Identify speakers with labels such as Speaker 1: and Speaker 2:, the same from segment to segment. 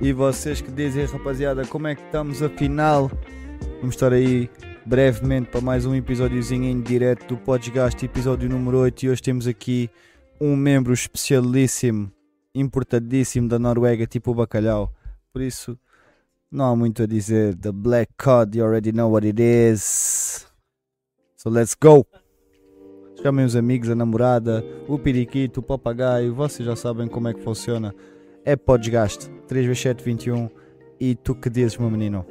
Speaker 1: E vocês que dizem, rapaziada, como é que estamos afinal? Vamos estar aí brevemente para mais um episódiozinho em direto do Podgasto, episódio número 8. E hoje temos aqui um membro especialíssimo, importadíssimo da Noruega, tipo o bacalhau. Por isso, não há muito a dizer. The Black Cod, you already know what it is. So let's go! Chamem os amigos, a namorada, o periquito, o papagaio, vocês já sabem como é que funciona. É podgaste, 3x7, 21. E tu que dizes, meu menino?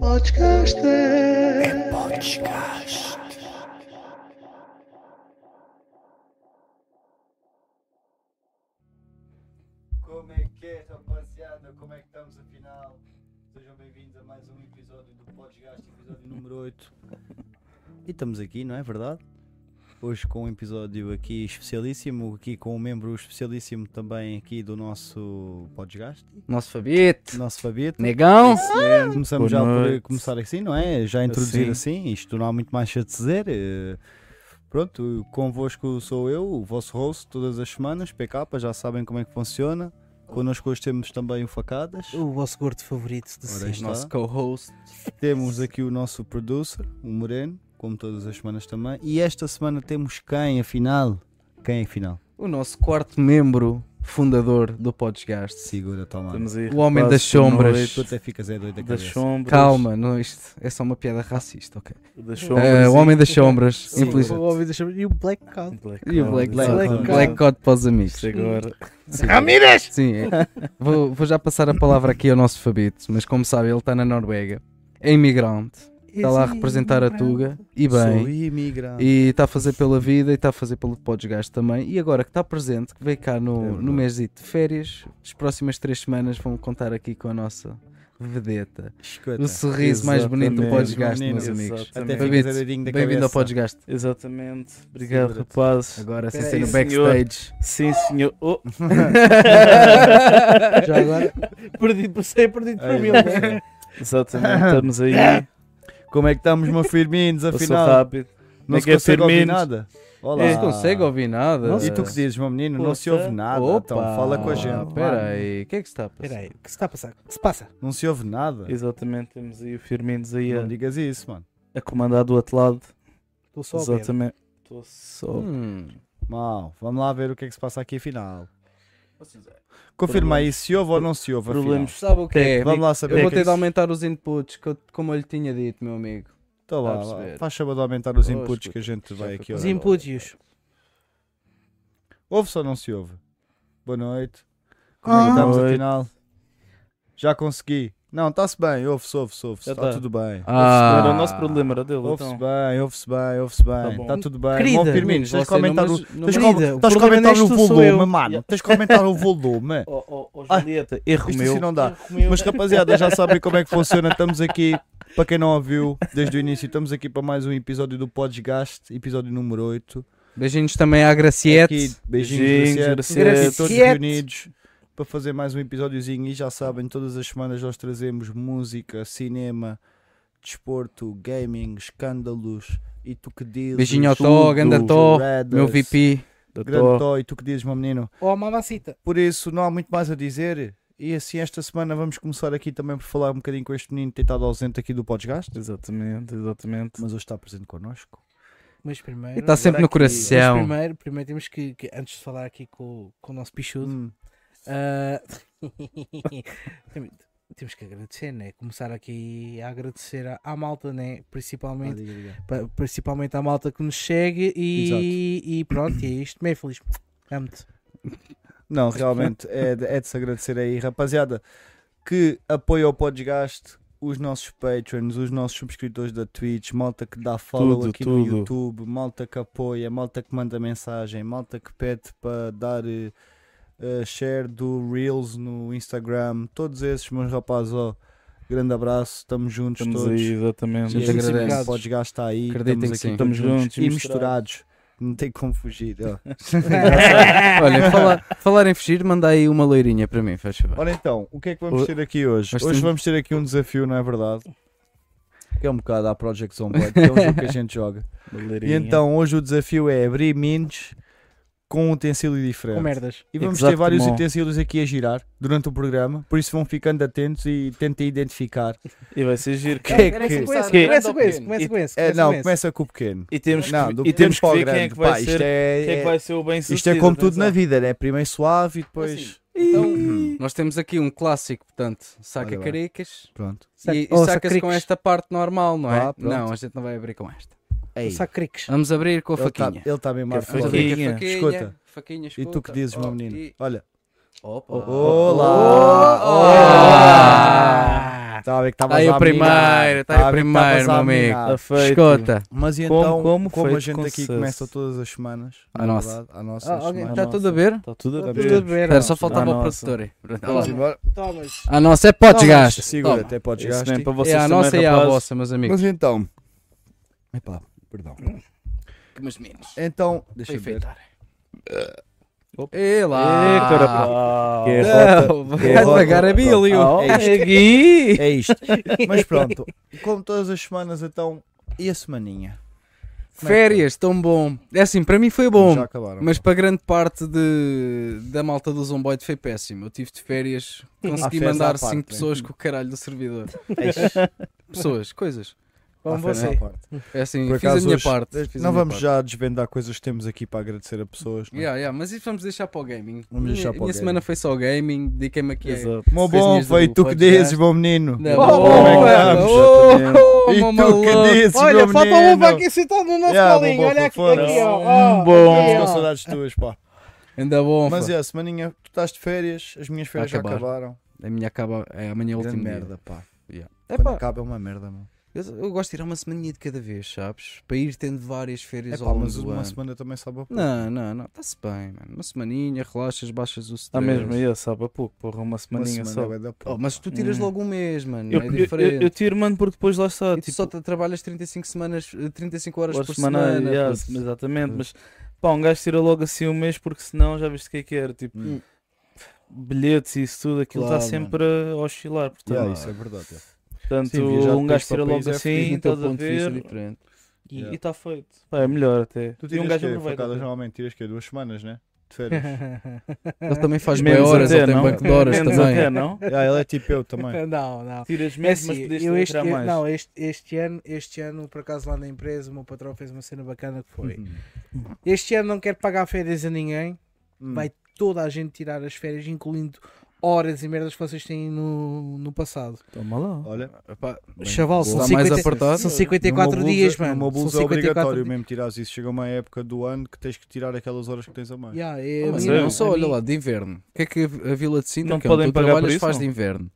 Speaker 2: gosta. É
Speaker 1: podcast. Como é que é, rapaziada? Como é que estamos afinal? Sejam bem-vindos a mais um episódio do podcast, episódio número 8. E estamos aqui, não é verdade? Hoje com um episódio aqui especialíssimo, aqui com um membro especialíssimo também aqui do nosso podcast,
Speaker 3: Nosso Fabito.
Speaker 1: nosso Fabito.
Speaker 3: Negão.
Speaker 4: É
Speaker 1: Começamos
Speaker 3: Boa
Speaker 1: já por
Speaker 3: noite.
Speaker 1: começar assim, não é? Já introduzir assim,
Speaker 3: Assim.
Speaker 1: isto não há muito mais a dizer. eh, Pronto, convosco sou eu, o vosso host, todas as semanas, PK, já sabem como é que funciona. Connosco hoje temos também o Facadas,
Speaker 4: O vosso gordo favorito de
Speaker 1: Ora,
Speaker 4: sempre.
Speaker 1: está.
Speaker 3: Nosso co-host.
Speaker 1: temos aqui o nosso producer, o Moreno, como todas as semanas também. E esta semana temos quem, afinal? Quem, é afinal?
Speaker 3: O nosso quarto membro fundador do podcast.
Speaker 1: Segura, toma.
Speaker 5: Estamos aí,
Speaker 3: O homem
Speaker 5: rapazes,
Speaker 3: das
Speaker 5: boa
Speaker 3: sombras.
Speaker 5: noite.
Speaker 1: Tu até ficas é doido da
Speaker 5: Das
Speaker 1: cabeça.
Speaker 5: sombras.
Speaker 3: Calma, não, isto é só uma piada racista, ok?
Speaker 5: Das
Speaker 3: Eh,
Speaker 5: sombras.
Speaker 3: o Homem das Sombras,
Speaker 1: Sim,
Speaker 4: O
Speaker 3: infelizmente.
Speaker 4: homem deixa- E o Black Cloud.
Speaker 3: E o Black,
Speaker 1: Black
Speaker 3: Black,
Speaker 1: Cloud.
Speaker 3: Black Cod para os amigos.
Speaker 5: Isto agora.
Speaker 3: Ramírez! Sim, é. vou, vou já passar a palavra aqui ao nosso Fabito, mas como sabe, ele está na Noruega, é imigrante, está Tá lá a representar a Tuga, e
Speaker 1: Sou
Speaker 3: bem,
Speaker 1: imigrante.
Speaker 3: e está a fazer pela vida e está a fazer pelo Podesgaste também. E agora que está presente, que veio cá
Speaker 1: É
Speaker 3: no,
Speaker 1: verdade.
Speaker 3: no mês de férias, as próximas três semanas vão contar aqui com a nossa vedeta.
Speaker 1: Escuta,
Speaker 3: O sorriso mais bonito do
Speaker 5: Exatamente,
Speaker 3: Podesgaste,
Speaker 1: menino.
Speaker 3: meus amigos.
Speaker 5: Exatamente.
Speaker 1: até
Speaker 3: Fabito,
Speaker 1: ficas doidinho da cabeça.
Speaker 3: Bem-vindo ao Podesgaste.
Speaker 5: Exatamente. Obrigado,
Speaker 1: Segura-te.
Speaker 5: rapazes.
Speaker 3: Agora, sem
Speaker 5: Espera
Speaker 3: ser
Speaker 5: aí,
Speaker 3: no
Speaker 5: senhor.
Speaker 3: backstage.
Speaker 5: Sim, senhor. Oh,
Speaker 4: Já agora,
Speaker 5: perdi, passei perdido
Speaker 3: Ah,
Speaker 5: para
Speaker 1: Ai,
Speaker 5: mim.
Speaker 1: meu
Speaker 5: Exatamente, estamos aí.
Speaker 1: Como é que estamos, meus firminhos?
Speaker 5: Passou
Speaker 1: Afinal,
Speaker 5: rápido.
Speaker 1: não
Speaker 5: Como é
Speaker 1: se
Speaker 5: que é,
Speaker 1: consegue ouvir
Speaker 5: firminhos?
Speaker 1: nada. Olá.
Speaker 3: Não se consegue ouvir nada.
Speaker 1: E tu que dizes, meu menino? Não se
Speaker 5: Poxa.
Speaker 1: ouve nada. Então, fala com a gente.
Speaker 3: Espera aí, o que é que se está a passar?
Speaker 4: espera aí, o que se está a passar? O que se passa?
Speaker 1: Não se ouve
Speaker 3: Tá.
Speaker 1: nada.
Speaker 5: Exatamente, temos aí o Firminos aí
Speaker 1: Não
Speaker 3: é.
Speaker 5: a,
Speaker 1: digas isso, mano.
Speaker 5: a comandar do outro lado.
Speaker 4: Estou só a ver.
Speaker 5: Exatamente. Estou só.
Speaker 3: Hum,
Speaker 1: Mal, vamos lá ver o que é que se passa aqui afinal.
Speaker 4: Hum.
Speaker 5: Vocês-
Speaker 1: Confirma aí se ouve ou não se ouve.
Speaker 5: Problemas.
Speaker 1: Afinal.
Speaker 3: sabe o que é?
Speaker 1: Vamos lá
Speaker 3: Eu
Speaker 1: saber.
Speaker 3: vou
Speaker 5: Técnicos.
Speaker 3: ter de aumentar os inputs, que eu- como eu lhe tinha dito, meu amigo.
Speaker 1: Então
Speaker 3: Tá a
Speaker 1: vá,
Speaker 3: perceber.
Speaker 1: faz favor de aumentar os
Speaker 3: Oh,
Speaker 1: inputs
Speaker 3: escuta.
Speaker 1: que a gente vai aqui.
Speaker 3: Os
Speaker 4: Os
Speaker 1: olhar.
Speaker 3: in-
Speaker 4: impúdios.
Speaker 1: Ouve-se ou não se ouve? Boa noite.
Speaker 3: Ah,
Speaker 1: Como é que estamos
Speaker 5: Boa noite.
Speaker 1: afinal? Já consegui. Não, está-se bem. Ouve-se, ouve-se, ouve-se.
Speaker 5: Já
Speaker 1: Está
Speaker 5: tá.
Speaker 1: tudo bem.
Speaker 5: Ah.
Speaker 3: é
Speaker 5: Era o nosso problema, era dele.
Speaker 1: Ouve-se
Speaker 5: Então. Tá
Speaker 1: bem, ouve-se bem, ouve-se bem.
Speaker 5: bom.
Speaker 1: Está tudo bem.
Speaker 4: Querida,
Speaker 1: Bom, Firmino,
Speaker 3: meninos,
Speaker 1: tens que
Speaker 3: é, você não
Speaker 1: aumentar o.
Speaker 3: mas- não-
Speaker 1: Tens que
Speaker 4: Querida,
Speaker 1: aumentar-
Speaker 4: o
Speaker 1: tens que
Speaker 4: problema
Speaker 3: é
Speaker 1: aumentar né? o
Speaker 4: neste sou
Speaker 1: volume,
Speaker 4: eu.
Speaker 1: mano. Tens que aumentar o volume.
Speaker 5: Oh, oh, oh, Julieta, erro
Speaker 1: Isto
Speaker 5: meu.
Speaker 1: assim não dá.
Speaker 5: Erro meu.
Speaker 1: Mas rapaziada, já sabem como é que funciona. Estamos aqui, para quem não ouviu desde o início, estamos aqui para mais um episódio do Podgaste, episódio número 8.
Speaker 3: Beijinhos também à
Speaker 1: Aqui,
Speaker 3: Graciete.
Speaker 1: beijinhos,
Speaker 5: Beijinhos,
Speaker 1: Graciete,
Speaker 5: Graciete.
Speaker 1: todos
Speaker 4: Graciete.
Speaker 1: reunidos para fazer mais um episódiozinho. E já sabem, todas as semanas nós trazemos música, cinema, desporto, gaming, escândalos. E tu que dizes?
Speaker 3: Beijinho ao Tó,
Speaker 1: tudo,
Speaker 3: ganda Tó,
Speaker 1: Redas,
Speaker 3: Meu VP.
Speaker 5: Da
Speaker 1: Grande
Speaker 5: toa.
Speaker 1: Tó, e tu que dizes, meu menino?
Speaker 4: Oh, mamacita.
Speaker 1: Por isso, não há muito mais a dizer. E assim, esta semana vamos começar aqui também por falar um bocadinho com este menino que tem estado ausente aqui do Podgaste,
Speaker 5: Exatamente, exatamente.
Speaker 1: mas hoje está presente connosco.
Speaker 4: Mas primeiro.
Speaker 3: E está tá sempre no
Speaker 4: mas
Speaker 3: coração.
Speaker 4: primeiro, primeiro temos que, que antes de falar aqui com, o- com o nosso pichudo,
Speaker 1: Hum,
Speaker 4: ah, tem- temos que agradecer, né? Começar aqui a agradecer à, à malta, né?
Speaker 1: ah,
Speaker 4: Principalmente,
Speaker 1: diga, diga.
Speaker 4: pa- principalmente à malta que nos segue e, e pronto, e é isto. Meio feliz. Amo-te.
Speaker 1: Não, realmente é de, é de se agradecer aí, rapaziada, que apoia o Podgaste, os nossos patrons, os nossos subscritores da Twitch, malta que dá follow
Speaker 5: Tudo,
Speaker 1: aqui no
Speaker 5: tudo.
Speaker 1: YouTube, malta que apoia, malta que manda mensagem, malta que pede para dar eh, eh, share do Reels no Instagram, todos esses, meus rapazes, ó, grande abraço, estamos juntos
Speaker 5: Estamos
Speaker 1: todos.
Speaker 5: aí, exatamente.
Speaker 1: E é
Speaker 3: Gente,
Speaker 1: isso mesmo,
Speaker 3: agradece.
Speaker 1: o Podgaste está aí,
Speaker 3: Acreditem
Speaker 1: estamos
Speaker 3: que
Speaker 1: aqui
Speaker 3: sim.
Speaker 1: todos
Speaker 5: Estamos juntos
Speaker 1: e misturados. Não tem como fugir. ó.
Speaker 3: Olha, fala- falar em fugir, manda aí uma loirinha para mim, faz favor.
Speaker 1: Ora então, o que é que vamos
Speaker 3: Ho-
Speaker 1: ter aqui hoje?
Speaker 3: hoje
Speaker 1: Hoje
Speaker 3: tem-
Speaker 1: vamos ter aqui um desafio, não é verdade? Que é um bocado à Project Zomboid, que é um jogo que a gente joga. E então hoje o desafio é abrir mins com um utensílio diferente.
Speaker 4: Com merdas.
Speaker 1: E vamos ter
Speaker 5: Exato,
Speaker 1: vários
Speaker 5: bom.
Speaker 1: utensílios aqui a girar durante o programa, por isso vão ficando atentos e tentem identificar. É,
Speaker 5: E vai ser giro.
Speaker 1: Que é
Speaker 4: Começa
Speaker 1: que...
Speaker 4: com esse,
Speaker 5: Que-
Speaker 4: começa com esse, começa com esse.
Speaker 1: É,
Speaker 4: começa
Speaker 1: não,
Speaker 4: com esse.
Speaker 1: começa com o pequeno.
Speaker 5: E temos que,
Speaker 1: Não, do
Speaker 5: e
Speaker 1: pequeno
Speaker 5: temos que
Speaker 1: para o
Speaker 5: ver quem é
Speaker 1: grande.
Speaker 5: que vai
Speaker 1: Pá, isto
Speaker 5: ser.
Speaker 1: é,
Speaker 5: Quem é que vai ser Assim, o bem sucedido?
Speaker 1: isto é como tudo na vida, né? Primeiro suave e depois.
Speaker 5: então-
Speaker 3: Nós temos aqui um clássico, portanto, saca
Speaker 1: Olha lá.
Speaker 3: caricas
Speaker 1: Pronto.
Speaker 4: Saca-
Speaker 3: e, e
Speaker 4: oh,
Speaker 3: saca-se com
Speaker 4: sacriques.
Speaker 3: esta parte normal, não é?
Speaker 1: Vá, Ah, pronto.
Speaker 3: não, a gente não vai abrir com esta.
Speaker 1: Ei,
Speaker 4: Saco criques.
Speaker 3: Vamos abrir com a
Speaker 1: ele está
Speaker 3: faquinha.
Speaker 1: tá bem
Speaker 5: Que
Speaker 1: mais
Speaker 3: Vamos abrir com a
Speaker 5: Faquinha.
Speaker 3: faquinha.
Speaker 1: Escuta.
Speaker 3: Faquinha, escuta.
Speaker 1: E tu que dizes, meu
Speaker 3: Oh,
Speaker 1: menino?
Speaker 3: e-
Speaker 1: Olha. Ah.
Speaker 3: Opa.
Speaker 1: Olá! Olá!
Speaker 4: minar.
Speaker 1: Estava a ver que estavas
Speaker 3: Tá aí
Speaker 1: a
Speaker 3: o primeiro,
Speaker 1: minar.
Speaker 3: tá aí o
Speaker 1: Estava a ver que
Speaker 3: primeiro,
Speaker 1: estavas a
Speaker 3: meu amigo.
Speaker 1: minar.
Speaker 5: Afeito.
Speaker 3: Escuta,
Speaker 1: Mas e
Speaker 5: Como-
Speaker 1: então, como,
Speaker 5: como
Speaker 1: a
Speaker 5: feito
Speaker 1: gente
Speaker 5: com
Speaker 1: aqui
Speaker 5: sucesso.
Speaker 1: começa todas as semanas,
Speaker 3: À
Speaker 1: na
Speaker 3: nossa.
Speaker 1: verdade, à nossa,
Speaker 4: Ah,
Speaker 1: às
Speaker 4: alguém-
Speaker 1: semanas.
Speaker 3: está tá tudo a ver?
Speaker 5: Está tudo a
Speaker 4: Está tudo a
Speaker 5: ver.
Speaker 4: ver.
Speaker 3: Espera, só
Speaker 5: Ah,
Speaker 3: faltava a
Speaker 5: nossa.
Speaker 3: produtora. Pronto,
Speaker 1: Vamos
Speaker 3: olha lá.
Speaker 1: embora.
Speaker 4: Tomas.
Speaker 3: A nossa é potes,
Speaker 4: Toma.
Speaker 3: gajo.
Speaker 1: Segura,
Speaker 3: Toma.
Speaker 1: até podes
Speaker 5: Isso
Speaker 1: gastar.
Speaker 5: mesmo, para
Speaker 3: É
Speaker 5: vocês
Speaker 3: a
Speaker 5: também,
Speaker 3: nossa e a
Speaker 5: rapazes.
Speaker 3: vossa, meus amigos.
Speaker 1: Mas então. Epá, perdão.
Speaker 3: Mas menos.
Speaker 1: Então, deixa eu ver.
Speaker 3: Ei
Speaker 5: Ê,
Speaker 3: lá.
Speaker 5: carapau.
Speaker 1: Que é-
Speaker 3: Não, vai
Speaker 1: Derrota.
Speaker 3: devagar a
Speaker 5: Oh,
Speaker 3: bilho.
Speaker 1: É
Speaker 5: Gui.
Speaker 1: É isto. Mas pronto, como todas as semanas, então, e a semaninha? Como é que
Speaker 3: Férias, tão bom. É assim, para mim foi
Speaker 1: foi?
Speaker 3: bom.
Speaker 1: Já acabaram.
Speaker 3: Mas para grande parte de, da malta do Zomboid foi péssimo. Eu tive de férias, consegui
Speaker 1: férias à
Speaker 3: mandar
Speaker 1: parte,
Speaker 3: 5
Speaker 1: né?
Speaker 3: pessoas com o caralho do servidor.
Speaker 1: Eish,
Speaker 3: Pessoas, coisas.
Speaker 1: à
Speaker 4: Vamos
Speaker 1: frente
Speaker 4: você.
Speaker 1: à parte.
Speaker 3: É assim,
Speaker 1: Por
Speaker 3: fiz a
Speaker 1: acaso
Speaker 3: minha
Speaker 1: hoje-
Speaker 3: parte. Fiz a
Speaker 1: Não
Speaker 3: minha
Speaker 1: vamos
Speaker 3: parte.
Speaker 1: já desvendar coisas que temos aqui para agradecer a pessoas. não é?
Speaker 3: Yeah, yeah, mas isso vamos deixar para o gaming.
Speaker 1: Vamos
Speaker 3: minha,
Speaker 1: deixar para o
Speaker 3: minha
Speaker 1: gaming.
Speaker 3: semana foi só o gaming, dediquei-me aqui a.
Speaker 5: Exato.
Speaker 1: Meu bom,
Speaker 3: Coisinhas do
Speaker 1: foi tu que
Speaker 3: podcast.
Speaker 1: dizes, bom menino.
Speaker 3: Não,
Speaker 1: Bom,
Speaker 3: oh,
Speaker 1: como é que
Speaker 3: ela,
Speaker 1: estamos?
Speaker 3: oh, oh,
Speaker 1: E
Speaker 3: oh,
Speaker 1: tu que
Speaker 3: maluco.
Speaker 1: dizes,
Speaker 4: Olha,
Speaker 1: meu
Speaker 4: falta um
Speaker 1: menino?
Speaker 4: para aqui
Speaker 3: tá
Speaker 4: sentado no nosso
Speaker 1: Yeah,
Speaker 4: colinho.
Speaker 1: bobo,
Speaker 4: Olha aqui,
Speaker 1: fofura.
Speaker 4: aqui, ó.
Speaker 5: Um
Speaker 4: ó.
Speaker 5: bom.
Speaker 1: Estamos com
Speaker 4: Aqui, ó.
Speaker 1: saudades tuas, pá.
Speaker 3: Ainda bom.
Speaker 1: Mas
Speaker 3: pá.
Speaker 1: é, a semaninha, tu estás de férias, as minhas férias já
Speaker 3: Acabar.
Speaker 1: acabaram.
Speaker 3: A minha acaba é, amanhã é o
Speaker 1: Grande
Speaker 3: último dia.
Speaker 1: merda, pá.
Speaker 3: É
Speaker 1: Quando
Speaker 3: pá,
Speaker 1: acaba é uma merda, mano.
Speaker 3: eu, eu gosto de tirar uma semaninha de cada vez, sabes? Para ir tendo várias
Speaker 1: É
Speaker 3: férias
Speaker 1: pá,
Speaker 3: ao longo
Speaker 1: mas
Speaker 3: do
Speaker 1: uma
Speaker 3: ano.
Speaker 1: semana também sabe a pouco.
Speaker 3: Não, não, não. Está-se bem, mano. Uma semaninha, relaxas, baixas o stress.
Speaker 1: Tá
Speaker 5: Ah, mesmo,
Speaker 1: é
Speaker 5: eu sabe há pouco, porra, uma
Speaker 1: Uma
Speaker 5: semaninha
Speaker 1: semana
Speaker 5: só.
Speaker 1: é bué da
Speaker 3: Oh,
Speaker 1: pouco.
Speaker 3: mas tu tiras
Speaker 5: Hum.
Speaker 3: logo um mês, mano.
Speaker 5: Eu,
Speaker 3: é
Speaker 5: eu-
Speaker 3: diferente.
Speaker 5: eu- eu tiro, mano, porque depois lá está,
Speaker 3: e tu
Speaker 5: tipo,
Speaker 3: só te trabalhas 35 semanas, eh, 35 horas
Speaker 5: horas
Speaker 3: por
Speaker 5: semanais,
Speaker 3: semana.
Speaker 5: yeah,
Speaker 3: puto.
Speaker 5: exatamente,
Speaker 3: Hum.
Speaker 5: mas pá, um gajo tira logo assim um mês porque senão já viste o que é que era, tipo,
Speaker 1: Hum.
Speaker 5: bilhetes e isso tudo, aquilo está
Speaker 1: Claro,
Speaker 5: sempre a oscilar, portanto,
Speaker 1: Yeah, isso é verdade. é.
Speaker 5: portanto
Speaker 1: Sim, viajar de país
Speaker 5: um gajo tira
Speaker 1: para
Speaker 5: logo
Speaker 1: país é feliz
Speaker 5: assim,
Speaker 3: no teu
Speaker 5: estás a
Speaker 3: ponto de vista é
Speaker 5: ver,
Speaker 3: diferente.
Speaker 5: e
Speaker 1: Yeah.
Speaker 5: está feito. Pá, é melhor até.
Speaker 1: Tu
Speaker 5: e
Speaker 1: tiras
Speaker 5: um
Speaker 1: um
Speaker 5: gajo aproveita.
Speaker 1: facadas
Speaker 5: até.
Speaker 1: normalmente tiras que duas semanas, né? De férias. É,
Speaker 3: Ele também faz meia
Speaker 5: Menos
Speaker 3: horas,
Speaker 5: até,
Speaker 3: ele tem
Speaker 5: não?
Speaker 3: banco de horas
Speaker 5: Menos
Speaker 3: também.
Speaker 5: até, não?
Speaker 1: yeah, ele é tipo eu também.
Speaker 4: Não, não.
Speaker 5: Tiras
Speaker 4: É
Speaker 5: menos,
Speaker 4: assim,
Speaker 5: mas podias
Speaker 4: eu
Speaker 5: tirar
Speaker 4: este, eu-
Speaker 5: mais.
Speaker 4: não, este, este ano, este ano, por acaso lá na empresa, o meu patrão fez uma cena bacana que foi.
Speaker 1: Uhum.
Speaker 4: Este ano não quero pagar férias a ninguém,
Speaker 1: Hum.
Speaker 4: vai toda a gente tirar as férias, incluindo horas e merdas que vocês têm no, no passado.
Speaker 5: Toma lá.
Speaker 1: Olha,
Speaker 3: Epá, bem,
Speaker 4: Chaval, são
Speaker 3: está mais
Speaker 4: 50
Speaker 3: apertado.
Speaker 4: São 54
Speaker 1: numa blusa-
Speaker 4: dias, mano.
Speaker 1: Numa blusa
Speaker 4: são
Speaker 1: é
Speaker 4: 54
Speaker 1: obrigatório
Speaker 4: dias.
Speaker 1: mesmo tirares isso. Chega uma época do ano que tens que tirar aquelas horas que tens a mais.
Speaker 4: Yeah, é,
Speaker 3: Ah,
Speaker 4: a
Speaker 3: mas
Speaker 4: mim
Speaker 5: não,
Speaker 3: não, só
Speaker 4: a
Speaker 3: olha
Speaker 4: mim-
Speaker 3: lá, de inverno. O que é que a Vila de Sintra,
Speaker 5: Não
Speaker 3: que é onde
Speaker 5: podem
Speaker 3: tu
Speaker 5: pagar
Speaker 3: trabalhas,
Speaker 5: por isso,
Speaker 3: faz
Speaker 5: não?
Speaker 3: de inverno?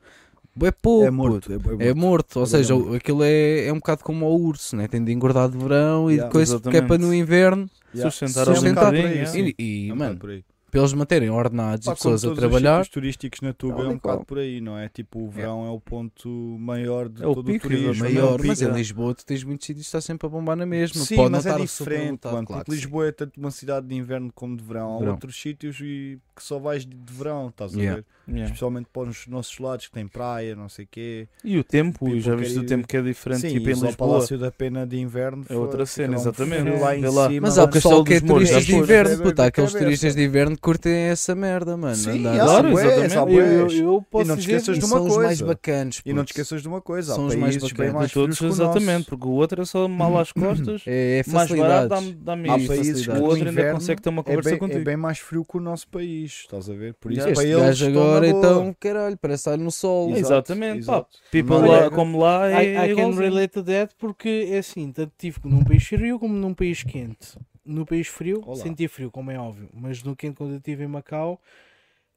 Speaker 3: É pouco.
Speaker 1: É morto. É,
Speaker 3: puto. É morto, ou
Speaker 1: É bem
Speaker 3: seja,
Speaker 1: morto.
Speaker 3: aquilo é, é um bocado como o urso, né? tem de engordar de verão e
Speaker 1: Yeah,
Speaker 3: de coisa, porque é para no
Speaker 5: exatamente.
Speaker 3: inverno.
Speaker 5: Sustentar
Speaker 3: Sim, é um
Speaker 5: um
Speaker 3: bocado
Speaker 5: bocadinho.
Speaker 1: por aí,
Speaker 5: yeah.
Speaker 1: sim.
Speaker 3: E, e,
Speaker 1: É um bocado
Speaker 3: mano,
Speaker 1: por aí.
Speaker 3: para eles manterem ordenados
Speaker 1: Pá,
Speaker 3: e
Speaker 1: como
Speaker 3: pessoas a
Speaker 1: todos os
Speaker 3: trabalhar,
Speaker 1: sítios turísticos na Tuga
Speaker 3: Tal
Speaker 1: é
Speaker 3: e
Speaker 1: um bocado
Speaker 3: qual.
Speaker 1: por aí, não é? Tipo, o verão é o ponto maior de
Speaker 5: É o
Speaker 1: todo
Speaker 5: pico,
Speaker 1: o turismo.
Speaker 5: exatamente.
Speaker 1: não é o
Speaker 3: maior, mas em
Speaker 5: pica.
Speaker 3: Lisboa tu tens muitos sítios que está sempre a bombar na mesma.
Speaker 1: Sim,
Speaker 3: Pode
Speaker 1: mas
Speaker 3: não
Speaker 1: é
Speaker 3: estar
Speaker 1: diferente,
Speaker 3: superlotado,
Speaker 1: mano,
Speaker 5: tipo,
Speaker 1: porque
Speaker 3: claro que sim.
Speaker 1: Lisboa é tanto uma cidade de inverno como de verão. Há
Speaker 3: Verão.
Speaker 1: outros sítios e que só vais de de verão, estás a
Speaker 3: Yeah.
Speaker 1: ver?
Speaker 5: Yeah.
Speaker 1: Especialmente para os nossos lados que tem praia, não sei o quê.
Speaker 5: E o tempo,
Speaker 1: Tipo,
Speaker 5: já viste
Speaker 1: quer
Speaker 5: o
Speaker 1: ir-
Speaker 5: tempo que é diferente,
Speaker 1: Sim,
Speaker 5: tipo
Speaker 1: e
Speaker 5: em
Speaker 1: só o
Speaker 5: Lisboa.
Speaker 1: Palácio da Pena de Inverno.
Speaker 5: É outra
Speaker 1: foda-se,
Speaker 5: cena,
Speaker 1: fica lá um frio
Speaker 5: exatamente.
Speaker 1: Lá em
Speaker 5: Vê lá.
Speaker 1: cima,
Speaker 3: Mas há
Speaker 1: mano.
Speaker 3: pessoal
Speaker 5: pessoal
Speaker 3: que é
Speaker 5: dos Mouros,
Speaker 3: turistas
Speaker 5: já
Speaker 3: de
Speaker 5: foi.
Speaker 3: inverno,
Speaker 1: Bebe
Speaker 3: puta,
Speaker 1: da
Speaker 3: aqueles
Speaker 1: cabeça.
Speaker 3: turistas de inverno que curtem essa merda, mano.
Speaker 1: Sim,
Speaker 3: andar
Speaker 1: há
Speaker 5: Claro,
Speaker 1: bués,
Speaker 5: exatamente.
Speaker 1: há
Speaker 5: Eu-
Speaker 1: bués.
Speaker 5: eu- eu posso
Speaker 1: E não te
Speaker 5: dizer-
Speaker 1: esqueças
Speaker 3: e
Speaker 1: de
Speaker 3: são
Speaker 1: uma
Speaker 3: os mais
Speaker 1: coisa.
Speaker 3: bacanas.
Speaker 1: E não te
Speaker 3: puto.
Speaker 1: esqueças de uma coisa. Há
Speaker 3: São os mais
Speaker 1: países bem
Speaker 3: bacanas.
Speaker 1: mais
Speaker 5: De
Speaker 1: frios
Speaker 5: todos,
Speaker 1: que o nosso.
Speaker 5: exatamente, porque o outro é só mal às costas,
Speaker 3: É, é
Speaker 5: mais
Speaker 3: facilidades.
Speaker 5: barato dá-me dá-me
Speaker 1: Há
Speaker 5: isso.
Speaker 1: países que
Speaker 5: o
Speaker 1: no
Speaker 5: outro ainda
Speaker 1: inverno
Speaker 5: consegue ter uma
Speaker 1: É
Speaker 5: conversa
Speaker 1: bem, é
Speaker 5: contigo.
Speaker 1: bem mais frio que o nosso país, estás a ver? Por isso,
Speaker 5: Este
Speaker 1: para
Speaker 3: Este
Speaker 1: eles.
Speaker 3: gajo
Speaker 1: estão na
Speaker 3: agora,
Speaker 1: boa.
Speaker 3: então, caralho, parece estar no sol.
Speaker 1: Exato,
Speaker 5: Exatamente, pá.
Speaker 1: exato.
Speaker 5: People
Speaker 1: Olha,
Speaker 5: lá, como lá é
Speaker 4: I, I can
Speaker 5: igualzinho.
Speaker 4: relate to that porque é assim, tanto tive num país frio como num país quente. No país frio,
Speaker 1: Olá.
Speaker 4: senti frio, como é óbvio, mas no quente, quando eu estive em Macau,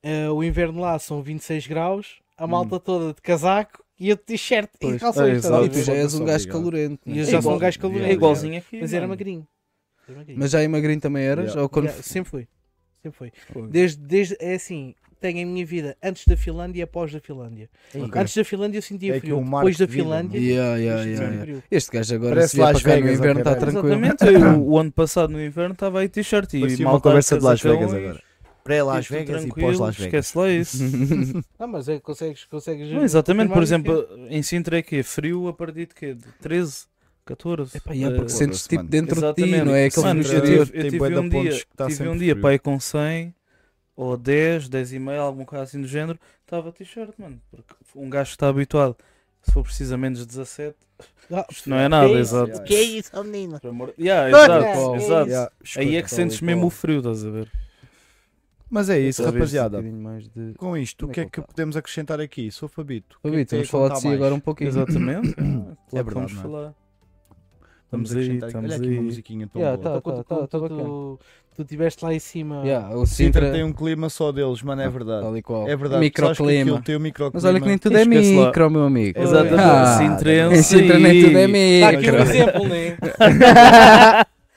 Speaker 4: eh, o inverno lá são 26 graus, a malta toda de casaco e eu de t-shirt e
Speaker 5: Pois.
Speaker 4: calções.
Speaker 5: É,
Speaker 4: estás a
Speaker 5: exato.
Speaker 3: E tu
Speaker 4: ver?
Speaker 3: já és um
Speaker 1: Obrigado.
Speaker 3: gajo calorento. né?
Speaker 4: E eu
Speaker 5: É
Speaker 4: já sou um
Speaker 5: igual-
Speaker 4: gajo
Speaker 5: É
Speaker 4: calorento.
Speaker 5: igualzinho aqui.
Speaker 4: Mas era
Speaker 5: mano.
Speaker 4: magrinho. Era magrinho.
Speaker 3: Mas já em magrinho também eras?
Speaker 1: Yeah.
Speaker 3: Ou quando...
Speaker 4: Yeah, sempre foi. Sempre foi.
Speaker 5: Foi.
Speaker 4: Desde, desde, é assim, tenho a minha vida antes da Finlândia e após da Finlândia.
Speaker 1: Ok.
Speaker 4: Antes da Finlândia eu sentia
Speaker 1: É que
Speaker 4: frio.
Speaker 1: o marco
Speaker 4: Depois da
Speaker 1: de vida,
Speaker 4: Finlândia,
Speaker 3: Yeah,
Speaker 4: eu
Speaker 3: yeah, yeah,
Speaker 4: sentia
Speaker 3: yeah.
Speaker 4: frio.
Speaker 3: Este gajo agora
Speaker 1: Parece
Speaker 3: se vier
Speaker 1: Las
Speaker 3: para cá no
Speaker 1: Vegas,
Speaker 3: inverno
Speaker 1: ok,
Speaker 3: está
Speaker 1: bem.
Speaker 3: tranquilo.
Speaker 5: Exatamente, eu, o ano passado no inverno estava aí t-shirt e
Speaker 1: Parecia uma
Speaker 5: malta
Speaker 1: conversa de Las
Speaker 5: casacão
Speaker 1: Vegas
Speaker 5: e-
Speaker 1: agora. Pré-Las
Speaker 5: Isto
Speaker 1: Vegas e
Speaker 5: tranquilo,
Speaker 1: pós-Las Vegas.
Speaker 5: Esquece lá isso.
Speaker 4: Não, mas é, que consegues, consegues.
Speaker 5: Não, exatamente, por
Speaker 4: confirmar isso,
Speaker 5: exemplo, em Sintra é que é frio a partir de quê? De 13, 14?
Speaker 3: Epá, yeah,
Speaker 5: Eh,
Speaker 3: porque sentes tipo
Speaker 1: mano.
Speaker 3: dentro de ti, não é? Aquele
Speaker 5: Mano,
Speaker 1: Sintra-
Speaker 5: eu
Speaker 3: exterior.
Speaker 5: tive, eu
Speaker 1: Tem
Speaker 5: tive
Speaker 1: bué de
Speaker 5: um dia,
Speaker 1: pontos que tá
Speaker 5: tive um
Speaker 1: sempre
Speaker 5: dia
Speaker 1: frio.
Speaker 5: pai com 100 ou 10, 10 e meio, alguma coisa assim do género, estava t-shirt, mano. Porque um gajo está habituado, se for preciso a menos 17,
Speaker 4: é. Ah,
Speaker 5: isto não é nada,
Speaker 4: que é isso?
Speaker 5: exato.
Speaker 1: Yeah,
Speaker 4: Que é isso, oh menino?
Speaker 5: Por amor- Yeah,
Speaker 4: Olha,
Speaker 5: exato,
Speaker 4: é
Speaker 1: Yeah,
Speaker 5: exato. Aí é
Speaker 1: Ah, escuta, tá
Speaker 5: que sentes
Speaker 1: tal e
Speaker 5: mesmo
Speaker 1: qual.
Speaker 5: o frio, estás a ver?
Speaker 1: Mas é isso,
Speaker 5: Talvez
Speaker 1: rapaziada.
Speaker 3: Um bocadinho mais de-
Speaker 1: Com isto, o
Speaker 3: Como é
Speaker 1: que é
Speaker 3: que
Speaker 1: que
Speaker 3: eu falo?
Speaker 1: podemos acrescentar aqui? Sou Fabito. o que é que
Speaker 3: Fabito,
Speaker 1: tem a
Speaker 3: vamos falar de
Speaker 1: contar
Speaker 3: si
Speaker 1: mais?
Speaker 3: agora um pouquinho.
Speaker 1: É
Speaker 5: Exatamente. Ah, claro que
Speaker 1: verdade,
Speaker 5: vamos
Speaker 1: mano.
Speaker 5: falar. Estamos aí,
Speaker 1: acrescentar
Speaker 5: estamos
Speaker 1: Olha aqui uma
Speaker 5: aí.
Speaker 1: musiquinha tão
Speaker 3: Yeah,
Speaker 1: boa.
Speaker 3: tá.
Speaker 4: Então, quando- quando
Speaker 3: tá
Speaker 4: tu, tu estiveste lá em cima.
Speaker 3: Yeah, o
Speaker 1: Sintra
Speaker 3: Sintra,
Speaker 1: tem um clima só deles, mano, é verdade.
Speaker 3: tal e qual.
Speaker 1: É verdade. sabes que
Speaker 3: Microclima.
Speaker 1: aquilo Tem um microclima.
Speaker 3: Mas olha que nem tudo é
Speaker 5: Esquece lá.
Speaker 3: micro, meu amigo.
Speaker 5: Exatamente.
Speaker 3: Ah,
Speaker 5: Sintra é um
Speaker 3: em Sintra nem
Speaker 5: si.
Speaker 3: tudo é
Speaker 4: Está aqui um
Speaker 3: micro.
Speaker 4: exemplo, né?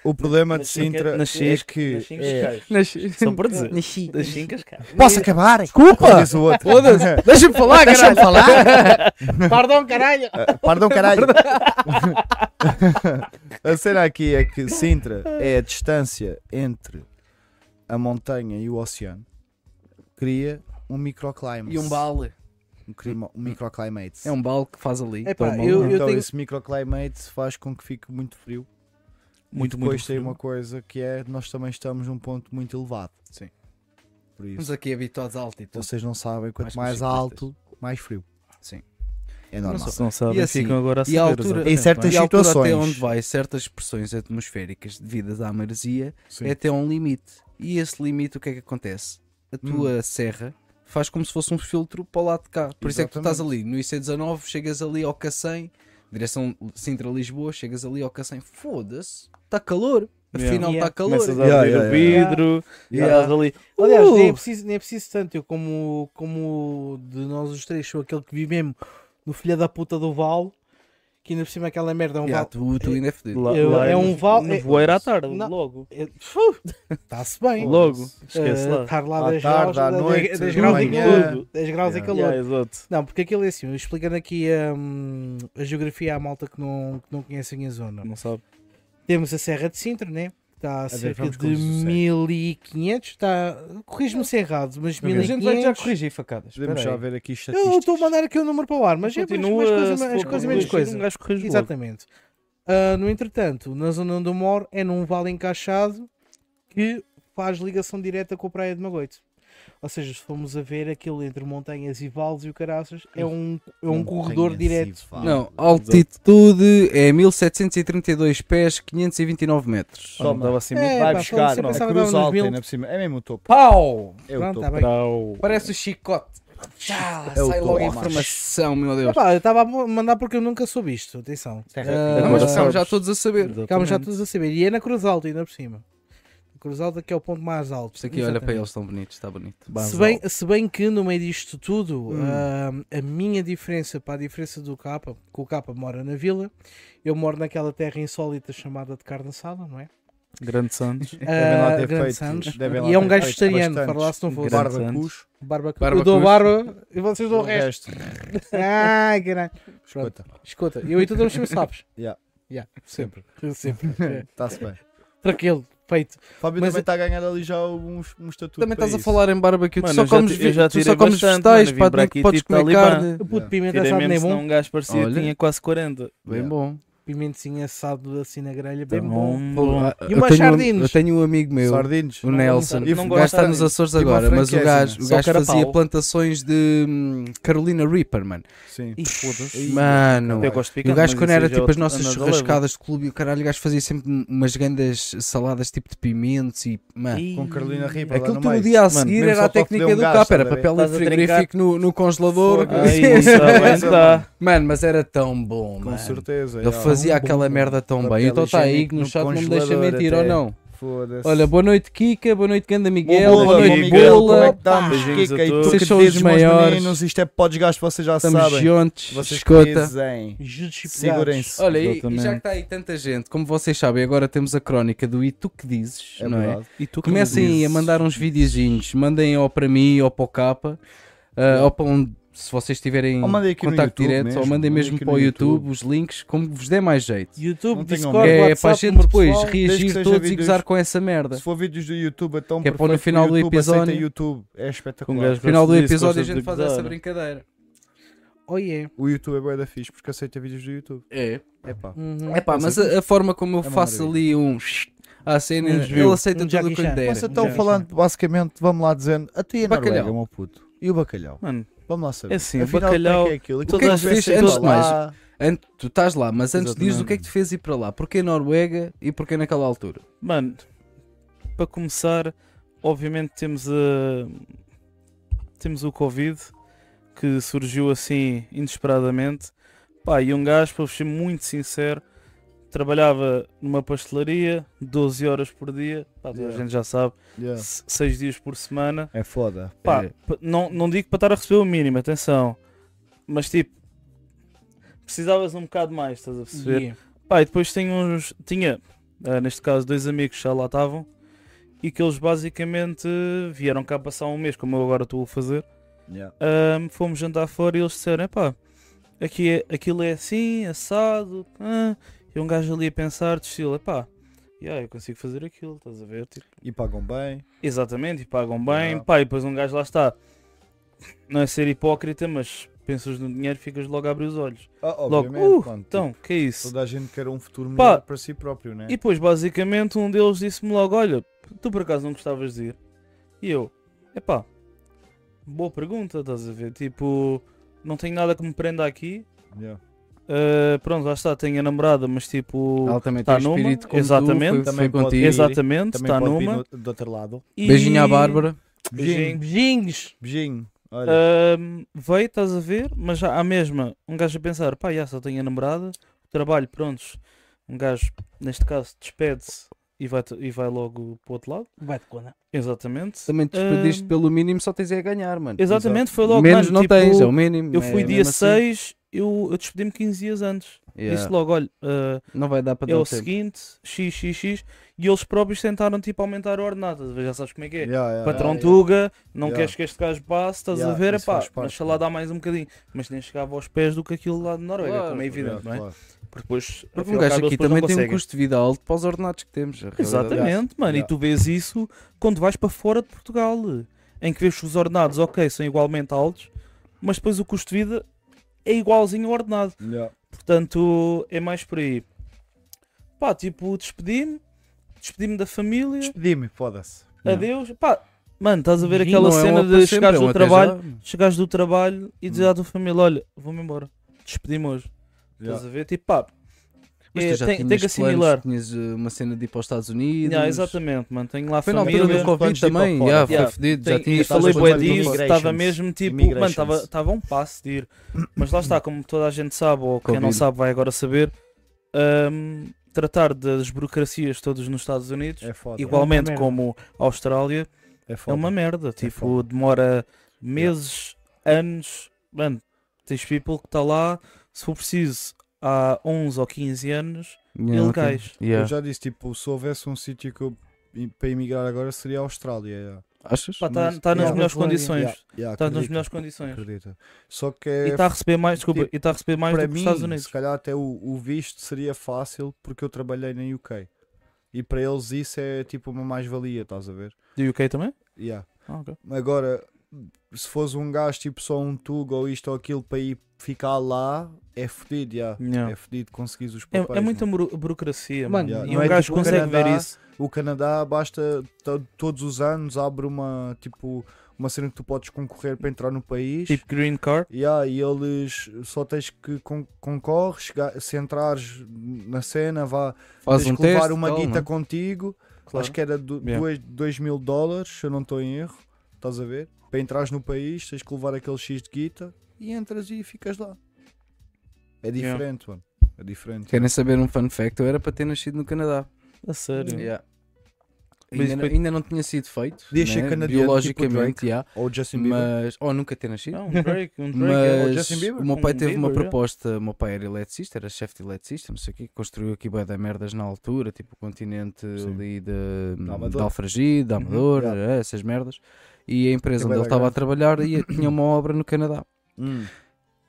Speaker 1: O problema de
Speaker 5: Nas cinco-
Speaker 1: Sintra
Speaker 5: nas
Speaker 1: é
Speaker 5: cinco-
Speaker 1: que.
Speaker 5: nas cinco
Speaker 1: é-
Speaker 5: cascais.
Speaker 3: Nas-
Speaker 5: Só para dizer.
Speaker 3: nas chi-
Speaker 5: Das chincas, cara.
Speaker 1: Posso acabar?
Speaker 3: Desculpa!
Speaker 1: Diz o outro.
Speaker 3: Foda-se! Deixa-me falar,
Speaker 1: Deixa-me
Speaker 3: caralho!
Speaker 1: falar!
Speaker 4: Pardon, caralho!
Speaker 1: Ah, Pardon, caralho! a cena aqui é que Sintra é a distância entre a montanha e o oceano. Cria um microclimate.
Speaker 3: E um bale.
Speaker 1: Um, clima, um microclimate.
Speaker 3: É um bale que faz ali.
Speaker 4: Epá,
Speaker 3: toma
Speaker 4: eu-
Speaker 3: lá. É
Speaker 1: então
Speaker 4: tenho-
Speaker 1: esse microclimate faz com que fique muito frio.
Speaker 5: Muito,
Speaker 1: e depois
Speaker 5: muito.
Speaker 1: tem uma coisa que é nós também estamos num ponto muito elevado.
Speaker 3: Sim.
Speaker 1: Por
Speaker 3: Estamos
Speaker 1: isso,
Speaker 3: aqui habituados à altitude.
Speaker 1: vocês não sabem, quanto
Speaker 3: Mais
Speaker 1: mais,
Speaker 3: que
Speaker 1: alto, mais frio.
Speaker 3: Sim.
Speaker 1: É normal.
Speaker 5: Se não sabem,
Speaker 3: E assim,
Speaker 5: ficam agora a
Speaker 3: E a
Speaker 5: saber,
Speaker 3: altura,
Speaker 5: exatamente.
Speaker 1: Em certas
Speaker 3: e a altura
Speaker 1: situações.
Speaker 3: até onde vai certas pressões atmosféricas devidas à maresia
Speaker 1: Sim.
Speaker 3: é até um limite. E esse limite, o que é que acontece? A tua serra faz como se fosse um filtro para o lado de cá. Por isso é que tu estás ali no IC19, chegas ali ao Cacém, direção Sintra-Lisboa, chegas ali ao Cacém, foda-se, está calor.
Speaker 5: Yeah.
Speaker 3: Afinal está
Speaker 4: Yeah.
Speaker 3: calor.
Speaker 5: Começas a
Speaker 1: Yeah,
Speaker 5: abrir
Speaker 1: yeah,
Speaker 5: o
Speaker 1: yeah.
Speaker 5: vidro, e
Speaker 3: Yeah.
Speaker 5: estás ali.
Speaker 4: Aliás, nem é,
Speaker 3: Uh!
Speaker 4: preciso, nem é preciso tanto. Eu, como, como de nós os três, sou aquele que vi mesmo no filho da puta do Val, que ainda por cima aquela merda é um
Speaker 3: Yeah,
Speaker 4: Val.
Speaker 3: tu, tu ainda é fedido.
Speaker 5: Lá,
Speaker 4: Eu-
Speaker 5: lá
Speaker 4: é
Speaker 5: no-
Speaker 4: um val-
Speaker 5: no
Speaker 4: é-
Speaker 5: voeiro à tarde,
Speaker 4: Não.
Speaker 5: logo.
Speaker 4: Está-se É, bem.
Speaker 5: Logo. Esquece
Speaker 4: Uh,
Speaker 5: lá.
Speaker 4: estar lá
Speaker 1: À
Speaker 4: 10
Speaker 1: tarde,
Speaker 4: graus,
Speaker 1: à
Speaker 4: 10
Speaker 1: noite,
Speaker 4: 10
Speaker 1: de
Speaker 4: graus em
Speaker 1: manhã.
Speaker 4: calor. 10 graus em
Speaker 1: Yeah.
Speaker 4: calor.
Speaker 5: Yeah, exato.
Speaker 4: Não, porque aquilo é assim, eu explicando aqui hum, a geografia à malta que não, que não conhece a minha zona.
Speaker 5: Não sabe.
Speaker 4: Temos a Serra de Sintra, né? Está a
Speaker 1: ver,
Speaker 4: cerca
Speaker 1: vamos
Speaker 4: de
Speaker 1: com isso, sério.
Speaker 4: 1500, está... corrijo-me se é errado, mas 1500...
Speaker 5: corrigir facadas.
Speaker 1: Podemos já ver aqui estatísticas.
Speaker 4: Eu estou a mandar aqui o número para o ar, mas
Speaker 5: Continua,
Speaker 4: é mais
Speaker 5: se
Speaker 4: coisa, mais
Speaker 5: for
Speaker 4: coisa menos
Speaker 5: corrigir,
Speaker 4: coisa.
Speaker 5: Um gajo corrige logo.
Speaker 4: Exatamente. Ah, no entretanto, na zona onde eu moro é num vale encaixado que faz ligação direta com a Praia de Magoito. Ou seja, se formos a ver aquilo entre montanhas e vales e o caraças, é um, é um
Speaker 1: Não
Speaker 4: corredor
Speaker 1: tenha
Speaker 4: direto.
Speaker 1: sido fácil.
Speaker 3: Não, altitude é 1732 pés, 529 metros.
Speaker 1: Toma.
Speaker 5: Estava assim
Speaker 4: É,
Speaker 5: muito
Speaker 1: Vai
Speaker 4: pá,
Speaker 1: buscar,
Speaker 4: foda-se, eu
Speaker 1: não. a
Speaker 4: pensava que dava
Speaker 1: cruz
Speaker 4: nos
Speaker 1: alta,
Speaker 4: mil.
Speaker 1: ainda por cima. É mesmo o topo.
Speaker 3: Pau!
Speaker 1: É o
Speaker 4: Pronto,
Speaker 1: topo.
Speaker 4: está bem.
Speaker 5: brau.
Speaker 3: Parece o chicote. Já,
Speaker 1: É o
Speaker 3: sai logo a
Speaker 1: Tomás.
Speaker 3: informação, meu Deus.
Speaker 4: Epá, eu estava a mandar porque eu nunca soube isto, atenção.
Speaker 3: Ah,
Speaker 5: Agora
Speaker 3: mas
Speaker 5: sabes.
Speaker 3: ficamos já todos a saber.
Speaker 4: Ficámos já todos a saber. E é na Cruz Alta, ainda por cima. A Cruz Alta que é o ponto mais alto.
Speaker 3: Isto aqui, olha para
Speaker 4: Exatamente.
Speaker 3: eles, tão bonitos, está bonito.
Speaker 4: Se bem, se bem que no meio disto tudo, ah, a minha diferença para a diferença do Capa, que o Capa mora na vila, eu moro naquela terra insólita chamada de carne assada, não é?
Speaker 5: Grande Santos.
Speaker 1: Devem lá
Speaker 4: Ah,
Speaker 1: ter
Speaker 4: Grande
Speaker 1: feito-
Speaker 4: Santos.
Speaker 1: devem lá
Speaker 4: E é um
Speaker 1: ter
Speaker 4: gajo
Speaker 1: feito
Speaker 4: vegetariano,
Speaker 1: bastantes.
Speaker 4: para lá se não fosse.
Speaker 5: Grande
Speaker 1: Barbacus.
Speaker 4: Barba, eu
Speaker 3: Barba
Speaker 4: dou
Speaker 3: Cruz.
Speaker 4: barba e vocês dão o resto. Ai, caralho. Pronto,
Speaker 1: Escuta,
Speaker 4: escuta, eu e tu damos sempre sabes.
Speaker 1: Yeah.
Speaker 4: Yeah, sempre. Sempre.
Speaker 1: está-se bem.
Speaker 4: Tranquilo, feito.
Speaker 1: Fábio
Speaker 4: Mas
Speaker 1: também
Speaker 4: eu-
Speaker 1: está a ganhar ali já um, um estatuto.
Speaker 3: Também
Speaker 1: para
Speaker 3: estás a
Speaker 1: isso.
Speaker 3: falar em barbecue, tu
Speaker 5: Mano,
Speaker 3: só
Speaker 5: eu já
Speaker 3: comes,
Speaker 5: ti- eu já
Speaker 3: tu só
Speaker 5: tirei
Speaker 3: comes
Speaker 5: bastante,
Speaker 3: vegetais,
Speaker 5: mano, vim
Speaker 3: pá,
Speaker 5: para
Speaker 3: nem
Speaker 5: aqui,
Speaker 3: podes
Speaker 5: tipo
Speaker 3: comer
Speaker 5: talibã.
Speaker 3: carne.
Speaker 4: O puto
Speaker 1: Yeah.
Speaker 4: pimenta
Speaker 5: Tirei
Speaker 4: assado não é
Speaker 5: mesmo,
Speaker 4: bom.
Speaker 5: senão um gajo parecia
Speaker 3: Olha.
Speaker 5: que tinha quase 40.
Speaker 3: Bem bom.
Speaker 4: Pimentinho assado assim na grelha, bem
Speaker 5: Então,
Speaker 4: bom. E
Speaker 3: Eu
Speaker 4: umas
Speaker 3: tenho um-
Speaker 4: sardinas?
Speaker 3: Eu tenho um amigo meu,
Speaker 1: Sardines.
Speaker 3: o Nelson.
Speaker 5: gosto- não
Speaker 3: O gajo
Speaker 5: gosto de
Speaker 3: está nos
Speaker 5: sardinhas. Tipo,
Speaker 3: Açores
Speaker 1: E uma
Speaker 3: agora, mas o
Speaker 1: franqueza,
Speaker 3: gajo, o
Speaker 5: né? só
Speaker 3: gajo fazia
Speaker 5: carapau.
Speaker 3: plantações de hum, Carolina Reaper, mano.
Speaker 1: Sim.
Speaker 5: Ih, foda-se.
Speaker 1: Ih,
Speaker 3: Mano,
Speaker 5: Eu gosto de
Speaker 3: E
Speaker 5: picante,
Speaker 3: o gajo,
Speaker 5: mas
Speaker 3: quando
Speaker 5: isso
Speaker 3: era
Speaker 5: já
Speaker 3: tipo as
Speaker 5: anda
Speaker 3: nossas
Speaker 5: de levo.
Speaker 3: churrascadas de clube, e o caralho, o gajo fazia sempre um, umas grandes saladas tipo de pimentos e. Mano,
Speaker 1: Com Carolina Ripa. lá
Speaker 3: aquilo
Speaker 1: no
Speaker 3: que
Speaker 1: meio.
Speaker 3: no dia a seguir
Speaker 1: mesmo
Speaker 3: era
Speaker 1: só
Speaker 3: a
Speaker 1: para foder
Speaker 3: técnica
Speaker 1: um
Speaker 3: do
Speaker 1: gajo,
Speaker 3: capa,
Speaker 1: estás a
Speaker 3: era
Speaker 1: ver?
Speaker 3: papel
Speaker 5: Estás tá a trincar.
Speaker 3: frigorífico no, no congelador.
Speaker 5: Ai, isso aguenta.
Speaker 3: Mano, mas era tão bom,
Speaker 1: Com
Speaker 3: mano.
Speaker 1: certeza.
Speaker 3: Ele
Speaker 1: já.
Speaker 3: fazia
Speaker 1: Um
Speaker 3: aquela
Speaker 1: bom
Speaker 3: merda tão
Speaker 1: papel
Speaker 3: bem. Então está aí
Speaker 1: higiênico
Speaker 3: que no
Speaker 1: no
Speaker 3: chat não me deixa
Speaker 1: congelador
Speaker 3: mentir
Speaker 1: até.
Speaker 3: ou não.
Speaker 1: Foda-se.
Speaker 3: Olha, boa noite Kika, boa noite Ganda
Speaker 1: é
Speaker 3: Miguel,
Speaker 1: Boa
Speaker 3: boa
Speaker 1: bola,
Speaker 3: noite
Speaker 1: Miguel, Como é
Speaker 3: Bola.
Speaker 1: que estamos?
Speaker 5: Beijinhos
Speaker 1: Kika
Speaker 5: a
Speaker 1: e tu
Speaker 5: todos.
Speaker 1: que
Speaker 3: Vocês são os
Speaker 1: dizes, meus
Speaker 3: maiores.
Speaker 1: meninos, isto é pós-gasto, vocês já
Speaker 3: Estamos
Speaker 1: sabem.
Speaker 3: juntos.
Speaker 1: Vocês
Speaker 3: Escuta.
Speaker 1: dizem.
Speaker 4: Judos
Speaker 1: Segurem-se.
Speaker 3: Olha, e, e já que
Speaker 5: Exatamente.
Speaker 3: está aí tanta gente, como vocês sabem, agora temos a crónica do E tu que dizes,
Speaker 1: É
Speaker 3: não é?
Speaker 1: verdade.
Speaker 5: E tu que me
Speaker 3: Comecem
Speaker 5: dizes.
Speaker 3: a mandar uns videozinhos, mandem ou para mim ou para o Capa, ah, ou para onde, se vocês tiverem
Speaker 1: Ou mandem aqui no
Speaker 3: contacto
Speaker 1: YouTube
Speaker 3: direto,
Speaker 1: mesmo,
Speaker 3: ou
Speaker 1: mandem
Speaker 3: mandem mesmo
Speaker 1: aqui
Speaker 3: para
Speaker 1: no
Speaker 3: o YouTube,
Speaker 1: YouTube.
Speaker 3: os links, como vos der mais jeito.
Speaker 4: YouTube,
Speaker 1: Não tenham medo.
Speaker 4: Discord,
Speaker 3: é
Speaker 4: WhatsApp,
Speaker 3: para a gente
Speaker 4: número
Speaker 3: depois
Speaker 4: pessoal.
Speaker 1: desde que
Speaker 3: reagir
Speaker 1: seja
Speaker 3: todos e
Speaker 1: vídeos-
Speaker 3: gozar com essa merda.
Speaker 1: Se for vídeos do YouTube, então
Speaker 3: Que é pôr no
Speaker 1: perfeito,
Speaker 3: final
Speaker 1: o
Speaker 3: do
Speaker 1: YouTube,
Speaker 3: episódio.
Speaker 1: Aceita YouTube. É espetacular.
Speaker 5: Com gajo
Speaker 3: No final do
Speaker 5: gosta disso,
Speaker 3: episódio a
Speaker 5: gosta
Speaker 3: gente
Speaker 5: de
Speaker 3: faz
Speaker 5: gozar.
Speaker 3: essa brincadeira.
Speaker 4: Oh, yeah.
Speaker 1: O YouTube é bué da fixe porque aceita vídeos do YouTube.
Speaker 3: É.
Speaker 1: Epá.
Speaker 4: Uhum.
Speaker 3: Epá, mas é a, a forma como eu
Speaker 1: uma
Speaker 3: faço ali um à cena,
Speaker 4: Um
Speaker 3: ele
Speaker 4: desvio.
Speaker 3: aceita
Speaker 4: Um
Speaker 3: tudo o
Speaker 4: Jackie
Speaker 3: que lhe
Speaker 4: Chan.
Speaker 3: der.
Speaker 1: Mas então
Speaker 4: já.
Speaker 1: falando, basicamente, vamos lá dizendo, a ti e a
Speaker 3: Bacalhau.
Speaker 1: Noruega, meu puto. E o bacalhau?
Speaker 5: Mano,
Speaker 1: Vamos lá saber.
Speaker 5: É assim,
Speaker 1: Afinal, como
Speaker 5: bacalhau-
Speaker 1: é que tipo é aquilo?
Speaker 3: que é que fez antes de mais? Ant- tu estás lá, mas antes disso,
Speaker 5: Exatamente.
Speaker 3: o que é que te fez ir para lá? Porquê Noruega e porquê naquela altura?
Speaker 5: Mano, para começar, obviamente temos a. Temos o Covid que surgiu assim inesperadamente. Pá, e um gajo, para vos ser muito sincero, trabalhava numa pastelaria, 12 horas por dia, pá, toda
Speaker 1: Yeah.
Speaker 5: a gente já sabe,
Speaker 1: Yeah.
Speaker 5: 6 dias por semana.
Speaker 1: É foda.
Speaker 5: Pá,
Speaker 3: Era-
Speaker 5: p- não, não digo para estar a receber o mínimo, atenção, mas tipo, precisavas um bocado mais, estás a perceber?
Speaker 4: Yeah.
Speaker 5: Pá, e depois tinha uns. Tinha, ah, neste caso, dois amigos que já lá estavam e que eles basicamente vieram cá passar um mês, como eu agora estou a fazer.
Speaker 1: Yeah.
Speaker 5: Ahm, fomos jantar fora e eles disseram: pá, aqui é, aquilo é assim, assado. ah", e um gajo ali a pensar, de estilo: pá, yeah, eu consigo fazer aquilo, estás a ver? Tipo,
Speaker 1: E pagam bem.
Speaker 5: exatamente, e pagam bem.
Speaker 1: Yeah.
Speaker 5: Pá, e depois um gajo lá está. Não é ser hipócrita, mas pensas no dinheiro, ficas logo a abrir os olhos.
Speaker 1: Ah,
Speaker 5: Logo,
Speaker 1: obviamente.
Speaker 5: "Uh,
Speaker 1: pronto,
Speaker 5: então, que é isso?
Speaker 1: Toda a gente quer um futuro
Speaker 5: Pá.
Speaker 1: melhor para si próprio, né?
Speaker 5: E depois, basicamente, um deles disse-me logo: Olha, tu por acaso não gostavas de ir? E eu: Epá, boa pergunta, estás a ver? Tipo, não tenho nada que me prenda aqui.
Speaker 1: Yeah.
Speaker 5: Ah, pronto, lá está, tenho a namorada, mas tipo.
Speaker 3: Ela também
Speaker 5: Tá
Speaker 3: tem
Speaker 5: numa,
Speaker 3: espírito como
Speaker 5: exatamente.
Speaker 3: tu, foi,
Speaker 1: Também
Speaker 3: foi
Speaker 1: pode-
Speaker 3: contigo.
Speaker 5: Exatamente,
Speaker 1: Também
Speaker 5: está
Speaker 1: pode vir
Speaker 5: numa.
Speaker 1: no- do outro lado.
Speaker 5: E-
Speaker 3: Beijinho à Bárbara.
Speaker 5: Beijinho. Ah,
Speaker 4: Beijinhos!
Speaker 1: Beijinho. Olha,
Speaker 5: Ahm, veio, estás a ver, mas já à mesma, um gajo a pensar, pá, já só tenho a namorada, trabalho, prontos. Um gajo, neste caso, despede-se e vai, e vai logo para o outro lado.
Speaker 4: Vai de cona.
Speaker 5: Exatamente.
Speaker 3: Também te despediste
Speaker 5: Ahm,
Speaker 3: pelo mínimo, só tens é a ganhar, mano.
Speaker 5: Exatamente, foi logo
Speaker 3: Menos
Speaker 5: mano,
Speaker 3: não
Speaker 5: tipo,
Speaker 3: tens, é o mínimo.
Speaker 5: Eu
Speaker 3: é
Speaker 5: fui dia
Speaker 3: mesmo assim.
Speaker 5: 6, eu, eu despedi-me 15 dias antes.
Speaker 3: Yeah.
Speaker 5: Disse logo, olha, ah,
Speaker 3: Não vai dar para
Speaker 5: é
Speaker 3: dar
Speaker 5: o
Speaker 3: o tempo.
Speaker 5: seguinte, x, x, x, e eles próprios tentaram tipo aumentar o ordenado, estás a ver, já sabes como é que é.
Speaker 1: yeah, yeah,
Speaker 5: Patrão
Speaker 1: yeah,
Speaker 5: Tuga, não
Speaker 1: Yeah.
Speaker 5: queres que este gajo passe, estás
Speaker 1: Yeah,
Speaker 5: a ver,
Speaker 1: isso
Speaker 5: pá,
Speaker 1: faz parte,
Speaker 5: mas sei lá dá mais um bocadinho. Mas nem chegava aos pés do que aquilo lá de Noruega,
Speaker 3: Claro,
Speaker 5: como é
Speaker 1: yeah,
Speaker 5: evidente, não é?
Speaker 1: claro.
Speaker 5: Porque depois,
Speaker 3: Porque um
Speaker 5: afinal,
Speaker 3: gajo aqui
Speaker 5: cabo, eles depois não
Speaker 3: também tem um
Speaker 5: conseguem.
Speaker 3: custo de vida alto para os ordenados que temos. a realidade. é
Speaker 5: Exatamente, mano,
Speaker 1: Yeah.
Speaker 5: e tu vês isso quando vais para fora de Portugal, em que vês que os ordenados, ok, são igualmente altos, mas depois o custo de vida é igualzinho ao ordenado.
Speaker 1: Yeah.
Speaker 5: Portanto, é mais por aí. Pá, tipo, despedi-me, despedi-me da família,
Speaker 1: Despedi-me, foda-se.
Speaker 3: Yeah.
Speaker 5: adeus. Pá, mano, estás a ver
Speaker 3: Beijinho
Speaker 5: aquela
Speaker 3: não é um
Speaker 5: cena
Speaker 3: para sempre,
Speaker 5: de chegares
Speaker 3: é um
Speaker 5: do
Speaker 3: até
Speaker 5: trabalho,
Speaker 3: já. Hum.
Speaker 5: chegares do trabalho e dizer à tua família, olha, vou-me embora, despedi-me hoje.
Speaker 1: Yeah.
Speaker 5: Estás a ver? Tipo, pá,
Speaker 3: Mas
Speaker 5: é,
Speaker 3: tu já
Speaker 5: tem,
Speaker 3: tinhas
Speaker 5: tem que
Speaker 3: planos,
Speaker 5: assimilar.
Speaker 3: Tinhas eh, uma cena de ir para os Estados Unidos.
Speaker 5: Yeah, exatamente, mano, tenho lá a
Speaker 3: Foi na altura
Speaker 5: família.
Speaker 3: do Covid
Speaker 1: planos de ir para
Speaker 3: também.
Speaker 1: fora.
Speaker 3: yeah, foi
Speaker 5: Yeah.
Speaker 3: fedido. Já
Speaker 5: Tem- e
Speaker 3: tinhas
Speaker 5: falei
Speaker 1: estás a
Speaker 5: bué
Speaker 1: falar de
Speaker 5: disso,
Speaker 1: immigrations.
Speaker 5: estava mesmo tipo, mano,
Speaker 1: Immigrations.
Speaker 5: estava estava um passo de ir. Mas lá está, como toda a gente sabe, ou quem não
Speaker 3: Covid.
Speaker 5: sabe vai agora saber, hum, tratar das burocracias todos nos Estados Unidos,
Speaker 1: É foda.
Speaker 5: igualmente
Speaker 4: É uma
Speaker 5: como a Austrália,
Speaker 1: É foda.
Speaker 5: é uma merda. Tipo,
Speaker 1: foda.
Speaker 5: demora meses, anos, mano, tens people que está lá, se for preciso, há 11 ou 15 anos,
Speaker 3: Yeah, ok.
Speaker 5: ilegais.
Speaker 1: Eu
Speaker 3: Yeah.
Speaker 1: já disse, tipo, se houvesse um sítio que eu, i- para emigrar agora seria a Austrália. yeah.
Speaker 3: Achas?
Speaker 5: está
Speaker 1: Mas-
Speaker 5: tá, nas
Speaker 1: Yeah.
Speaker 5: melhores
Speaker 4: Mas,
Speaker 5: condições.
Speaker 1: Yeah, yeah,
Speaker 5: Está nas
Speaker 1: acredito,
Speaker 5: melhores condições.
Speaker 1: Acredita. Só que
Speaker 5: E
Speaker 1: é
Speaker 5: está a receber mais, desculpa,
Speaker 1: Tipo,
Speaker 5: e está a receber mais do
Speaker 1: para
Speaker 5: que os Estados
Speaker 1: mim,
Speaker 5: Unidos.
Speaker 1: se calhar até o, o visto seria fácil porque eu trabalhei na UK. E para eles isso é tipo uma mais-valia, estás a ver?
Speaker 5: Do UK também?
Speaker 1: Yeah.
Speaker 5: Ah, ok.
Speaker 1: Agora, se fosse um gajo tipo só um tugo ou isto ou aquilo para ir ficar lá, é fodido, yeah.
Speaker 5: Yeah.
Speaker 1: é fodido conseguires os
Speaker 5: É,
Speaker 1: papéis.
Speaker 5: é muita
Speaker 1: mano.
Speaker 5: buro- burocracia,
Speaker 4: Mano,
Speaker 5: mano.
Speaker 1: Yeah.
Speaker 5: E
Speaker 1: né? Não
Speaker 5: um
Speaker 1: é
Speaker 5: gajo
Speaker 1: tipo o
Speaker 5: consegue ver
Speaker 1: Canadá,
Speaker 5: isso.
Speaker 1: O Canadá basta to- todos os anos abre uma tipo uma cena que tu podes concorrer para entrar no país.
Speaker 5: Tipo green card.
Speaker 1: Yeah, e eles só tens que con concorres, ga- se entrares na cena, vá,
Speaker 3: Faz
Speaker 1: tens
Speaker 3: um
Speaker 1: que levar
Speaker 3: teste.
Speaker 1: uma
Speaker 3: tal,
Speaker 1: guita
Speaker 3: não é?
Speaker 1: contigo, acho que era 2
Speaker 5: Yeah.
Speaker 1: mil dólares, se eu não estou em erro, estás a ver? Para entrares no país, tens que levar aquele X de guita e entras e ficas lá. É
Speaker 5: Yeah.
Speaker 1: diferente, mano. É diferente.
Speaker 3: Querem saber um fun fact? Eu era para ter nascido no Canadá.
Speaker 5: A sério.
Speaker 3: Yeah.
Speaker 5: Mas
Speaker 3: Ainda,
Speaker 5: depois-
Speaker 3: ainda não tinha sido feito.
Speaker 1: Podia ser
Speaker 3: né?
Speaker 1: canadiano, tipo o
Speaker 3: Biologicamente,
Speaker 1: Drake.
Speaker 3: yeah,
Speaker 1: Ou Justin Bieber. é
Speaker 3: mas. Ou nunca ter nascido.
Speaker 5: Ah, um Drake, um Drake. é o
Speaker 3: Mas
Speaker 5: Justin Bieber,
Speaker 3: o meu pai
Speaker 5: um
Speaker 3: teve uma
Speaker 5: Bieber, yeah.
Speaker 3: proposta. O meu pai era eletricista, era chefe de eletricista, não sei o quê. Construiu aqui bué da merdas na altura, tipo o continente
Speaker 1: Sim.
Speaker 3: ali de,
Speaker 1: Da
Speaker 3: da,
Speaker 1: Amadora.
Speaker 3: Alfragide, da
Speaker 5: Uhum,
Speaker 3: Amador,
Speaker 1: yeah.
Speaker 3: eh, essas merdas. E a empresa
Speaker 1: Tem bué
Speaker 3: onde ele
Speaker 1: da
Speaker 3: estava a
Speaker 1: grande.
Speaker 3: trabalhar ia- tinha uma obra no Canadá.
Speaker 1: Hum.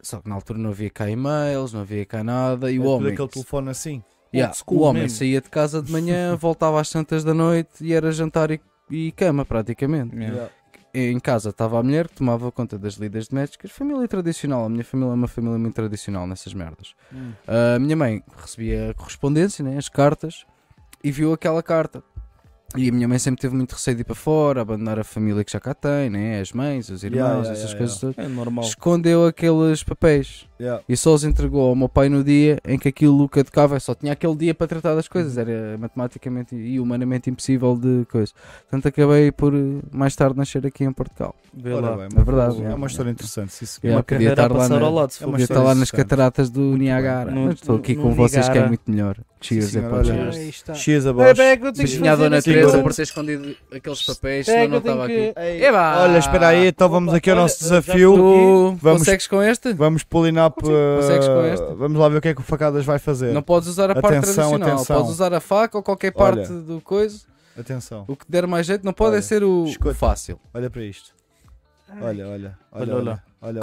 Speaker 3: Só que na altura não havia cá e-mails, não havia cá nada. E
Speaker 1: É
Speaker 3: o
Speaker 1: tudo
Speaker 3: homem.
Speaker 1: aquele telefone assim.
Speaker 3: Yeah,
Speaker 5: Old
Speaker 3: o
Speaker 5: school
Speaker 3: homem
Speaker 5: mesmo.
Speaker 3: saía de casa de manhã, voltava às tantas da noite e era jantar e, e cama praticamente.
Speaker 5: Yeah.
Speaker 1: Yeah.
Speaker 3: Em casa estava a mulher que tomava conta das lidas domésticas, família tradicional. A minha família é uma família muito tradicional nessas merdas.
Speaker 1: Hum.
Speaker 3: A minha mãe recebia a correspondência, né, as cartas, e viu aquela carta. E a minha mãe sempre teve muito receio de ir para fora, abandonar a família que já cá tem, né, as mães, os
Speaker 1: Yeah,
Speaker 3: irmãos,
Speaker 1: yeah,
Speaker 3: essas
Speaker 1: yeah,
Speaker 3: coisas todas.
Speaker 5: É normal.
Speaker 3: Escondeu aqueles papéis
Speaker 1: Yeah.
Speaker 3: E só os entregou ao meu pai no dia em que aquilo que educava só tinha aquele dia para tratar das coisas, era matematicamente e humanamente impossível de coisa. Portanto, acabei por eh, mais tarde nascer aqui em Portugal.
Speaker 5: Vê
Speaker 1: Ora
Speaker 5: lá.
Speaker 1: bem,
Speaker 3: é verdade,
Speaker 1: É
Speaker 3: yeah.
Speaker 1: uma história interessante. Se isso
Speaker 5: É uma
Speaker 3: Yeah, podia
Speaker 5: carreira a
Speaker 3: estar lá
Speaker 5: passar
Speaker 3: na- tá
Speaker 5: ao lado, se
Speaker 1: é
Speaker 5: for
Speaker 1: uma
Speaker 5: ver.
Speaker 3: Podia estar lá nas
Speaker 1: interessante.
Speaker 3: cataratas do Niagara,
Speaker 5: No-
Speaker 3: mas estou aqui
Speaker 5: no
Speaker 3: com vocês que é
Speaker 5: Niagara.
Speaker 3: muito melhor. Cheers, é
Speaker 1: senhora,
Speaker 3: para
Speaker 1: olha.
Speaker 3: cheers.
Speaker 4: Aí está.
Speaker 1: Cheers a
Speaker 4: É
Speaker 1: vós.
Speaker 4: bem, é que eu tenho que
Speaker 3: Beijinho à
Speaker 4: fazer
Speaker 3: Dona
Speaker 4: naquele
Speaker 3: Teresa
Speaker 1: Sim,
Speaker 4: momento.
Speaker 3: por ter escondido aqueles papéis,
Speaker 4: É
Speaker 3: senão
Speaker 4: que
Speaker 3: não
Speaker 4: eu tenho
Speaker 3: estava
Speaker 4: que-
Speaker 3: aqui. É,
Speaker 1: Ei,
Speaker 3: Eba!
Speaker 1: Olha, espera aí, então vamos
Speaker 5: Opa,
Speaker 1: aqui ao
Speaker 5: olha,
Speaker 1: nosso
Speaker 5: já estou
Speaker 1: desafio.
Speaker 3: Tu
Speaker 1: Vamos-
Speaker 3: consegues com este?
Speaker 1: Vamos pulinar
Speaker 3: Consegues com esta?
Speaker 1: para. Vamos lá ver o que é que o Facadas vai fazer.
Speaker 3: Não podes usar a parte
Speaker 1: Atenção,
Speaker 3: tradicional,
Speaker 1: atenção.
Speaker 3: podes usar a faca ou qualquer parte do coisa.
Speaker 1: Atenção,
Speaker 3: O que der mais jeito não pode
Speaker 1: Olha,
Speaker 3: é ser o
Speaker 1: escuta.
Speaker 3: o fácil.
Speaker 1: olha para isto. Olha, olha, olha,
Speaker 5: Olha,
Speaker 1: olha, olha,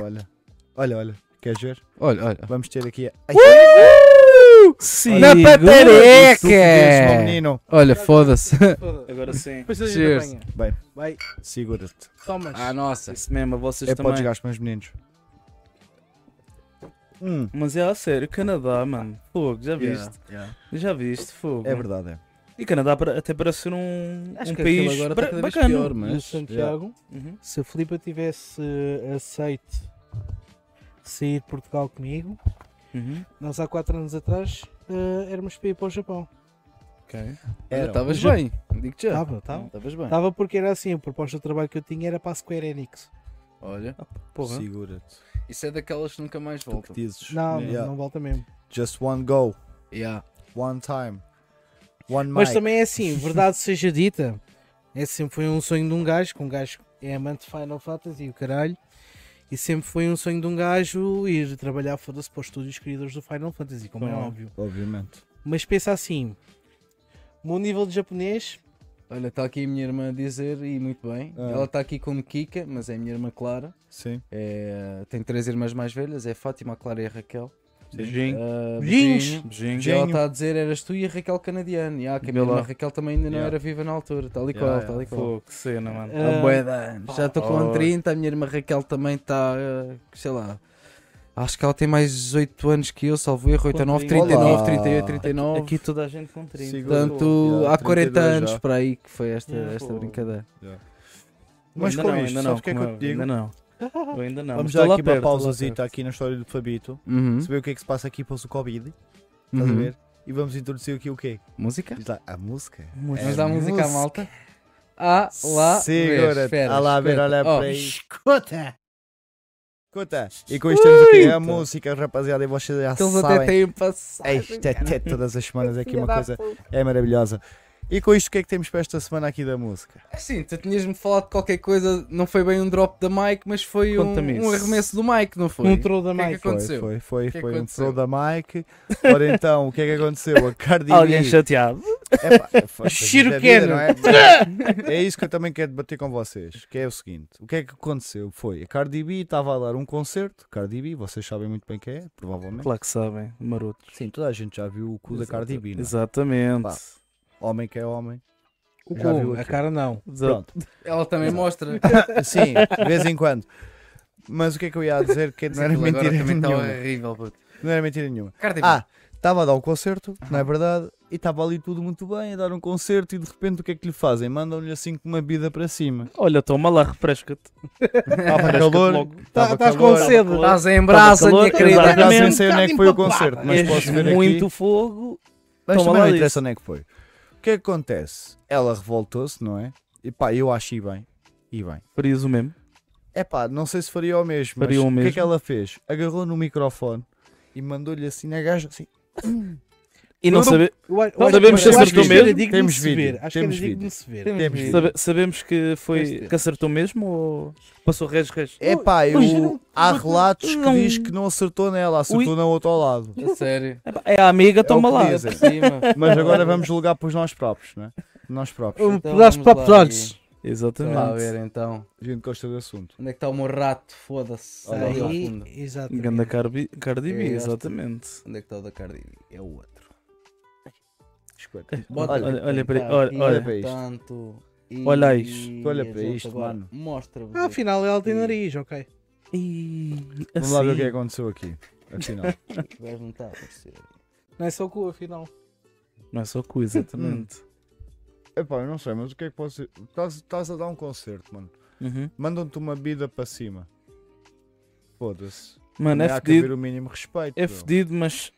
Speaker 1: olha, olha, olha. Queres ver?
Speaker 3: Olha, olha.
Speaker 1: Vamos ter aqui. a- Ai,
Speaker 5: Uh! Sim.
Speaker 3: Na
Speaker 1: tu que dizes, meu
Speaker 3: patareca!
Speaker 1: menino.
Speaker 3: Olha, foda-se.
Speaker 4: Foda-se.
Speaker 5: Agora sim.
Speaker 4: Depois a gente
Speaker 3: Cheers.
Speaker 4: apanha.
Speaker 1: Bem,
Speaker 4: Vai,
Speaker 1: segura-te.
Speaker 4: tomas.
Speaker 3: Ah, nossa.
Speaker 5: Isso mesmo, a vocês
Speaker 1: É para
Speaker 5: também.
Speaker 1: desgaste, meus meninos. Hum,
Speaker 5: Mas é a sério, Canadá, mano. Fogo, já viste? Já viste, fogo.
Speaker 1: é
Speaker 5: mano.
Speaker 1: verdade, é.
Speaker 5: E Canadá para- até parece ser um,
Speaker 3: Acho
Speaker 5: um
Speaker 3: que
Speaker 5: país
Speaker 3: aquilo agora está
Speaker 5: bra-
Speaker 3: cada vez
Speaker 5: bacana.
Speaker 3: pior,
Speaker 4: No
Speaker 3: mas. eh,
Speaker 4: Santiago,
Speaker 5: Uhum.
Speaker 4: se a Filipa tivesse eh, aceito sair de Portugal comigo,
Speaker 5: Uhum.
Speaker 4: nós há 4 anos atrás eh, éramos para ir para o Japão.
Speaker 5: Ok.
Speaker 3: Olha,
Speaker 1: Era. um
Speaker 3: Estavas
Speaker 4: Já-
Speaker 3: bem, digo-te já.
Speaker 4: Estava, estava.
Speaker 3: Estavas É. Tá bem.
Speaker 4: Estava porque era assim, a proposta de trabalho que eu tinha era para a Square Enix.
Speaker 3: Olha,
Speaker 5: Porra.
Speaker 1: Segura-te.
Speaker 3: isso é daquelas que nunca mais
Speaker 1: Tu que
Speaker 3: voltam.
Speaker 1: dizes.
Speaker 4: Não,
Speaker 1: Yeah.
Speaker 4: não volta mesmo.
Speaker 1: Just one go.
Speaker 3: Yeah.
Speaker 1: One time. One
Speaker 4: Mas
Speaker 1: mic.
Speaker 4: também é assim, verdade seja dita, esse sempre foi um sonho de um gajo, que um gajo é amante de Final Fantasy e o caralho, e sempre foi um sonho de um gajo ir trabalhar foda-se para os estúdios criadores do Final Fantasy, como é
Speaker 5: Claro.
Speaker 4: óbvio.
Speaker 1: Obviamente.
Speaker 4: Mas pensa assim, o meu nível de japonês,
Speaker 3: Olha, está aqui a minha irmã a dizer, e muito bem.
Speaker 1: Ah.
Speaker 3: Ela está aqui como Kika, mas é a minha irmã Clara.
Speaker 1: Sim.
Speaker 3: É, tem três irmãs mais velhas, é a Fátima, a Clara e a Raquel.
Speaker 5: Beijinho.
Speaker 4: Beijinhos.
Speaker 3: Ah, beijinho. E
Speaker 5: Beijinho.
Speaker 3: ela
Speaker 1: Beijinho.
Speaker 3: está a dizer, eras tu e a Raquel canadiana. E, ah, que a minha
Speaker 5: Vê lá.
Speaker 3: irmã Raquel também ainda não
Speaker 1: Yeah.
Speaker 3: era viva na altura, tal e
Speaker 1: Yeah,
Speaker 3: qual,
Speaker 1: yeah.
Speaker 3: tal e qual.
Speaker 5: Fogo, que cena, mano.
Speaker 4: Ah,
Speaker 3: Há bué de anos. Já estou com
Speaker 5: Oh.
Speaker 3: 30, a minha irmã Raquel também está, eh, sei lá. Acho que ela tem mais 8 anos que eu, salvo erro, 8 a 9, 39,
Speaker 1: Olá.
Speaker 3: 38, 39.
Speaker 5: Aqui toda a gente com 30.
Speaker 1: Segura.
Speaker 3: Portanto,
Speaker 1: Yeah,
Speaker 3: há 40
Speaker 1: 32
Speaker 3: anos
Speaker 1: já. Uhum.
Speaker 3: para aí que foi esta,
Speaker 5: Yeah,
Speaker 3: esta
Speaker 5: pô.
Speaker 3: brincadeira.
Speaker 1: Mas
Speaker 5: ainda
Speaker 1: com
Speaker 5: não,
Speaker 1: isto,
Speaker 5: ainda
Speaker 1: sabes o
Speaker 5: não,
Speaker 1: que é que
Speaker 5: como
Speaker 1: eu te digo?
Speaker 5: Ainda não. Eu ainda não.
Speaker 1: Vamos
Speaker 5: mas tô
Speaker 1: dar
Speaker 5: lá
Speaker 1: aqui
Speaker 5: perto,
Speaker 1: uma
Speaker 5: tô lá
Speaker 1: pausazita
Speaker 5: perto.
Speaker 1: aqui na história do Fabito.
Speaker 3: Uhum.
Speaker 1: Saber o que é que se passa aqui pós o Covid. Estás a
Speaker 3: Uhum.
Speaker 1: ver? E vamos introduzir aqui o quê?
Speaker 3: Música?
Speaker 1: Diz lá, a música?
Speaker 5: Muito
Speaker 3: Vamos
Speaker 1: É
Speaker 3: dar música à malta. Ah lá, vês,
Speaker 1: Segura-te.
Speaker 3: espera,
Speaker 1: Ah lá, ver,
Speaker 3: espera.
Speaker 1: olha
Speaker 3: Oh,
Speaker 1: para aí. Escuta! Escuta! E com isto temos aqui a música, rapaziada, e vocês já
Speaker 3: Eles até
Speaker 1: sabem.
Speaker 3: têm um passagem.
Speaker 1: Isto é até todas as semanas é aqui uma
Speaker 3: Filha
Speaker 1: coisa
Speaker 3: da puta.
Speaker 1: é maravilhosa. E com isto, o que é que temos para esta semana aqui da música?
Speaker 3: Assim, tu tinhas-me falado de qualquer coisa, não foi bem um drop da Mike, mas foi um,
Speaker 5: Conta-me isso.
Speaker 3: um arremesso do Mike, não foi?
Speaker 4: um troll da
Speaker 3: O que é que
Speaker 4: Mike.
Speaker 3: aconteceu?
Speaker 1: Foi, foi,
Speaker 3: O que
Speaker 1: foi,
Speaker 3: é que
Speaker 1: foi um
Speaker 3: aconteceu?
Speaker 1: troll da Mike. Ora então, o que é que aconteceu? A Cardi B.
Speaker 5: Alguém chateado.
Speaker 1: Epá, é fácil,
Speaker 4: Shiro
Speaker 1: isto é vida,
Speaker 4: Keno.
Speaker 1: não é? É isso que eu também quero debater com vocês, que é o seguinte, o que é que aconteceu? Foi, a Cardi B estava a dar um concerto, Cardi B, vocês sabem muito bem quem é, provavelmente.
Speaker 5: Claro que sabem, maroto.
Speaker 1: Sim, toda a gente já viu o cu da Cardi B, não é?
Speaker 5: Exatamente.
Speaker 1: Pá. Homem que é homem.
Speaker 4: O
Speaker 1: Já viu
Speaker 4: cu, a
Speaker 1: aqui.
Speaker 4: cara não.
Speaker 5: Exato.
Speaker 1: Pronto,
Speaker 3: Ela também mostra.
Speaker 1: sim, de vez em quando. Mas o que é que eu ia dizer que não era
Speaker 3: Aquilo agora
Speaker 1: mentira
Speaker 3: também tá está
Speaker 1: nenhuma.
Speaker 3: horrível, puto.
Speaker 1: Não era mentira nenhuma.
Speaker 3: Cardi B.
Speaker 1: Ah, estava a dar um concerto, não é verdade? E estava ali tudo muito bem, a dar um concerto e de repente o que é que lhe fazem? Mandam-lhe assim com uma bebida para cima.
Speaker 5: Olha, toma lá, refresca-te.
Speaker 1: Estava
Speaker 5: Refresca-te
Speaker 1: calor,
Speaker 5: logo.
Speaker 1: tava
Speaker 4: Estás com
Speaker 1: calor,
Speaker 4: sede.
Speaker 5: calor.
Speaker 3: Estás em brasa,
Speaker 5: calor,
Speaker 3: minha
Speaker 1: Por
Speaker 3: querida.
Speaker 5: exato.
Speaker 1: acaso nem
Speaker 5: Exatamente.
Speaker 1: sei onde é que foi o concerto, mas
Speaker 5: És
Speaker 1: posso ver aqui.
Speaker 5: muito fogo.
Speaker 1: Mas também
Speaker 5: Toma lá
Speaker 1: não
Speaker 5: disso.
Speaker 1: interessa onde é que foi. O que é que acontece? Ela revoltou-se, não é? E pá, eu acho e bem. E bem.
Speaker 5: Farias o mesmo.
Speaker 1: É pá, não sei se faria o mesmo.
Speaker 5: Faria
Speaker 1: mas o
Speaker 5: o
Speaker 1: que é que
Speaker 5: mesmo.
Speaker 1: ela fez? Agarrou no microfone e mandou-lhe assim na gaja. Assim,
Speaker 5: E não
Speaker 1: Eu não-
Speaker 5: sabe-
Speaker 4: Eu acho-
Speaker 5: Não
Speaker 4: eu
Speaker 5: sabemos
Speaker 4: acho-
Speaker 5: se
Speaker 4: eu acho que
Speaker 5: acertou
Speaker 4: isto era
Speaker 5: mesmo.
Speaker 4: digno de
Speaker 1: Temos
Speaker 4: se ver.
Speaker 1: vídeo,
Speaker 4: Acho que era
Speaker 1: temos
Speaker 4: digno
Speaker 1: vídeo.
Speaker 4: de se ver.
Speaker 1: temos
Speaker 5: sabe-
Speaker 1: vídeo.
Speaker 5: sabemos que foi
Speaker 3: Este.
Speaker 5: que acertou mesmo ou passou res res?
Speaker 1: É pá, eu-
Speaker 5: mas eu não-
Speaker 1: há relatos que
Speaker 5: não-
Speaker 1: diz que não acertou nela, acertou na outra ao lado.
Speaker 3: A sério.
Speaker 5: Epá, É a amiga, toma
Speaker 1: que
Speaker 5: lá.
Speaker 1: dizem.
Speaker 3: Por cima.
Speaker 1: Mas agora vamos julgar por nós próprios, não é? Nós próprios.
Speaker 4: Um
Speaker 3: Então
Speaker 4: pedaço
Speaker 3: vamos
Speaker 4: para os
Speaker 3: lá
Speaker 4: olhos.
Speaker 3: Vamos lá ver
Speaker 5: Exatamente.
Speaker 3: então.
Speaker 1: A gente gosta do assunto.
Speaker 3: Onde é que está o meu rato? Foda-se.
Speaker 1: Olha,
Speaker 3: Aí,
Speaker 1: olha.
Speaker 3: fundo.
Speaker 4: Aí, exatamente.
Speaker 5: Ganda Cardi, Cardi B,
Speaker 3: É esta.
Speaker 5: exatamente.
Speaker 3: Onde é que está o da Cardi B? É o outro.
Speaker 1: Escuta.
Speaker 3: Bota-
Speaker 1: Olha,
Speaker 5: olha, olha para-
Speaker 3: Tá
Speaker 5: olha,
Speaker 3: aqui,
Speaker 1: olha para isto.
Speaker 3: Tanto. E
Speaker 5: Olha isto.
Speaker 1: Olha
Speaker 3: a
Speaker 1: para
Speaker 3: gente
Speaker 1: isto,
Speaker 3: agora
Speaker 1: mano.
Speaker 3: Mostra-vos.
Speaker 4: Ah, Afinal, ela tem
Speaker 3: E-
Speaker 4: nariz, ok.
Speaker 1: Vamos lá ver
Speaker 5: Assim,
Speaker 1: o que é que aconteceu aqui. Afinal.
Speaker 3: aqui. Vais não estar a aparecer.
Speaker 4: Não é só o cu, afinal.
Speaker 5: Não é só cu, exatamente.
Speaker 1: Epá, eu não sei, mas o que é que posso dizer? Estás, estás a dar um concerto, mano.
Speaker 5: Uhum.
Speaker 1: Mandam-te uma bebida para cima. Foda-se.
Speaker 5: Mano,
Speaker 1: Também
Speaker 5: é
Speaker 1: há que haver
Speaker 5: fedido.
Speaker 1: o mínimo respeito.
Speaker 5: É
Speaker 1: bro.
Speaker 5: fedido, mas.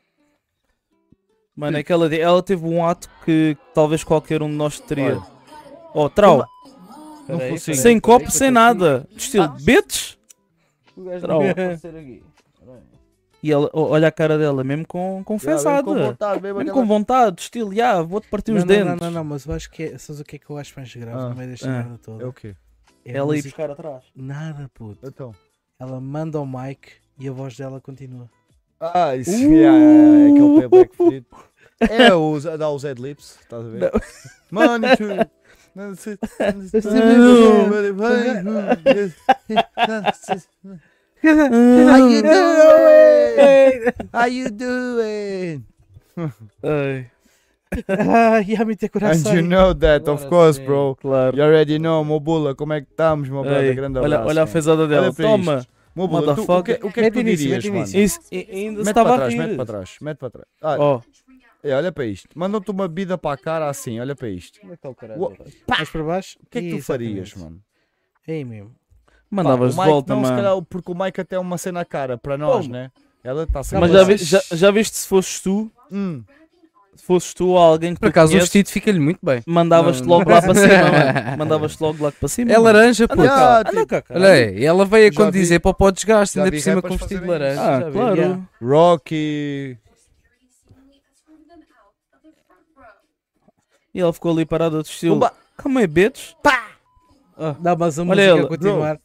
Speaker 5: Mano, aquela de- ela teve um ato que talvez qualquer um de nós teria. Oh, trau.
Speaker 1: Não
Speaker 4: Peraí,
Speaker 1: funciona.
Speaker 4: peraí,
Speaker 5: sem copo,
Speaker 4: peraí,
Speaker 5: sem nada. De Estilo, bitch. Trau. E ela, oh, olha a cara dela, mesmo com, com
Speaker 1: Yeah, mesmo
Speaker 5: fezada.
Speaker 1: com vontade, mesmo
Speaker 5: Mesmo
Speaker 1: aquela-
Speaker 5: com vontade, de estilo, yeah, vou-te partir
Speaker 4: Não,
Speaker 5: os
Speaker 4: não,
Speaker 5: dentes.
Speaker 4: não, não, não, mas eu acho que é. Sabes o que é que eu acho mais grave
Speaker 1: Ah,
Speaker 4: no meio desta
Speaker 5: ah,
Speaker 4: merda toda?
Speaker 1: É o quê?
Speaker 4: É a
Speaker 5: Ela ia
Speaker 4: música-
Speaker 5: buscar atrás.
Speaker 4: Nada, puto.
Speaker 1: Então.
Speaker 4: Ela manda ao mic e a voz dela continua.
Speaker 1: Ah, isso
Speaker 5: Uh!
Speaker 1: yeah, é aquele playback fedido. É o Z- dá o Zed Lips, estás a ver? Money to. Não sei- não sei-
Speaker 5: Não.
Speaker 1: How you doing? How you doing?
Speaker 5: Ai,
Speaker 4: Ah, ia me ter
Speaker 1: And
Speaker 4: coração.
Speaker 1: you know that, of
Speaker 3: Agora
Speaker 1: course,
Speaker 3: sim.
Speaker 1: bro.
Speaker 5: claro.
Speaker 1: You already know, Mobula, como é que estamos, meu brother?
Speaker 5: Ei,
Speaker 1: Grande
Speaker 5: olha,
Speaker 1: abraço,
Speaker 5: olha a
Speaker 1: man.
Speaker 5: fezada dela.
Speaker 1: Olha é para
Speaker 5: Toma.
Speaker 1: isto. Mobula, tu, o que, o que é que
Speaker 4: Mete
Speaker 1: tu
Speaker 4: início,
Speaker 1: dirias,
Speaker 4: mete
Speaker 1: mano?
Speaker 4: início.
Speaker 5: Isso, e- ainda se
Speaker 1: Mete para
Speaker 5: estava a
Speaker 1: trás, mete
Speaker 5: rir.
Speaker 1: para trás, mete para trás. Ah,
Speaker 5: Oh,
Speaker 1: é, olha para isto. Mandam-te uma bebida para a cara assim, olha para isto.
Speaker 5: é tá
Speaker 1: Uou,
Speaker 4: Mais para baixo.
Speaker 1: O que é que tu farias, mano?
Speaker 4: É aí mesmo.
Speaker 1: Pá, o
Speaker 5: mandavas de
Speaker 1: Mike
Speaker 5: volta,
Speaker 1: não, se
Speaker 5: mano.
Speaker 1: calhar, porque o Mike até é uma cena à cara para nós, né? Ela está sempre. assim.
Speaker 5: Mas
Speaker 4: Não,
Speaker 5: já,
Speaker 4: mas-
Speaker 5: vi- já, já viste se fosses tu,
Speaker 1: Hum,
Speaker 5: se fosses tu ou alguém que
Speaker 3: Por
Speaker 5: tu
Speaker 3: acaso o
Speaker 5: conheces,
Speaker 3: vestido fica-lhe muito bem.
Speaker 5: mandavas-te
Speaker 3: Não,
Speaker 5: logo
Speaker 3: não.
Speaker 5: lá para cima, mano. Mandavas-te logo lá para cima.
Speaker 3: É
Speaker 5: mano.
Speaker 3: laranja, puto.
Speaker 5: Anda cá,
Speaker 1: Ah,
Speaker 5: anda cá, cara.
Speaker 3: Olha aí, ela veio a
Speaker 1: Já vi-
Speaker 3: condizer para o pó de desgaste,
Speaker 1: já
Speaker 3: ainda
Speaker 1: vi
Speaker 3: por cima
Speaker 1: rappers
Speaker 3: com vestido de
Speaker 1: fazerem
Speaker 3: laranja.
Speaker 1: isso.
Speaker 5: Ah,
Speaker 3: já vi.
Speaker 5: claro.
Speaker 3: Yeah.
Speaker 1: Rocky.
Speaker 5: E ela ficou ali parada de estilo.
Speaker 1: Pumba.
Speaker 5: Calma aí, bitch.
Speaker 1: Ah.
Speaker 4: Não, mas a
Speaker 5: Olha
Speaker 4: música
Speaker 5: ela,
Speaker 4: a continuar.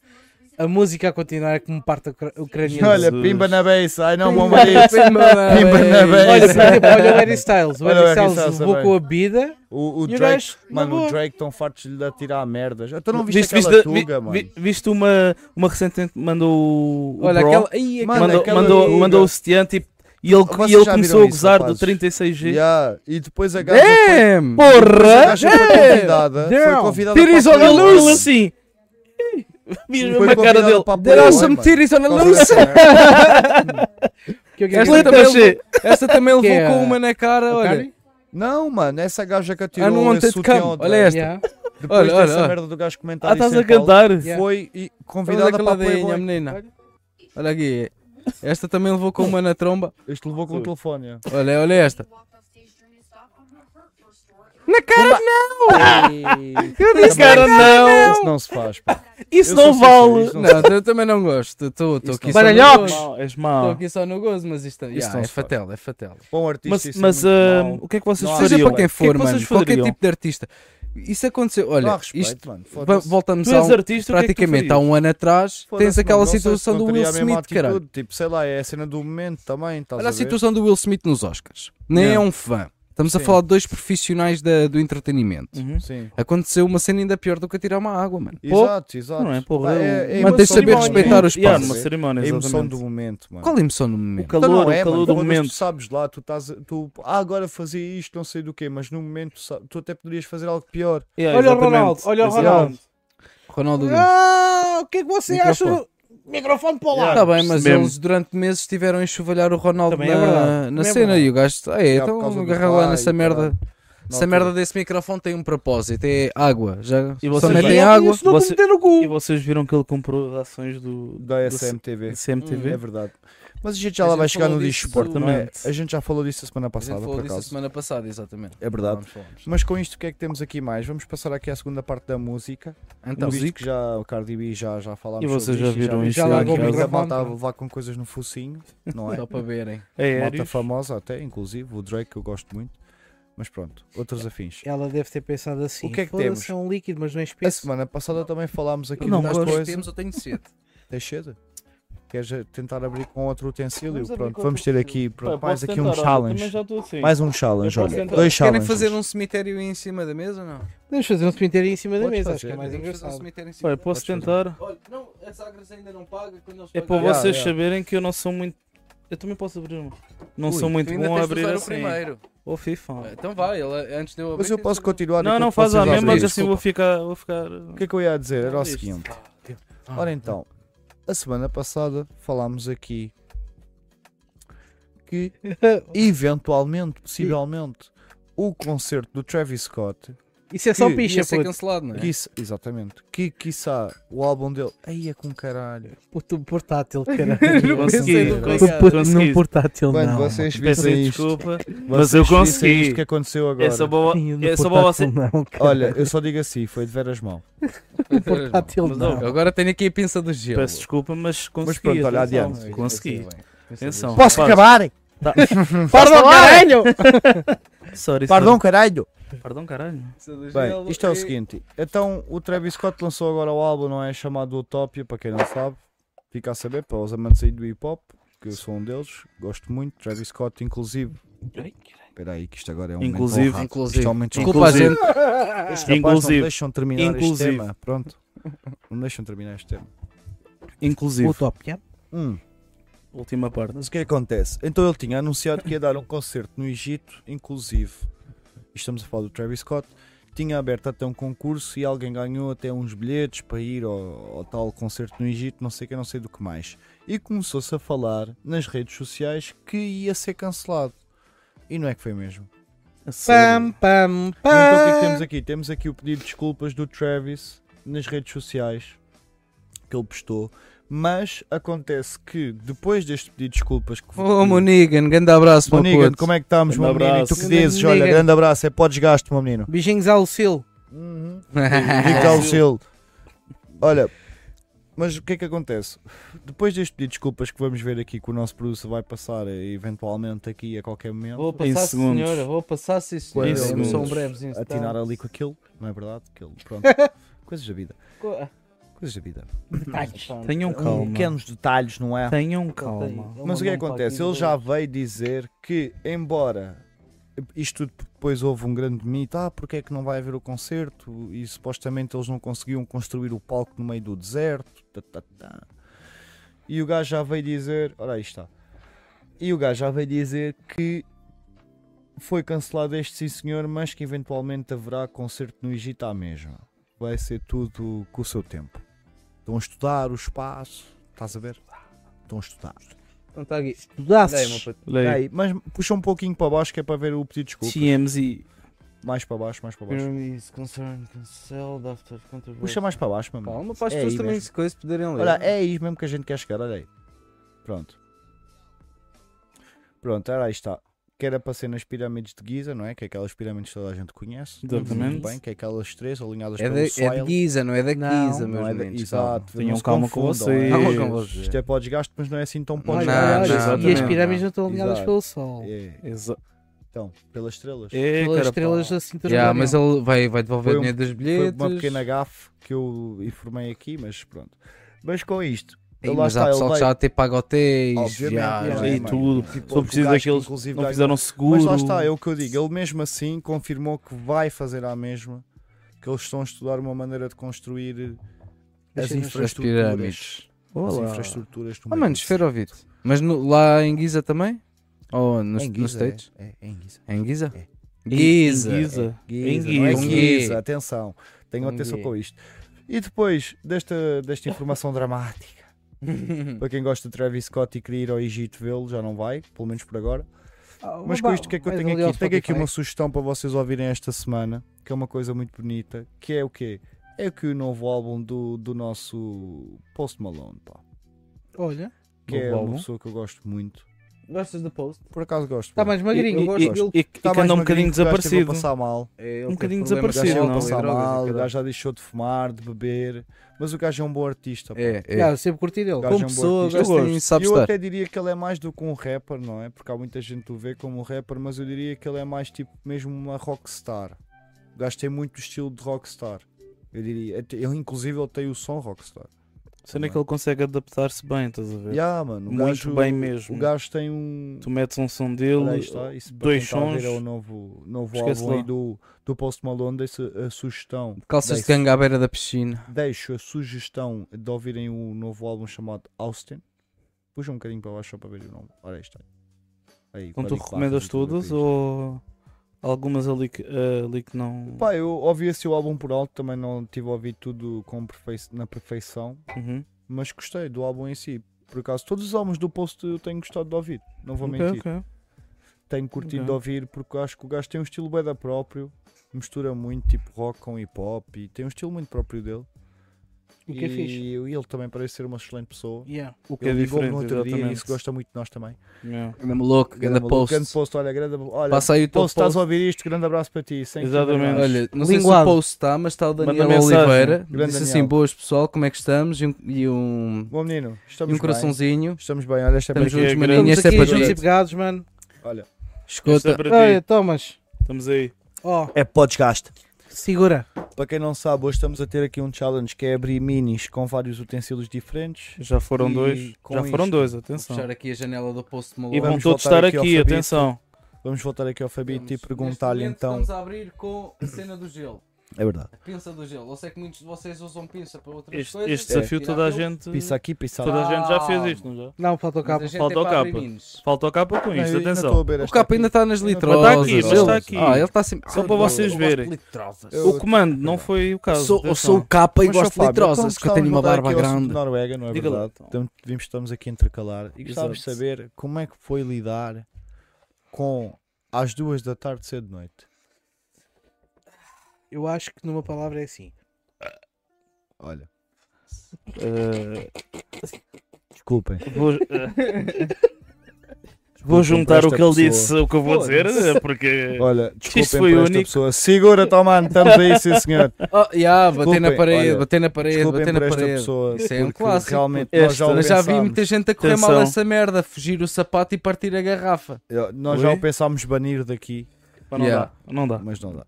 Speaker 4: A música a continuar é que me parte o cra- o crânio.
Speaker 1: Olha,
Speaker 5: Jesus.
Speaker 1: pimba na beça. Ai não, meu marido.
Speaker 3: Pimba na
Speaker 1: Pimba na
Speaker 3: beça.
Speaker 1: beça.
Speaker 4: Olha, é por exemplo, olha o Harry Styles. O
Speaker 1: Olha
Speaker 4: Harry
Speaker 1: o Harry
Speaker 4: Styles
Speaker 1: Styles
Speaker 4: levou
Speaker 1: também.
Speaker 4: com a bebida.
Speaker 1: O, o
Speaker 4: E o
Speaker 1: Drake,
Speaker 4: gajo, na
Speaker 1: mano,
Speaker 4: boa.
Speaker 1: o Drake tão fartos de lhe atirar merdas. Eu tu não Então, viste,
Speaker 5: Viste,
Speaker 1: aquela
Speaker 5: viste, vi-
Speaker 1: tuga, mano.
Speaker 5: vi- viste uma, uma recentemente mandou o.
Speaker 3: Olha,
Speaker 5: Bro,
Speaker 3: aquela. Ih,
Speaker 1: Mano,
Speaker 5: mandou,
Speaker 1: aquela
Speaker 5: mandou,
Speaker 1: tuga.
Speaker 5: mandou o Setian tipo, e ele,
Speaker 1: Vocês
Speaker 5: e ele
Speaker 1: já
Speaker 5: começou
Speaker 1: viram
Speaker 5: a
Speaker 1: isso,
Speaker 5: gozar do
Speaker 1: rapazes?
Speaker 5: 36G.
Speaker 1: Yeah, E depois a
Speaker 3: É,
Speaker 1: gaja foi,
Speaker 3: Damn!
Speaker 1: a
Speaker 5: Porra!
Speaker 1: gaja foi
Speaker 3: é.
Speaker 1: convidada. Foi
Speaker 4: Damn.
Speaker 1: convidada
Speaker 3: Titties
Speaker 1: para
Speaker 3: on the
Speaker 1: aquela-
Speaker 3: loose.
Speaker 5: Ele assim. Vias
Speaker 1: Foi
Speaker 5: mesmo a cara
Speaker 1: convidada
Speaker 5: dele.
Speaker 1: para a
Speaker 3: There
Speaker 1: Playboy,
Speaker 3: are some
Speaker 1: mano.
Speaker 3: titties on the
Speaker 1: Estás a
Speaker 3: loose!
Speaker 1: ver, né?
Speaker 4: é
Speaker 1: Ah,
Speaker 4: Que eu quero
Speaker 3: Esta
Speaker 5: Esta
Speaker 4: dizer-
Speaker 5: também
Speaker 3: também,
Speaker 5: achei.
Speaker 3: levou, esta também levou
Speaker 4: Que é
Speaker 3: com uma na cara,
Speaker 4: a
Speaker 3: olha.
Speaker 4: Cardi?
Speaker 1: Não, mano, essa gaja que
Speaker 3: I don't
Speaker 1: atirou
Speaker 3: want
Speaker 1: esse
Speaker 3: it to
Speaker 1: sutiã.
Speaker 3: come.
Speaker 1: ao
Speaker 3: Olha
Speaker 1: Drake,
Speaker 3: esta.
Speaker 4: Yeah.
Speaker 1: Depois
Speaker 3: Olha,
Speaker 1: dessa
Speaker 3: olha, olha.
Speaker 1: merda do gajo comentar
Speaker 5: Ah,
Speaker 1: isso é
Speaker 5: estás
Speaker 1: em
Speaker 5: a
Speaker 1: Paulo,
Speaker 5: cantar.
Speaker 4: Yeah.
Speaker 1: Foi e
Speaker 3: Olha
Speaker 1: convidada para
Speaker 3: aquela
Speaker 1: a
Speaker 3: dainha,
Speaker 1: Playboy.
Speaker 3: menina. Olha aqui. Esta também levou com uma na tromba.
Speaker 1: Este levou com o telefone. é.
Speaker 3: Olha, olha esta. Na
Speaker 1: Pumba.
Speaker 3: cara não! Eu disse na
Speaker 5: Cara,
Speaker 3: cara
Speaker 5: não.
Speaker 1: Isso não se faz. pá.
Speaker 5: Isso
Speaker 1: Eu
Speaker 5: não
Speaker 1: sou
Speaker 5: vale.
Speaker 1: sincero, isso
Speaker 3: é não! Não, eu também não gosto.
Speaker 1: Isso
Speaker 3: Estou aqui
Speaker 1: não-
Speaker 3: só no
Speaker 4: Baralhocos.
Speaker 3: gozo.
Speaker 5: Mau, és
Speaker 3: Estou
Speaker 5: mau.
Speaker 3: aqui só no gozo, mas isto
Speaker 1: Isso
Speaker 3: yeah,
Speaker 1: não
Speaker 3: é
Speaker 1: se faz.
Speaker 3: fatela, é fatela.
Speaker 1: Para um artista
Speaker 5: Mas,
Speaker 1: isso
Speaker 5: mas
Speaker 1: é muito
Speaker 5: ah,
Speaker 1: mau.
Speaker 5: o que é que vocês
Speaker 1: Não há-
Speaker 5: fariam?
Speaker 3: Seja para quem
Speaker 5: O que é
Speaker 3: for,
Speaker 5: que
Speaker 3: mano,
Speaker 5: vocês
Speaker 3: qualquer
Speaker 5: fariam?
Speaker 3: tipo de artista. Isso aconteceu,
Speaker 1: Não há
Speaker 3: olha,
Speaker 1: respeito,
Speaker 3: isto,
Speaker 1: mano.
Speaker 3: va-
Speaker 1: Foda-se.
Speaker 3: voltamos
Speaker 5: Tu
Speaker 3: a
Speaker 5: és
Speaker 3: um,
Speaker 5: artista, o que é que tu
Speaker 3: praticamente há
Speaker 5: farias?
Speaker 3: um ano atrás,
Speaker 1: Foda-se,
Speaker 3: tens aquela
Speaker 1: mano, não sei se
Speaker 3: situação
Speaker 1: não
Speaker 3: do
Speaker 1: teria
Speaker 3: Will
Speaker 1: a mesma
Speaker 3: Smith,
Speaker 1: atitude,
Speaker 3: caralho.
Speaker 1: Tipo, sei lá, é a cena do momento também. Estás a,
Speaker 3: Olha a
Speaker 1: ver?
Speaker 3: situação do Will Smith nos Oscars. Nem
Speaker 1: Yeah.
Speaker 3: é um fã. Estamos a
Speaker 1: Sim.
Speaker 3: falar de dois profissionais da- do entretenimento.
Speaker 5: Uhum.
Speaker 1: Sim.
Speaker 3: Aconteceu uma cena ainda pior do que atirar uma água, mano.
Speaker 5: Pô,
Speaker 1: Exato, exato.
Speaker 5: Não é, porra.
Speaker 1: Pá,
Speaker 5: é
Speaker 1: é- é
Speaker 5: um- uma
Speaker 3: Mas tens de saber
Speaker 5: cerimónia.
Speaker 3: respeitar os
Speaker 5: Yeah,
Speaker 3: passos.
Speaker 5: uma cerimónia,
Speaker 1: a é emoção
Speaker 5: exatamente.
Speaker 1: do momento, mano.
Speaker 3: Qual é a emoção no momento?
Speaker 5: O calor,
Speaker 1: Então não é,
Speaker 5: o calor
Speaker 1: mano.
Speaker 5: do
Speaker 1: Uma vez
Speaker 5: momento.
Speaker 1: Tu sabes lá, tu estás. a- Tu, ah, agora fazia isto, não sei do quê, mas no momento tu, sa- tu até poderias fazer algo pior.
Speaker 5: Yeah,
Speaker 4: Olha o
Speaker 5: exatamente.
Speaker 4: Ronaldo, olha o
Speaker 5: Exato.
Speaker 4: Ronaldo.
Speaker 3: Ronaldo
Speaker 4: Ah, o que é que você acha?
Speaker 3: Microfone.
Speaker 4: do- Microfone para lá.
Speaker 1: Yeah.
Speaker 3: Está tá bem, mas
Speaker 5: Mesmo.
Speaker 3: eles durante meses estiveram a enxovalhar o Ronaldo
Speaker 5: Também é
Speaker 3: na,
Speaker 5: verdade.
Speaker 3: na
Speaker 5: Também é
Speaker 3: cena
Speaker 5: verdade.
Speaker 3: e o gajo. Ah, é,
Speaker 1: Já por causa
Speaker 3: então
Speaker 1: do
Speaker 3: agarra lá
Speaker 1: pai
Speaker 3: nessa
Speaker 1: e
Speaker 3: merda.
Speaker 1: caralho.
Speaker 3: Essa
Speaker 1: altura.
Speaker 3: merda desse microfone tem um propósito, é água. Já
Speaker 5: E
Speaker 3: só
Speaker 5: vocês
Speaker 3: metem
Speaker 5: já-
Speaker 3: água.
Speaker 4: Isso não
Speaker 5: Você-
Speaker 4: te meter no
Speaker 5: E
Speaker 4: cu.
Speaker 5: vocês viram que ele comprou ações do,
Speaker 1: Da
Speaker 5: do C-
Speaker 1: SMTV.
Speaker 5: CMTV?
Speaker 1: É verdade. Mas a gente já
Speaker 3: A
Speaker 1: lá
Speaker 3: gente
Speaker 1: vai chegar
Speaker 3: falou
Speaker 1: no
Speaker 3: disso
Speaker 1: desporto, não é?
Speaker 5: exatamente.
Speaker 1: A gente já falou disso a semana
Speaker 3: A gente
Speaker 1: passada,
Speaker 3: falou
Speaker 1: por
Speaker 3: disso a
Speaker 1: acaso.
Speaker 3: semana passada, exatamente.
Speaker 1: É verdade.
Speaker 3: Vamos falar.
Speaker 1: Mas com isto, o que é que temos aqui mais? Vamos passar aqui à segunda parte da música.
Speaker 3: Então,
Speaker 1: visto que já o Cardi B já, já falámos
Speaker 5: E vocês
Speaker 1: sobre
Speaker 5: já
Speaker 1: isto, e
Speaker 5: viram
Speaker 1: vimos
Speaker 5: isso?
Speaker 4: já
Speaker 5: lá
Speaker 4: largou
Speaker 5: em
Speaker 4: o
Speaker 1: que
Speaker 5: casa?
Speaker 1: a
Speaker 4: microfone,
Speaker 1: malta a
Speaker 4: pá.
Speaker 1: levar com coisas no focinho, não é?
Speaker 3: só para verem.
Speaker 1: Malta
Speaker 5: Aéreos.
Speaker 1: famosa até, inclusive, o Drake, que eu gosto muito. Mas pronto,
Speaker 5: É.
Speaker 1: outros afins.
Speaker 4: Ela deve ter pensado assim.
Speaker 1: O que é que
Speaker 4: "Foda-se,
Speaker 1: temos?
Speaker 4: É um líquido, mas não é
Speaker 1: A
Speaker 4: espesso.
Speaker 1: semana passada também falámos aqui
Speaker 5: Não
Speaker 1: de uma
Speaker 5: gosto.
Speaker 1: coisa.
Speaker 3: temos, eu tenho sede.
Speaker 1: Tens cedo? Queres eh, tentar abrir com outro utensílio?
Speaker 5: Vamos abrir
Speaker 1: pronto,
Speaker 5: com
Speaker 1: vamos
Speaker 5: outro
Speaker 1: ter aqui pronto,
Speaker 5: Pá,
Speaker 1: mais
Speaker 5: posso
Speaker 1: aqui um
Speaker 5: tentar, olha, também
Speaker 1: challenge.
Speaker 5: já estou assim.
Speaker 1: Mais um challenge,
Speaker 5: Eu posso
Speaker 1: olha.
Speaker 5: tentar.
Speaker 1: Dois
Speaker 3: Querem
Speaker 1: challenges.
Speaker 3: fazer um cemitério em cima da mesa ou não?
Speaker 4: Podemos fazer um cemitério em cima da
Speaker 1: Podes
Speaker 4: mesa.
Speaker 1: fazer,
Speaker 4: Acho que é mais
Speaker 3: Podemos fazer um
Speaker 4: engraçado.
Speaker 3: cemitério em cima
Speaker 5: Olha,
Speaker 3: da
Speaker 5: posso
Speaker 1: Podes
Speaker 5: tentar?
Speaker 3: Olha, não, as agras ainda não pagam quando eles
Speaker 5: É
Speaker 3: pagam-
Speaker 5: para
Speaker 1: Yeah,
Speaker 5: vocês
Speaker 1: yeah.
Speaker 5: saberem que eu não sou muito. Eu também posso abrir uma. Não
Speaker 1: Ui,
Speaker 5: sou
Speaker 3: Tu
Speaker 5: muito
Speaker 3: ainda
Speaker 5: bom
Speaker 3: tens
Speaker 5: a
Speaker 3: de
Speaker 5: abrir
Speaker 3: usar o
Speaker 5: assim.
Speaker 3: primeiro.
Speaker 5: Ou FIFA.
Speaker 3: Então vai, ele- antes de eu abrir.
Speaker 1: Mas eu
Speaker 3: tens
Speaker 1: posso
Speaker 3: de abrir.
Speaker 1: continuar
Speaker 5: Não,
Speaker 1: enquanto
Speaker 5: não, faz a
Speaker 1: vocês
Speaker 5: mesma,
Speaker 1: abrem.
Speaker 5: mas assim vou ficar. Vou ficar...
Speaker 1: O que é que eu ia dizer? Era o
Speaker 5: Isto.
Speaker 1: seguinte.
Speaker 5: Ah,
Speaker 1: Ora então, a semana passada falámos aqui que
Speaker 4: um
Speaker 1: eventualmente, possivelmente, o concerto do Travis Scott
Speaker 4: Isso é só
Speaker 1: Que-
Speaker 4: picha,
Speaker 3: Ia ser
Speaker 4: puto.
Speaker 3: cancelado, não é?
Speaker 1: Quiça- exatamente. Que quiçá o álbum dele. Aí é com caralho.
Speaker 4: Puto um portátil, caralho.
Speaker 5: Não
Speaker 4: Consegui.
Speaker 5: pensei no
Speaker 4: Puto,
Speaker 5: coisa.
Speaker 4: puto, Num
Speaker 5: Consegui.
Speaker 4: portátil,
Speaker 1: Quando
Speaker 4: não.
Speaker 1: vocês vissem
Speaker 5: Peço
Speaker 1: é isto,
Speaker 5: desculpa,
Speaker 1: vocês
Speaker 5: mas eu
Speaker 1: vissem
Speaker 5: consegui.
Speaker 1: isto que aconteceu agora.
Speaker 5: é só para
Speaker 4: Sim, no
Speaker 5: é só para
Speaker 4: portátil
Speaker 5: você.
Speaker 4: não, cara.
Speaker 1: Olha, eu só digo assim, foi de veras mal.
Speaker 4: No portátil
Speaker 5: Mas,
Speaker 4: não.
Speaker 3: é.
Speaker 5: ó,
Speaker 3: Eu Agora tenho aqui a pinça do gelo.
Speaker 5: Peço desculpa, mas consegui.
Speaker 1: Mas pronto, olha,
Speaker 5: atenção. é
Speaker 1: adiante.
Speaker 5: Consegui. Atenção.
Speaker 1: Posso
Speaker 5: Pardon.
Speaker 1: acabar?
Speaker 5: Tá.
Speaker 1: Pardon, caralho!
Speaker 5: Sorry,
Speaker 1: Perdão, caralho!
Speaker 5: sorry. Pardon, caralho.
Speaker 1: Bem, isto é o seguinte. Então, o Travis Scott lançou agora o álbum, não é? Chamado Utopia, para quem não sabe. Fica a saber, para os amantes aí do hip-hop, que eu sou um deles. Gosto muito. Travis Scott, inclusive. Espera aí, que isto agora é um
Speaker 5: Inclusive.
Speaker 1: momento honrado.
Speaker 3: Inclusive.
Speaker 1: Isto é um momento
Speaker 3: Desculpa a
Speaker 1: honrado.
Speaker 3: gente.
Speaker 1: Estes rapazes
Speaker 5: Inclusive.
Speaker 1: Ah, não deixam terminar este
Speaker 5: Inclusive.
Speaker 1: tema. Pronto. Não deixam terminar este tema.
Speaker 5: Inclusive,
Speaker 4: Utopia.
Speaker 1: Hum,
Speaker 5: última parte.
Speaker 1: mas o que é que acontece? Então ele tinha anunciado que ia dar um concerto no Egito, inclusive. e Estamos a falar do Travis Scott. Tinha aberto até um concurso e alguém ganhou até uns bilhetes para ir ao, ao tal concerto no Egito, não sei o que, não sei do que mais. E começou-se a falar nas redes sociais que ia ser cancelado. E não é que foi mesmo.
Speaker 5: A
Speaker 4: Pam,
Speaker 5: sério.
Speaker 4: pam,
Speaker 1: Então o que
Speaker 4: pam.
Speaker 1: é que temos aqui? Temos aqui o pedido de desculpas do Travis nas redes sociais que ele postou. Mas acontece que depois deste pedido de desculpas que
Speaker 3: Ô, Monigan, grande abraço, meu
Speaker 1: Monigan,
Speaker 3: puto.
Speaker 1: como é que estamos, meu
Speaker 5: Grande
Speaker 1: menino? E tu
Speaker 5: abraço.
Speaker 1: que dizes,
Speaker 4: Monigan.
Speaker 1: olha, grande abraço, é pó desgaste, meu menino.
Speaker 4: Beijinhos ao Lucille.
Speaker 3: Uhum.
Speaker 1: Digo-te ao selo. Olha, mas o que é que acontece? Depois deste pedido de desculpas que vamos ver aqui que o nosso producer vai passar eh, eventualmente aqui a qualquer momento.
Speaker 2: Vou
Speaker 5: Em
Speaker 2: passar,
Speaker 5: segundos.
Speaker 2: senhora. Vou passar, sim, senhora.
Speaker 1: Em
Speaker 2: Somos
Speaker 4: um
Speaker 1: segundos.
Speaker 2: breves instantes.
Speaker 1: atinar
Speaker 4: tá?
Speaker 1: ali com aquilo, não é verdade? Aquilo, pronto. Coisas da vida,
Speaker 2: Co-
Speaker 1: coisas da vida.
Speaker 5: Tenham
Speaker 1: Um,
Speaker 5: calma.
Speaker 1: pequenos detalhes, não é?
Speaker 5: Tenham
Speaker 4: tá
Speaker 2: Tem-
Speaker 5: calma.
Speaker 2: ele
Speaker 1: Mas o que
Speaker 2: mandou
Speaker 1: é que
Speaker 2: um
Speaker 1: acontece?
Speaker 2: paquinho
Speaker 1: Ele já
Speaker 2: de-
Speaker 1: veio dizer que, embora isto tudo depois houve um grande mito, ah, porque é que não vai haver o concerto? E supostamente eles não conseguiam construir o palco no meio do deserto. tá, tá, tá. E o gajo já veio dizer, ora aí está. E o gajo já veio dizer que foi cancelado este sim senhor, mas que eventualmente haverá concerto no Egito à mesma. Vai ser tudo com o seu tempo. Estão a estudar o espaço, estás a ver? Estão a estudar.
Speaker 4: Não está tá aqui.
Speaker 2: Dei, meu
Speaker 4: Estudasses.
Speaker 2: puto.
Speaker 5: Leia.
Speaker 1: Aí, mas puxa um pouquinho para baixo que é para ver o pedido de desculpa.
Speaker 5: TMZ.
Speaker 1: Mais para baixo, mais para
Speaker 4: Hum.
Speaker 1: baixo.
Speaker 2: Pyramids, concern, cancelled after controversy.
Speaker 1: Puxa mais para baixo, meu mano.
Speaker 3: Calma, para as
Speaker 1: É
Speaker 3: pessoas
Speaker 1: aí
Speaker 3: também
Speaker 1: mesmo.
Speaker 3: se coisas poderem ler.
Speaker 1: Olha, é aí mesmo que a gente quer chegar, olha aí. Pronto. Pronto, ora aí está. Que era para ser nas pirâmides de Giza, não é? Que é aquelas pirâmides que toda a gente conhece.
Speaker 5: Exatamente.
Speaker 1: Muito bem, que é aquelas três alinhadas
Speaker 3: É
Speaker 1: pelo
Speaker 3: de, é
Speaker 1: Swile.
Speaker 3: de Giza, não é da
Speaker 4: Não,
Speaker 3: Giza, meus
Speaker 1: não é de-
Speaker 3: meninos. calma.
Speaker 1: Exato.
Speaker 5: Tenham
Speaker 1: não se
Speaker 5: calma com
Speaker 1: confundam,
Speaker 5: vocês.
Speaker 1: é?
Speaker 3: Calma com vocês.
Speaker 1: Isto é para o desgaste, mas não é assim tão para o
Speaker 4: Olha,
Speaker 1: desgaste.
Speaker 4: olha,
Speaker 5: Não, não,
Speaker 4: e as
Speaker 5: não,
Speaker 4: pirâmides
Speaker 3: não.
Speaker 4: não estão alinhadas
Speaker 1: Exato.
Speaker 4: pelo sol.
Speaker 1: É.
Speaker 5: Exa-
Speaker 1: Então, pelas estrelas.
Speaker 5: É,
Speaker 4: Pelas
Speaker 5: cara,
Speaker 4: estrelas
Speaker 5: pá.
Speaker 4: da cintura
Speaker 3: Yeah,
Speaker 4: do
Speaker 3: mas
Speaker 4: Orião.
Speaker 3: ele vai, vai devolver
Speaker 1: Foi
Speaker 3: o
Speaker 1: um-
Speaker 3: dinheiro dos
Speaker 1: Foi
Speaker 3: bilhetes.
Speaker 1: uma pequena gafe que eu informei aqui, mas pronto. Mas com isto,
Speaker 3: Ei,
Speaker 1: ele lá
Speaker 3: mas há
Speaker 1: está, ele
Speaker 3: pessoal que já
Speaker 1: vai.
Speaker 3: a ter pago hotéis.
Speaker 1: Obviamente,
Speaker 3: já,
Speaker 1: não
Speaker 5: yeah,
Speaker 3: já,
Speaker 1: é,
Speaker 5: e
Speaker 1: mano?
Speaker 5: tudo.
Speaker 1: Tipo,
Speaker 5: Só
Speaker 1: o
Speaker 5: precisa
Speaker 1: gajo
Speaker 5: daqueles
Speaker 1: que inclusive
Speaker 5: Não
Speaker 1: ganhou-
Speaker 5: fizeram
Speaker 1: Mas
Speaker 5: seguro.
Speaker 1: lá está, é o que eu digo. Ele mesmo assim confirmou que vai fazer à mesma, que eles estão a estudar uma maneira de construir as
Speaker 4: Deixa-nos-
Speaker 3: As
Speaker 1: infraestruturas.
Speaker 3: pirâmides.
Speaker 1: As
Speaker 5: Olá. Ah,
Speaker 1: infraestruturas do
Speaker 3: Oh, mano, esfera ouvido. Mas no- lá em Giza também? Ou nos, nos States?
Speaker 1: É, é, em Giza.
Speaker 3: Em Giza?
Speaker 1: É.
Speaker 3: Giza.
Speaker 5: Em Giza.
Speaker 1: Guisa,
Speaker 5: Em
Speaker 1: não é
Speaker 5: Guisa.
Speaker 1: Guisa, atenção, tenham
Speaker 2: Com
Speaker 1: atenção
Speaker 2: Gui.
Speaker 1: com isto. E depois desta, desta informação dramática, para quem gosta de Travis Scott e queria ir ao Egito vê-lo, já não vai, pelo menos por agora.
Speaker 4: Ah,
Speaker 1: Mas
Speaker 4: vá,
Speaker 1: com isto, o que é que eu
Speaker 4: vais
Speaker 5: um
Speaker 1: tenho
Speaker 4: ali ao
Speaker 1: aqui? Tenho aqui
Speaker 4: Spotify.
Speaker 1: uma sugestão para vocês ouvirem esta semana, que é uma coisa muito bonita, que é o quê? É que o novo álbum do, do nosso Post Malone, pá.
Speaker 4: Olha,
Speaker 1: Que é
Speaker 5: Novo
Speaker 1: uma
Speaker 5: álbum?
Speaker 1: pessoa que eu gosto muito.
Speaker 2: Gostas do post?
Speaker 1: Por acaso gosto.
Speaker 4: está
Speaker 1: pá.
Speaker 4: mais
Speaker 5: E,
Speaker 4: Tá, magrinho.
Speaker 5: e-
Speaker 4: eu
Speaker 5: e-
Speaker 4: gosto.
Speaker 5: e- e que
Speaker 1: Tá mais
Speaker 5: anda um bocadinho
Speaker 1: magrinho que o gajo teve a
Speaker 5: desaparecido.
Speaker 1: passar mal.
Speaker 3: É,
Speaker 5: Um bocadinho
Speaker 1: O gajo teve
Speaker 5: desaparecido,
Speaker 1: a
Speaker 5: não?
Speaker 1: passar mal, o gajo já deixou de fumar, de beber, mas o gajo é um bom artista. pá.
Speaker 3: É,
Speaker 4: Ah,
Speaker 3: é.
Speaker 4: eu sempre curti dele.
Speaker 1: Gajo é um
Speaker 3: Como
Speaker 1: bom
Speaker 3: pessoa,
Speaker 1: artista.
Speaker 5: eu
Speaker 3: gosto
Speaker 5: gosto.
Speaker 3: de sabe
Speaker 1: eu
Speaker 3: estar.
Speaker 1: até diria que ele é mais do que um rapper, não é? Porque há muita gente que o vê como um rapper, mas eu diria que ele é mais tipo mesmo uma rockstar. O gajo tem muito estilo de rockstar. Eu diria, Até- ele inclusive ele tem o som rockstar.
Speaker 5: Sendo que ele consegue adaptar-se bem, estás a ver?
Speaker 1: Yeah, mano, o
Speaker 5: Muito
Speaker 1: gajo-
Speaker 5: bem mesmo.
Speaker 1: O gajo tem um.
Speaker 5: Tu metes um som
Speaker 1: Olha, aí
Speaker 5: dele,
Speaker 1: está, isso para
Speaker 5: dois
Speaker 1: quem está a ver
Speaker 5: sons.
Speaker 1: é o novo, novo
Speaker 5: Esquece
Speaker 1: álbum aí
Speaker 5: lá.
Speaker 1: do, do Post Malone, desse, a sugestão.
Speaker 3: Calças de
Speaker 1: Deixo.
Speaker 3: ganga à beira da piscina.
Speaker 1: Deixo a sugestão de ouvirem o novo álbum chamado Austin. Puxa um bocadinho para baixo só para ver o nome. Olha aí está. Aí,
Speaker 5: então tu
Speaker 1: código barra,
Speaker 5: recomendas
Speaker 1: tudo
Speaker 5: todas
Speaker 1: isso.
Speaker 5: ou algumas ali que, eh, ali que não.
Speaker 1: Pá, eu ouvi esse o álbum por alto, também não tive a ouvir tudo com perfei- na perfeição,
Speaker 5: Uhum.
Speaker 1: mas gostei do álbum em si. Por acaso, todos os álbuns do Post eu tenho gostado de ouvir, não vou
Speaker 5: Ok,
Speaker 1: mentir.
Speaker 5: ok.
Speaker 1: tenho curtido
Speaker 5: Ok.
Speaker 1: de ouvir porque acho que o gajo tem um estilo bem da próprio, mistura muito tipo rock com hip hop e tem um estilo muito próprio dele.
Speaker 4: O que é
Speaker 1: e
Speaker 4: fixe.
Speaker 1: ele também parece ser uma excelente pessoa.
Speaker 4: Yeah.
Speaker 5: O que é
Speaker 1: Ele ligou-me
Speaker 5: diferente,
Speaker 1: no outro dia e
Speaker 5: exatamente.
Speaker 1: isso gosta muito de nós também.
Speaker 5: Yeah.
Speaker 3: É mesmo louco,
Speaker 1: Grande
Speaker 3: ganda
Speaker 1: maluco,
Speaker 3: post.
Speaker 1: grande post, olha, grande, olha,
Speaker 3: Passa aí o teu
Speaker 1: post,
Speaker 3: post.
Speaker 1: estás a ouvir isto, grande abraço para ti. sem
Speaker 5: Exatamente.
Speaker 1: problema.
Speaker 3: Olha, não sei
Speaker 4: Linguado.
Speaker 3: se o post está, mas está o
Speaker 5: Manda
Speaker 3: Daniel
Speaker 5: mensagem.
Speaker 3: Oliveira.
Speaker 1: Grande
Speaker 3: Disse assim:
Speaker 1: Daniel.
Speaker 3: boas pessoal, como é que estamos? E um, e um,
Speaker 1: Bom menino,
Speaker 3: e um
Speaker 1: estamos bem.
Speaker 3: coraçãozinho.
Speaker 1: Estamos bem, olha, esta é
Speaker 3: Estamos
Speaker 5: aqui é
Speaker 3: juntos,
Speaker 5: grande.
Speaker 3: maninho. Este é
Speaker 4: aqui
Speaker 3: para
Speaker 4: juntos e
Speaker 3: ti.
Speaker 4: pegados, mano.
Speaker 1: Olha,
Speaker 5: Isto é
Speaker 3: Escuta,
Speaker 5: para
Speaker 4: Olha,
Speaker 5: ti.
Speaker 4: Thomas.
Speaker 5: Estamos aí.
Speaker 4: Ó,
Speaker 1: é podcast.
Speaker 4: segura.
Speaker 1: Para quem não sabe, hoje estamos a ter aqui um challenge que é abrir minis com vários utensílios diferentes.
Speaker 5: Já foram
Speaker 1: E
Speaker 5: dois.
Speaker 1: com
Speaker 5: Já foram
Speaker 1: isto,
Speaker 5: dois,
Speaker 3: vou
Speaker 5: atenção.
Speaker 3: fechar aqui a janela do post de
Speaker 5: E
Speaker 1: Vamos
Speaker 5: vão
Speaker 3: maluco.
Speaker 5: todos
Speaker 1: voltar
Speaker 5: estar
Speaker 1: aqui ao
Speaker 5: aqui,
Speaker 1: Fabito.
Speaker 5: atenção.
Speaker 1: Vamos voltar aqui ao Fabito e
Speaker 3: Vamos.
Speaker 1: perguntar-lhe
Speaker 3: Neste
Speaker 1: então.
Speaker 3: momento Estamos a abrir com a cena do gelo.
Speaker 1: É verdade.
Speaker 3: A pinça do gelo. Eu sei que muitos de vocês usam pinça para outras
Speaker 5: Este,
Speaker 3: coisas.
Speaker 5: este desafio
Speaker 3: tirar
Speaker 5: toda a
Speaker 3: pelo-
Speaker 5: gente.
Speaker 1: Pissa aqui, pissa lá.
Speaker 5: Toda a gente já fez isto, não já?
Speaker 4: Não, falta o
Speaker 3: Mas a
Speaker 4: cabo.
Speaker 3: gente
Speaker 5: Falta
Speaker 3: é
Speaker 5: o
Speaker 3: para abrir
Speaker 5: capa.
Speaker 3: minis.
Speaker 5: Falta o capa com
Speaker 1: Não, eu
Speaker 5: isto,
Speaker 1: ainda estou a
Speaker 5: atenção.
Speaker 1: ver
Speaker 3: O
Speaker 1: esta
Speaker 3: capa ainda
Speaker 1: aqui.
Speaker 3: está nas
Speaker 1: Mas
Speaker 3: litrosas.
Speaker 5: está aqui, mas está
Speaker 3: Ele-
Speaker 5: aqui.
Speaker 3: Ah, ele está sempre...
Speaker 5: Só
Speaker 3: Ah,
Speaker 5: para
Speaker 3: eu-
Speaker 5: vocês
Speaker 3: eu gosto de
Speaker 5: verem.
Speaker 3: litrosas.
Speaker 1: Eu-
Speaker 5: O comando não foi o caso.
Speaker 3: Sou, eu
Speaker 5: atenção.
Speaker 3: sou o capa e
Speaker 1: Mas,
Speaker 3: gosto de
Speaker 1: Fábio,
Speaker 3: litrosas, que eu
Speaker 1: então
Speaker 3: tenho uma
Speaker 1: gostava de
Speaker 3: barba
Speaker 1: voltar aqui ao assunto
Speaker 3: grande.
Speaker 1: de Noruega, não é
Speaker 5: Diga lá,
Speaker 1: verdade?
Speaker 5: então.
Speaker 1: Então, vimos, estamos aqui a intercalar. E gostávamos de
Speaker 5: Exato.
Speaker 1: saber como é que foi lidar com às duas da tarde, cedo de noite.
Speaker 4: Eu acho que numa palavra é assim.
Speaker 1: Olha,
Speaker 5: Eh,
Speaker 1: desculpem.
Speaker 5: vou, eh, vou juntar o que ele disse, o que eu vou dizer, eh, porque.
Speaker 1: Olha,
Speaker 5: Isto
Speaker 1: desculpem
Speaker 5: foi
Speaker 1: por esta
Speaker 5: único.
Speaker 1: pessoa. Segura, Tomano, estamos aí, sim senhor.
Speaker 3: Oh, yeah, bater na
Speaker 1: Desculpem,
Speaker 3: parede,
Speaker 1: olha,
Speaker 3: bater na parede,
Speaker 1: Desculpem
Speaker 3: bater
Speaker 1: por
Speaker 3: na
Speaker 1: esta
Speaker 3: parede.
Speaker 1: pessoa.
Speaker 3: Isso é um
Speaker 1: porque
Speaker 3: clássico.
Speaker 1: Realmente, nós já o
Speaker 3: Mas já vi
Speaker 1: pensámos.
Speaker 3: muita gente a correr mal
Speaker 5: Atenção.
Speaker 3: essa merda, fugir o sapato e partir a garrafa.
Speaker 1: Eu- Nós já
Speaker 5: Oi?
Speaker 1: o pensámos banir daqui,
Speaker 5: Pá, não
Speaker 3: Yeah.
Speaker 5: dá, não dá.
Speaker 1: mas não dá.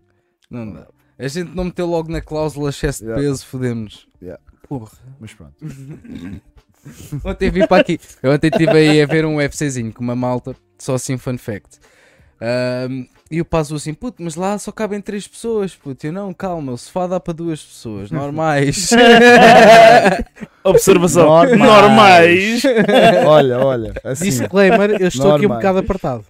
Speaker 3: Não dá. A gente não meteu logo na cláusula excesso de
Speaker 1: Yeah.
Speaker 3: peso, fodemos.
Speaker 1: Yeah.
Speaker 3: Porra.
Speaker 1: Mas pronto.
Speaker 3: Ontem vim para aqui. Eu ontem estive aí a ver um UFCzinho com uma malta, só assim, fun fact. Ahm, e o Pazu assim, puto, mas lá só cabem três pessoas, puto. Eu não, calma, o sofá dá para duas pessoas, normais.
Speaker 5: Observação:
Speaker 1: Normais.
Speaker 5: normais.
Speaker 1: Olha, olha, assim,
Speaker 4: Disclaimer, eu estou aqui um
Speaker 1: Normal.
Speaker 4: bocado apertado.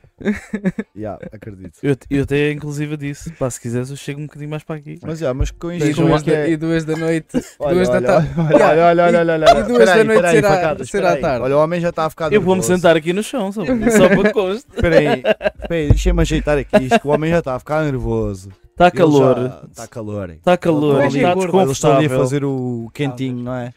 Speaker 1: yeah, acredito.
Speaker 5: Eu, eu até, inclusive, disse: pá, se quiseres, eu chego um bocadinho mais para aqui.
Speaker 1: Mas, já, mas com
Speaker 3: e,
Speaker 1: isto
Speaker 3: duas
Speaker 1: que
Speaker 3: da,
Speaker 1: é...
Speaker 3: e duas da noite.
Speaker 1: Olha,
Speaker 3: duas da
Speaker 1: olha,
Speaker 3: tarde.
Speaker 1: Olha, olha, olha, olha, olha, olha.
Speaker 3: E duas da
Speaker 1: Espera aí,
Speaker 3: noite
Speaker 1: espera aí,
Speaker 3: será-
Speaker 1: facadas,
Speaker 3: será
Speaker 1: espera aí.
Speaker 3: tarde.
Speaker 1: Olha, o homem já está a ficar
Speaker 5: Eu vou-me
Speaker 1: nervoso.
Speaker 5: sentar aqui no chão, só, só para conste.
Speaker 1: Espera aí, espera aí, deixa-me ajeitar aqui isto, que o homem já está a ficar nervoso.
Speaker 3: Tá
Speaker 5: Está
Speaker 1: Ele
Speaker 5: Tá calor,
Speaker 1: já- Está calor. hein?
Speaker 5: está calor,
Speaker 1: Ele está
Speaker 5: está
Speaker 1: Eles estão ali a
Speaker 5: desconfortável.
Speaker 1: fazer o quentinho, não é?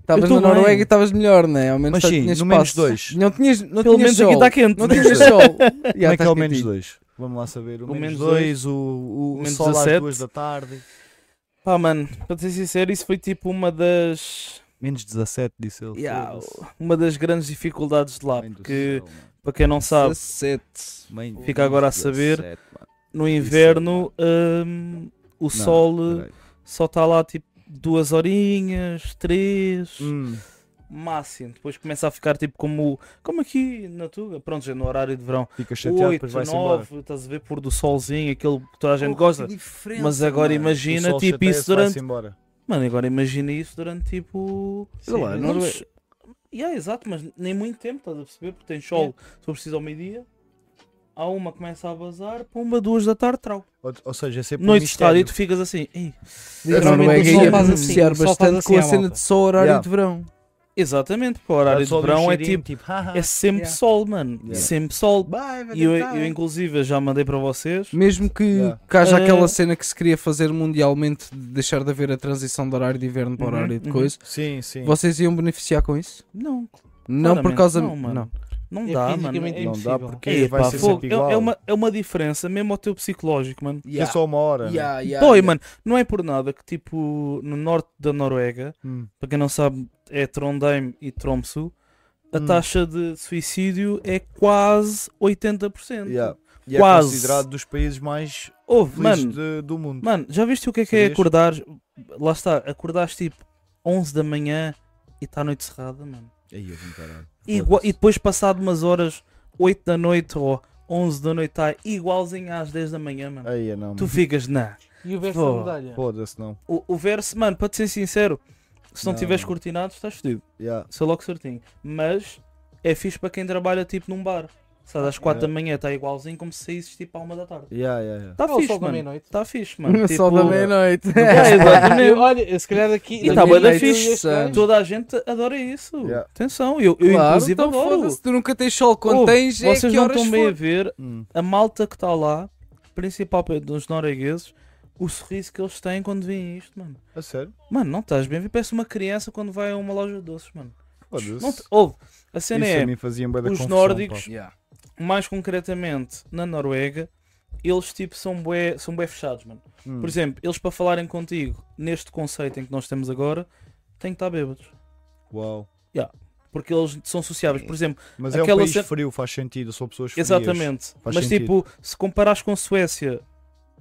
Speaker 3: Estavas
Speaker 5: Eu
Speaker 3: na
Speaker 5: tô
Speaker 3: Noruega
Speaker 5: bem.
Speaker 3: e estavas melhor, não é? Ao menos
Speaker 1: Mas
Speaker 3: tá-
Speaker 1: sim,
Speaker 3: tinhas
Speaker 1: no menos
Speaker 3: espaço.
Speaker 1: dois.
Speaker 3: Não tinhas, não
Speaker 5: Pelo
Speaker 3: tinhas
Speaker 5: menos
Speaker 3: sol.
Speaker 5: aqui está quente.
Speaker 3: Não
Speaker 5: né?
Speaker 3: tinhas sol.
Speaker 1: Como
Speaker 3: Yeah,
Speaker 1: é que
Speaker 3: tá
Speaker 1: é o
Speaker 3: quentinho.
Speaker 1: menos dois? Vamos lá saber. O,
Speaker 5: O
Speaker 1: menos
Speaker 5: menos
Speaker 1: dois, o, o, o
Speaker 5: menos
Speaker 1: sol às
Speaker 5: 17.
Speaker 1: duas da tarde.
Speaker 5: Pá, mano, para ser sincero, isso foi tipo uma das.
Speaker 1: Menos 17, disse ele.
Speaker 5: Yeah,
Speaker 1: Foda-se.
Speaker 5: uma das grandes dificuldades de lá,
Speaker 1: Mãe do
Speaker 5: porque
Speaker 1: céu, mano.
Speaker 5: para quem não sabe,
Speaker 3: 17.
Speaker 1: Mãe do
Speaker 5: fica agora a
Speaker 1: 17, mano.
Speaker 5: no inverno hum, o sol
Speaker 1: Espera aí.
Speaker 5: só está lá tipo duas horinhas, três,
Speaker 1: Hum,
Speaker 5: máximo. Depois começa a ficar tipo como, como aqui na Tuga, pronto, já no horário de verão.
Speaker 1: Fica chateado,
Speaker 5: oito
Speaker 1: depois vai-se embora.
Speaker 5: 9, estás a ver pôr do solzinho, aquele que toda a gente gosta. Mas agora
Speaker 1: O
Speaker 5: imagina
Speaker 1: sol
Speaker 5: tipo
Speaker 1: chateia-se,
Speaker 5: isso
Speaker 1: vai-se
Speaker 5: durante.
Speaker 1: embora.
Speaker 5: Mano, agora imagina isso durante tipo.
Speaker 3: Sei lá,
Speaker 5: Sim,
Speaker 3: não-
Speaker 5: vamos- Yeah, exato, mas nem muito tempo, estás a perceber? Porque tem sol, se for preciso ao meio-dia, há uma começa a bazar, pumba, duas da tarde, trau.
Speaker 1: Ou, ou seja, é sempre um
Speaker 5: Noite de estádio,
Speaker 1: mistério.
Speaker 5: e tu ficas assim. "Ei".
Speaker 3: A
Speaker 4: Literalmente
Speaker 3: Noruega
Speaker 4: o
Speaker 5: sol
Speaker 3: ia
Speaker 4: sol
Speaker 5: faz
Speaker 4: faz
Speaker 3: é beneficiar
Speaker 4: assim, o sol faz
Speaker 3: bastante
Speaker 4: assim
Speaker 3: com a
Speaker 4: à
Speaker 3: cena
Speaker 4: malta.
Speaker 3: de sol horário
Speaker 1: Yeah.
Speaker 3: de verão.
Speaker 5: Exatamente, porque o horário de
Speaker 1: Sol e o
Speaker 5: verão é
Speaker 1: cheirinho,
Speaker 5: tipo.
Speaker 1: tipo haha.
Speaker 5: É sempre
Speaker 4: Ah, Yeah.
Speaker 5: sol, mano.
Speaker 1: Yeah.
Speaker 5: Sempre sol.
Speaker 4: Vai, vai
Speaker 5: E eu,
Speaker 4: tentar.
Speaker 5: eu, inclusive, já mandei para vocês.
Speaker 3: Mesmo que,
Speaker 1: Yeah.
Speaker 3: que haja
Speaker 5: Eh,
Speaker 3: aquela cena que se queria fazer mundialmente, de deixar de haver a transição do horário de inverno para o
Speaker 5: Uhum,
Speaker 3: horário de
Speaker 5: uhum.
Speaker 3: coisa,
Speaker 1: Sim, sim.
Speaker 3: vocês iam beneficiar com isso?
Speaker 5: Não,
Speaker 3: Não por
Speaker 5: Claramente
Speaker 3: causa.
Speaker 5: não, mano. não
Speaker 4: É
Speaker 5: dá, mano.
Speaker 4: fisicamente
Speaker 5: É,
Speaker 1: não dá
Speaker 4: impossível.
Speaker 1: porque
Speaker 5: é,
Speaker 1: vai
Speaker 5: pá,
Speaker 1: ser
Speaker 5: fogo.
Speaker 1: sempre
Speaker 5: É-
Speaker 1: igual.
Speaker 5: é, uma, é uma diferença, mesmo ao teu psicológico, mano.
Speaker 1: Que É só uma hora. né?
Speaker 3: Yeah, yeah,
Speaker 5: Dói,
Speaker 3: yeah.
Speaker 5: mano. Não é por nada que, tipo, no norte da Noruega,
Speaker 1: Hum.
Speaker 5: para quem não sabe, é Trondheim e Tromsø, a
Speaker 1: Hum.
Speaker 5: taxa de suicídio é quase 80%.
Speaker 1: Yeah. E é
Speaker 5: Quase.
Speaker 1: considerado dos países mais
Speaker 5: Houve,
Speaker 1: felizes
Speaker 5: mano,
Speaker 1: de- do mundo.
Speaker 5: mano, já viste o que é que é
Speaker 1: Sabias?
Speaker 5: acordar? Lá está, acordaste tipo 11 da manhã e está a noite cerrada, mano.
Speaker 1: Aí eu vim caralho.
Speaker 5: Igua-
Speaker 1: Foda-se.
Speaker 5: e depois, passado umas horas, 8 da noite ou 11 da noite, está igualzinho às 10 da manhã, mano.
Speaker 1: Aí é não.
Speaker 5: Tu ficas, na.
Speaker 4: E o verso
Speaker 5: Pô.
Speaker 4: da medalha.
Speaker 1: Foda-se não.
Speaker 5: O, o verso, mano, para te ser sincero, se não,
Speaker 1: Não,
Speaker 5: tiveres
Speaker 1: não.
Speaker 5: cortinado, estás fodido.
Speaker 1: Yeah.
Speaker 5: Sei logo certinho. Mas é fixe para quem trabalha tipo num bar. Sai às 4 da manhã, está igualzinho como se saísse tipo à 1 da tarde.
Speaker 1: Yeah, yeah, yeah.
Speaker 5: Está
Speaker 4: Ou
Speaker 5: fixe,
Speaker 4: só da
Speaker 5: mano.
Speaker 4: meia-noite.
Speaker 5: Está fixe, mano.
Speaker 3: O sol da
Speaker 5: Tipo,
Speaker 3: meia-noite.
Speaker 5: é, exatamente.
Speaker 4: Olha, se calhar daqui.
Speaker 5: E
Speaker 3: Da
Speaker 5: tá bué da
Speaker 3: meia-noite
Speaker 5: fixe.
Speaker 3: insano.
Speaker 5: Toda a gente adora isso.
Speaker 1: Yeah.
Speaker 5: Atenção, eu, eu
Speaker 3: Claro,
Speaker 5: inclusive
Speaker 3: então
Speaker 5: adoro.
Speaker 3: foda-se, tu nunca tens sol quando
Speaker 5: Oh,
Speaker 3: tens, é
Speaker 5: Vocês
Speaker 3: que
Speaker 5: não
Speaker 3: horas
Speaker 5: estão bem a
Speaker 3: for.
Speaker 5: ver
Speaker 1: Hum.
Speaker 5: a malta que está lá, principalmente dos noruegueses, o sorriso que eles têm quando veem isto, mano.
Speaker 1: A sério?
Speaker 5: Mano, não estás bem a ver? Parece uma criança quando vai a uma loja de doces, mano.
Speaker 1: Foda-se.
Speaker 5: Não te... Ouve, a cena
Speaker 1: Isso
Speaker 5: é,
Speaker 1: a mim fazia bué da
Speaker 5: os
Speaker 1: confusão,
Speaker 5: nórdicos,
Speaker 1: pá.
Speaker 3: Yeah.
Speaker 5: mais concretamente na Noruega, eles tipo são bué, são bué fechados, mano.
Speaker 1: Hum.
Speaker 5: Por exemplo, eles para falarem contigo neste conceito em que nós temos agora, têm que estar bêbados.
Speaker 1: Uau.
Speaker 5: Porque eles são sociáveis. Por exemplo,
Speaker 1: Mas é um
Speaker 5: Aquela
Speaker 1: país
Speaker 5: cena-
Speaker 1: frio, faz sentido, são pessoas frias.
Speaker 5: Exatamente.
Speaker 1: Faz
Speaker 5: Mas
Speaker 1: sentido.
Speaker 5: tipo, se comparares com Suécia,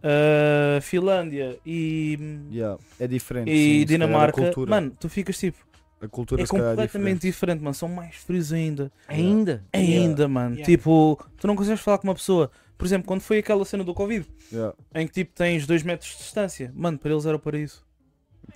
Speaker 5: ah, Finlândia e,
Speaker 1: Yeah, É diferente.
Speaker 5: e
Speaker 1: sim, se calhar
Speaker 5: Dinamarca,
Speaker 1: A cultura,
Speaker 5: mano, tu ficas tipo,
Speaker 1: a cultura
Speaker 5: é
Speaker 1: se calhar é diferente.
Speaker 5: completamente diferente, mano. São mais frios ainda.
Speaker 2: Ainda?
Speaker 5: Ainda, mano.
Speaker 4: Yeah.
Speaker 5: Tipo, tu não consegues falar com uma pessoa. Por exemplo, quando foi aquela cena do Covid,
Speaker 1: Yeah,
Speaker 5: em que tipo tens 2 metros de distância, mano, para eles era o paraíso.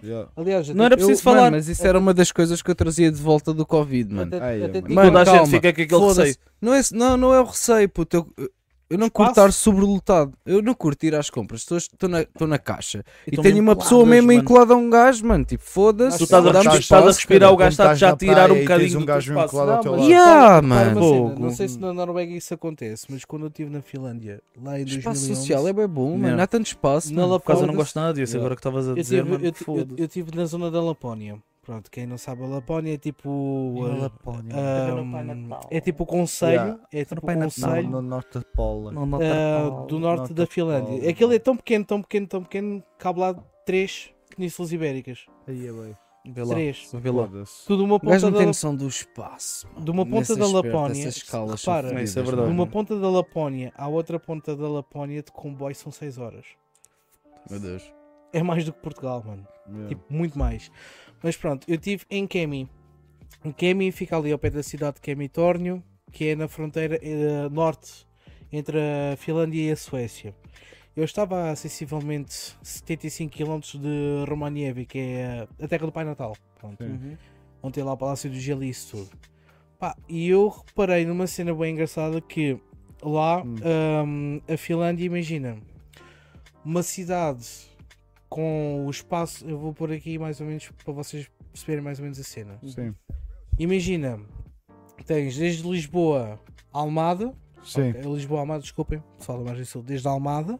Speaker 1: yeah.
Speaker 4: Aliás, eu
Speaker 5: Não era
Speaker 4: eu-
Speaker 5: preciso
Speaker 3: Mano,
Speaker 5: falar.
Speaker 3: mas isso era uma das coisas que eu trazia de volta do Covid, mano.
Speaker 4: até-
Speaker 1: Ai, é,
Speaker 4: até
Speaker 1: mano.
Speaker 4: digo-
Speaker 5: E toda a
Speaker 3: calma,
Speaker 5: gente fica com aquele
Speaker 3: Foda-se.
Speaker 5: receio.
Speaker 3: Não, é, esse- não, não é o receio, puto. Eu, eu não curto
Speaker 4: Espaço?
Speaker 3: estar sobrelotado. Eu não curto ir às compras. Estou, estou, na, estou na caixa e,
Speaker 5: tão
Speaker 3: tenho
Speaker 5: mesmo
Speaker 3: uma pessoa
Speaker 5: coladas,
Speaker 3: mesmo
Speaker 5: mano.
Speaker 3: encolada a um gajo, mano. Tipo, foda-se.
Speaker 5: Tu estás a,
Speaker 1: Dá-me
Speaker 5: respirar-
Speaker 1: espaço,
Speaker 5: estás a respirar,
Speaker 1: cara.
Speaker 5: o gajo
Speaker 1: Quando
Speaker 5: está já a
Speaker 1: estás na
Speaker 5: tirar um
Speaker 1: praia e tens
Speaker 5: bocadinho
Speaker 1: um
Speaker 5: do teu
Speaker 1: gajo mesmo
Speaker 5: espaço.
Speaker 1: colado ao
Speaker 4: Não,
Speaker 1: teu
Speaker 4: mas-
Speaker 1: lado.
Speaker 3: Yeah,
Speaker 4: Repara
Speaker 3: mano.
Speaker 4: uma cena, Não
Speaker 5: Fogo.
Speaker 4: sei se na Noruega isso acontece, mas quando eu estive na Finlândia, lá em
Speaker 3: O espaço
Speaker 4: 2011,
Speaker 3: social é bem bom, mano.
Speaker 5: Yeah.
Speaker 3: Há tanto espaço.
Speaker 4: na
Speaker 3: mano.
Speaker 5: Por causa eu
Speaker 4: Lapónia,
Speaker 5: não gosto nada disso, agora que estavas a
Speaker 4: eu
Speaker 5: dizer,
Speaker 4: estive,
Speaker 5: mano,
Speaker 4: eu, ti- eu,
Speaker 5: foda-se.
Speaker 4: eu tive na zona da Lapónia. Pronto, quem não sabe, a Lapónia é tipo.
Speaker 5: Viva
Speaker 4: uh,
Speaker 5: Lapónia.
Speaker 4: um, é tipo o conselho,
Speaker 1: Yeah.
Speaker 4: é tipo
Speaker 5: Pai
Speaker 4: o
Speaker 5: Natal.
Speaker 1: No,
Speaker 4: conselho
Speaker 1: no norte da Pola.
Speaker 5: Não,
Speaker 4: ah,
Speaker 5: não tá-
Speaker 4: do norte
Speaker 1: Norte
Speaker 4: da
Speaker 1: da
Speaker 4: Finlândia.
Speaker 1: Polónia.
Speaker 4: Aquele é tão pequeno, tão pequeno, tão pequeno, cabe lá três penínsulas ibéricas.
Speaker 1: Aí é bem.
Speaker 5: Vê lá.
Speaker 4: Três.
Speaker 5: Vê lá.
Speaker 1: Foda-se.
Speaker 4: Tu de uma
Speaker 3: O gajo
Speaker 4: ponta
Speaker 3: não
Speaker 4: da
Speaker 3: tem
Speaker 4: La-
Speaker 3: noção do espaço. mano.
Speaker 4: de uma
Speaker 3: Nesse
Speaker 4: ponta da
Speaker 3: aspecto,
Speaker 4: Lapónia,
Speaker 3: essas escalas
Speaker 4: se
Speaker 3: são
Speaker 4: repara,
Speaker 3: fodidas,
Speaker 5: Isso é
Speaker 3: mano.
Speaker 5: verdade.
Speaker 4: de uma ponta da Lapónia à outra ponta da Lapónia de comboio são seis horas.
Speaker 3: Meu Deus.
Speaker 4: É mais do que Portugal, mano.
Speaker 1: Yeah.
Speaker 4: Tipo, muito mais. Mas pronto, eu estive em Kemi. Em Kemi fica ali ao pé da cidade de Kemi Tornio, que é na fronteira eh, norte entre a Finlândia e a Suécia. Eu estava a sensivelmente 75 km de Romanievi, que é a terra do Pai Natal. Pronto.
Speaker 1: Sim.
Speaker 5: Uhum.
Speaker 4: Onde tem lá o Palácio do Gelo e isso tudo. Pá, e eu reparei numa cena bem engraçada que lá
Speaker 1: Hum.
Speaker 4: ahm, a Finlândia, imagina, uma cidade com o espaço. Eu vou pôr aqui mais ou menos para vocês perceberem mais ou menos a cena.
Speaker 1: Sim.
Speaker 4: Imagina, tens desde Lisboa a Almada,
Speaker 5: tipo,
Speaker 1: Sim.
Speaker 4: é Lisboa a Almada, desculpem, pessoal da Margem Sul, desde a Almada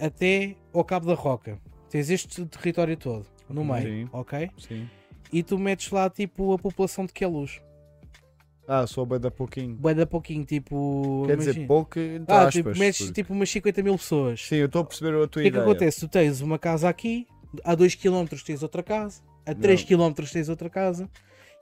Speaker 4: até ao Cabo da Roca. Tens este território todo, no meio,
Speaker 1: Sim.
Speaker 4: ok?
Speaker 1: Sim.
Speaker 4: E tu metes lá tipo a população de Queluz.
Speaker 1: Ah, sou bem da pouquinho.
Speaker 4: Bué da pouquinho, tipo.
Speaker 1: Quer dizer,
Speaker 4: imagina.
Speaker 1: pouco entre
Speaker 4: Ah,
Speaker 1: aspas.
Speaker 4: tipo, metes
Speaker 1: porque-
Speaker 4: tipo umas 50 mil pessoas.
Speaker 1: Sim, eu estou a perceber a
Speaker 4: O
Speaker 1: tua
Speaker 4: que é que
Speaker 1: ideia.
Speaker 4: acontece? Tu tens uma casa aqui, a 2 km tens outra casa, a 3 km tens outra casa,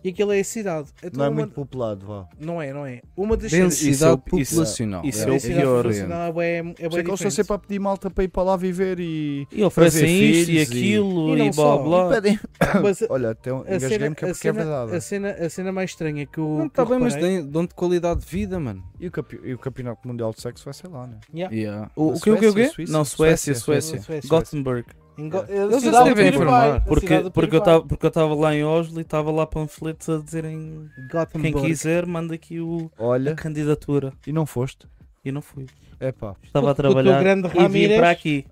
Speaker 4: e aquilo é a cidade. Então,
Speaker 1: Não é
Speaker 4: uma-
Speaker 1: muito populado, vá.
Speaker 4: não é, não é. Uma das cenas-
Speaker 3: Densidade
Speaker 5: Isso é o- isso é-
Speaker 3: populacional.
Speaker 5: isso
Speaker 4: a
Speaker 5: é o
Speaker 4: densidade
Speaker 5: pior.
Speaker 4: populacional É, bué- é
Speaker 1: Por isso
Speaker 4: bem
Speaker 1: é que eles estão sempre a pedir malta para ir para lá viver e.
Speaker 5: E oferecem
Speaker 1: Fazer
Speaker 5: isto e
Speaker 1: filhos e-
Speaker 5: aquilo
Speaker 4: E não
Speaker 5: e
Speaker 4: só.
Speaker 5: blá blá.
Speaker 1: Pedem.
Speaker 4: Mas a,
Speaker 1: Olha, até
Speaker 4: a cena,
Speaker 1: engasguei-me que é
Speaker 4: a,
Speaker 1: porque é
Speaker 4: cena, a,
Speaker 1: verdade. tá
Speaker 4: cena, a cena mais estranha que o.
Speaker 3: Não,
Speaker 4: que eu
Speaker 3: está bem, mas
Speaker 4: reparei-
Speaker 3: dão- dão-te qualidade de vida, mano.
Speaker 1: E o, campe... e o campeonato mundial de sexo vai ser lá, né?
Speaker 3: Yeah.
Speaker 5: O
Speaker 1: Na
Speaker 5: o que o que o
Speaker 1: Suécia,
Speaker 5: quê?
Speaker 1: Suíça?
Speaker 5: Não,
Speaker 1: Suécia,
Speaker 5: Suécia,
Speaker 1: É.
Speaker 5: Suécia.
Speaker 4: é Suécia.
Speaker 5: Gothenburg.
Speaker 4: Em Go-
Speaker 3: Eles
Speaker 4: a
Speaker 3: já se
Speaker 4: cidade do
Speaker 3: devem
Speaker 4: Piribai,
Speaker 3: informar,
Speaker 4: a
Speaker 5: Porque,
Speaker 4: cidade do
Speaker 5: porque eu
Speaker 4: Piribai.
Speaker 5: estava porque eu estava lá em Oslo e estava lá panfletos a dizerem quem
Speaker 4: Gothenburg.
Speaker 5: quiser manda aqui o, a
Speaker 1: Olha,
Speaker 5: candidatura.
Speaker 1: e não foste.
Speaker 5: E não fui.
Speaker 1: É pá.
Speaker 5: Estava a
Speaker 4: Tu- tu- tu
Speaker 5: trabalhar
Speaker 4: grande
Speaker 5: e vim
Speaker 4: Ramírez.
Speaker 5: para aqui.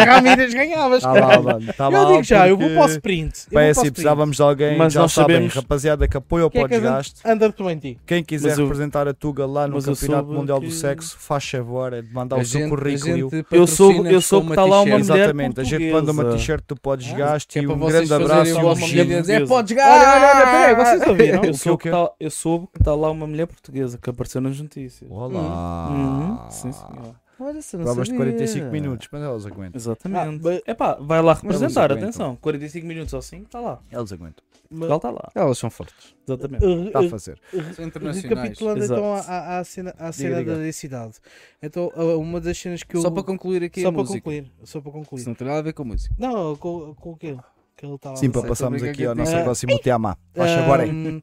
Speaker 4: Ramírez ganhavas,
Speaker 1: Ah. Tá
Speaker 4: caralho.
Speaker 1: lá, mano. Tá
Speaker 4: Eu
Speaker 1: lá,
Speaker 4: digo já, eu vou
Speaker 1: porque-
Speaker 4: para o sprint. Eu
Speaker 1: Bem,
Speaker 4: vou para o
Speaker 1: assim,
Speaker 4: sprint.
Speaker 1: precisávamos de alguém,
Speaker 5: Mas
Speaker 1: já
Speaker 5: nós
Speaker 1: sabem,
Speaker 5: sabemos-
Speaker 1: rapaziada, que apoia o
Speaker 4: Quem é que é
Speaker 1: podcast.
Speaker 4: Under 20.
Speaker 1: Quem quiser
Speaker 5: Mas o-
Speaker 1: representar a Tuga lá no
Speaker 5: mas eu
Speaker 1: Campeonato
Speaker 5: soube
Speaker 1: Mundial do
Speaker 5: que-
Speaker 1: Sexo, faz favor, é de mandar
Speaker 3: A
Speaker 1: o seu
Speaker 3: gente- a
Speaker 1: currículo.
Speaker 3: gente
Speaker 5: Eu soube- eu
Speaker 3: patrocina-vos
Speaker 5: soube
Speaker 3: com
Speaker 5: que está lá uma
Speaker 3: t-shirt.
Speaker 5: mulher
Speaker 1: é Exatamente, a gente manda uma
Speaker 5: portuguesa.
Speaker 1: t-shirt do Podes
Speaker 4: Ah,
Speaker 1: Gaste
Speaker 3: Que é
Speaker 1: e
Speaker 3: para
Speaker 1: um
Speaker 3: vocês
Speaker 1: grande abraço
Speaker 3: fazerem
Speaker 1: e
Speaker 3: lá
Speaker 1: um
Speaker 3: uma mulher
Speaker 1: giro.
Speaker 3: e dizer,
Speaker 5: portuguesa.
Speaker 3: podes
Speaker 4: Olha,
Speaker 3: ganhar!
Speaker 4: olha, peraí, vocês ouviram?
Speaker 5: Eu
Speaker 1: O quê, o
Speaker 5: soube, que
Speaker 1: quê?
Speaker 5: tá- eu soube que está lá uma mulher portuguesa que apareceu nas
Speaker 1: Hum.
Speaker 5: notícias.
Speaker 1: Olá!
Speaker 5: Uhum, Sim, senhor.
Speaker 3: Olha, se não
Speaker 1: Provas de
Speaker 3: sabia.
Speaker 1: 45 minutos, mas elas aguentam.
Speaker 5: Exatamente.
Speaker 4: Ah,
Speaker 5: Epá, vai lá representar,
Speaker 3: aguentam.
Speaker 5: atenção. 45 minutos ou 5, está lá.
Speaker 1: Eles aguentam.
Speaker 5: Portugal está lá.
Speaker 3: Elas são fortes.
Speaker 5: Exatamente.
Speaker 4: Re-
Speaker 1: Está a fazer.
Speaker 3: São internacionais.
Speaker 4: Recapitulando
Speaker 5: Exato.
Speaker 4: então à- à, à cena, à cena
Speaker 1: diga.
Speaker 4: da densidade. Então, a- uma das cenas que eu.
Speaker 3: Só para concluir aqui
Speaker 4: Só
Speaker 3: a
Speaker 4: para
Speaker 3: música.
Speaker 4: concluir. Só para concluir.
Speaker 3: Isso não tem nada a ver com a música.
Speaker 4: Não, com, com aquilo que ele tá estava
Speaker 1: Sim,
Speaker 4: a
Speaker 1: para
Speaker 4: dizer.
Speaker 1: passarmos
Speaker 3: sobre o que
Speaker 1: aqui
Speaker 3: é
Speaker 1: ao
Speaker 3: que eu
Speaker 1: nosso
Speaker 4: digo.
Speaker 1: próximo tema. Faz favor, hein?
Speaker 4: Ahm,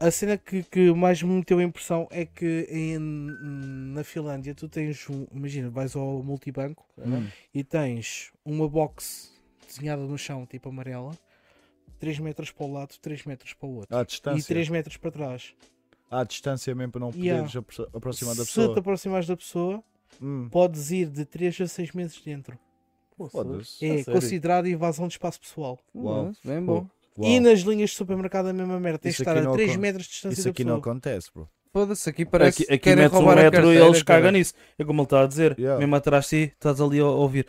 Speaker 4: A cena que, que mais me meteu a impressão é que em- na Finlândia tu tens um. Imagina, vais ao multibanco
Speaker 1: Uhum.
Speaker 4: e tens uma box desenhada no chão, tipo amarela, 3 metros para o lado, 3 metros para o outro.
Speaker 1: À
Speaker 4: e
Speaker 1: distância.
Speaker 4: 3 metros para trás.
Speaker 1: à distância mesmo para não
Speaker 4: Yeah.
Speaker 1: poderes apro- aproximar da
Speaker 4: Se te
Speaker 1: pessoa.
Speaker 4: aproximares da pessoa,
Speaker 1: Hum,
Speaker 4: podes ir de 3 a 6 meses dentro.
Speaker 1: Tá Foda-se.
Speaker 4: É
Speaker 5: A sério?
Speaker 4: considerado invasão de espaço pessoal.
Speaker 1: Uau.
Speaker 3: Mas, Bem bom.
Speaker 1: Uau,
Speaker 4: E nas linhas de supermercado a mesma merda. Tens de
Speaker 1: Isso
Speaker 4: estar
Speaker 1: aqui
Speaker 4: a
Speaker 1: não
Speaker 4: 3
Speaker 1: acon-
Speaker 4: metros de distância
Speaker 1: Isso
Speaker 4: da
Speaker 1: aqui não
Speaker 4: pessoa.
Speaker 1: acontece, bro.
Speaker 3: Foda-se, aqui parece
Speaker 5: Aqui,
Speaker 3: que
Speaker 5: aqui
Speaker 3: querem
Speaker 5: metes um
Speaker 3: roubar a
Speaker 5: metro e
Speaker 3: carteira.
Speaker 5: eles cagam
Speaker 3: caralho.
Speaker 5: nisso. É como ele está a dizer.
Speaker 1: Yeah.
Speaker 5: Mesmo atrás de si, estás ali a ouvir.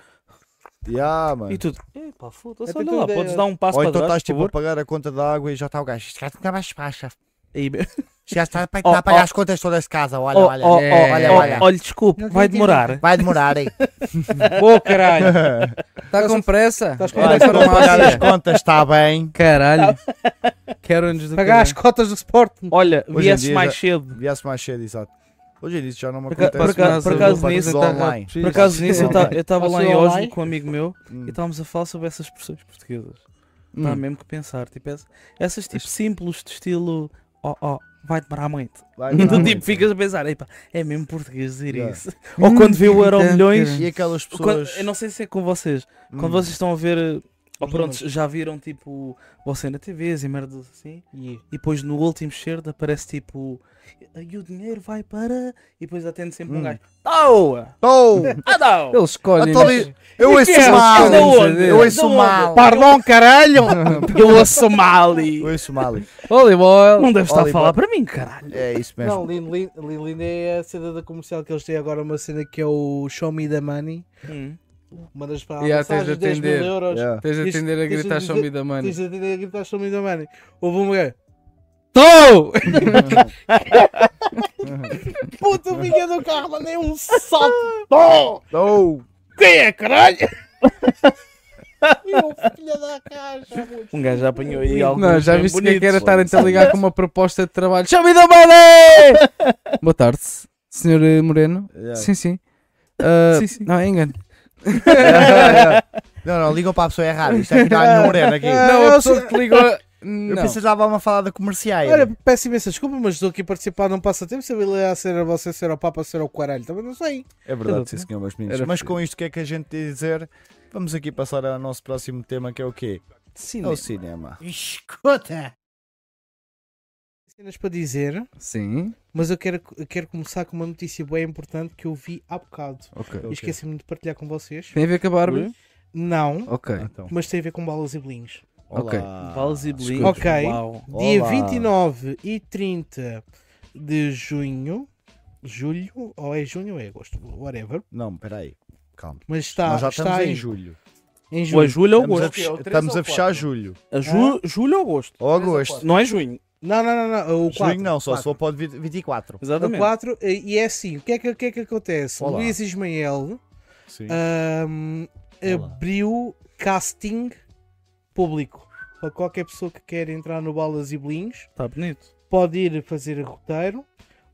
Speaker 1: Yeah, mano.
Speaker 5: E tudo. Epá, foda-se,
Speaker 4: Até
Speaker 5: olha
Speaker 4: tu
Speaker 5: lá,
Speaker 4: dei-
Speaker 5: podes dar um
Speaker 1: É.
Speaker 5: passo
Speaker 1: Ou
Speaker 5: para
Speaker 1: então
Speaker 5: trás,
Speaker 1: estás
Speaker 5: por
Speaker 1: tipo a
Speaker 5: favor.
Speaker 1: pagar a conta da água e já está o gajo. Este gajo nunca mais baixa.
Speaker 5: Aí,
Speaker 1: Este gajo está a pa-
Speaker 5: Oh,
Speaker 1: está a pagar
Speaker 5: oh.
Speaker 1: as contas todas de casa. Olha,
Speaker 5: Oh,
Speaker 1: olha.
Speaker 5: oh, oh,
Speaker 1: É, olha,
Speaker 5: oh,
Speaker 1: olha.
Speaker 5: olha, desculpe, vai demorar.
Speaker 1: Vai demorar, hein?
Speaker 4: Boa caralho!
Speaker 3: Está Tá com pressa?
Speaker 4: Estás com
Speaker 3: Vai
Speaker 1: Olha,
Speaker 4: pressa,
Speaker 3: à
Speaker 1: se não pagar as
Speaker 3: farmácia.
Speaker 1: contas, está bem.
Speaker 3: Caralho. Quero-nos do
Speaker 4: Pagar as
Speaker 3: caralho.
Speaker 4: cotas do Sporting.
Speaker 5: Olha,
Speaker 1: Hoje em
Speaker 5: viesse
Speaker 1: dia
Speaker 5: mais
Speaker 1: já-
Speaker 5: cedo.
Speaker 1: Viesse mais cedo, exato. Hoje em dia isso já não me
Speaker 5: Por acaso-
Speaker 1: acontece.
Speaker 5: por acaso- por
Speaker 1: mas eu
Speaker 5: acaso
Speaker 1: vou
Speaker 5: nisso
Speaker 1: fazer
Speaker 3: está-
Speaker 1: online.
Speaker 3: Sim.
Speaker 5: Por acaso nisso, eu ta- eu estava
Speaker 4: Passou
Speaker 5: lá em
Speaker 4: online?
Speaker 5: Oslo com um amigo meu
Speaker 1: Hum.
Speaker 5: e estávamos a falar sobre essas expressões portuguesas.
Speaker 3: Hum.
Speaker 5: Dá mesmo que pensar. Tipo, ess- essas tipo simples de estilo. Oh, oh, vai demorar muito.
Speaker 1: Então, Vai
Speaker 5: Do
Speaker 1: demorar
Speaker 5: tipo,
Speaker 1: muito. né?
Speaker 5: ficas a pensar, "Epá, é mesmo português dizer
Speaker 1: Yeah.
Speaker 5: isso. Hum, Ou quando vê o Euro
Speaker 3: irritante,
Speaker 5: Milhões.
Speaker 3: caralho.
Speaker 1: E aquelas
Speaker 5: Quando-
Speaker 1: pessoas.
Speaker 5: eu não sei se é com vocês.
Speaker 1: Hum.
Speaker 5: Quando vocês estão a ver. eh, Ou
Speaker 4: Os
Speaker 5: pronto, já viram tipo. Você na TV e merdas assim. E depois no último cheiro aparece tipo. E o dinheiro vai para. E depois atende sempre um
Speaker 1: Hum.
Speaker 5: gajo. ah, Taua!
Speaker 1: Oh!
Speaker 5: Adão!
Speaker 3: Eles escolhem.
Speaker 1: Então, Eu ouço
Speaker 4: é?
Speaker 1: mal!
Speaker 5: Da onde?
Speaker 1: Eu
Speaker 5: Da
Speaker 1: ouço
Speaker 5: onde?
Speaker 1: mal!
Speaker 4: Pardon, caralho!
Speaker 5: Eu ouço Mali!
Speaker 1: Eu ouço mal!
Speaker 3: Voleibol.
Speaker 5: Não deve estar
Speaker 1: Olha,
Speaker 5: a falar
Speaker 1: pá.
Speaker 5: para mim, caralho!
Speaker 1: É isso mesmo.
Speaker 4: Não, Lin Lin, Lin Lin é a cena da comercial que eles têm agora, uma cena que é o Show Me the Money. Mandas para a
Speaker 3: Yeah, tens
Speaker 4: mensagem
Speaker 3: de
Speaker 4: 10 mil
Speaker 3: atender.
Speaker 4: euros.
Speaker 1: Yeah.
Speaker 3: Tens de
Speaker 4: Tens-
Speaker 3: atender a
Speaker 4: tens de
Speaker 3: gritar
Speaker 4: dizer-
Speaker 3: show me the money.
Speaker 4: Tens de atender aqui, estás Show Me the Money. Houve um gajo.
Speaker 3: Tô!
Speaker 4: Puta, vinha do carro, mandei um salto.
Speaker 1: Oh!
Speaker 4: Quem é, caralho? Meu filho da caixa, puto.
Speaker 5: Um gajo já apanhou aí algo.
Speaker 3: Não, já viste que é que era estar a ligar com uma proposta de trabalho. Show me the money! Boa tarde, senhor eh, Moreno.
Speaker 1: Yeah.
Speaker 3: Sim, sim. Ah,
Speaker 5: Sim, sim.
Speaker 3: Não, é engano. Ah,
Speaker 1: Não, não, ligam para a pessoa errada. Isto é que está a morena aqui.
Speaker 3: Não, a pessoa que ligou. Não.
Speaker 1: Eu pensei que já uma falada comerciais.
Speaker 4: Olha, peço imensa desculpa, mas estou aqui a participar num passatempo. Se eu ia ser a você, ser ao Papa, ser ao Quaralho, também não sei.
Speaker 1: É verdade, sim senhor, meus meninos.
Speaker 3: Era
Speaker 1: Mas com isto, o que é que a gente tem a dizer? Vamos aqui passar ao nosso próximo tema, que é o quê? É o cinema.
Speaker 4: Escuta! Cenas para dizer,
Speaker 3: Sim,
Speaker 4: mas eu quero, eu quero começar com uma notícia bem importante que eu vi há bocado.
Speaker 3: ok.
Speaker 4: E Esqueci-me de partilhar com vocês.
Speaker 3: Tem a ver com a Barbie?
Speaker 4: Não,
Speaker 3: Ok.
Speaker 1: Então,
Speaker 4: mas tem a ver com balas e bolinhos.
Speaker 3: Ok.
Speaker 1: olá.
Speaker 5: Balas e bolinhos.
Speaker 4: Ok.
Speaker 5: Uau.
Speaker 4: Dia
Speaker 1: Olá.
Speaker 4: 29 e 30 de junho, julho, ou é junho ou é agosto, whatever.
Speaker 1: Não, peraí. Calma.
Speaker 4: Mas está,
Speaker 1: Nós já
Speaker 4: Tá, está
Speaker 1: estamos
Speaker 4: aí,
Speaker 1: em julho.
Speaker 4: em
Speaker 5: Ou é
Speaker 4: julho.
Speaker 5: julho ou
Speaker 1: Estamos a,
Speaker 5: agosto?
Speaker 2: Ok, é o
Speaker 1: fech-
Speaker 2: três
Speaker 1: estamos
Speaker 2: ou
Speaker 1: a fechar
Speaker 2: quatro?
Speaker 1: julho.
Speaker 5: A ju- Julho ou agosto?
Speaker 1: Ou agosto.
Speaker 5: Não é junho.
Speaker 4: Não, não, não, não, o 4.
Speaker 1: Julho não, só se for pode 24.
Speaker 4: A
Speaker 5: Exatamente.
Speaker 4: 4, e é assim, o que é que, o que, é que acontece?
Speaker 1: Olá.
Speaker 4: Luís Ismael
Speaker 1: Sim.
Speaker 4: ahm,
Speaker 1: Olá.
Speaker 4: abriu casting público para qualquer pessoa que quer entrar no Balas e Bolinhos
Speaker 5: Está Tá bonito.
Speaker 4: pode ir fazer roteiro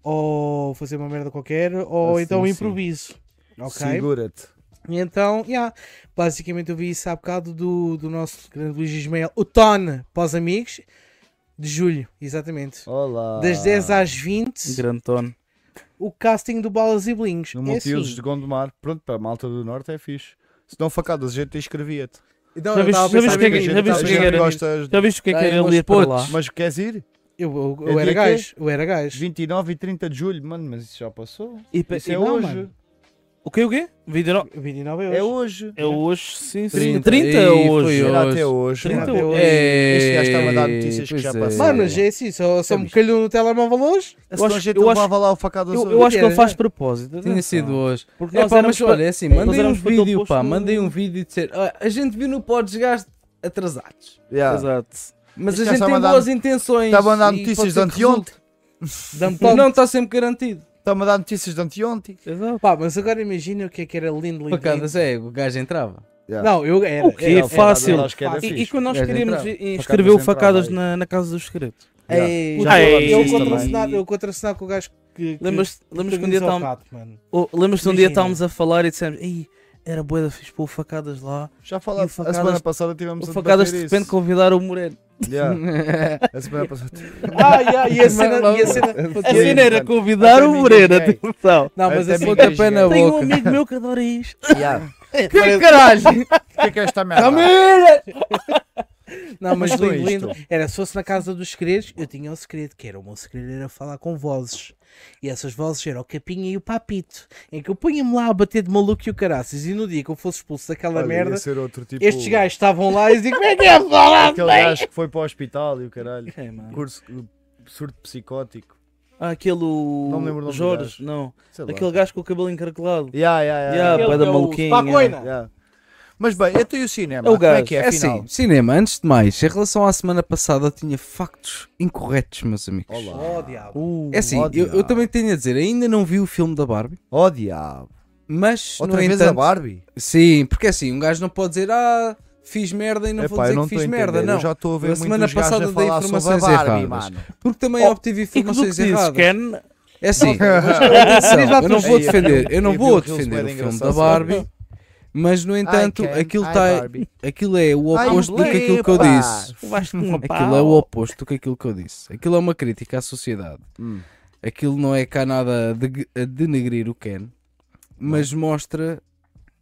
Speaker 4: ou fazer uma merda qualquer ou
Speaker 1: Ah,
Speaker 4: então
Speaker 1: sim, sim.
Speaker 4: improviso. Ok?
Speaker 1: Segura-te.
Speaker 4: E Então, yeah, basicamente eu vi isso há bocado do, do nosso grande Luís Ismael, o Tone, para os amigos, de julho, exatamente.
Speaker 1: Olá.
Speaker 4: Das 10 às 20,
Speaker 5: Grande tono.
Speaker 4: o casting do Balas e Blinks.
Speaker 1: No
Speaker 4: é
Speaker 1: Multiusos
Speaker 4: assim.
Speaker 1: de Gondomar. Pronto, para a malta do Norte é fixe. Se não facadas, a gente inscrevia-te.
Speaker 4: Então,
Speaker 5: Já
Speaker 4: eu
Speaker 5: viste-
Speaker 4: tava a
Speaker 5: já
Speaker 4: pensar
Speaker 5: viste o que é que-
Speaker 4: nisso,
Speaker 5: já
Speaker 4: eu
Speaker 1: tá-
Speaker 4: tava
Speaker 5: viste
Speaker 4: a
Speaker 5: o que
Speaker 4: pensar
Speaker 5: é que era
Speaker 4: nisso.
Speaker 1: gostas.
Speaker 5: Já viste o que é que
Speaker 3: Tem
Speaker 5: era
Speaker 3: uns
Speaker 5: ali para lá?
Speaker 3: potes.
Speaker 1: Mas queres ir?
Speaker 4: Eu, eu,
Speaker 1: É
Speaker 4: eu era
Speaker 1: dia
Speaker 4: gajo, eu era gajo.
Speaker 1: 29 e 30 de julho, mano, mas isso já passou.
Speaker 5: E pa-
Speaker 1: Isso
Speaker 5: e
Speaker 1: é
Speaker 5: não,
Speaker 1: hoje.
Speaker 5: mano. O que o quê? Vídeo
Speaker 4: 29
Speaker 1: É
Speaker 4: é hoje.
Speaker 1: hoje.
Speaker 5: É hoje, sim, sim.
Speaker 3: 30.
Speaker 5: 30 é
Speaker 3: Ih,
Speaker 5: hoje.
Speaker 3: foi
Speaker 1: Era
Speaker 3: hoje.
Speaker 1: até hoje.
Speaker 5: 30
Speaker 1: mano. É,
Speaker 4: hoje.
Speaker 1: Este gajo estava a dar notícias que
Speaker 3: É, Pois
Speaker 1: já
Speaker 3: é.
Speaker 1: passaram.
Speaker 4: Mano, mas é assim, só, só me calhou no telemóvel hoje.
Speaker 5: Eu
Speaker 1: Senão a
Speaker 5: acho,
Speaker 1: gente
Speaker 5: eu acho,
Speaker 1: levava lá o facado
Speaker 5: eu,
Speaker 1: azul.
Speaker 5: eu acho que ele
Speaker 4: Era.
Speaker 5: faz de propósito.
Speaker 3: é. Tinha
Speaker 5: atenção.
Speaker 3: sido hoje.
Speaker 5: Porque
Speaker 3: É
Speaker 5: nós
Speaker 3: pá,
Speaker 5: éramos
Speaker 3: mas
Speaker 5: para-
Speaker 3: olha, é assim, mandei um
Speaker 5: éramos para aquele
Speaker 3: vídeo, pá,
Speaker 5: posto-
Speaker 3: mandei um vídeo e dizer, "Ah, a gente viu no Podesgaste atrasados.
Speaker 5: Ah.
Speaker 1: Yeah.
Speaker 5: Exato.
Speaker 3: Mas
Speaker 1: Este
Speaker 3: a
Speaker 1: já
Speaker 3: gente
Speaker 1: estava
Speaker 3: tem
Speaker 1: a dar-
Speaker 3: boas intenções.
Speaker 1: estava a dar
Speaker 3: e
Speaker 1: notícias
Speaker 3: pode ser
Speaker 1: de
Speaker 3: que resulte."
Speaker 4: Dá-me
Speaker 3: Não está sempre garantido.
Speaker 1: Está-me a dar notícias de anteontem.
Speaker 5: Exato.
Speaker 4: Pá, mas agora imagina o que é que era lindo, lindo. lindo.
Speaker 3: Facadas é, o gajo entrava.
Speaker 4: Não, eu era.
Speaker 5: O quê?
Speaker 4: era, era,
Speaker 5: É, Fácil. Ah,
Speaker 4: era
Speaker 1: Acho que é era
Speaker 4: fácil.
Speaker 5: E, e quando nós
Speaker 3: Gajo
Speaker 5: queríamos
Speaker 3: entrava.
Speaker 5: i- inscrever o
Speaker 1: Facadas entrava
Speaker 5: Facadas
Speaker 1: aí.
Speaker 5: na, na Casa dos Segredos?
Speaker 1: Yeah.
Speaker 3: Ei,
Speaker 1: Já falámos
Speaker 4: Ah,
Speaker 5: Ei.
Speaker 4: é Eu
Speaker 1: disso também.
Speaker 4: contracenado, eu contracenado com o gajo que. que
Speaker 5: Ah, é Lembras-te lembras que um
Speaker 4: protagonizou
Speaker 5: dia
Speaker 4: o
Speaker 5: estávamos
Speaker 4: rato, mano.
Speaker 5: oh, lembras que um dia
Speaker 4: Imagina.
Speaker 5: estávamos a falar e dissemos Ei, era bué da fixe pôr o Facadas lá.
Speaker 1: Já
Speaker 5: E o
Speaker 1: falámos. A
Speaker 5: Facadas-
Speaker 1: semana passada tivemos
Speaker 5: O
Speaker 1: a
Speaker 5: Facadas de
Speaker 1: debater
Speaker 5: repente
Speaker 1: isso.
Speaker 5: convidar o Moreno.
Speaker 1: Yeah. A semana passada.
Speaker 4: Ah, yeah, e a cena. E
Speaker 3: um
Speaker 4: a cena
Speaker 3: É
Speaker 5: A cena Assim era convidar
Speaker 1: Até
Speaker 5: o
Speaker 1: me
Speaker 5: Moreno,
Speaker 1: engasguei.
Speaker 5: atenção.
Speaker 4: não, mas
Speaker 1: Até
Speaker 4: assim.
Speaker 1: me
Speaker 3: Pontapé na
Speaker 5: Tem um
Speaker 3: boca.
Speaker 5: amigo meu que adora isto.
Speaker 1: Yeah.
Speaker 5: Que caralho! Tá
Speaker 1: O que é que é esta merda?
Speaker 3: Camila!
Speaker 4: Não, mas
Speaker 1: Então é
Speaker 4: lindo,
Speaker 1: isto.
Speaker 4: lindo. Era se fosse na casa dos segredos, eu tinha um segredo, que era o meu segredo era falar com vozes. E essas vozes eram o Capinha e o Papito. Em que eu punha-me lá a bater de maluco e o caraças. E no dia que eu fosse expulso daquela
Speaker 1: Olha, ia
Speaker 4: merda,
Speaker 1: ser outro tipo.
Speaker 4: estes gajos estavam lá e diziam: Como é que é falar?
Speaker 1: Aquele gajo que foi para o hospital e o caralho.
Speaker 5: É, mano.
Speaker 1: Curso, surto psicótico.
Speaker 5: Ah, aquele. o-
Speaker 1: Não me lembro o nome do
Speaker 5: Jorge, não.
Speaker 1: Sei lá.
Speaker 5: Aquele gajo com o cabelo encaracolado.
Speaker 1: Yeah, yeah, yeah,
Speaker 5: Yeah,
Speaker 1: yeah,
Speaker 5: bué da
Speaker 2: que é o
Speaker 5: maluquinho,
Speaker 2: Spacoina.
Speaker 1: yeah. Mas bem, eu tenho o cinema.
Speaker 5: É o
Speaker 1: Como é
Speaker 5: gajo.
Speaker 1: que é,
Speaker 3: É
Speaker 1: afinal?
Speaker 3: assim, cinema, antes de mais, em relação à semana passada, eu tinha factos incorretos, meus amigos.
Speaker 1: Olá.
Speaker 4: Oh, diabo.
Speaker 1: Uh,
Speaker 3: É assim,
Speaker 1: ó
Speaker 3: eu, eu
Speaker 1: diabo.
Speaker 3: também tenho a dizer, ainda não vi o filme da Barbie,
Speaker 1: Ó diabo.
Speaker 3: mas
Speaker 1: Outra
Speaker 3: no
Speaker 1: vez
Speaker 3: entanto,
Speaker 1: a Barbie?
Speaker 3: Sim, porque assim, um gajo não pode dizer, ah, fiz merda e não vou
Speaker 1: Epá,
Speaker 3: dizer
Speaker 1: eu não estou
Speaker 3: que
Speaker 1: a
Speaker 3: fiz
Speaker 1: entender.
Speaker 3: merda, não.
Speaker 1: Eu já estou a ver
Speaker 3: Na
Speaker 1: muitos
Speaker 3: semana
Speaker 1: gajos
Speaker 3: passada
Speaker 1: a
Speaker 3: dei
Speaker 1: falar sobre a
Speaker 3: informações
Speaker 1: Barbie,
Speaker 3: erradas.
Speaker 1: mano.
Speaker 3: Porque também
Speaker 5: Oh,
Speaker 3: obtive
Speaker 5: E que do que
Speaker 3: informações
Speaker 5: dizes,
Speaker 3: erradas.
Speaker 5: Ken?
Speaker 3: É assim,
Speaker 4: Atenção,
Speaker 3: eu não vou
Speaker 1: Ei,
Speaker 3: defender, eu não
Speaker 1: eu
Speaker 3: vou
Speaker 1: vi o Reels
Speaker 3: defender o
Speaker 1: bué de
Speaker 3: filme da
Speaker 1: engraçado
Speaker 3: Barbie, mas no entanto,
Speaker 1: Ken,
Speaker 3: aquilo
Speaker 1: ai,
Speaker 3: tá,
Speaker 1: Barbie.
Speaker 3: aquilo é o
Speaker 1: Ai,
Speaker 3: oposto do que aquilo que eu
Speaker 1: Blepa.
Speaker 3: disse.
Speaker 5: Tu vais com uma
Speaker 3: Aquilo é o oposto do que aquilo que eu disse. Aquilo é uma crítica à sociedade.
Speaker 1: Hum.
Speaker 3: Aquilo não é cá nada de, a denegrir o Ken, mas mostra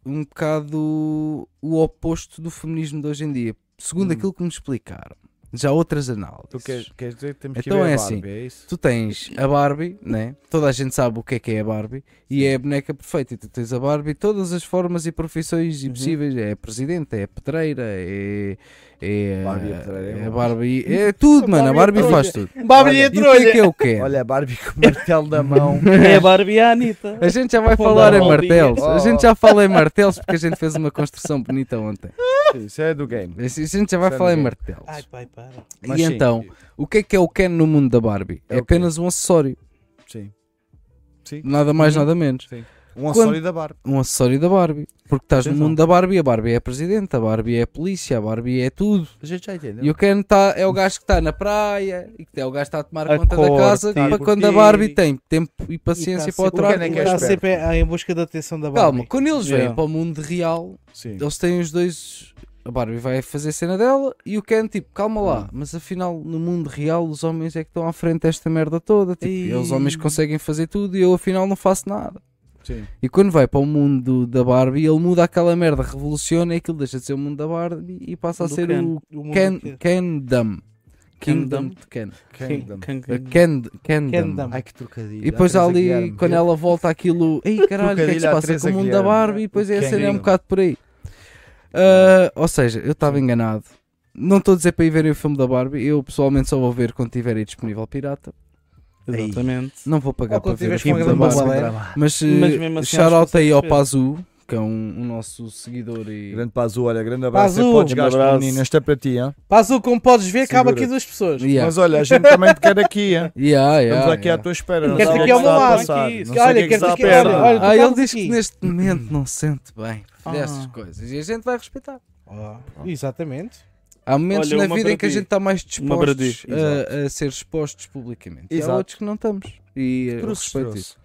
Speaker 3: um bocado o oposto do feminismo de hoje em dia, segundo aquilo que me explicaram. Já outras análises.
Speaker 1: Hum. Tu queres, queres dizer que temos que
Speaker 3: Então
Speaker 1: ver
Speaker 3: é
Speaker 1: a Barbie,
Speaker 3: assim.
Speaker 1: é isso?
Speaker 3: Tu tens a Barbie, né? toda a gente sabe o que é que é a Barbie, e é a boneca perfeita. E tu tens a Barbie, todas as formas e profissões
Speaker 1: Uhum.
Speaker 3: e possíveis: é a presidente, é a pedreira, é, é, a-
Speaker 1: Barbie, a pedreira, é
Speaker 3: é a
Speaker 1: bom.
Speaker 3: Barbie, é tudo, mano. A Barbie faz tudo.
Speaker 4: Barbie
Speaker 3: E
Speaker 4: e
Speaker 3: o que é que
Speaker 4: trolha.
Speaker 3: é o que
Speaker 1: Olha, a Barbie com o martelo na mão.
Speaker 5: É a Barbie e a Anitta.
Speaker 3: A gente já vai
Speaker 5: Vou
Speaker 3: falar
Speaker 5: dar
Speaker 3: em
Speaker 5: uma bolinha.
Speaker 3: martelos. A gente
Speaker 1: Oh.
Speaker 3: já fala em martelos porque a gente fez uma construção bonita ontem.
Speaker 1: Isso é do game.
Speaker 3: A gente já vai
Speaker 1: Isso é
Speaker 3: falar em
Speaker 1: ninguém.
Speaker 3: martelos.
Speaker 4: Ai, pai, para.
Speaker 1: Mas
Speaker 3: E
Speaker 1: sim,
Speaker 3: então, o que é que é o Ken no mundo da Barbie?
Speaker 1: É
Speaker 3: É
Speaker 1: o quê?
Speaker 3: apenas um acessório,
Speaker 1: Sim.
Speaker 3: nada
Speaker 1: Uhum.
Speaker 3: mais, nada menos.
Speaker 1: Um acessório da Barbie.
Speaker 3: um acessório da Barbie. Porque estás no
Speaker 1: Atenção.
Speaker 3: mundo da Barbie, a Barbie é a presidente, a Barbie é a polícia, a Barbie é tudo.
Speaker 1: A gente já entendeu.
Speaker 3: E o Ken tá, é o gajo que está na praia e que é o gajo que está a tomar
Speaker 5: A
Speaker 3: conta da
Speaker 5: cor,
Speaker 3: casa
Speaker 5: tá a
Speaker 3: para quando a
Speaker 1: curtir.
Speaker 3: Barbie tem tempo e paciência
Speaker 4: E tá
Speaker 3: assim, para o
Speaker 4: sempre-
Speaker 1: O
Speaker 3: trago.
Speaker 1: Ken é que é
Speaker 4: Está
Speaker 1: esperto.
Speaker 4: sempre ah, em busca da atenção da Barbie.
Speaker 3: Calma, quando eles vêm
Speaker 5: Yeah.
Speaker 3: para o mundo real,
Speaker 1: Sim.
Speaker 3: eles têm os dois. A Barbie vai fazer cena dela e o Ken, tipo, calma
Speaker 5: Hum.
Speaker 3: lá, mas afinal no mundo real os homens é que estão à frente desta merda toda. Tipo,
Speaker 5: Ei.
Speaker 3: e os homens conseguem fazer tudo e eu afinal não faço nada.
Speaker 1: Sim.
Speaker 3: E quando vai para o mundo da Barbie, ele muda aquela merda, revoluciona e aquilo deixa de ser o mundo da Barbie e passa a
Speaker 5: Do
Speaker 3: ser
Speaker 5: Ken.
Speaker 3: o
Speaker 4: O mundo
Speaker 3: Ken,
Speaker 4: que-
Speaker 3: Kendom. Kingdom
Speaker 5: Kingdom.
Speaker 3: de Ken.
Speaker 1: Kingdom.
Speaker 3: A
Speaker 5: Ken-
Speaker 3: Kend, Kendom.
Speaker 4: Kendom.
Speaker 1: Ai que trocadilho.
Speaker 3: E depois há ali, quando ela volta aquilo, ei caralho, o que é que se
Speaker 1: Trocadilho à
Speaker 3: passa
Speaker 1: Teresa
Speaker 3: com o mundo da
Speaker 1: Guilherme.
Speaker 3: Barbie? E depois é a
Speaker 1: Quem
Speaker 3: cena é um
Speaker 1: diga?
Speaker 3: bocado por aí. Ah, ou seja, eu estava enganado. Não estou a dizer para ir verem o filme da Barbie, eu pessoalmente só vou ver quando tiver aí disponível pirata.
Speaker 5: Exatamente.
Speaker 3: Não vou pagar
Speaker 4: Ou
Speaker 3: para
Speaker 4: quando
Speaker 3: ver o
Speaker 4: tiveres
Speaker 3: filme
Speaker 4: com
Speaker 3: da
Speaker 4: grande
Speaker 3: Barbie.
Speaker 4: bola, é?
Speaker 3: Mas,
Speaker 5: Mas
Speaker 3: eh,
Speaker 5: mesmo assim,
Speaker 3: shout out
Speaker 5: acho que
Speaker 3: aí ao
Speaker 5: consegues ver.
Speaker 3: Pazu, que é um, um nosso seguidor e
Speaker 1: Grande Pazu, olha, grande abraço.
Speaker 4: Pazu,
Speaker 1: Pazu, podes
Speaker 5: grande
Speaker 1: gastar,
Speaker 5: abraço.
Speaker 1: menino. Este é para ti, hein?
Speaker 4: Paz, o como podes ver, cabe
Speaker 1: Segura-te.
Speaker 4: aqui duas pessoas.
Speaker 3: Yeah.
Speaker 1: Mas olha, a gente também te quer aqui, hein?
Speaker 3: Yeah, yeah,
Speaker 1: Estamos aqui
Speaker 3: yeah.
Speaker 1: à tua espera. não
Speaker 4: Quer-te
Speaker 1: sei o
Speaker 4: aqui
Speaker 1: que
Speaker 4: ao
Speaker 1: está
Speaker 4: meu
Speaker 1: a
Speaker 4: lado.
Speaker 1: passar,
Speaker 5: Olha,
Speaker 1: não sei o que é que
Speaker 4: quer-te
Speaker 1: está a
Speaker 4: aqui- olha,
Speaker 1: passar.
Speaker 4: olha, Tu
Speaker 3: Ah, ele
Speaker 4: estavas
Speaker 3: disse que
Speaker 4: aqui.
Speaker 3: neste momento não se sente bem dessas
Speaker 5: Ah.
Speaker 3: coisas e a gente vai respeitar.
Speaker 4: Ah, exatamente.
Speaker 3: Há momentos
Speaker 5: Olha,
Speaker 3: na
Speaker 5: uma
Speaker 3: vida em que a
Speaker 5: para
Speaker 3: gente está mais
Speaker 5: Uma para ti.
Speaker 3: disposto a, a ser expostos publicamente. E há
Speaker 1: Exato.
Speaker 3: outros que não estamos. E eh, eu
Speaker 1: Trouxe,
Speaker 3: respeito
Speaker 1: trouxe. é
Speaker 3: isso.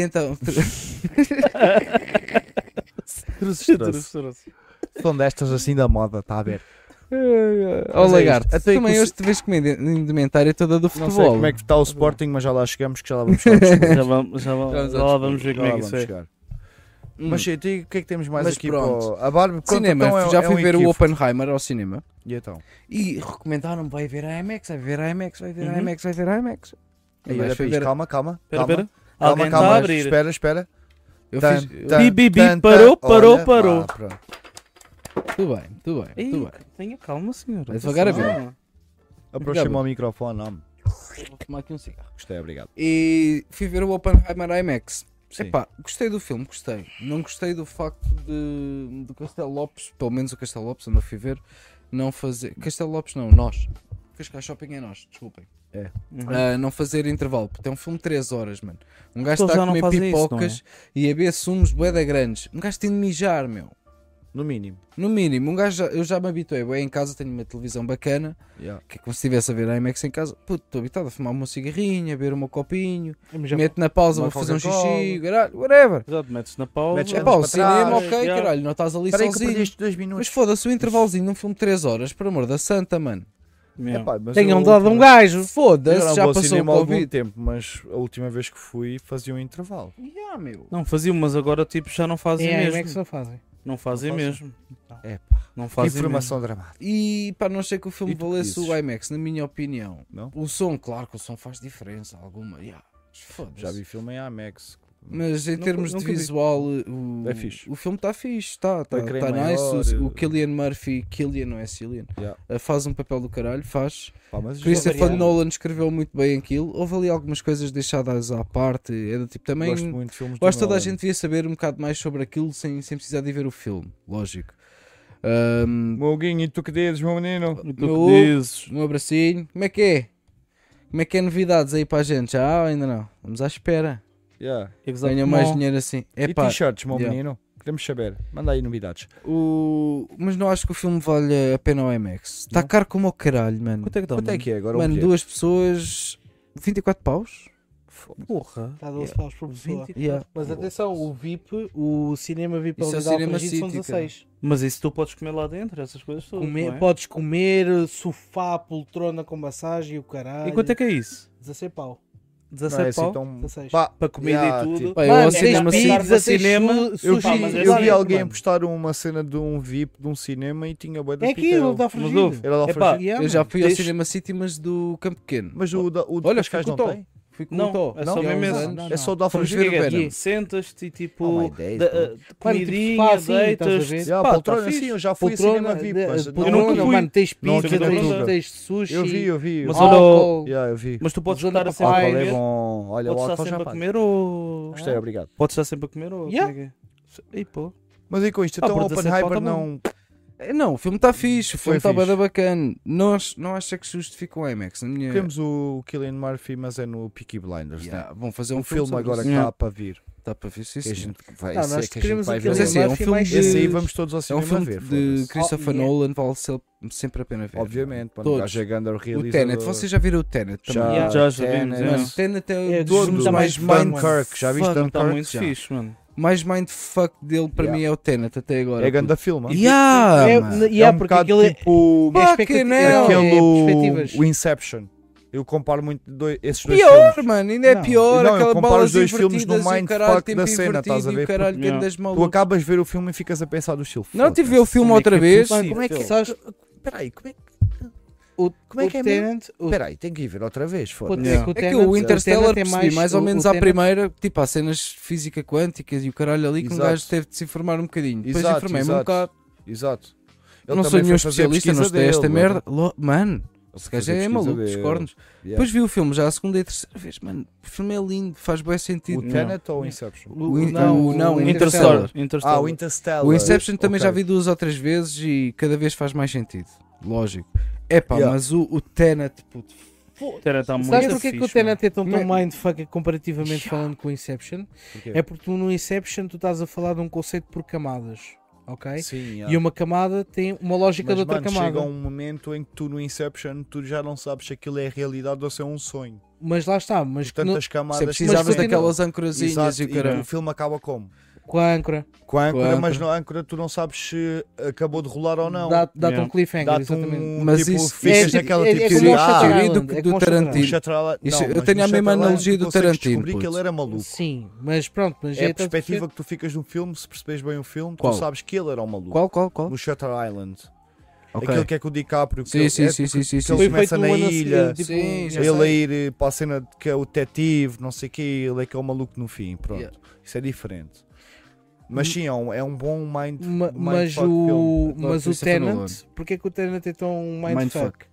Speaker 3: então,
Speaker 1: Cruzes trouxe. São destas assim da moda, está a ver?
Speaker 3: ó
Speaker 1: Mas é
Speaker 3: Lagarto,
Speaker 1: isto. Até que
Speaker 3: também
Speaker 1: o-
Speaker 3: hoje te vês com a indumentária toda do
Speaker 1: Não sei
Speaker 3: futebol.
Speaker 1: como é que está o Sporting, mas já lá chegamos que já lá vamos chegar.
Speaker 5: Já vamos, já
Speaker 3: Vamos ao
Speaker 5: vamos, já lá
Speaker 3: desporto.
Speaker 5: vamos ver
Speaker 1: Já
Speaker 5: como
Speaker 1: lá
Speaker 5: é que
Speaker 1: vamos
Speaker 5: isso é.
Speaker 1: chegar.
Speaker 3: Hum.
Speaker 1: Mas e ti, o que é que temos mais
Speaker 3: Mas
Speaker 1: aqui
Speaker 3: pronto.
Speaker 1: para o- a Barbie? Pronto,
Speaker 3: cinema,
Speaker 1: então é-
Speaker 3: já
Speaker 1: é
Speaker 3: fui
Speaker 1: um
Speaker 3: ver o
Speaker 1: equívoco.
Speaker 3: Oppenheimer ao cinema.
Speaker 1: E então?
Speaker 3: E recomendaram-me, vai ver a IMAX, vai ver a IMAX, vai ver a
Speaker 5: Uhum.
Speaker 3: IMAX, vai ver a IMAX.
Speaker 1: é Aí,
Speaker 3: Mas
Speaker 1: olha
Speaker 3: foi
Speaker 1: para
Speaker 3: ver-
Speaker 1: isto, calma, calma.
Speaker 5: Espera,
Speaker 1: calma.
Speaker 5: espera.
Speaker 1: Calma,
Speaker 5: Alguém está
Speaker 1: calma.
Speaker 5: a abrir.
Speaker 1: Espera, espera.
Speaker 3: Eu
Speaker 1: Tan,
Speaker 3: fiz...
Speaker 1: tan,
Speaker 5: Bi, bi, bi,
Speaker 1: tan, tan.
Speaker 5: parou, parou,
Speaker 1: Olha,
Speaker 5: parou.
Speaker 1: pá, pronto.
Speaker 3: Tudo bem, tudo bem,
Speaker 5: Ei,
Speaker 3: tudo bem.
Speaker 5: Tenha calma, senhor.
Speaker 3: Vai devagar a ver.
Speaker 1: Aproxima
Speaker 3: Obrigado.
Speaker 1: o microfone, não.
Speaker 3: Vou fumar aqui um cigarro.
Speaker 1: Gostei, obrigado.
Speaker 3: E fui ver o Oppenheimer IMAX.
Speaker 1: Sim.
Speaker 3: Epá, gostei do filme, gostei. Não gostei do facto de do Castelo Lopes, pelo menos o Castelo Lopes, onde eu fui ver, não fazer. Castelo Lopes não, nós. Cascais Shopping é nós, desculpem.
Speaker 1: É.
Speaker 5: Uhum.
Speaker 3: Ah, não fazer intervalo, porque é um filme de 3 horas, mano. Um gajo
Speaker 5: Eles
Speaker 3: está a
Speaker 5: já não
Speaker 3: comer
Speaker 5: fazem isso,
Speaker 3: pipocas e a beber sumos boeda grandes. Um gajo tem de mijar, meu.
Speaker 1: No mínimo.
Speaker 3: No mínimo, um gajo já- eu já me habituei. bué, em casa tenho uma televisão bacana,
Speaker 1: Yeah.
Speaker 3: que é como se estivesse a ver a IMAX em casa. Puto, estou habituado a fumar uma cigarrinha, a beber um copinho,
Speaker 4: Vamos já-
Speaker 3: mete na pausa,
Speaker 1: Uma
Speaker 3: vou fazer um
Speaker 1: Coca-Cola.
Speaker 3: xixi, caralho, whatever.
Speaker 5: Exato, metes na pausa.
Speaker 1: Metes
Speaker 3: É
Speaker 1: Andas
Speaker 3: pá, o
Speaker 1: para
Speaker 3: cinema,
Speaker 1: trás,
Speaker 3: ok,
Speaker 5: já.
Speaker 3: caralho, não estás ali
Speaker 1: Espera aí que eu
Speaker 3: sozinho.
Speaker 1: perdeste dois
Speaker 3: Mas
Speaker 1: minutos.
Speaker 3: foda-se, o intervalozinho num filme de 3 horas, por amor da santa, mano.
Speaker 5: Yeah.
Speaker 1: Epá, mas
Speaker 4: Tenham
Speaker 1: eu-
Speaker 4: dado um gajo.
Speaker 1: Eu não
Speaker 3: Foda-se, já
Speaker 1: vou ao
Speaker 3: passou o
Speaker 1: cinema há algum
Speaker 3: Covid.
Speaker 1: tempo, mas a última vez que fui fazia um intervalo.
Speaker 3: Yeah, meu.
Speaker 5: Não faziam, mas agora tipo já não fazem
Speaker 4: É,
Speaker 5: mesmo.
Speaker 4: como é que só fazem?
Speaker 5: Não fazem
Speaker 4: Não fazem.
Speaker 5: mesmo.
Speaker 3: É,
Speaker 5: Não fazem
Speaker 1: Informação dramática.
Speaker 3: E pá, não sei que o filme
Speaker 1: E tu
Speaker 3: valesse o
Speaker 1: dizes?
Speaker 3: IMAX, na minha opinião.
Speaker 1: Não?
Speaker 3: O som, claro que o som faz diferença alguma. Yeah. Foda-se.
Speaker 1: Já vi filme em Amex.
Speaker 3: Mas em
Speaker 5: Nunca-
Speaker 3: termos de
Speaker 5: nunca vi.
Speaker 3: visual, eh, o,
Speaker 1: É fixe.
Speaker 3: o filme está fixe, está tá,
Speaker 1: A creme
Speaker 3: tá
Speaker 1: maior,
Speaker 3: nice. O,
Speaker 1: eh,
Speaker 3: o Killian Murphy, Killian não é Cillian,
Speaker 1: Yeah.
Speaker 3: eh, faz um papel do caralho, faz.
Speaker 1: Pá, mas
Speaker 3: Christopher
Speaker 1: gosto-
Speaker 3: Nolan escreveu muito bem aquilo. Houve ali algumas coisas deixadas à parte. É do tipo também.
Speaker 1: Gosto muito de filmes do
Speaker 3: Eu acho que toda a
Speaker 1: Nolan.
Speaker 3: gente devia saber um bocado mais sobre aquilo sem, sem precisar de ir ver o filme, lógico. Ahm,
Speaker 1: Meu Guinho, e tu que dizes, meu menino?
Speaker 5: mesmo. E tu
Speaker 3: meu
Speaker 5: que dizes?
Speaker 3: um abracinho. Como é que é? Como é que é novidades aí para a gente? Já ou ainda não? Vamos à espera.
Speaker 1: Yeah.
Speaker 5: Exato.
Speaker 3: Ganha mais
Speaker 5: Não.
Speaker 3: dinheiro assim.
Speaker 1: e
Speaker 3: Epá,
Speaker 1: t-shirts, meu
Speaker 3: yeah.
Speaker 1: menino? Queremos saber. Manda aí novidades.
Speaker 3: o... Mas não acho que o filme valha a pena ao IMAX. Está caro como o caralho, mano.
Speaker 5: Quanto é que dá?
Speaker 1: Quanto é que é agora
Speaker 3: mano,
Speaker 1: o bilhete?
Speaker 3: duas pessoas, 24 paus?
Speaker 5: mano? Porra.
Speaker 1: Tá
Speaker 4: Está a 12 paus por pessoa.
Speaker 5: 20.
Speaker 3: Yeah.
Speaker 4: Mas atenção, o VIP, o cinema VIP
Speaker 3: Isso é
Speaker 4: ao
Speaker 3: o
Speaker 4: Vidal
Speaker 3: cinema
Speaker 4: Frangito são
Speaker 3: City, cara.
Speaker 4: 16.
Speaker 5: Mas isso tu podes comer lá dentro, essas coisas todas.
Speaker 4: Comer-
Speaker 5: não é?
Speaker 4: Podes comer, sofá, poltrona com massagem e o caralho.
Speaker 5: E quanto é que é isso?
Speaker 4: 16 pau.
Speaker 1: Não é
Speaker 5: 17
Speaker 1: assim
Speaker 5: pau?
Speaker 1: tão...
Speaker 4: 16.
Speaker 1: Pá,
Speaker 5: Para comida
Speaker 1: Yeah,
Speaker 5: e tudo.
Speaker 1: tipo-
Speaker 3: Pá, eu ao
Speaker 4: seis
Speaker 3: cinema
Speaker 5: tens
Speaker 3: assim.
Speaker 5: pizza, cinema,
Speaker 4: su-
Speaker 1: Eu,
Speaker 4: sushi.
Speaker 5: Pá, mas é
Speaker 1: eu vi
Speaker 5: sério,
Speaker 1: alguém
Speaker 4: mano.
Speaker 1: postar uma cena de um VIP de um cinema e tinha boi da
Speaker 4: É
Speaker 1: pica,
Speaker 4: aqui, o
Speaker 1: era
Speaker 4: da
Speaker 5: Mas
Speaker 4: Frangido.
Speaker 5: ouve.
Speaker 1: Era lá
Speaker 5: Epá,
Speaker 1: Francisco.
Speaker 4: Yeah,
Speaker 3: Eu já
Speaker 4: mano.
Speaker 3: fui ao
Speaker 5: Deixa-
Speaker 3: Cinema City, mas do Campo Pequeno.
Speaker 1: É, Mas o, da, o de
Speaker 3: Olha,
Speaker 1: Cascais
Speaker 3: fui
Speaker 1: não
Speaker 3: com o
Speaker 1: tem?
Speaker 3: Fui com
Speaker 5: Não,
Speaker 3: o Tó.
Speaker 5: é só
Speaker 3: Não,
Speaker 5: mesmo
Speaker 3: há uns
Speaker 5: esse.
Speaker 3: anos.
Speaker 1: É só o de
Speaker 3: Fomos
Speaker 1: Alfragir
Speaker 3: ver o
Speaker 1: Guerra.
Speaker 3: Venom.
Speaker 5: Sentas-te e
Speaker 1: Há
Speaker 5: tipo.
Speaker 1: mais dez,
Speaker 5: da-
Speaker 1: não é?
Speaker 5: ah,
Speaker 4: Quando tipo
Speaker 5: Comidinha,
Speaker 4: sofá, assim, estás a
Speaker 5: deitas.
Speaker 4: ver?
Speaker 1: Já,
Speaker 5: pá, tá
Speaker 1: poltrona,
Speaker 5: fixe.
Speaker 1: sim, eu já fui a cinema
Speaker 4: Poltrona,
Speaker 1: VIP.
Speaker 4: de-
Speaker 1: mas não-
Speaker 4: de-
Speaker 5: Eu nunca
Speaker 4: poltrona,
Speaker 5: fui.
Speaker 4: mano, tens
Speaker 1: Não,
Speaker 4: pizza,
Speaker 5: eu nunca
Speaker 4: tens,
Speaker 5: fui.
Speaker 4: tens sushi,
Speaker 1: Eu vi, eu vi.
Speaker 5: Mas
Speaker 1: Ah,
Speaker 5: olha o-
Speaker 4: álcool.
Speaker 1: yeah, eu vi.
Speaker 5: Mas tu podes
Speaker 4: Zona
Speaker 5: estar
Speaker 4: da
Speaker 5: a sempre a
Speaker 1: Álcool é
Speaker 4: Pai,
Speaker 5: comer.
Speaker 1: bom. Olha, o
Speaker 5: Podes
Speaker 1: álcool
Speaker 5: estar
Speaker 1: já
Speaker 5: sempre a
Speaker 1: pá.
Speaker 5: comer ou.
Speaker 1: Gostei, obrigado.
Speaker 5: Podes estar sempre a comer ou.
Speaker 4: Yeah.
Speaker 5: como é que é? E pô.
Speaker 1: Mas e com isto?
Speaker 5: Ah,
Speaker 1: Então o
Speaker 5: por 17
Speaker 1: Oppenheimer
Speaker 5: pau tá bom.
Speaker 1: não...
Speaker 3: É, Não, o filme está fixe, o filme
Speaker 1: Foi
Speaker 3: está
Speaker 1: fixe.
Speaker 3: bada bacana. Não acho, não acho é que justifica o IMAX. Na minha...
Speaker 1: Temos o Killian Murphy, mas é no Peaky Blinders, né?
Speaker 3: Yeah, vão fazer um,
Speaker 1: um filme agora que
Speaker 3: sobre
Speaker 1: está
Speaker 5: Yeah.
Speaker 1: para vir.
Speaker 3: isso. Está para ver se
Speaker 1: Que
Speaker 3: isso.
Speaker 1: a
Speaker 3: senhor.
Speaker 1: gente vai,
Speaker 4: Não,
Speaker 1: esse é
Speaker 4: nós
Speaker 1: que a gente
Speaker 4: queremos
Speaker 1: vai ver.
Speaker 4: aquele
Speaker 3: Mas é assim, é um
Speaker 4: Murphy
Speaker 3: filme
Speaker 4: mais-
Speaker 3: de-
Speaker 1: Esse aí vamos todos ao
Speaker 3: É um
Speaker 1: cinema
Speaker 3: filme
Speaker 1: ver.
Speaker 3: de
Speaker 1: foda-se.
Speaker 3: Christopher
Speaker 4: Oh, yeah.
Speaker 3: Nolan, vale se- sempre a pena ver.
Speaker 1: Obviamente, para
Speaker 3: Todos.
Speaker 1: nós chegando ao realizador.
Speaker 3: O Tenet, vocês já viram o Tenet também?
Speaker 1: já,
Speaker 5: Já, já vimos,
Speaker 1: Tenet,
Speaker 5: já.
Speaker 3: Mano, O Tenet é,
Speaker 4: É
Speaker 3: um dos
Speaker 1: Todos,
Speaker 3: filmes
Speaker 4: Também
Speaker 3: mais,
Speaker 4: Dunkirk.
Speaker 3: mind...
Speaker 1: Dunkirk, já viste
Speaker 5: Está
Speaker 1: Dunkirk?
Speaker 5: tá muito
Speaker 3: já.
Speaker 5: fixe, mano.
Speaker 3: mais mindfuck dele para
Speaker 1: Yeah.
Speaker 3: mim é o Tenet até agora.
Speaker 1: É grande filme. hein?
Speaker 3: Yeah,
Speaker 4: É,
Speaker 3: mano.
Speaker 4: n- yeah,
Speaker 1: é um
Speaker 4: porque
Speaker 1: bocado
Speaker 4: aquilo é-
Speaker 1: tipo
Speaker 4: é
Speaker 3: Fucking
Speaker 4: expectativa-
Speaker 3: hell.
Speaker 4: é
Speaker 1: aquele
Speaker 4: perspectivas.
Speaker 1: o Inception. Eu comparo muito dois- esses dois
Speaker 3: Pior,
Speaker 1: filmes.
Speaker 3: mano, ainda é
Speaker 4: Não.
Speaker 3: pior.
Speaker 1: Não, eu
Speaker 3: aquela
Speaker 1: comparo
Speaker 3: bola
Speaker 1: os dois filmes no mindfuck da cena, estás a ver?
Speaker 3: E o caralho,
Speaker 5: Porque-
Speaker 3: grandes
Speaker 1: Tu
Speaker 3: malucos.
Speaker 1: acabas de ver o filme e ficas a pensar do estilo.
Speaker 3: Não,
Speaker 1: foda-se.
Speaker 3: tive o filme
Speaker 5: Como é que
Speaker 3: outra
Speaker 5: é
Speaker 3: vez.
Speaker 5: possível?
Speaker 1: Como é que
Speaker 5: Filme.
Speaker 1: sabes? Peraí, como é que.
Speaker 4: O-
Speaker 1: Como é que é
Speaker 4: o
Speaker 1: mesmo?
Speaker 4: Tenant, o-
Speaker 1: Peraí, tenho que ir ver outra vez.
Speaker 4: puto,
Speaker 1: Foda-se.
Speaker 5: Yeah.
Speaker 4: é que o
Speaker 3: É que
Speaker 4: Tenant-
Speaker 3: o
Speaker 4: o
Speaker 3: Interstellar
Speaker 4: Tenant é
Speaker 3: percebi mais, ou
Speaker 4: o-
Speaker 3: menos
Speaker 4: o
Speaker 3: à
Speaker 4: Tenant-
Speaker 3: primeira, tipo, há cenas de física quântica e o caralho ali que um
Speaker 1: Exato.
Speaker 3: gajo teve de se informar um bocadinho. Depois
Speaker 1: Exato,
Speaker 3: informei-me um
Speaker 1: exato.
Speaker 3: bocado.
Speaker 1: Exato.
Speaker 3: Eu
Speaker 1: Ele
Speaker 3: não sou
Speaker 1: também
Speaker 3: nenhum
Speaker 1: foi fazer a
Speaker 3: especialista, não
Speaker 1: pesquisa
Speaker 3: estudei esta
Speaker 1: dele,
Speaker 3: merda. Lo- Mano,
Speaker 1: Ele foi
Speaker 3: esse gajo
Speaker 1: fazer a
Speaker 3: é
Speaker 1: pesquisa
Speaker 3: maluco, dos
Speaker 1: dele.
Speaker 3: cornos.
Speaker 1: Yeah.
Speaker 3: Depois vi o filme já a segunda e a terceira vez, mano. O filme é lindo, faz bem sentido.
Speaker 1: O Tenet ou o Inception?
Speaker 4: O-
Speaker 3: O in-
Speaker 4: não,
Speaker 3: o- não, o Interstellar.
Speaker 5: Interstellar. Interstellar.
Speaker 1: Ah, o Interstellar.
Speaker 3: O Inception também
Speaker 1: Ok.
Speaker 3: já vi duas ou três vezes e cada vez faz mais sentido. Lógico. Epá,
Speaker 1: Yeah.
Speaker 3: mas o, o Tenet, puto.
Speaker 5: Interstellar está tá muito
Speaker 4: Sabes porque é que o
Speaker 5: fixe,
Speaker 4: Tenet é tão, tão
Speaker 3: Como é-
Speaker 4: mindfuck comparativamente falando com o Inception?
Speaker 1: Porquê?
Speaker 4: É porque tu no Inception tu estás a falar de um conceito por camadas,
Speaker 3: é?
Speaker 4: ok?
Speaker 1: Sim, yeah.
Speaker 4: E uma camada tem uma lógica
Speaker 1: Mas,
Speaker 4: de outra
Speaker 1: mano,
Speaker 4: camada.
Speaker 1: chega um momento em que tu no Inception tu já não sabes se aquilo é realidade ou se é um sonho.
Speaker 4: Mas lá está, mas
Speaker 1: Por tantas
Speaker 3: Você
Speaker 1: camadas.
Speaker 3: precisavas
Speaker 4: Mas continua.
Speaker 3: daquelas ancorazinhas
Speaker 1: é. Exato,
Speaker 3: e o caralho.
Speaker 1: o filme acaba como?
Speaker 4: no- com a âncora
Speaker 1: Com a
Speaker 3: Com a
Speaker 1: âncora, mas
Speaker 3: âncora.
Speaker 1: na âncora tu não sabes se acabou de rolar ou não.
Speaker 4: dá-te dá
Speaker 5: Yeah.
Speaker 4: um cliffhanger,
Speaker 1: Dá-te
Speaker 4: exatamente.
Speaker 1: um
Speaker 3: Mas
Speaker 1: tipo,
Speaker 3: isso-
Speaker 1: ficas
Speaker 4: é-
Speaker 1: naquela
Speaker 4: é-
Speaker 1: tipo
Speaker 4: é
Speaker 1: de-
Speaker 4: como o
Speaker 1: ah,
Speaker 4: Shutter
Speaker 3: teoria
Speaker 4: Island,
Speaker 3: do-
Speaker 4: é
Speaker 3: do
Speaker 4: como o Shutter Island.
Speaker 1: o
Speaker 3: Tarantino.
Speaker 1: Shutter Island-
Speaker 3: tipo, Isso-
Speaker 1: não,
Speaker 3: eu
Speaker 1: mas
Speaker 3: tenho
Speaker 1: no
Speaker 3: a mesma
Speaker 1: Shutter Island
Speaker 3: analogia
Speaker 1: tu
Speaker 3: do
Speaker 1: consegues
Speaker 3: Tarantino,
Speaker 1: descobrir que
Speaker 3: puto.
Speaker 1: ele era maluco.
Speaker 4: Sim, mas pronto, mas
Speaker 1: É a
Speaker 4: tanto
Speaker 1: perspectiva que tu ficas no filme, se percebes bem o filme,
Speaker 3: Qual?
Speaker 1: tu sabes que ele era um maluco.
Speaker 3: Qual, qual, qual?
Speaker 1: No Shutter Island.
Speaker 3: Ok.
Speaker 1: Aquilo que é com o DiCaprio. que
Speaker 3: Sim,
Speaker 1: ele-
Speaker 3: sim,
Speaker 1: é
Speaker 3: sim,
Speaker 1: porque
Speaker 3: sim, sim,
Speaker 1: que
Speaker 3: sim.
Speaker 1: ele
Speaker 3: Foi
Speaker 1: começa
Speaker 4: um
Speaker 1: na ilha.
Speaker 4: tipo,
Speaker 3: Sim, já
Speaker 1: ele a
Speaker 3: sei.
Speaker 1: ir eh, para a cena de que é o detetive, não sei o quê, ele é que é o maluco no fim, pronto.
Speaker 3: Yeah.
Speaker 1: Isso é diferente. Mas sim, é um, é um bom mind,
Speaker 4: Ma- mas
Speaker 1: mindfuck filme.
Speaker 4: o,
Speaker 3: Adoro
Speaker 4: mas o
Speaker 3: Christopher Nolan.
Speaker 4: Tenant, porque é que o Tenant é tão mindfuck?
Speaker 3: Mindfuck.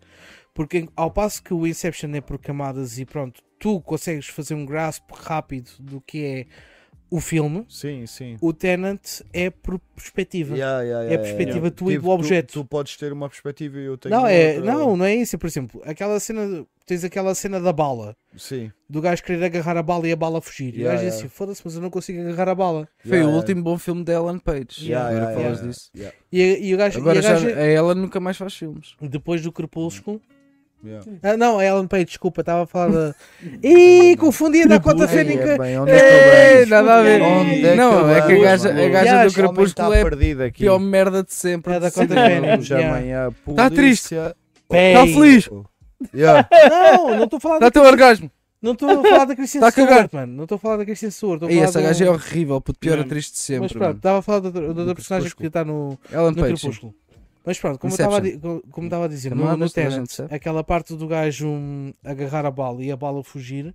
Speaker 4: Porque ao passo que o Inception é por camadas e pronto, tu consegues fazer um grasp rápido do que é o filme,
Speaker 1: Sim, sim.
Speaker 4: o Tenant é por perspectiva.
Speaker 1: Yeah, yeah,
Speaker 4: É a
Speaker 1: yeah,
Speaker 4: perspectiva tua e
Speaker 1: Tipo,
Speaker 4: do objeto.
Speaker 1: Tu, tu podes ter uma perspectiva e eu tenho
Speaker 4: Não, é,
Speaker 1: outra.
Speaker 4: não, não é isso. Por exemplo, aquela cena, tens aquela cena da bala,
Speaker 1: Sim.
Speaker 4: do gajo querer agarrar a bala e a bala fugir. e o
Speaker 1: Yeah,
Speaker 4: gajo diz
Speaker 1: yeah.
Speaker 4: assim: foda-se, mas eu não consigo agarrar a bala.
Speaker 3: Foi
Speaker 1: Yeah,
Speaker 3: o
Speaker 1: yeah.
Speaker 3: último bom filme de Ellen Page.
Speaker 1: Yeah,
Speaker 3: Agora
Speaker 1: yeah,
Speaker 3: falas
Speaker 1: yeah.
Speaker 3: disso.
Speaker 1: Yeah,
Speaker 4: E, e o gajo, e
Speaker 3: Agora
Speaker 4: a
Speaker 3: já, é.
Speaker 4: gaja,
Speaker 3: a Ellen nunca mais faz filmes.
Speaker 4: depois do crepúsculo.
Speaker 1: yeah.
Speaker 4: Ah, não, é Ellen Page, desculpa, estava a falar da. Ih, confundi da
Speaker 1: Ei,
Speaker 4: cota
Speaker 1: é
Speaker 4: cênica.
Speaker 1: bem, onde é que eu
Speaker 3: Ei,
Speaker 1: vejo?
Speaker 3: nada a ver.
Speaker 1: Onde é
Speaker 3: não,
Speaker 1: eu
Speaker 3: é que a
Speaker 1: vejo,
Speaker 3: gaja, a
Speaker 1: maluco?
Speaker 3: gaja
Speaker 4: Yeah,
Speaker 3: do
Speaker 1: Este homem
Speaker 3: Crepúsculo
Speaker 1: está
Speaker 3: é
Speaker 1: perdido tá aqui.
Speaker 3: pior merda de sempre.
Speaker 4: É da
Speaker 3: Sim.
Speaker 4: conta Venom.
Speaker 1: Já
Speaker 4: Yeah.
Speaker 1: amanhã polícia-
Speaker 3: Tá triste.
Speaker 4: Pei.
Speaker 3: Tá feliz.
Speaker 1: Yeah.
Speaker 3: é,
Speaker 4: Não, não estou a falar
Speaker 3: Dá
Speaker 4: de...
Speaker 3: teu orgasmo.
Speaker 4: Não estou a falar da Christian
Speaker 3: Tá a cagar.
Speaker 4: Stewart, mano. Não estou a falar da Christian Stewart. estou a
Speaker 3: Ei,
Speaker 4: falar
Speaker 3: essa
Speaker 4: de um-
Speaker 3: gaja é horrível, puto, pior
Speaker 5: Mesmo.
Speaker 3: atriz de
Speaker 4: Mas
Speaker 3: sempre.
Speaker 4: pronto,
Speaker 3: mano.
Speaker 4: estava a falar da outra, da
Speaker 3: Do
Speaker 4: outra personagem que
Speaker 3: Crepúsculo.
Speaker 4: está no,
Speaker 3: Ellen
Speaker 4: no
Speaker 3: Page. sim.
Speaker 4: Crepúsculo. Mas pronto, como eu estava a di- como- como estava a dizer, no, no
Speaker 3: Camadas, toda a
Speaker 4: Tenet,
Speaker 3: gente sabe.
Speaker 4: aquela parte do gajo hum, agarrar a bala e a bala fugir,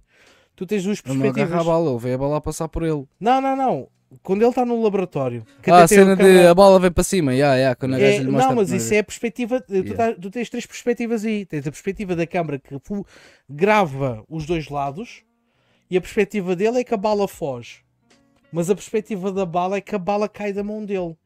Speaker 4: tu tens duas
Speaker 3: Ele não agarra a
Speaker 4: perspectivas.
Speaker 3: bala, ele vê a bala a passar por ele.
Speaker 4: Não, não, não. Quando ele está no laboratório, que até
Speaker 3: ah, a
Speaker 4: tem
Speaker 3: cena
Speaker 4: o
Speaker 3: de
Speaker 4: câmera-
Speaker 3: a bola vem para cima, yeah, yeah, quando a
Speaker 4: É,
Speaker 3: gaja lhe mostra
Speaker 4: não,
Speaker 3: a
Speaker 4: mas
Speaker 3: primeira
Speaker 4: isso é a perspectiva. Tu,
Speaker 3: Yeah.
Speaker 4: tá- tu tens três perspectivas aí. Tens a perspectiva da câmara que fu- grava os dois lados e a perspectiva dele é que a bala foge. Mas a perspectiva da bala é que a bala cai da mão dele.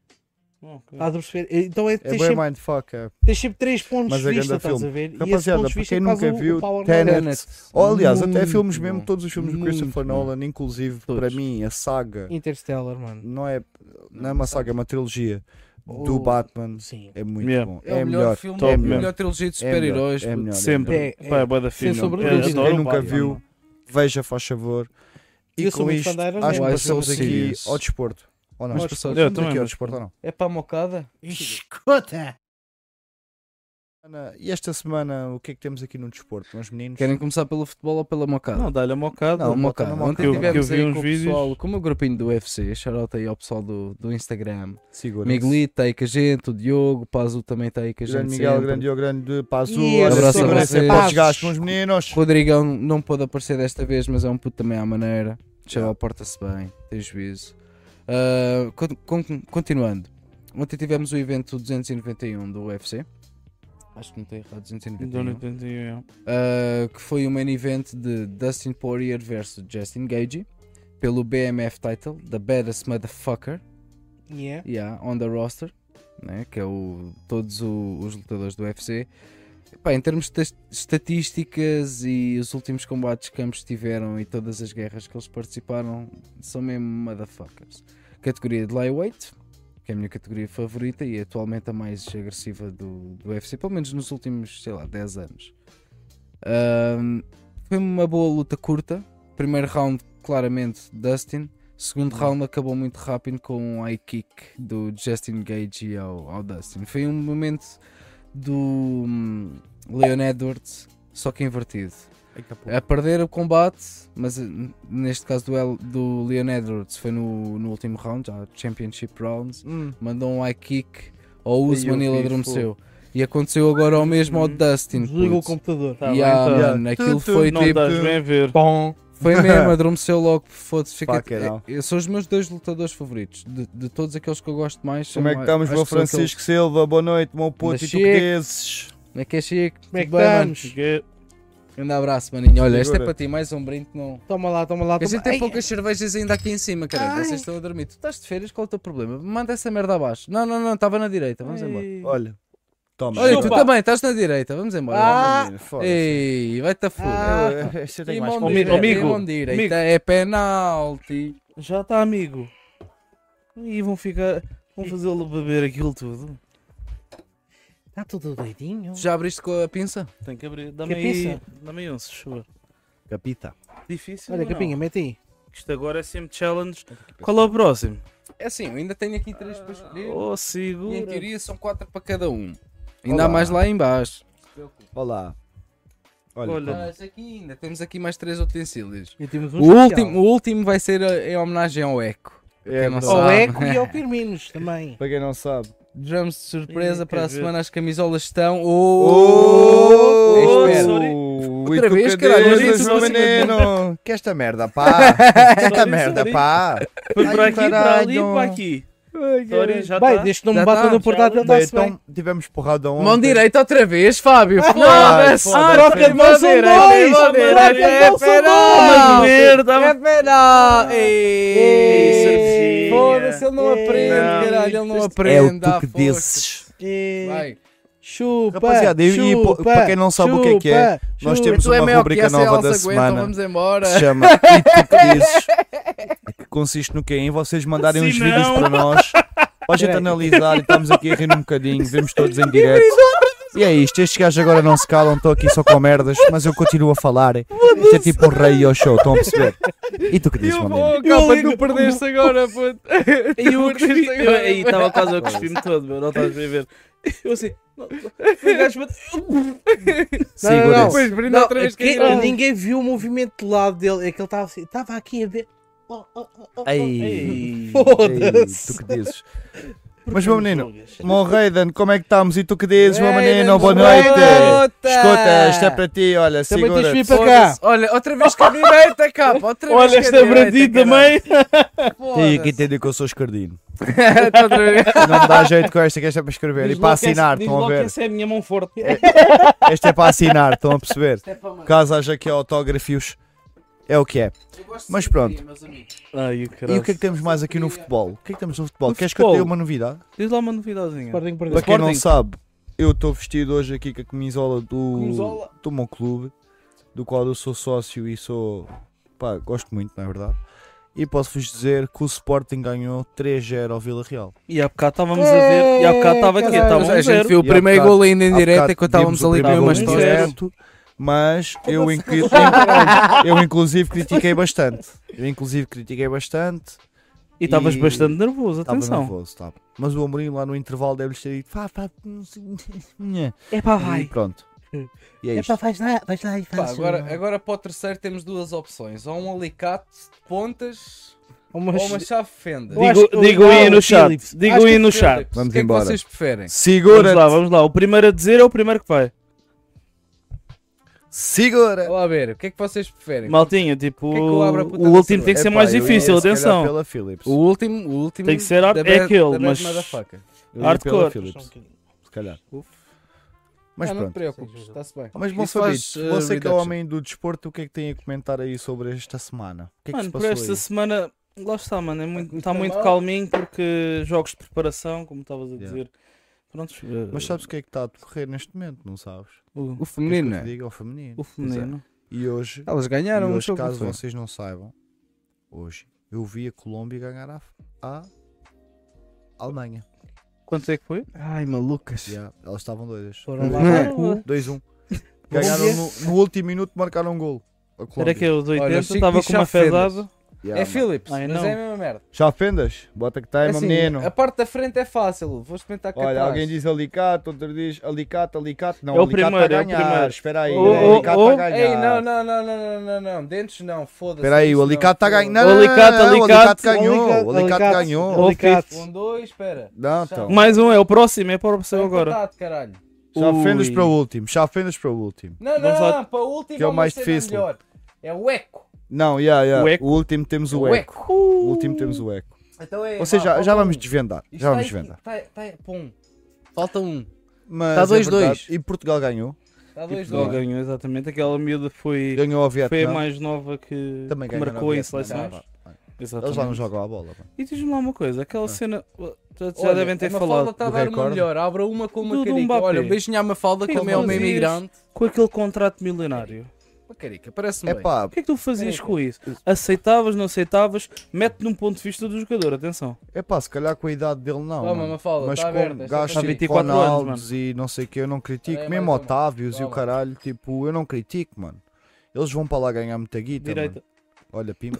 Speaker 5: Ok.
Speaker 4: Estás a perceber? Então é,
Speaker 1: É
Speaker 4: tens,
Speaker 1: bem
Speaker 4: sempre,
Speaker 1: mindfuck, é.
Speaker 4: tens sempre três pontos
Speaker 1: Mas
Speaker 4: de
Speaker 1: é
Speaker 4: vista,
Speaker 1: grande
Speaker 4: estás
Speaker 1: filme.
Speaker 4: a ver? E esses
Speaker 1: Rapaziada,
Speaker 4: pontos de
Speaker 1: para
Speaker 4: vista
Speaker 1: quem
Speaker 4: é quase
Speaker 1: nunca
Speaker 4: o-
Speaker 1: viu,
Speaker 4: o power
Speaker 1: Tenet.
Speaker 4: level.
Speaker 3: Tenet.
Speaker 1: Ou, aliás, até
Speaker 3: Muito
Speaker 1: filmes
Speaker 3: bom.
Speaker 1: mesmo, todos os filmes do
Speaker 3: Muito
Speaker 1: Christopher
Speaker 3: bom.
Speaker 1: Nolan, inclusive,
Speaker 3: Todos.
Speaker 1: para mim, a saga,
Speaker 4: Interstellar, mano.
Speaker 1: não é, não é uma saga, é uma trilogia do
Speaker 4: Oh.
Speaker 1: Batman,
Speaker 4: Sim.
Speaker 1: é muito
Speaker 5: Yeah.
Speaker 1: bom.
Speaker 3: É, o melhor, filme,
Speaker 5: top
Speaker 3: é a
Speaker 5: mesmo.
Speaker 3: melhor trilogia de
Speaker 1: É melhor,
Speaker 3: super-heróis.
Speaker 1: é
Speaker 3: puto.
Speaker 1: melhor, é
Speaker 5: Sempre.
Speaker 1: melhor.
Speaker 4: É, é.
Speaker 5: Pá, é bué da
Speaker 4: Sem
Speaker 5: fina.
Speaker 4: sombra de
Speaker 5: Eu
Speaker 4: dúvida.
Speaker 5: adoro
Speaker 1: Quem
Speaker 5: o
Speaker 1: nunca
Speaker 5: Batman.
Speaker 1: viu, veja, faz favor. E
Speaker 4: Eu sou
Speaker 1: com
Speaker 4: muito
Speaker 1: isto,
Speaker 4: fã da Iron
Speaker 1: acho que
Speaker 3: Man.
Speaker 1: passamos
Speaker 3: Why so
Speaker 1: aqui
Speaker 3: serious?
Speaker 1: ao desporto. Ou não?
Speaker 3: Mas
Speaker 1: Acho que
Speaker 3: só-
Speaker 1: passamos
Speaker 5: Eu
Speaker 1: aqui
Speaker 5: também,
Speaker 1: ao
Speaker 5: mas-
Speaker 1: desporto ou não?
Speaker 2: É para a mocada?
Speaker 6: Escuta!
Speaker 1: Ana, E esta semana, o que é que temos aqui no desporto, meus meninos?
Speaker 3: Querem começar pelo futebol ou pela mocada?
Speaker 5: Não, dá-lhe a mocada.
Speaker 1: Não,
Speaker 3: Pela mocada.
Speaker 1: mocada,
Speaker 3: Ontem
Speaker 1: mocada.
Speaker 5: Que eu
Speaker 3: tivemos
Speaker 5: vi
Speaker 3: aí
Speaker 5: uns
Speaker 3: com o
Speaker 5: vídeos.
Speaker 3: pessoal, como o grupinho do UFC, shout out aí ao pessoal do, do Instagram.
Speaker 1: Segura.
Speaker 3: Miguelito está aí com a gente, o Diogo, o Pazu também está aí com a gente.
Speaker 1: Grande Miguel,
Speaker 3: sempre.
Speaker 1: grande Diogo, grande Pazu.
Speaker 4: E
Speaker 1: olha,
Speaker 3: abraço a
Speaker 1: segurança é
Speaker 3: vocês.
Speaker 1: para os gastos, meus meninos.
Speaker 3: Rodrigão não pôde aparecer desta vez, mas é um puto também à maneira. Chaval, porta-se bem, tem juízo. Ah, con- con- continuando, ontem tivemos o evento 291 do UFC. Acho que não estou errado, 291. Uh, que foi o main event de Dustin Poirier versus Justin Gage pelo BMF title, The Baddest Motherfucker,
Speaker 4: Yeah.
Speaker 3: yeah, on the roster, né, que é o, todos o- os lutadores do UFC. Epá, em termos de tas- estatísticas e os últimos combates que ambos tiveram e todas as guerras que eles participaram, são mesmo motherfuckers. Categoria de lightweight, que é a minha categoria favorita e é atualmente a mais agressiva do, do UFC, pelo menos nos últimos, sei lá, 10 anos. Ahm, foi uma boa luta curta. Primeiro round, claramente, Dustin. Segundo
Speaker 1: Uhum.
Speaker 3: round acabou muito rápido com um high kick do Justin Gage ao, ao Dustin. Foi um momento do hum, Leon Edwards, só que invertido. A perder o combate, mas hum, neste caso do, El- do Leon Edwards foi no, no último round, já Championship Rounds
Speaker 1: Hum.
Speaker 3: mandou um high kick ao Usman e
Speaker 1: eu
Speaker 3: ele
Speaker 1: vi, Uhum.
Speaker 3: adormeceu. E aconteceu agora ao mesmo ao Dustin.
Speaker 4: Desliga o
Speaker 3: putz.
Speaker 4: computador.
Speaker 5: Tá bem,
Speaker 3: Yeah,
Speaker 5: então.
Speaker 1: Yeah.
Speaker 3: ah, mano,
Speaker 1: Tu-
Speaker 3: aquilo
Speaker 1: tu
Speaker 3: foi
Speaker 5: Não
Speaker 3: tipo.
Speaker 5: estás bem a ver.
Speaker 4: Bom.
Speaker 3: Foi mesmo, adormeceu logo. Foda-se, fica.
Speaker 1: Fuck it, não.
Speaker 3: eh, São os meus dois lutadores favoritos. De, de todos aqueles que eu gosto mais. são
Speaker 1: Como é que
Speaker 3: a-
Speaker 1: estamos,
Speaker 3: acho
Speaker 1: meu
Speaker 3: que são aqueles-
Speaker 1: Francisco Silva? Boa noite, meu puto. E tu
Speaker 3: Chico.
Speaker 1: que dizes?
Speaker 3: Como é que é chique?
Speaker 4: Como é que
Speaker 3: Tudo bem, mano?
Speaker 4: estamos?
Speaker 3: Grande abraço, maninho. Olha, este é
Speaker 1: Segura.
Speaker 3: para ti, mais um brinde. que
Speaker 1: então.
Speaker 3: Não.
Speaker 4: Toma lá, toma lá.
Speaker 3: A
Speaker 4: Toma...
Speaker 3: gente tem
Speaker 4: Ai,
Speaker 3: poucas cervejas ainda aqui em cima, caralho. Vocês estão a dormir. Tu estás de férias, qual é o teu problema? Manda essa merda abaixo. Não, não, não, estava na direita. Vamos embora.
Speaker 1: Olha, toma.
Speaker 3: Olha, tu tá-
Speaker 1: Chupa.
Speaker 3: também estás na direita. Vamos embora.
Speaker 1: Ah, menino, foda-se.
Speaker 3: Ei, vai-te a foder.
Speaker 1: Eu- eu- eu tenho mais
Speaker 3: Mão
Speaker 1: convite.
Speaker 3: direita,
Speaker 5: amigo,
Speaker 3: mão direita,
Speaker 5: amigo.
Speaker 3: é penalti.
Speaker 5: Já está, amigo. E vão ficar. Vão fazê-lo beber aquilo tudo.
Speaker 4: Tá tudo doidinho.
Speaker 3: Já abriste com a pinça?
Speaker 5: Tem que abrir. Dá-me
Speaker 4: Que
Speaker 5: aí.
Speaker 4: pizza?
Speaker 5: Dá-me aí um, se chuva.
Speaker 1: Capita.
Speaker 5: Difícil.
Speaker 4: Olha,
Speaker 5: não.
Speaker 4: capinha, mete aí.
Speaker 5: Isto agora é sempre challenge. Qual é o próximo?
Speaker 3: É assim, eu ainda tenho aqui três para escolher.
Speaker 5: Oh,
Speaker 3: e em
Speaker 5: segura.
Speaker 3: teoria são quatro para cada um. Ainda
Speaker 1: Olá.
Speaker 3: há mais lá em baixo.
Speaker 1: Olá. Olha,
Speaker 5: Olha.
Speaker 1: toma.
Speaker 3: Mas aqui ainda temos aqui mais três utensílios.
Speaker 4: E temos um
Speaker 3: O último, o último vai ser eh, em homenagem ao Eco.
Speaker 1: É,
Speaker 3: Quem não
Speaker 1: pá.
Speaker 3: sabe.
Speaker 4: Ao Eco e ao Firminos também.
Speaker 1: Para quem não sabe.
Speaker 3: Drums de surpresa
Speaker 5: Ih,
Speaker 3: para
Speaker 5: quer
Speaker 3: a
Speaker 5: ver.
Speaker 3: semana as camisolas estão.
Speaker 1: Oh,
Speaker 3: Oh!
Speaker 5: espera.
Speaker 1: sorry.
Speaker 3: Outra
Speaker 1: E tu
Speaker 3: vez,
Speaker 1: que
Speaker 3: caralho,
Speaker 1: dizes,
Speaker 5: eu disse
Speaker 1: meu
Speaker 5: assim,
Speaker 1: menino. Que esta merda, pá. Que esta
Speaker 5: Sorry,
Speaker 1: merda,
Speaker 5: sorry.
Speaker 1: pá.
Speaker 5: Foi para
Speaker 1: Ai,
Speaker 5: aqui, para ali,
Speaker 1: caralho.
Speaker 5: para aqui. Sorry, já
Speaker 4: Bem,
Speaker 5: está.
Speaker 4: desde que não
Speaker 3: Já
Speaker 4: me bata
Speaker 3: tá,
Speaker 4: no portátil,
Speaker 5: já
Speaker 4: está-se bem.
Speaker 1: Então, tivemos porrada ontem.
Speaker 3: Mão direita outra vez, Fábio.
Speaker 1: Ai,
Speaker 3: Foda-se.
Speaker 1: foda-se.
Speaker 4: troca de mão são
Speaker 3: Madeira,
Speaker 4: dois!
Speaker 3: madeira,
Speaker 4: Troca de
Speaker 3: é
Speaker 4: mão são
Speaker 3: penal.
Speaker 5: dois! Merda,
Speaker 3: É
Speaker 5: mano.
Speaker 3: penal.
Speaker 5: Ei,
Speaker 3: Ei,
Speaker 5: Serginho.
Speaker 3: Foda-se, ele não
Speaker 4: é Ei,
Speaker 3: aprende,
Speaker 5: não.
Speaker 3: caralho. Ele não aprende.
Speaker 1: É o
Speaker 3: dá
Speaker 1: tu que
Speaker 3: força.
Speaker 1: desses.
Speaker 3: Vai.
Speaker 4: Chupa,
Speaker 1: Rapaziada, e- e
Speaker 4: chupa,
Speaker 1: po- para quem não sabe o que é que é,
Speaker 4: chupa,
Speaker 1: nós
Speaker 4: chupa.
Speaker 1: temos-
Speaker 3: Tu é
Speaker 1: uma
Speaker 3: maior
Speaker 1: rubrica
Speaker 3: que essa,
Speaker 1: nova
Speaker 3: ela
Speaker 1: da
Speaker 3: se aguenta,
Speaker 1: semana.
Speaker 3: Vamos embora.
Speaker 1: se chama E tu que dizes É que consiste no quê? Em vocês mandarem
Speaker 5: Assim
Speaker 1: uns vídeos
Speaker 5: não.
Speaker 1: para nós para a gente
Speaker 4: Peraí.
Speaker 1: analisar e estamos aqui a rir um bocadinho, vemos todos em direto. E é isto, estes gajos agora não se calam, estou aqui só com merdas, mas eu continuo a falar. Isto é tipo o rei ao show, estão a perceber? E tu que dizes,
Speaker 2: Eu
Speaker 1: mano?
Speaker 2: vou, calma,
Speaker 5: ligo-
Speaker 2: tu perdeste agora, puto.
Speaker 5: E eu a
Speaker 2: Por isso
Speaker 5: cuspi-
Speaker 2: agora
Speaker 5: eu- aí
Speaker 2: foi-
Speaker 5: estava quase a cuspir-me todo, meu, não estás a ver. Eu assim, não, o gajo bate-
Speaker 1: Segura-se.
Speaker 2: Depois brinde
Speaker 4: Não,
Speaker 2: outra vez
Speaker 4: é que
Speaker 2: que
Speaker 3: um
Speaker 2: eu-
Speaker 4: ninguém viu o movimento de lado dele. É que ele estava assim, estava aqui a ver. Oh, oh, oh, oh,
Speaker 1: Ei, ei,
Speaker 4: Foda-se.
Speaker 1: tu que dizes. Mas, meu menino, Mon Raiden, como é que estamos? E tu que dizes, meu menino? Boa noite. Escuta, isto é para ti, olha,
Speaker 4: Também tens de
Speaker 1: segura-te.
Speaker 4: vir para cá.
Speaker 3: Olha, outra vez que a direita, capa. Outra vez
Speaker 5: Olha,
Speaker 3: que a
Speaker 4: é
Speaker 5: esta
Speaker 3: direita,
Speaker 5: brandida
Speaker 3: caralho.
Speaker 5: também.
Speaker 1: Tem que
Speaker 3: Foda-se.
Speaker 1: entender que eu sou escardino.
Speaker 3: Tá outra vez.
Speaker 1: Não me dá jeito com esta que esta é para escrever e para assinar,
Speaker 5: diz
Speaker 1: estão a
Speaker 5: logo
Speaker 1: ver?
Speaker 5: essa é a minha mão forte.
Speaker 1: Esta é para assinar, estão a perceber?
Speaker 5: é
Speaker 1: Caso haja aqui autógrafos, é o que é. Mas pronto.
Speaker 5: Ai,
Speaker 1: E o que é que temos mais aqui no futebol? O que é que temos no futebol?
Speaker 5: No
Speaker 1: Queres que eu te dê
Speaker 5: futebol?
Speaker 1: uma novidade?
Speaker 5: Diz lá uma novidadezinha.
Speaker 4: Sporting perdeu.
Speaker 1: Para quem não
Speaker 5: Sporting.
Speaker 1: sabe, eu estou vestido hoje aqui com a camisola do,
Speaker 5: Camisola.
Speaker 1: do meu clube, do qual eu sou sócio e sou. pá, gosto muito, na verdade. E posso-vos dizer que o Sporting ganhou 3-0 ao Vila Real.
Speaker 5: E há bocado estávamos a ver, e há bocado estava aqui,
Speaker 4: Caralho.
Speaker 5: estava
Speaker 3: Mas a
Speaker 5: um
Speaker 3: gente
Speaker 5: zero.
Speaker 3: viu o
Speaker 1: E há
Speaker 3: primeiro
Speaker 1: bocado-
Speaker 3: gol ainda em
Speaker 1: Há bocado
Speaker 3: direto enquanto
Speaker 1: vimos
Speaker 3: estávamos
Speaker 1: o
Speaker 3: ali com a
Speaker 1: primeiro
Speaker 3: mesma
Speaker 1: gol em
Speaker 3: história.
Speaker 1: direto, Mas eu, inclu- eu inclusive critiquei bastante. Eu inclusive critiquei bastante.
Speaker 5: E estavas
Speaker 1: E-
Speaker 5: bastante nervoso,
Speaker 1: Estava
Speaker 5: atenção.
Speaker 1: nervoso, estava. Mas o Amorim lá no intervalo deve-lhes ter dito. Pá, pá, não sei- nhé."
Speaker 4: É para
Speaker 1: E pronto. E é
Speaker 4: É
Speaker 1: isto.
Speaker 4: para vais lá, vais lá e
Speaker 3: Pá,
Speaker 4: faz. assim, é?
Speaker 3: agora, é agora para o terceiro temos duas opções. Ou um alicate de pontas ou uma chave fenda.
Speaker 4: Eu acho que
Speaker 5: Digo,
Speaker 4: o
Speaker 5: digo aí
Speaker 4: Val, o
Speaker 5: no
Speaker 4: Phillips.
Speaker 5: chat. Digo
Speaker 3: Acho
Speaker 5: aí
Speaker 3: que
Speaker 5: no
Speaker 3: Filipe,
Speaker 5: chat.
Speaker 1: Vamos
Speaker 3: o que é que
Speaker 1: embora.
Speaker 3: vocês preferem?
Speaker 5: Vamos
Speaker 1: Segura-te!
Speaker 5: lá, vamos lá. O primeiro a dizer é o primeiro que vai.
Speaker 1: Segura!
Speaker 3: Vamos lá ver, o que é que vocês preferem?
Speaker 5: Maltinha, tipo,
Speaker 3: O que é que eu abro a puta
Speaker 5: o
Speaker 3: da
Speaker 5: último tem que
Speaker 3: cebola?
Speaker 5: ser
Speaker 1: Epá,
Speaker 5: mais
Speaker 1: eu ia
Speaker 5: difícil,
Speaker 1: se calhar
Speaker 5: atenção.
Speaker 1: Pela Philips.
Speaker 3: O último, o último.
Speaker 5: Tem que ser ar-
Speaker 3: da
Speaker 5: é
Speaker 3: bad-
Speaker 5: aquele,
Speaker 3: da bad
Speaker 5: mas-
Speaker 1: Eu
Speaker 3: motherfucker.
Speaker 1: ia pela
Speaker 5: hardcore.
Speaker 1: Philips, se calhar. Mas
Speaker 3: Ah, não te
Speaker 1: pronto. Ah,
Speaker 3: preocupes, está-se bem.
Speaker 1: Mas bom
Speaker 3: Isso
Speaker 1: saber,
Speaker 3: faz,
Speaker 1: você
Speaker 3: eh,
Speaker 1: que é o
Speaker 3: reduction.
Speaker 1: homem do desporto, o que é que tem a comentar aí sobre esta semana? O que é que
Speaker 5: Mano,
Speaker 1: se
Speaker 5: por
Speaker 1: passou
Speaker 5: esta
Speaker 1: aí?
Speaker 5: semana, lá está, mano. É muito, está
Speaker 3: Tá
Speaker 5: muito
Speaker 3: mal.
Speaker 5: calminho porque jogos de preparação, como estavas a
Speaker 1: Yeah.
Speaker 5: dizer. Prontos,
Speaker 1: Mas
Speaker 5: eh,
Speaker 1: sabes o que é que está a decorrer neste momento, não sabes?
Speaker 5: o,
Speaker 3: O
Speaker 1: Queres que
Speaker 3: feminino,
Speaker 1: eu te
Speaker 3: né?
Speaker 1: diga ao feminino.
Speaker 5: o feminino.
Speaker 1: E hoje,
Speaker 3: Elas
Speaker 1: e
Speaker 3: ganharam um
Speaker 1: hoje
Speaker 3: jogo.
Speaker 1: caso
Speaker 3: não foi?
Speaker 1: vocês não saibam, hoje eu vi a Colômbia ganhar a, a Alemanha.
Speaker 5: Quanto é que foi?
Speaker 3: Ai, malucas.
Speaker 1: Yeah, elas estavam doidas.
Speaker 4: Foram lá
Speaker 5: Ah,
Speaker 4: para o cu.
Speaker 1: 2-1. Ganharam no, no último minuto, marcaram um gol. A Colômbia.
Speaker 5: Era que é, eu, os 80,
Speaker 3: Chico
Speaker 5: estava
Speaker 3: diz
Speaker 5: com uma
Speaker 3: chafedas.
Speaker 5: fezada.
Speaker 1: Yeah,
Speaker 3: É
Speaker 1: mano.
Speaker 3: Philips,
Speaker 5: Ai,
Speaker 3: mas
Speaker 5: não.
Speaker 3: é a mesma merda.
Speaker 1: Já ofendas? Bota que time,
Speaker 3: Assim,
Speaker 1: menino.
Speaker 3: a parte da frente é fácil, vou experimentar cá
Speaker 1: Olha,
Speaker 3: atrás.
Speaker 1: alguém diz alicate, outro diz alicate, alicate. Não,
Speaker 5: É o
Speaker 1: alicate
Speaker 5: primeiro,
Speaker 1: a
Speaker 5: é o
Speaker 1: ganhar.
Speaker 5: primeiro.
Speaker 1: Espera aí,
Speaker 5: Oh, oh,
Speaker 1: alicate tá
Speaker 5: oh.
Speaker 1: a ganhar.
Speaker 3: Ei, não, não, não, não, não, não, não, dentes não, foda-se.
Speaker 1: Espera aí, o
Speaker 3: isso
Speaker 1: alicate tá está a
Speaker 3: não,
Speaker 1: ganhar. Não, não, não,
Speaker 5: Alicate,
Speaker 1: não, não, o alicate
Speaker 5: alicate,
Speaker 1: ganhou. O alicate
Speaker 4: alicate,
Speaker 1: ganhou.
Speaker 4: Alicate.
Speaker 3: foda-se. Um, dois, espera. Tá
Speaker 1: Não, então.
Speaker 5: Mais um é o próximo, é para o
Speaker 3: um Então
Speaker 5: próximo agora.
Speaker 3: Empatado, caralho.
Speaker 1: Já ofendas
Speaker 5: Ui.
Speaker 1: para o último, já ofendas para o último.
Speaker 3: Não, não,
Speaker 5: Vamos
Speaker 3: não,
Speaker 5: lá-
Speaker 3: para o último
Speaker 1: que é o
Speaker 3: uma
Speaker 1: mais
Speaker 3: cena
Speaker 1: difícil.
Speaker 3: melhor. É o eco.
Speaker 1: Não, yeah,
Speaker 5: O
Speaker 1: yeah.
Speaker 5: eco.
Speaker 1: o último temos o eco. O último temos o eco.
Speaker 3: Então é,
Speaker 1: Ou seja,
Speaker 3: vá,
Speaker 1: já- já
Speaker 3: falta
Speaker 1: vamos
Speaker 3: um.
Speaker 1: desvendar.
Speaker 3: Isto
Speaker 1: Já
Speaker 3: tá
Speaker 1: vamos
Speaker 3: aqui,
Speaker 1: desvendar.
Speaker 3: tá- tá- pum. Falta um.
Speaker 1: Mas
Speaker 3: Tá
Speaker 1: é
Speaker 3: dois,
Speaker 1: verdade.
Speaker 3: dois.
Speaker 1: E Portugal ganhou.
Speaker 3: Está
Speaker 1: Tipo,
Speaker 3: Tá dois,
Speaker 5: Portugal
Speaker 1: Não.
Speaker 3: dois.
Speaker 5: ganhou, exatamente. Aquela miúda foi,
Speaker 1: Ganhou ao
Speaker 5: foi a
Speaker 1: Vietnã.
Speaker 5: mais nova que,
Speaker 1: Também
Speaker 5: que
Speaker 1: ganhou.
Speaker 5: marcou
Speaker 1: ao
Speaker 5: em
Speaker 1: Vietnã,
Speaker 5: seleções.
Speaker 1: pá. Eles
Speaker 5: Exatamente.
Speaker 1: lá não jogam a bola. pá.
Speaker 5: E diz-me lá uma coisa, aquela cena. Já, já
Speaker 3: Ah. Olha,
Speaker 5: devem ter
Speaker 3: a Mafalda
Speaker 5: falado.
Speaker 3: Está a
Speaker 1: do
Speaker 3: dar uma
Speaker 1: recorde.
Speaker 3: melhor. Abra uma com uma
Speaker 5: Do- do
Speaker 3: carica.
Speaker 5: Mbappé.
Speaker 3: Olha, um beijinho à Mafalda, que
Speaker 5: Sim,
Speaker 3: também é uma
Speaker 5: mas isso-
Speaker 3: imigrante.
Speaker 5: Com aquele contrato milionário.
Speaker 3: Uma carica, parece-me
Speaker 1: É
Speaker 3: bem.
Speaker 1: pá,
Speaker 5: O que é que tu fazias com isso? Aceitavas, não aceitavas? Mete num ponto de vista do jogador, atenção.
Speaker 1: É pá, se calhar com a idade dele não.
Speaker 3: Toma,
Speaker 1: mano.
Speaker 3: Mafalda,
Speaker 1: Mas
Speaker 3: tá
Speaker 1: com
Speaker 3: aberta, esta
Speaker 1: gajos
Speaker 3: tá
Speaker 1: tipo
Speaker 5: 24 anos,
Speaker 1: Ronaldos e não sei o que, eu não critico.
Speaker 3: Olha aí,
Speaker 1: Mesmo
Speaker 3: mais uma.
Speaker 1: Otávios e o
Speaker 3: Toma.
Speaker 1: caralho, tipo, eu não critico, mano. Eles vão para lá ganhar muita guita.
Speaker 5: Direita.
Speaker 1: Mano. Olha, pimba.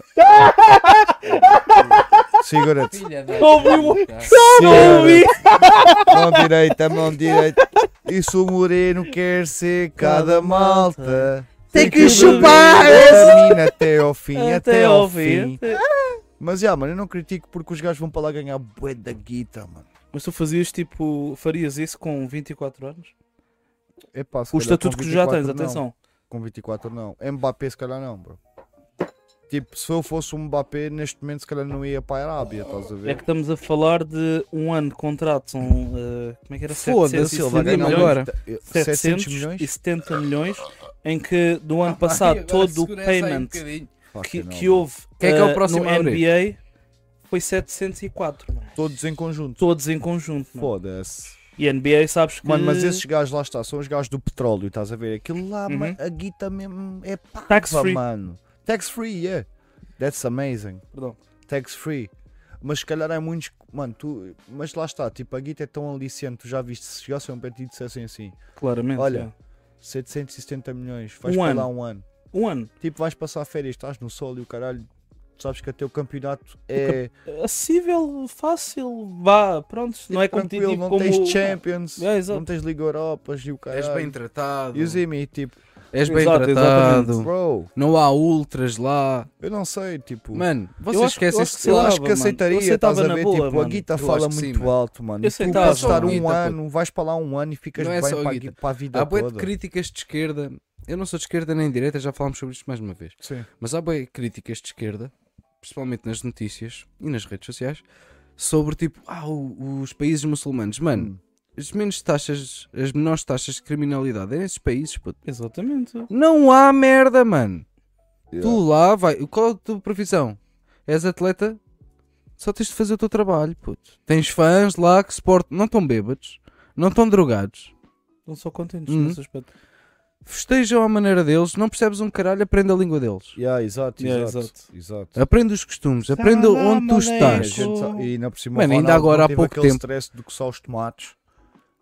Speaker 1: Segura-te.
Speaker 3: Filha da...
Speaker 1: Não Mão direita, mão direita. Isso o moreno quer ser cada malta.
Speaker 4: Tem que Ah,
Speaker 5: chupar.
Speaker 1: Termina até ao fim, até, ao fim.
Speaker 5: ouvir.
Speaker 1: Mas, já, mano, eu não critico porque os gajos vão para lá ganhar bué da guita, mano.
Speaker 5: Mas tu fazias tipo, farias isso com 24 anos?
Speaker 1: Epá, se calhar
Speaker 5: O
Speaker 1: com
Speaker 5: estatuto que tu já
Speaker 1: 24
Speaker 5: tens,
Speaker 1: não.
Speaker 5: atenção.
Speaker 1: Com 24 não. Mbappé se calhar não, bro. Tipo, se eu fosse um Mbappé, neste momento se calhar não ia para a Arábia, estás a
Speaker 5: É que
Speaker 1: ver?
Speaker 5: estamos a falar de um ano de contrato, são. eh, como é que era?
Speaker 3: Foda-se, ele vai
Speaker 5: 770
Speaker 3: ganhar
Speaker 5: milhões.
Speaker 3: agora.
Speaker 1: 700 milhões?
Speaker 5: 770 milhões, em que do ano passado todo o
Speaker 3: um
Speaker 5: payment que,
Speaker 1: Fucking
Speaker 5: que
Speaker 1: hell,
Speaker 5: houve
Speaker 3: Quem é que é o
Speaker 5: eh,
Speaker 3: próximo
Speaker 5: no
Speaker 3: a abrir?
Speaker 5: NBA foi 704, mano.
Speaker 1: mano. Todos em conjunto.
Speaker 5: todos em conjunto. Mano.
Speaker 1: Foda-se.
Speaker 5: E NBA sabes que
Speaker 1: Mano, mas esses gajos lá está, são os gajos do petróleo, estás a ver? Aquilo lá,
Speaker 5: Uhum.
Speaker 1: mano, a guita mesmo é
Speaker 5: tá
Speaker 1: pá,
Speaker 5: Tax free.
Speaker 1: mano. Tax free, yeah. That's amazing.
Speaker 5: Perdão.
Speaker 1: Tax free. Mas se calhar há muitos. que- Mano, tu. Mas lá está, tipo, a guita é tão aliciante. Tu já viste se chegassem para ti e dissessem assim:
Speaker 5: Claramente. é.
Speaker 1: Olha, 770 milhões, vais
Speaker 5: Um
Speaker 1: para
Speaker 5: ano.
Speaker 1: lá um ano.
Speaker 5: é. Um ano.
Speaker 1: Tipo, vais passar férias, estás no sol e o caralho. Sabes que até o campeonato é
Speaker 5: Acessível, fácil, vá, pronto. Não é competitivo
Speaker 1: tranquilo, não
Speaker 5: como.
Speaker 1: tens Champions,
Speaker 5: É, exato.
Speaker 1: não tens Liga Europas e o
Speaker 3: És
Speaker 1: caralho.
Speaker 3: bem tratado.
Speaker 1: E o Zimi, tipo,
Speaker 3: És bem
Speaker 5: Exato,
Speaker 3: tratado.
Speaker 1: bro,
Speaker 3: Não há ultras lá.
Speaker 1: eu não sei, tipo,
Speaker 3: Mano,
Speaker 5: Eu
Speaker 3: vocês
Speaker 5: acho que- eu acho
Speaker 3: esquecem-se
Speaker 5: que
Speaker 3: de
Speaker 5: sei
Speaker 1: eu
Speaker 5: lá,
Speaker 1: acho que
Speaker 5: mano.
Speaker 1: aceitaria,
Speaker 5: Você
Speaker 1: estás
Speaker 5: tava
Speaker 1: a
Speaker 5: na
Speaker 1: ver,
Speaker 5: boa,
Speaker 1: tipo, a
Speaker 5: mano.
Speaker 1: guita
Speaker 3: Eu
Speaker 1: fala
Speaker 3: acho que sim,
Speaker 1: muito
Speaker 3: mano.
Speaker 1: alto, mano.
Speaker 5: Eu
Speaker 1: E tu
Speaker 5: aceitava,
Speaker 1: podes estar
Speaker 3: mano.
Speaker 1: um
Speaker 3: Guita,
Speaker 1: ano, vais para lá um ano e ficas
Speaker 3: Não é
Speaker 1: bem
Speaker 3: só a
Speaker 1: para, a
Speaker 3: guita.
Speaker 1: gui- para a vida
Speaker 3: Há bué de
Speaker 1: toda.
Speaker 3: críticas de esquerda. Eu não sou de esquerda nem de direita, já falámos sobre isto mais uma vez.
Speaker 1: Sim.
Speaker 3: Mas há bem críticas de esquerda, principalmente nas notícias e nas redes sociais, sobre tipo, ah, o- os países muçulmanos. Mano, as menos taxas, as menores taxas de criminalidade é nesses países, puto.
Speaker 5: Exatamente.
Speaker 3: Não há merda, mano.
Speaker 1: Yeah.
Speaker 3: Tu lá vai. Qual é a tua profissão? És atleta? Só tens de fazer o teu trabalho, puto. Tens fãs lá que suportam. Não estão bêbados, não estão drogados.
Speaker 5: Não sou contentes
Speaker 3: Uhum.
Speaker 5: nesse aspecto.
Speaker 3: Festejam à maneira deles, não percebes um caralho, aprende a língua deles.
Speaker 1: Yeah, exato,
Speaker 5: Yeah,
Speaker 1: exato, exato.
Speaker 3: Aprende os costumes, aprende
Speaker 4: Salam
Speaker 3: onde tu
Speaker 1: A
Speaker 3: estás.
Speaker 1: gente sa- E na por cima,
Speaker 3: Tá. Mano,
Speaker 1: o
Speaker 3: ainda
Speaker 1: Ronaldo
Speaker 3: agora
Speaker 1: não
Speaker 3: há
Speaker 1: teve
Speaker 3: pouco
Speaker 1: aquele
Speaker 3: tempo.
Speaker 1: stress de coçar os tomates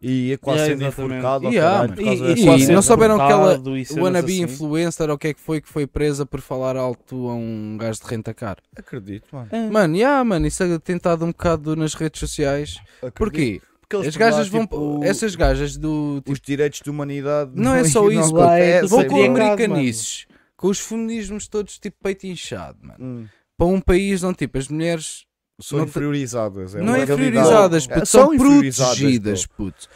Speaker 1: e ia quase
Speaker 5: Yeah,
Speaker 1: sendo
Speaker 5: exatamente.
Speaker 1: enforcado. ao
Speaker 3: Yeah,
Speaker 1: caralho
Speaker 3: mano.
Speaker 1: por causa
Speaker 3: E- e-
Speaker 1: dessa
Speaker 3: e não
Speaker 1: cena.
Speaker 3: souberam que ela-
Speaker 5: Cortado e
Speaker 3: O
Speaker 5: cenas
Speaker 3: wannabe
Speaker 5: assim.
Speaker 3: influencer, ou o que é que foi que foi presa por falar alto a um gajo de renta car?
Speaker 1: Acredito, mano.
Speaker 3: Mano, yeah, mano, isso é tentado um bocado nas redes sociais.
Speaker 1: Acredito.
Speaker 3: Porquê?
Speaker 1: Porque eles
Speaker 3: As
Speaker 1: por lá,
Speaker 3: gajas vão.
Speaker 1: tipo,
Speaker 3: Essas gajas do. tipo,
Speaker 1: Os direitos de humanidade
Speaker 3: Não é tipo, só isso,
Speaker 1: não
Speaker 4: lá é-
Speaker 1: acontecem,
Speaker 3: vão
Speaker 4: sei
Speaker 3: com
Speaker 1: mano.
Speaker 4: bem.
Speaker 3: americanices, com os feminismos todos tipo peito inchado, mano.
Speaker 1: Hum,
Speaker 3: Para um país onde tipo as mulheres
Speaker 1: São
Speaker 3: Não te-
Speaker 1: inferiorizadas.
Speaker 3: não
Speaker 1: uma
Speaker 3: é
Speaker 1: realidade.
Speaker 3: inferiorizadas,
Speaker 1: É,
Speaker 3: puto, são
Speaker 1: inferiorizadas,
Speaker 3: protegidas,
Speaker 1: bro.
Speaker 3: puto.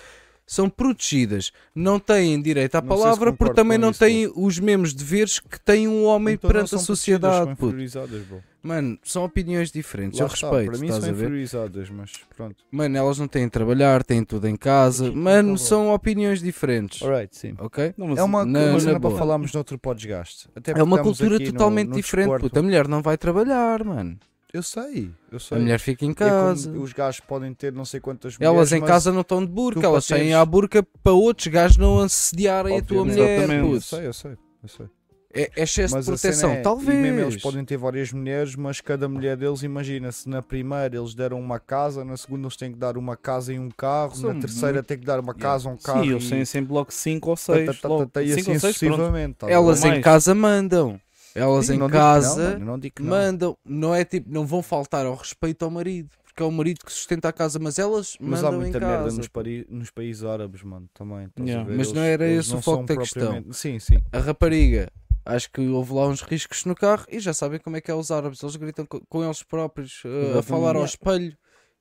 Speaker 3: São protegidas, não têm direito à
Speaker 1: Não sei se
Speaker 3: palavra porque
Speaker 1: concordo
Speaker 3: também
Speaker 1: com
Speaker 3: não
Speaker 1: isso,
Speaker 3: têm os mesmos deveres que tem um homem
Speaker 1: Então não
Speaker 3: perante a
Speaker 1: são protegidas,
Speaker 3: sociedade,
Speaker 1: são
Speaker 3: puto.
Speaker 1: inferiorizadas, bro.
Speaker 3: Mano, são opiniões diferentes,
Speaker 1: Lá
Speaker 3: eu
Speaker 1: está,
Speaker 3: respeito,
Speaker 1: Para mim
Speaker 3: estás
Speaker 1: são
Speaker 3: a ver?
Speaker 1: inferiorizadas, mas pronto.
Speaker 3: Mano, elas não têm de trabalhar, têm tudo em casa. Mano, são opiniões diferentes,
Speaker 1: Alright, sim.
Speaker 3: ok?
Speaker 5: Não, mas
Speaker 1: É uma,
Speaker 3: Na-
Speaker 1: uma
Speaker 3: na
Speaker 1: cena para
Speaker 3: boa.
Speaker 1: falarmos noutro podcast. Até
Speaker 3: É
Speaker 1: porque
Speaker 3: uma
Speaker 1: estamos
Speaker 3: cultura
Speaker 1: aqui no-
Speaker 3: totalmente
Speaker 1: no
Speaker 3: diferente,
Speaker 1: desporto.
Speaker 3: puto. A mulher não vai trabalhar, mano.
Speaker 1: Eu sei, eu sei.
Speaker 3: A mulher fica em
Speaker 1: É como
Speaker 3: casa.
Speaker 1: os gajos podem ter não sei quantas mulheres.
Speaker 3: Elas em
Speaker 1: mas-
Speaker 3: casa não estão de burca,
Speaker 1: tu
Speaker 3: elas
Speaker 1: para
Speaker 3: saem
Speaker 1: teres-
Speaker 3: à burca para outros gajos não assediarem a
Speaker 1: Obviamente.
Speaker 3: tua mulher.
Speaker 5: Exatamente.
Speaker 1: Eu
Speaker 3: puto.
Speaker 1: sei, eu sei. Eu sei.
Speaker 3: É, é excesso
Speaker 1: Mas
Speaker 3: de
Speaker 1: a cena
Speaker 3: proteção,
Speaker 1: é,
Speaker 3: talvez.
Speaker 1: E mesmo eles podem ter várias mulheres, mas cada mulher deles, imagina-se, na primeira eles deram uma casa, na segunda eles têm que dar uma casa e um carro,
Speaker 3: São
Speaker 1: na terceira
Speaker 3: muito-
Speaker 1: têm que dar uma
Speaker 3: Yeah.
Speaker 1: casa, um carro.
Speaker 5: Sim,
Speaker 1: e...
Speaker 5: eles têm sempre logo 5 ou
Speaker 1: tá, tá,
Speaker 5: 6.
Speaker 1: tá, tá, e
Speaker 5: 5
Speaker 1: assim
Speaker 5: ou 6, pronto.
Speaker 1: sucessivamente. tá bem?
Speaker 3: Elas em
Speaker 5: mais.
Speaker 3: casa mandam. Elas
Speaker 1: Sim,
Speaker 3: em
Speaker 1: não digo que não,
Speaker 3: casa
Speaker 1: mano, não digo que não.
Speaker 3: mandam. Não é tipo, não vão faltar ao respeito ao marido, porque é o marido que sustenta a casa, mas elas
Speaker 1: Mas há
Speaker 3: mandam
Speaker 1: muita
Speaker 3: em casa.
Speaker 1: merda nos, pari- nos países árabes, mano, também. estás a
Speaker 5: Yeah.
Speaker 1: ver?
Speaker 3: Mas
Speaker 1: Eles-
Speaker 3: não era
Speaker 1: eles
Speaker 3: esse o
Speaker 1: não
Speaker 3: foco
Speaker 1: são
Speaker 3: da questão.
Speaker 1: propriamente- Sim, sim.
Speaker 3: A rapariga, acho que houve lá uns riscos no carro e já sabem como é que é os árabes. Eles gritam co- com eles próprios eh, a
Speaker 1: Exatamente.
Speaker 3: falar ao
Speaker 1: Yeah.
Speaker 3: espelho.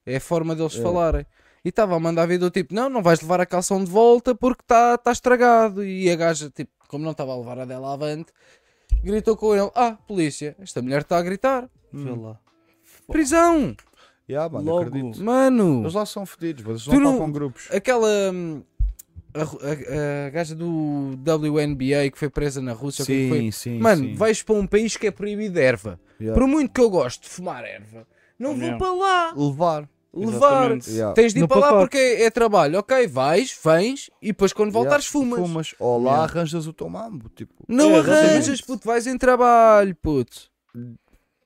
Speaker 3: É a forma deles
Speaker 1: Yeah.
Speaker 3: falarem. E estava a mandar vir do tipo: Não, não vais levar a calção de volta porque está tá estragado. E a gaja, tipo, como não estava a levar a dela avante, gritou com ele: Ah, polícia, esta mulher está a gritar.
Speaker 5: Vê lá.
Speaker 3: Prisão!
Speaker 1: Yeah, mano,
Speaker 5: Logo.
Speaker 1: acredito.
Speaker 3: Mano!
Speaker 1: Eles lá são fedidos, mas eles
Speaker 3: Tu
Speaker 1: não
Speaker 3: não-
Speaker 1: tocam grupos.
Speaker 3: Aquela. hum, A, ru- a- a gaja do WNBA que foi presa na Rússia, o que é que foi?
Speaker 1: sim.
Speaker 3: Mano,
Speaker 1: sim.
Speaker 3: vais para um país que é proibido erva.
Speaker 1: Yeah.
Speaker 3: Por muito que eu gosto de fumar erva, não vou
Speaker 5: Não.
Speaker 3: para lá
Speaker 1: Levar.
Speaker 3: levar.
Speaker 5: Exatamente.
Speaker 1: Yeah.
Speaker 3: Tens de ir
Speaker 5: No
Speaker 3: para lá
Speaker 5: pacote.
Speaker 3: porque é, é trabalho. Ok, vais, vens e depois quando voltares fumas.
Speaker 1: Ou lá
Speaker 5: Yeah.
Speaker 1: arranjas o teu mambo, tipo.
Speaker 3: Não
Speaker 5: É, exatamente.
Speaker 3: arranjas, puto, vais em trabalho, puto.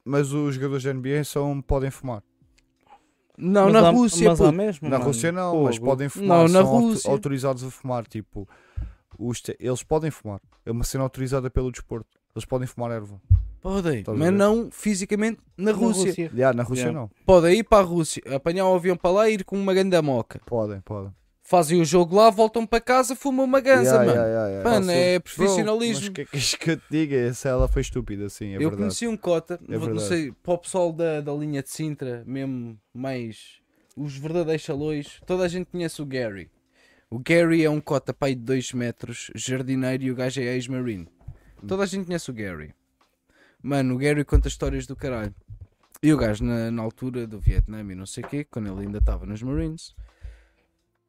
Speaker 1: Mas os jogadores da NBA são, podem fumar.
Speaker 3: Não,
Speaker 5: Mas
Speaker 3: na
Speaker 5: há-
Speaker 3: Rússia,
Speaker 5: mas há
Speaker 3: puto.
Speaker 5: mesmo.
Speaker 1: na
Speaker 5: mano.
Speaker 1: Rússia não, mas
Speaker 5: Fogo.
Speaker 1: podem fumar.
Speaker 3: Não, na
Speaker 1: são auto-
Speaker 3: Rússia.
Speaker 1: autorizados a fumar, tipo. os te- eles podem fumar. É uma cena autorizada pelo desporto. Eles podem fumar erva.
Speaker 3: Podem,
Speaker 1: Estás a
Speaker 3: mas
Speaker 1: ver?
Speaker 3: não fisicamente na Rússia.
Speaker 1: Yeah, na Rússia
Speaker 5: Yeah.
Speaker 1: não.
Speaker 3: Podem ir para a Rússia, apanhar um avião para lá e ir com uma ganda moca.
Speaker 1: Podem, podem.
Speaker 3: Fazem o jogo lá, voltam para casa, fumam uma ganza,
Speaker 1: Yeah,
Speaker 3: mano.
Speaker 1: yeah, yeah, yeah.
Speaker 3: Mano, é
Speaker 1: Bro, Mas
Speaker 3: profissionalismo.
Speaker 1: o que é que queres que eu te diga? Essa ela foi estúpida, sim, é
Speaker 3: eu
Speaker 1: verdade. É
Speaker 3: conheci um cota, não vou- não
Speaker 1: verdade.
Speaker 3: sei, para o pessoal da, da linha de Sintra, mesmo mais os verdadeiros salões, toda a gente conhece o Gary. O Gary é um cota pai de 2 metros, jardineiro e o gajo é ex-marine. Toda a gente conhece o Gary. Mano, o Gary conta histórias do caralho. E o gajo, na, na altura do Vietnã e não sei o quê, quando ele ainda estava nos Marines,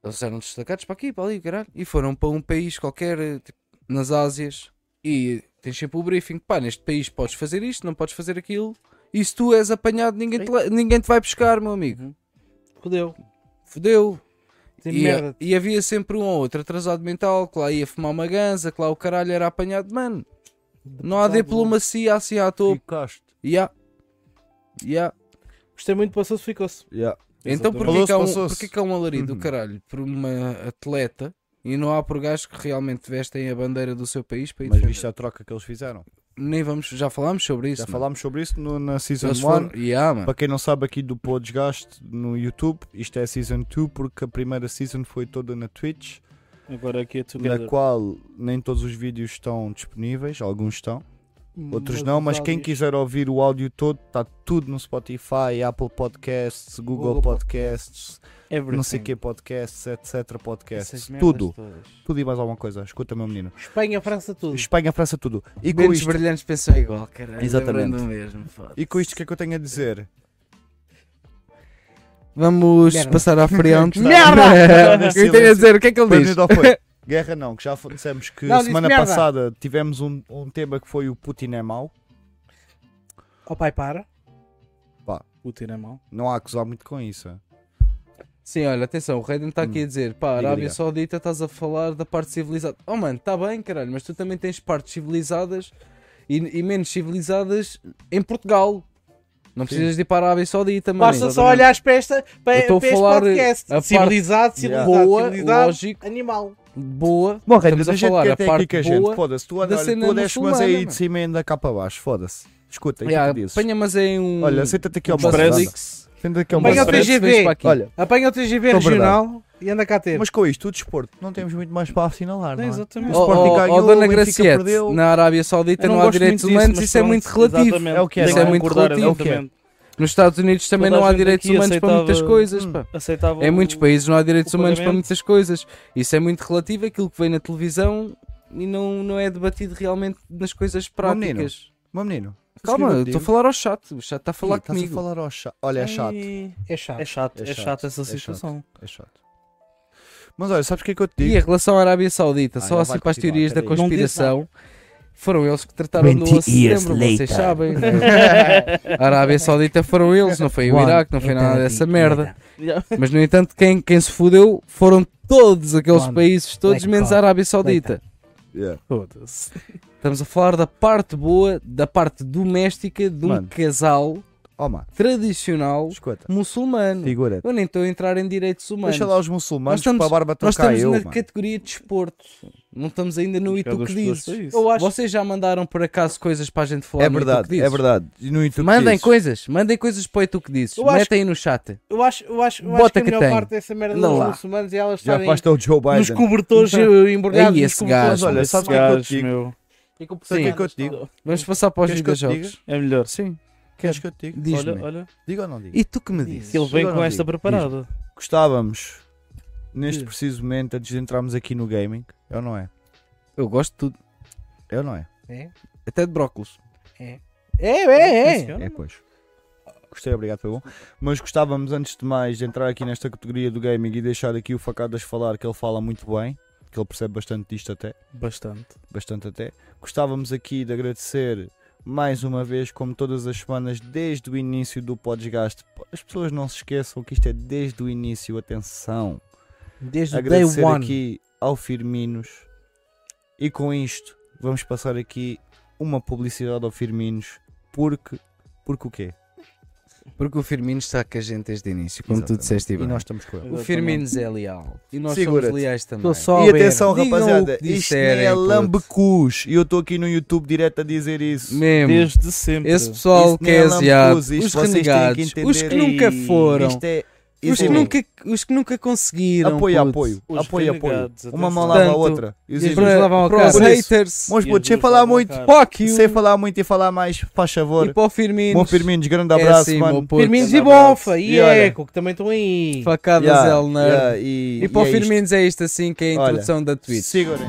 Speaker 3: eles eram destacados para aqui, para ali, caralho, e foram para um país qualquer, eh, tipo, nas Ásias, e tens sempre o briefing, pá, neste país podes fazer isto, não podes fazer aquilo, e se tu és apanhado, ninguém te, la- ninguém te vai buscar, meu amigo.
Speaker 4: Fodeu.
Speaker 3: Fodeu.
Speaker 4: Uhum. Tem
Speaker 3: E,
Speaker 4: merda.
Speaker 3: e havia sempre um ou outro atrasado mental que lá ia fumar uma ganza, que lá o caralho era apanhado. Mano,
Speaker 4: Tá
Speaker 3: não há diplomacia assim à toa.
Speaker 1: Ficaste.
Speaker 3: Ya. Ya.
Speaker 4: Gostei muito, passou-se, ficou-se.
Speaker 1: Yeah.
Speaker 3: Então porquê
Speaker 6: Falou-se,
Speaker 3: que, há um,
Speaker 6: passou-se.
Speaker 3: porquê que há um alarido
Speaker 1: Uhum.
Speaker 3: do caralho por uma atleta e não há por gajos que realmente vestem a bandeira do seu país para ir
Speaker 1: Mas
Speaker 3: defender?
Speaker 1: viste a troca que eles fizeram.
Speaker 3: Nem vamos, já falámos sobre isso.
Speaker 1: Já
Speaker 3: mano.
Speaker 1: falámos sobre isso no- na Season
Speaker 3: Eles
Speaker 1: 1.
Speaker 3: foram- Yeah, mano.
Speaker 1: Para quem não sabe aqui do Pô Desgaste no YouTube, isto é a Season 2 porque a primeira Season foi toda na Twitch,
Speaker 5: Agora aqui é
Speaker 1: na
Speaker 5: together.
Speaker 1: qual nem todos os vídeos estão disponíveis, alguns estão, outros não, mas
Speaker 4: Hum,
Speaker 1: quem quiser ouvir o áudio todo, está tudo no Spotify, Apple Podcasts, Google,
Speaker 3: Google
Speaker 1: Podcasts,
Speaker 5: Everything.
Speaker 1: não sei que Podcasts, etc.
Speaker 2: Essas
Speaker 1: Podcasts,
Speaker 2: merdas
Speaker 1: tudo,
Speaker 2: todas.
Speaker 1: tudo e mais alguma coisa, escuta meu menino.
Speaker 4: Espanha, França, tudo.
Speaker 1: Espanha, França, tudo. E com
Speaker 3: Menos
Speaker 1: isto,
Speaker 3: brilhantes pensam igual, caralho.
Speaker 1: Exatamente.
Speaker 3: lembrando mesmo, foda-se.
Speaker 1: e com isto o que é que eu tenho a dizer?
Speaker 3: Vamos
Speaker 4: Merda.
Speaker 3: passar à frente.
Speaker 1: Merda!
Speaker 3: tá? Eu tenho a dizer, o que é que ele diz?
Speaker 1: Panido foi. Guerra não, que já f- dissemos que
Speaker 4: Não, disse
Speaker 1: semana
Speaker 4: merda.
Speaker 1: passada tivemos um, um tema que foi o Putin é mau.
Speaker 4: Ó Oh, pai, para.
Speaker 5: Putin é mau.
Speaker 1: Não há a acusar muito com isso. é?
Speaker 3: Sim, olha, atenção, o Raiden está aqui a dizer, pá,
Speaker 1: Hum. Diga,
Speaker 3: Arábia
Speaker 1: diga.
Speaker 3: Saudita estás a falar da parte civilizada. Oh mano, está bem, caralho, mas tu também tens partes civilizadas e, e menos civilizadas em Portugal. Não precisas de ir para a Arábia Saudita, mano.
Speaker 4: Basta só olhares para, esta,
Speaker 3: Eu
Speaker 4: para,
Speaker 3: estou a
Speaker 4: para este
Speaker 3: falar
Speaker 4: podcast.
Speaker 3: a parte
Speaker 4: Civilizado, civilizado,
Speaker 3: Boa,
Speaker 4: civilizado,
Speaker 3: lógico,
Speaker 4: animal.
Speaker 3: boa.
Speaker 1: Bom, Reino,
Speaker 3: Estamos
Speaker 1: a
Speaker 3: a
Speaker 1: gente
Speaker 3: falar
Speaker 1: que é
Speaker 3: a parte
Speaker 1: técnica, gente.
Speaker 3: boa
Speaker 1: Foda-se, tu
Speaker 3: da
Speaker 1: andas
Speaker 3: cena
Speaker 1: tu desce, mas
Speaker 3: muçulmana,
Speaker 1: aí de
Speaker 3: mano.
Speaker 1: cima e ainda cá para baixo. Foda-se. Escuta, aí
Speaker 3: é? Yeah,
Speaker 1: tu dizes.
Speaker 3: apanha, mas é um.
Speaker 1: Olha, senta-te aqui ao
Speaker 3: um
Speaker 1: meu lado.
Speaker 3: Netflix.
Speaker 1: Senta-te aqui ao meu
Speaker 4: Apanha
Speaker 1: lado.
Speaker 4: o
Speaker 3: Parece que
Speaker 4: TGV.
Speaker 3: vens para aqui.
Speaker 1: Olha,
Speaker 4: Apanha o TGV
Speaker 1: Estou
Speaker 4: regional e anda cá a ter.
Speaker 1: mas com isto, o desporto, não temos muito mais para assinalar, não é?
Speaker 5: exatamente.
Speaker 1: O
Speaker 3: Oh,
Speaker 1: Sporting
Speaker 3: oh,
Speaker 1: ganhou,
Speaker 3: oh,
Speaker 1: o
Speaker 3: Dona
Speaker 1: Benfica
Speaker 3: Graciete,
Speaker 1: perdeu.
Speaker 3: na Arábia Saudita não, há direitos humanos, isso é muito relativo.
Speaker 1: É o que é,
Speaker 3: Isso é muito relativo. Nos Estados Unidos também
Speaker 5: Toda
Speaker 3: não
Speaker 5: a
Speaker 3: há
Speaker 5: gente
Speaker 3: direitos
Speaker 5: aqui
Speaker 3: humanos para
Speaker 5: aceitava-
Speaker 3: muitas coisas.
Speaker 1: Hum,
Speaker 3: pá.
Speaker 5: Aceitava
Speaker 3: Em muitos
Speaker 5: o-
Speaker 3: países não há direitos
Speaker 5: o
Speaker 3: humanos para
Speaker 5: pagamento.
Speaker 3: muitas coisas. Isso é muito relativo àquilo que vem na televisão e não, não é debatido realmente nas coisas
Speaker 1: Bom, menino,
Speaker 3: práticas.
Speaker 1: Meu menino, eu
Speaker 3: Calma, eu estou a
Speaker 1: digo.
Speaker 3: falar ao chat. O chat está a falar
Speaker 1: um Ih, estás
Speaker 3: comigo.
Speaker 1: a falar ao chato. Olha, é chato.
Speaker 5: Ai,
Speaker 4: É chato.
Speaker 5: É chato,
Speaker 1: É
Speaker 5: é
Speaker 1: chato,
Speaker 5: chato essa
Speaker 1: é chato.
Speaker 5: situação.
Speaker 1: É chato. Mas olha, sabes o que é que eu te
Speaker 3: E
Speaker 1: digo?
Speaker 3: em relação à Arábia Saudita,
Speaker 1: Ah,
Speaker 3: só
Speaker 1: já
Speaker 3: assim
Speaker 1: vai
Speaker 3: para as
Speaker 1: continuar,
Speaker 3: teorias da
Speaker 1: peraí.
Speaker 5: Não diz
Speaker 3: conspiração, foram eles que trataram do 11 de setembro, vocês sabem. a Arábia Saudita foram eles, não foi o Iraque, não foi nada dessa merda. Mas no entanto, quem, quem se fudeu foram todos aqueles
Speaker 4: One.
Speaker 3: países, todos
Speaker 4: Like
Speaker 3: menos a
Speaker 4: God.
Speaker 3: Arábia Saudita.
Speaker 1: Yeah.
Speaker 3: Estamos a falar da parte boa, da parte doméstica de um
Speaker 1: Mano.
Speaker 3: casal
Speaker 1: Oh, mano,
Speaker 3: tradicional
Speaker 1: escuta.
Speaker 3: muçulmano.
Speaker 1: Figura-te.
Speaker 3: Eu nem estou a entrar em direitos humanos.
Speaker 1: Deixa lá os muçulmanos
Speaker 3: Nós estamos-
Speaker 1: para a barba
Speaker 3: Nós
Speaker 1: trocar
Speaker 3: estamos
Speaker 1: eu,
Speaker 3: na
Speaker 1: mano.
Speaker 3: categoria de desporto. Não estamos ainda no e tu que dizes.
Speaker 4: Eu acho
Speaker 3: Vocês já mandaram por acaso coisas para a gente falar
Speaker 1: É
Speaker 3: no E Tu que
Speaker 1: verdade,
Speaker 3: dizes?
Speaker 1: é verdade. E no YouTube
Speaker 3: Mandem
Speaker 1: dizes.
Speaker 3: coisas, mandem coisas para o E tu que dizes.
Speaker 4: Eu acho
Speaker 3: Metem aí no chat.
Speaker 4: Eu acho, eu acho, eu acho
Speaker 3: Bota
Speaker 4: que a
Speaker 3: que
Speaker 4: melhor
Speaker 3: tem.
Speaker 4: parte dessa merda
Speaker 3: Anda
Speaker 4: dos
Speaker 3: lá.
Speaker 4: muçulmanos é elas
Speaker 1: Já
Speaker 4: estarem
Speaker 1: basta o Joe
Speaker 4: nos
Speaker 1: Biden.
Speaker 4: cobertores eh, embrulhados.
Speaker 3: Aí
Speaker 4: nos
Speaker 3: esse
Speaker 4: cobertores.
Speaker 1: Mas olha,
Speaker 3: Esse
Speaker 1: sabes o que é que eu te digo? Sabe o que é que eu te digo?
Speaker 3: Vamos passar para os
Speaker 1: Queres que eu te
Speaker 3: videojogos.
Speaker 5: É melhor.
Speaker 3: Sim.
Speaker 1: Queres que eu te diga?
Speaker 3: Diz-me.
Speaker 5: Olha, olha.
Speaker 1: Diga ou não diga?
Speaker 3: E tu que me dizes?
Speaker 5: Se ele vem
Speaker 1: Agora
Speaker 5: com
Speaker 1: não
Speaker 5: esta
Speaker 1: digo.
Speaker 5: preparada.
Speaker 1: Gostávamos, neste preciso momento, antes de entrarmos aqui no gaming, é ou não é?
Speaker 3: Eu gosto de tudo.
Speaker 1: É ou não é?
Speaker 3: Até de brócolos.
Speaker 4: É, é, é.
Speaker 5: Sim, senhor.
Speaker 1: É, pois. Gostei, obrigado, foi bom. Mas gostávamos, antes de mais, de entrar aqui nesta categoria do gaming e deixar aqui o Facadas falar, que ele fala muito bem, que ele percebe bastante disto até.
Speaker 5: Bastante.
Speaker 1: bastante até. Gostávamos aqui de agradecer mais uma vez, como todas as semanas, desde o início do Podesgaste. As pessoas não se esqueçam que isto é desde o início, atenção.
Speaker 4: Desde o day
Speaker 1: Agradecer
Speaker 4: one.
Speaker 1: aqui ao Firminos. E com isto, vamos passar aqui uma publicidade ao Firminos, porque porque o quê?
Speaker 3: Porque o Firmino está com a gente desde o início, como tu
Speaker 1: Exatamente.
Speaker 3: disseste
Speaker 1: E
Speaker 3: bem.
Speaker 1: nós estamos com ele.
Speaker 3: O Firmino é leal. E nós
Speaker 1: Segura-te.
Speaker 3: somos leais também.
Speaker 4: Estou só a
Speaker 1: E
Speaker 4: ver.
Speaker 1: atenção,
Speaker 3: Digam
Speaker 1: rapaziada,
Speaker 3: o que
Speaker 1: isto
Speaker 3: disserem,
Speaker 1: é
Speaker 3: puto.
Speaker 1: lambecus. E eu estou aqui no YouTube direto a dizer isso.
Speaker 3: Mesmo.
Speaker 5: Desde sempre.
Speaker 3: É Esse pessoal
Speaker 1: Isso
Speaker 3: que
Speaker 1: nem
Speaker 3: é
Speaker 1: é lambuza,
Speaker 3: asiado, os
Speaker 1: isto vocês têm que
Speaker 3: renegados, os que
Speaker 1: entender.
Speaker 3: nunca
Speaker 5: Ei,
Speaker 3: foram,
Speaker 1: Isto é.
Speaker 3: os,
Speaker 1: isso
Speaker 3: que
Speaker 1: é-
Speaker 3: nunca, os que nunca conseguiram.
Speaker 1: Apoio,
Speaker 3: puto.
Speaker 1: apoio.
Speaker 5: Os
Speaker 1: apoio, apoio.
Speaker 5: renegados,
Speaker 1: Uma mão
Speaker 5: atenção.
Speaker 1: lava a
Speaker 3: Tanto.
Speaker 1: outra. Exige.
Speaker 4: Eles
Speaker 3: Para,
Speaker 4: lavam a
Speaker 3: para os
Speaker 1: cara.
Speaker 3: haters,
Speaker 1: Mas
Speaker 5: E
Speaker 1: puto,
Speaker 5: as
Speaker 1: sem
Speaker 5: duas
Speaker 1: falar
Speaker 5: lavam a
Speaker 1: muito.
Speaker 5: cara.
Speaker 3: fuck you.
Speaker 1: Sem falar muito e falar mais, faz
Speaker 3: E
Speaker 1: favor.
Speaker 3: para o
Speaker 1: Bom
Speaker 3: Firmino,
Speaker 1: Firminos, grande
Speaker 3: é
Speaker 1: abraço,
Speaker 3: assim, meu
Speaker 1: mano.
Speaker 3: puto.
Speaker 4: Firminos e
Speaker 5: abraço.
Speaker 4: Bonfa e
Speaker 1: E olha.
Speaker 4: Eco, que também estão aí.
Speaker 3: facadas
Speaker 1: Yeah,
Speaker 3: El Nerd.
Speaker 1: yeah, e,
Speaker 3: E para o
Speaker 1: é isto.
Speaker 3: Firmino é isto assim que é a
Speaker 1: Olha,
Speaker 3: introdução da Twitch.
Speaker 1: Segurem.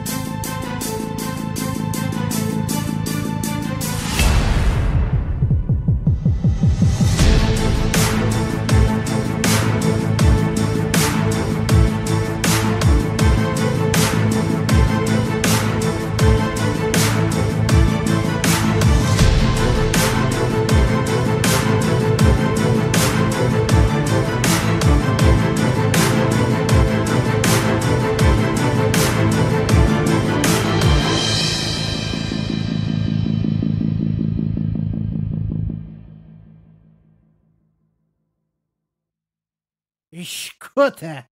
Speaker 4: escuta.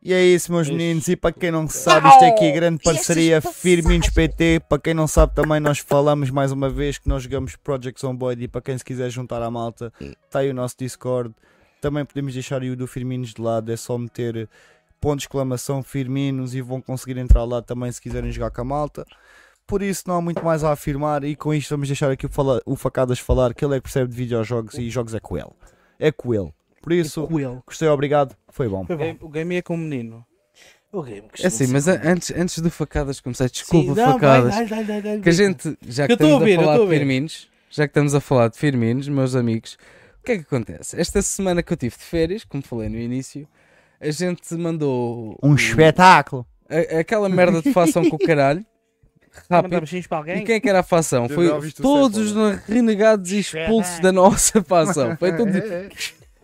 Speaker 1: E é isso, meus
Speaker 5: Ixi,
Speaker 1: meninos. E para quem não sabe, isto é aqui a grande
Speaker 6: E essas
Speaker 1: parceria
Speaker 6: passagens?
Speaker 1: Firmins PT. Para quem não sabe, também nós falamos mais uma vez que nós jogamos Project Zomboid. E para quem se quiser juntar à malta, está aí o nosso Discord. Também podemos deixar aí o do Firminos de lado. É só meter ponto de exclamação Firminos e vão conseguir entrar lá também se quiserem jogar com a malta. Por isso, não há muito mais a afirmar. E com isto, vamos deixar aqui o, fala- o Facadas falar, que ele é que percebe de videojogos e jogos é com ele. É com ele. Por isso,
Speaker 4: É Com ele.
Speaker 1: gostei, obrigado. Foi bom.
Speaker 4: Foi
Speaker 5: O
Speaker 4: bom.
Speaker 5: game- O game é com o menino.
Speaker 4: O game que
Speaker 3: É assim,
Speaker 4: estou-
Speaker 3: mas a- antes, antes do facadas começar,
Speaker 4: Sim,
Speaker 3: desculpa,
Speaker 4: não, vai,
Speaker 3: facadas.
Speaker 4: dá-lhe, dá-lhe, dá-lhe, dá-lhe.
Speaker 3: que a gente, já que
Speaker 4: Eu tô a
Speaker 3: estamos a,
Speaker 4: ouvir, eu
Speaker 3: falar
Speaker 4: tô a
Speaker 3: de
Speaker 4: ouvir.
Speaker 3: Firminos, já que estamos a falar de Firminos, meus amigos, o que é que acontece? Esta semana que eu tive de férias, como falei no início, a gente mandou
Speaker 1: Um
Speaker 3: o-
Speaker 1: espetáculo.
Speaker 3: a- aquela merda de fação com o caralho. Rápido.
Speaker 5: Mandamos para alguém.
Speaker 3: E quem é que era a fação?
Speaker 1: Eu
Speaker 3: Foi
Speaker 1: já viste o
Speaker 3: todos os
Speaker 1: Stefan,
Speaker 3: renegados e expulsos da nossa fação. Foi tudo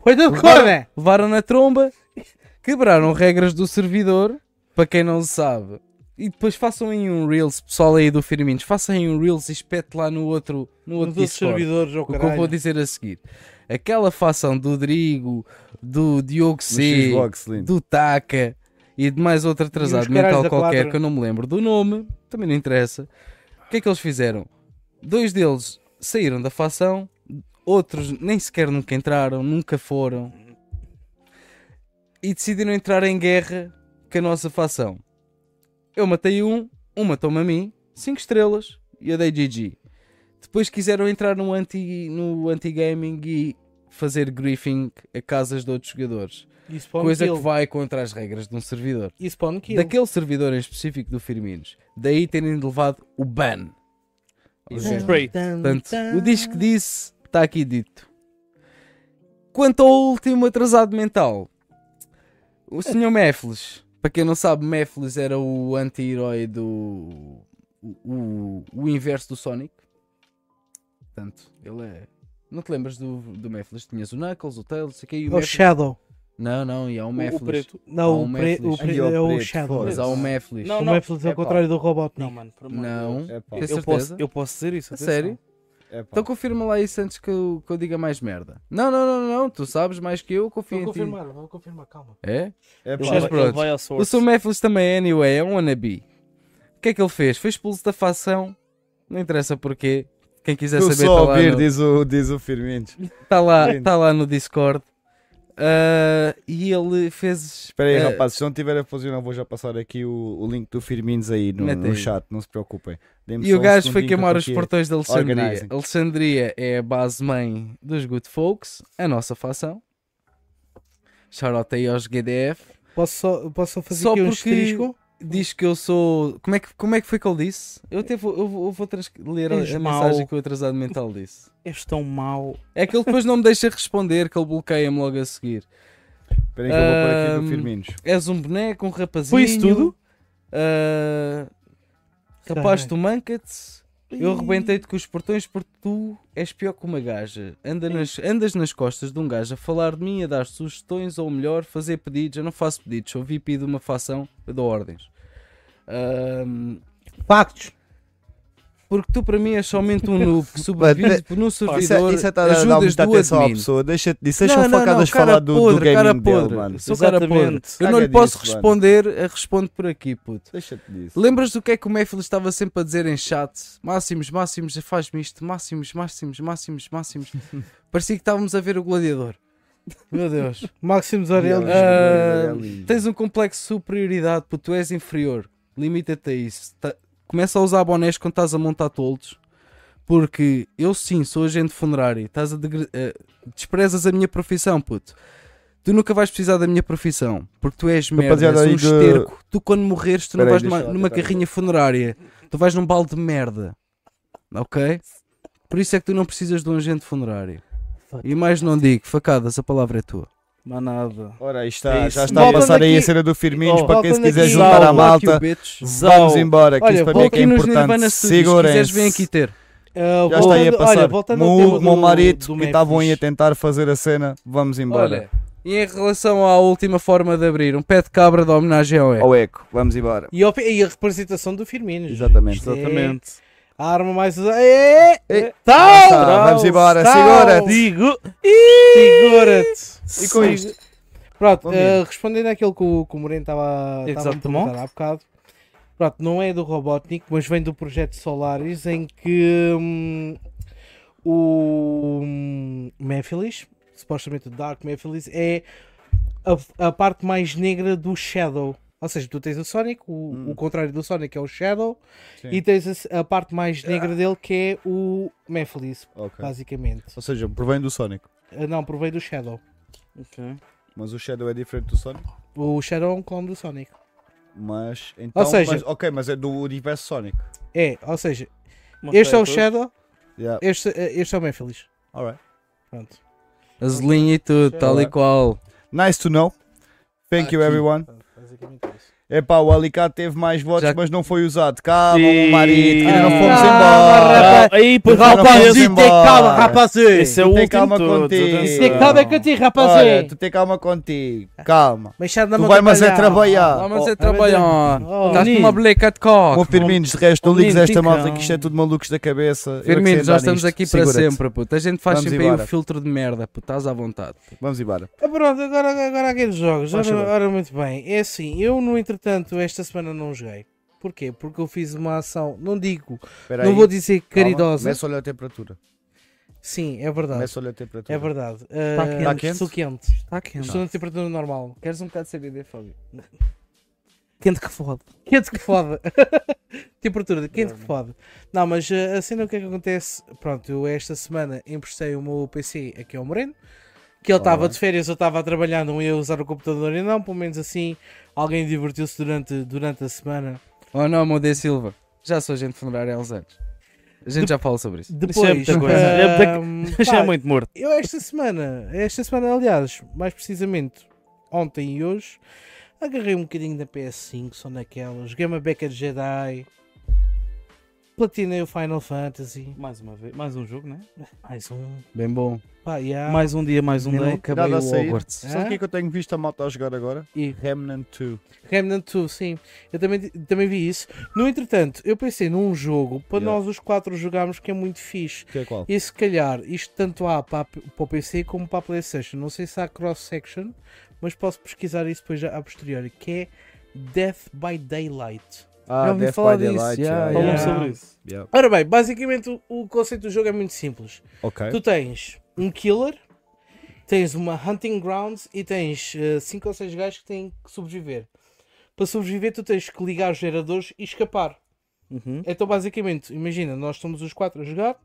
Speaker 4: Foi tudo corda.
Speaker 3: levaram na tromba, né? quebraram regras do servidor, para quem não sabe. E depois façam aí um Reels, pessoal aí do Firminos, façam aí um Reels e espete lá no outro, no
Speaker 4: Nos
Speaker 3: outro
Speaker 4: outros
Speaker 3: Discord.
Speaker 4: servidores, ao
Speaker 3: O que eu vou
Speaker 4: caralho.
Speaker 3: dizer a seguir. Aquela fação do Drigo, do Diogo C, do Taka e de mais outro atrasado
Speaker 4: caralhos
Speaker 3: mental
Speaker 4: da
Speaker 3: qualquer
Speaker 4: quadra.
Speaker 3: que eu não me lembro do nome, também não interessa. O que é que eles fizeram? Dois deles saíram da fação, outros nem sequer nunca entraram, nunca foram e decidiram entrar em guerra com a nossa fação. Eu matei um, um matou-me a mim, 5 estrelas e eu dei GG. Depois quiseram entrar no anti- no anti-gaming e fazer griefing a casas de outros jogadores
Speaker 4: E spawn
Speaker 3: coisa
Speaker 4: kill.
Speaker 3: que vai contra as regras de um servidor.
Speaker 4: E spawn kill.
Speaker 3: Daquele servidor em específico do Firminos. Daí terem levado o ban.
Speaker 4: Tan,
Speaker 3: Ok?
Speaker 5: Great.
Speaker 4: tan,
Speaker 3: Portanto,
Speaker 4: tan.
Speaker 3: o disco disse, está aqui dito. Quanto ao último atrasado mental, o Sr. Mefles, para quem não sabe, Mefles era o anti-herói do. O, o, o inverso do Sonic. Portanto, ele é. Não te lembras do, do Mefles? Tinhas o Knuckles, o Tails, não sei o quê, e o
Speaker 4: É o
Speaker 3: Mefles-
Speaker 4: Shadow.
Speaker 3: Não, não, e há um o Mefles.
Speaker 5: preto.
Speaker 4: Não,
Speaker 3: Há um
Speaker 4: o, pre... o
Speaker 3: Mephiles.
Speaker 4: pre-
Speaker 1: Aí, ó,
Speaker 4: é o
Speaker 1: preto,
Speaker 4: Shadow.
Speaker 3: Mas
Speaker 1: foda-se.
Speaker 3: há o Meflis.
Speaker 5: Não,
Speaker 4: O
Speaker 5: não.
Speaker 4: Mephiles é
Speaker 5: Epá.
Speaker 4: o contrário do
Speaker 5: Não,
Speaker 4: Robotnik.
Speaker 5: mano, por amor de
Speaker 3: Não.
Speaker 5: Deus.
Speaker 1: Epá,
Speaker 3: Tens
Speaker 5: Eu posso,
Speaker 3: certeza?
Speaker 5: eu posso dizer
Speaker 3: A
Speaker 5: isso. atenção.
Speaker 3: sério?
Speaker 1: epá.
Speaker 3: Então confirma lá isso antes que eu, que eu diga mais merda. Não, não, não, não, não, tu sabes mais que eu, confio em ti.
Speaker 4: vou confirmar, calma.
Speaker 3: É?
Speaker 1: Epá,
Speaker 3: Mas
Speaker 5: Ele vai-
Speaker 3: pronto.
Speaker 5: ele vai ao
Speaker 3: O
Speaker 5: source.
Speaker 3: seu Meflis também é anyway, é um wannabe. O que é que ele fez? Foi expulso da fação, não interessa porquê. Quem quiser
Speaker 1: Tu
Speaker 3: saber
Speaker 1: só
Speaker 3: está lá,
Speaker 1: ouvir,
Speaker 3: no,
Speaker 1: diz o, diz o Firmino.
Speaker 3: tá lá,
Speaker 1: Sim.
Speaker 3: tá lá no Discord. Ah, e ele fez.
Speaker 1: Espera aí,
Speaker 3: ah,
Speaker 1: rapazes, se não tiver a fazer, não vou já passar aqui o, o link do Firmino aí no,
Speaker 3: Mete
Speaker 1: no
Speaker 3: aí.
Speaker 1: chat, não se preocupem. Dê-me
Speaker 3: E
Speaker 1: só
Speaker 3: o
Speaker 1: um
Speaker 3: gajo foi
Speaker 1: segundinho
Speaker 3: queimar
Speaker 1: que eu
Speaker 3: os
Speaker 1: tô aqui.
Speaker 3: portões de Alexandria.
Speaker 1: Organizing.
Speaker 3: Alexandria é a base mãe dos Good Folks, a nossa fação. Shout aí aos GDF.
Speaker 4: Posso só, posso só fazer
Speaker 3: Só
Speaker 4: aqui um
Speaker 3: porque-
Speaker 4: asterisco?
Speaker 3: diz que eu sou. Como é que, como é que foi que ele disse? Eu, até vou, eu vou, eu vou trans- ler a,
Speaker 5: És
Speaker 3: a
Speaker 5: mau.
Speaker 3: mensagem que o atrasado mental disse.
Speaker 5: És tão mau.
Speaker 3: É que ele depois não me deixa responder, que ele bloqueia-me logo a seguir.
Speaker 1: Espera aí que eu vou pôr aqui
Speaker 3: Ahm,
Speaker 1: do Firmino.
Speaker 3: És um boneco, um rapazinho.
Speaker 4: Foi isso tudo?
Speaker 3: ah, rapaz, tu manca-te. Eu rebentei-te com os portões porque tu és pior que uma gaja. Anda nas- andas nas costas de um gajo a falar de mim, a dar sugestões, ou melhor, fazer pedidos. Eu não faço pedidos, sou VP de uma facção, eu dou ordens. Ah, Ahm,
Speaker 4: Factos.
Speaker 3: Porque tu para mim és somente um noob que sobrevive por um
Speaker 1: Isso é,
Speaker 3: servidor
Speaker 1: isso é tá a dar
Speaker 3: ajudas
Speaker 1: muita
Speaker 3: do
Speaker 1: atenção à
Speaker 3: admin.
Speaker 1: pessoa. Deixa, deixa
Speaker 3: Não,
Speaker 1: deixa
Speaker 3: não, não,
Speaker 1: facadas
Speaker 3: cara
Speaker 1: falar do, do
Speaker 3: podre, cara
Speaker 1: gaming dele,
Speaker 3: podre.
Speaker 1: mano.
Speaker 3: Sou cara podre.
Speaker 5: Exatamente.
Speaker 3: Eu não lhe
Speaker 1: Caga
Speaker 3: posso
Speaker 1: disso,
Speaker 3: responder, eh, respondo por aqui, puto.
Speaker 1: Deixa-te disso.
Speaker 3: Lembras do que é que o Mephiles estava sempre a dizer em chat? Máximos, máximos, faz-me isto, máximos, máximos, máximos, máximos. Parecia que estávamos a ver o gladiador. Meu Deus.
Speaker 4: Máximo Zarelli.
Speaker 1: Yeah.
Speaker 3: Tens um complexo de superioridade, puto, tu és inferior. Limita-te a isso. Ta- Começa a usar bonés quando estás a montar toldos. Porque eu sim sou agente funerário. Estás a degre- eh, desprezas a minha profissão, puto. Tu nunca vais precisar da minha profissão. Porque tu és merda,
Speaker 1: Rapaziada,
Speaker 3: és um
Speaker 1: aí de-
Speaker 3: esterco. Tu quando morreres, tu não
Speaker 1: Espera aí,
Speaker 3: vais numa,
Speaker 1: deixa lá
Speaker 3: numa
Speaker 1: tentar-
Speaker 3: carrinha funerária. Tu vais num balde de merda. Ok? Por isso é que tu não precisas de um agente funerário. E mais não digo, facadas, a palavra é tua.
Speaker 5: Mas nada.
Speaker 1: Ora, aí está,
Speaker 5: É isso.
Speaker 1: já está a
Speaker 4: Voltando
Speaker 1: passar aí a
Speaker 4: aqui-
Speaker 1: cena do Firmino
Speaker 4: Oh,
Speaker 1: para quem se
Speaker 4: voltando
Speaker 1: quiser
Speaker 4: aqui-
Speaker 1: juntar à
Speaker 4: Zau,
Speaker 1: malta.
Speaker 3: Betos.
Speaker 1: Vamos
Speaker 5: Zau.
Speaker 1: embora, que
Speaker 4: Olha,
Speaker 1: isso para mim
Speaker 3: Vou
Speaker 1: é que é
Speaker 3: aqui nos Nirvana
Speaker 1: importante.
Speaker 3: Studios, se quiseres vem
Speaker 1: Segurem-se.
Speaker 3: aqui ter.
Speaker 4: Ah,
Speaker 1: Já está aí a
Speaker 4: voltando-
Speaker 1: passar.
Speaker 4: Olha, voltando ao
Speaker 1: Meu,
Speaker 4: tema
Speaker 1: meu
Speaker 4: do-
Speaker 1: marido
Speaker 4: do
Speaker 1: que estavam aí a
Speaker 4: Memphis.
Speaker 1: tentar fazer a cena, vamos embora.
Speaker 3: Olha, e em relação à última forma de abrir, um pé de cabra de homenagem ao Eco.
Speaker 1: Ao eco, vamos embora.
Speaker 4: E, ao fi- e a representação do Firmino.
Speaker 1: Exatamente.
Speaker 4: Isto é
Speaker 5: Exatamente.
Speaker 4: a arma mais usada. É,
Speaker 1: Ei,
Speaker 4: tal!
Speaker 1: tá, vamos embora,
Speaker 4: tal.
Speaker 1: segura-te.
Speaker 4: Digo. Segura-te.
Speaker 1: E com isto,
Speaker 4: Pronto,
Speaker 1: Bom
Speaker 4: eh,
Speaker 1: dia.
Speaker 4: respondendo àquilo que o, que o Moreno estava estava a me
Speaker 5: Exato,
Speaker 4: perguntar
Speaker 5: Monk.
Speaker 4: há bocado. Pronto, não é do Robotnik, mas vem do projeto Solaris, em que hum, o hum, Mephiles, supostamente o Dark Mephiles, é a, a parte mais negra do Shadow. Ou seja, tu tens o Sonic, o,
Speaker 1: Hum.
Speaker 4: o contrário do Sonic é o Shadow,
Speaker 1: Sim.
Speaker 4: e tens a, a parte mais negra dele que é o Mephiles,
Speaker 1: Ah. Ok.
Speaker 4: basicamente.
Speaker 1: Ou seja, provém do Sonic.
Speaker 4: Ah, Não, provei do Shadow.
Speaker 5: Ok.
Speaker 1: Mas o Shadow é diferente do Sonic.
Speaker 4: O Shadow é um clone do Sonic.
Speaker 1: Mas então.
Speaker 4: Ou seja-
Speaker 1: mas- ok, mas é do universo Sonic.
Speaker 4: É, ou seja,
Speaker 5: Mostrei
Speaker 4: este é o
Speaker 5: a todos.
Speaker 4: Shadow,
Speaker 1: Yeah.
Speaker 4: este,
Speaker 1: eh,
Speaker 4: este é o Mephiles.
Speaker 1: Alright.
Speaker 4: Pronto.
Speaker 3: Azulinho e tudo, tal e qual.
Speaker 1: Nice to know. Thank you everyone. Epá, o Alicate teve mais votos,
Speaker 3: Já-
Speaker 1: mas não foi usado. Calma,
Speaker 5: Sim.
Speaker 1: meu marido, ainda não
Speaker 5: Ah,
Speaker 1: fomos
Speaker 4: rapaz.
Speaker 1: embora.
Speaker 5: Ah, aí, pois
Speaker 1: Não, não,
Speaker 5: rapaz,
Speaker 1: não,
Speaker 5: isso
Speaker 1: não, não, não.
Speaker 5: esse é o
Speaker 1: Tu tem
Speaker 5: último
Speaker 1: calma
Speaker 5: todos,
Speaker 1: contigo.
Speaker 5: atenção.
Speaker 1: Tem calma
Speaker 4: é contigo,
Speaker 1: Olha, tu tem calma contigo. Calma.
Speaker 4: Mas Shadow
Speaker 1: Tu vai, mas é trabalhar.
Speaker 3: Vamos a
Speaker 5: Oh,
Speaker 3: trabalhar.
Speaker 4: oh,
Speaker 3: Estás
Speaker 5: menino.
Speaker 3: numa bleca de
Speaker 1: Oh, Meu
Speaker 3: coque.
Speaker 1: Firminos, de resto, não
Speaker 5: Homem,
Speaker 1: ligues a esta
Speaker 5: tica.
Speaker 1: malta que isto é tudo malucos da cabeça. Eu é que sei
Speaker 3: Firmino,
Speaker 1: andar
Speaker 3: já estamos
Speaker 1: nisto.
Speaker 3: aqui para
Speaker 1: Segura-te.
Speaker 3: sempre, puto. A gente faz
Speaker 1: Vamos
Speaker 3: sempre aí
Speaker 1: embora.
Speaker 3: o filtro de merda, puto. Estás à vontade.
Speaker 1: Vamos embora.
Speaker 4: Ah, Pronto, agora, agora aqueles jogos.
Speaker 1: Faz
Speaker 4: Ora,
Speaker 1: favor.
Speaker 4: ora, muito bem. É assim, eu no entretanto esta semana não joguei. Porquê? Porque eu fiz uma ação, não digo,
Speaker 1: Espera
Speaker 4: não
Speaker 1: aí.
Speaker 4: vou dizer
Speaker 1: Calma.
Speaker 4: caridosa.
Speaker 1: Começa a olhar a temperatura.
Speaker 4: Sim, é verdade.
Speaker 1: Começa a olhar a temperatura.
Speaker 4: Tá. É verdade.
Speaker 3: Tá
Speaker 4: Ah,
Speaker 3: quente.
Speaker 1: Tá quente?
Speaker 4: Estou quente.
Speaker 3: Está quente.
Speaker 4: Estou na temperatura normal.
Speaker 3: Queres um bocado de CBD, Fábio?
Speaker 4: Quente que fode. Quente que fode. Temperatura de quente que fode. Não, mas uh, a cena o que é que acontece? Pronto, eu esta semana emprestei o meu PC aqui ao é Moreno, que ele estava de férias, eu estava a trabalhar, não ia usar o computador e não, pelo menos assim alguém divertiu-se durante, durante a semana.
Speaker 3: Oh não, Modé Silva. Já sou agente funerário há uns anos. A gente já fala sobre isso.
Speaker 5: Isso é
Speaker 4: Depois,
Speaker 5: muita coisa. É
Speaker 4: ahm,
Speaker 5: Já é
Speaker 4: pá,
Speaker 5: muito morto.
Speaker 4: eu esta semana, esta semana aliás, mais precisamente ontem e hoje, agarrei um bocadinho da PS5, só naquelas, joguei uma beca de Jedi, platinei o Final Fantasy,
Speaker 5: Mais uma vez, mais um jogo, né?
Speaker 4: mais um,
Speaker 3: Bem bom.
Speaker 4: pá, yeah.
Speaker 5: Mais um dia, mais um
Speaker 3: Ainda não
Speaker 5: day.
Speaker 3: acabei
Speaker 1: Nada a
Speaker 3: o
Speaker 1: sair.
Speaker 3: Hogwarts.
Speaker 1: Sabe o
Speaker 4: Hã?
Speaker 1: que é que eu tenho visto a malta a jogar agora?
Speaker 4: E?
Speaker 1: Remnant 2.
Speaker 4: Remnant 2, sim, eu também, também vi isso. No entretanto, eu pensei num jogo para
Speaker 1: Yeah.
Speaker 4: nós os quatro jogarmos que é muito fixe.
Speaker 1: Que é qual?
Speaker 4: E se calhar isto tanto há para, a P- para o PC como para a PlayStation. Não sei se há cross-section, mas posso pesquisar isso depois a posteriori. Que é Death by Daylight.
Speaker 1: Ah,
Speaker 3: Já ouvi
Speaker 1: Death
Speaker 3: falar
Speaker 1: by Daylight.
Speaker 3: disso,
Speaker 1: yeah,
Speaker 3: yeah,
Speaker 5: Falam
Speaker 1: yeah.
Speaker 4: yeah.
Speaker 5: sobre isso.
Speaker 1: Yeah.
Speaker 4: Ora bem, basicamente o, o conceito do jogo é muito simples.
Speaker 1: Ok.
Speaker 4: Tu tens um killer, tens uma hunting grounds e tens 5 ou 6 gajos que têm que sobreviver. Para sobreviver, tu tens que ligar os geradores e escapar.
Speaker 5: Uhum.
Speaker 4: Então, basicamente, imagina, nós estamos os quatro a jogar.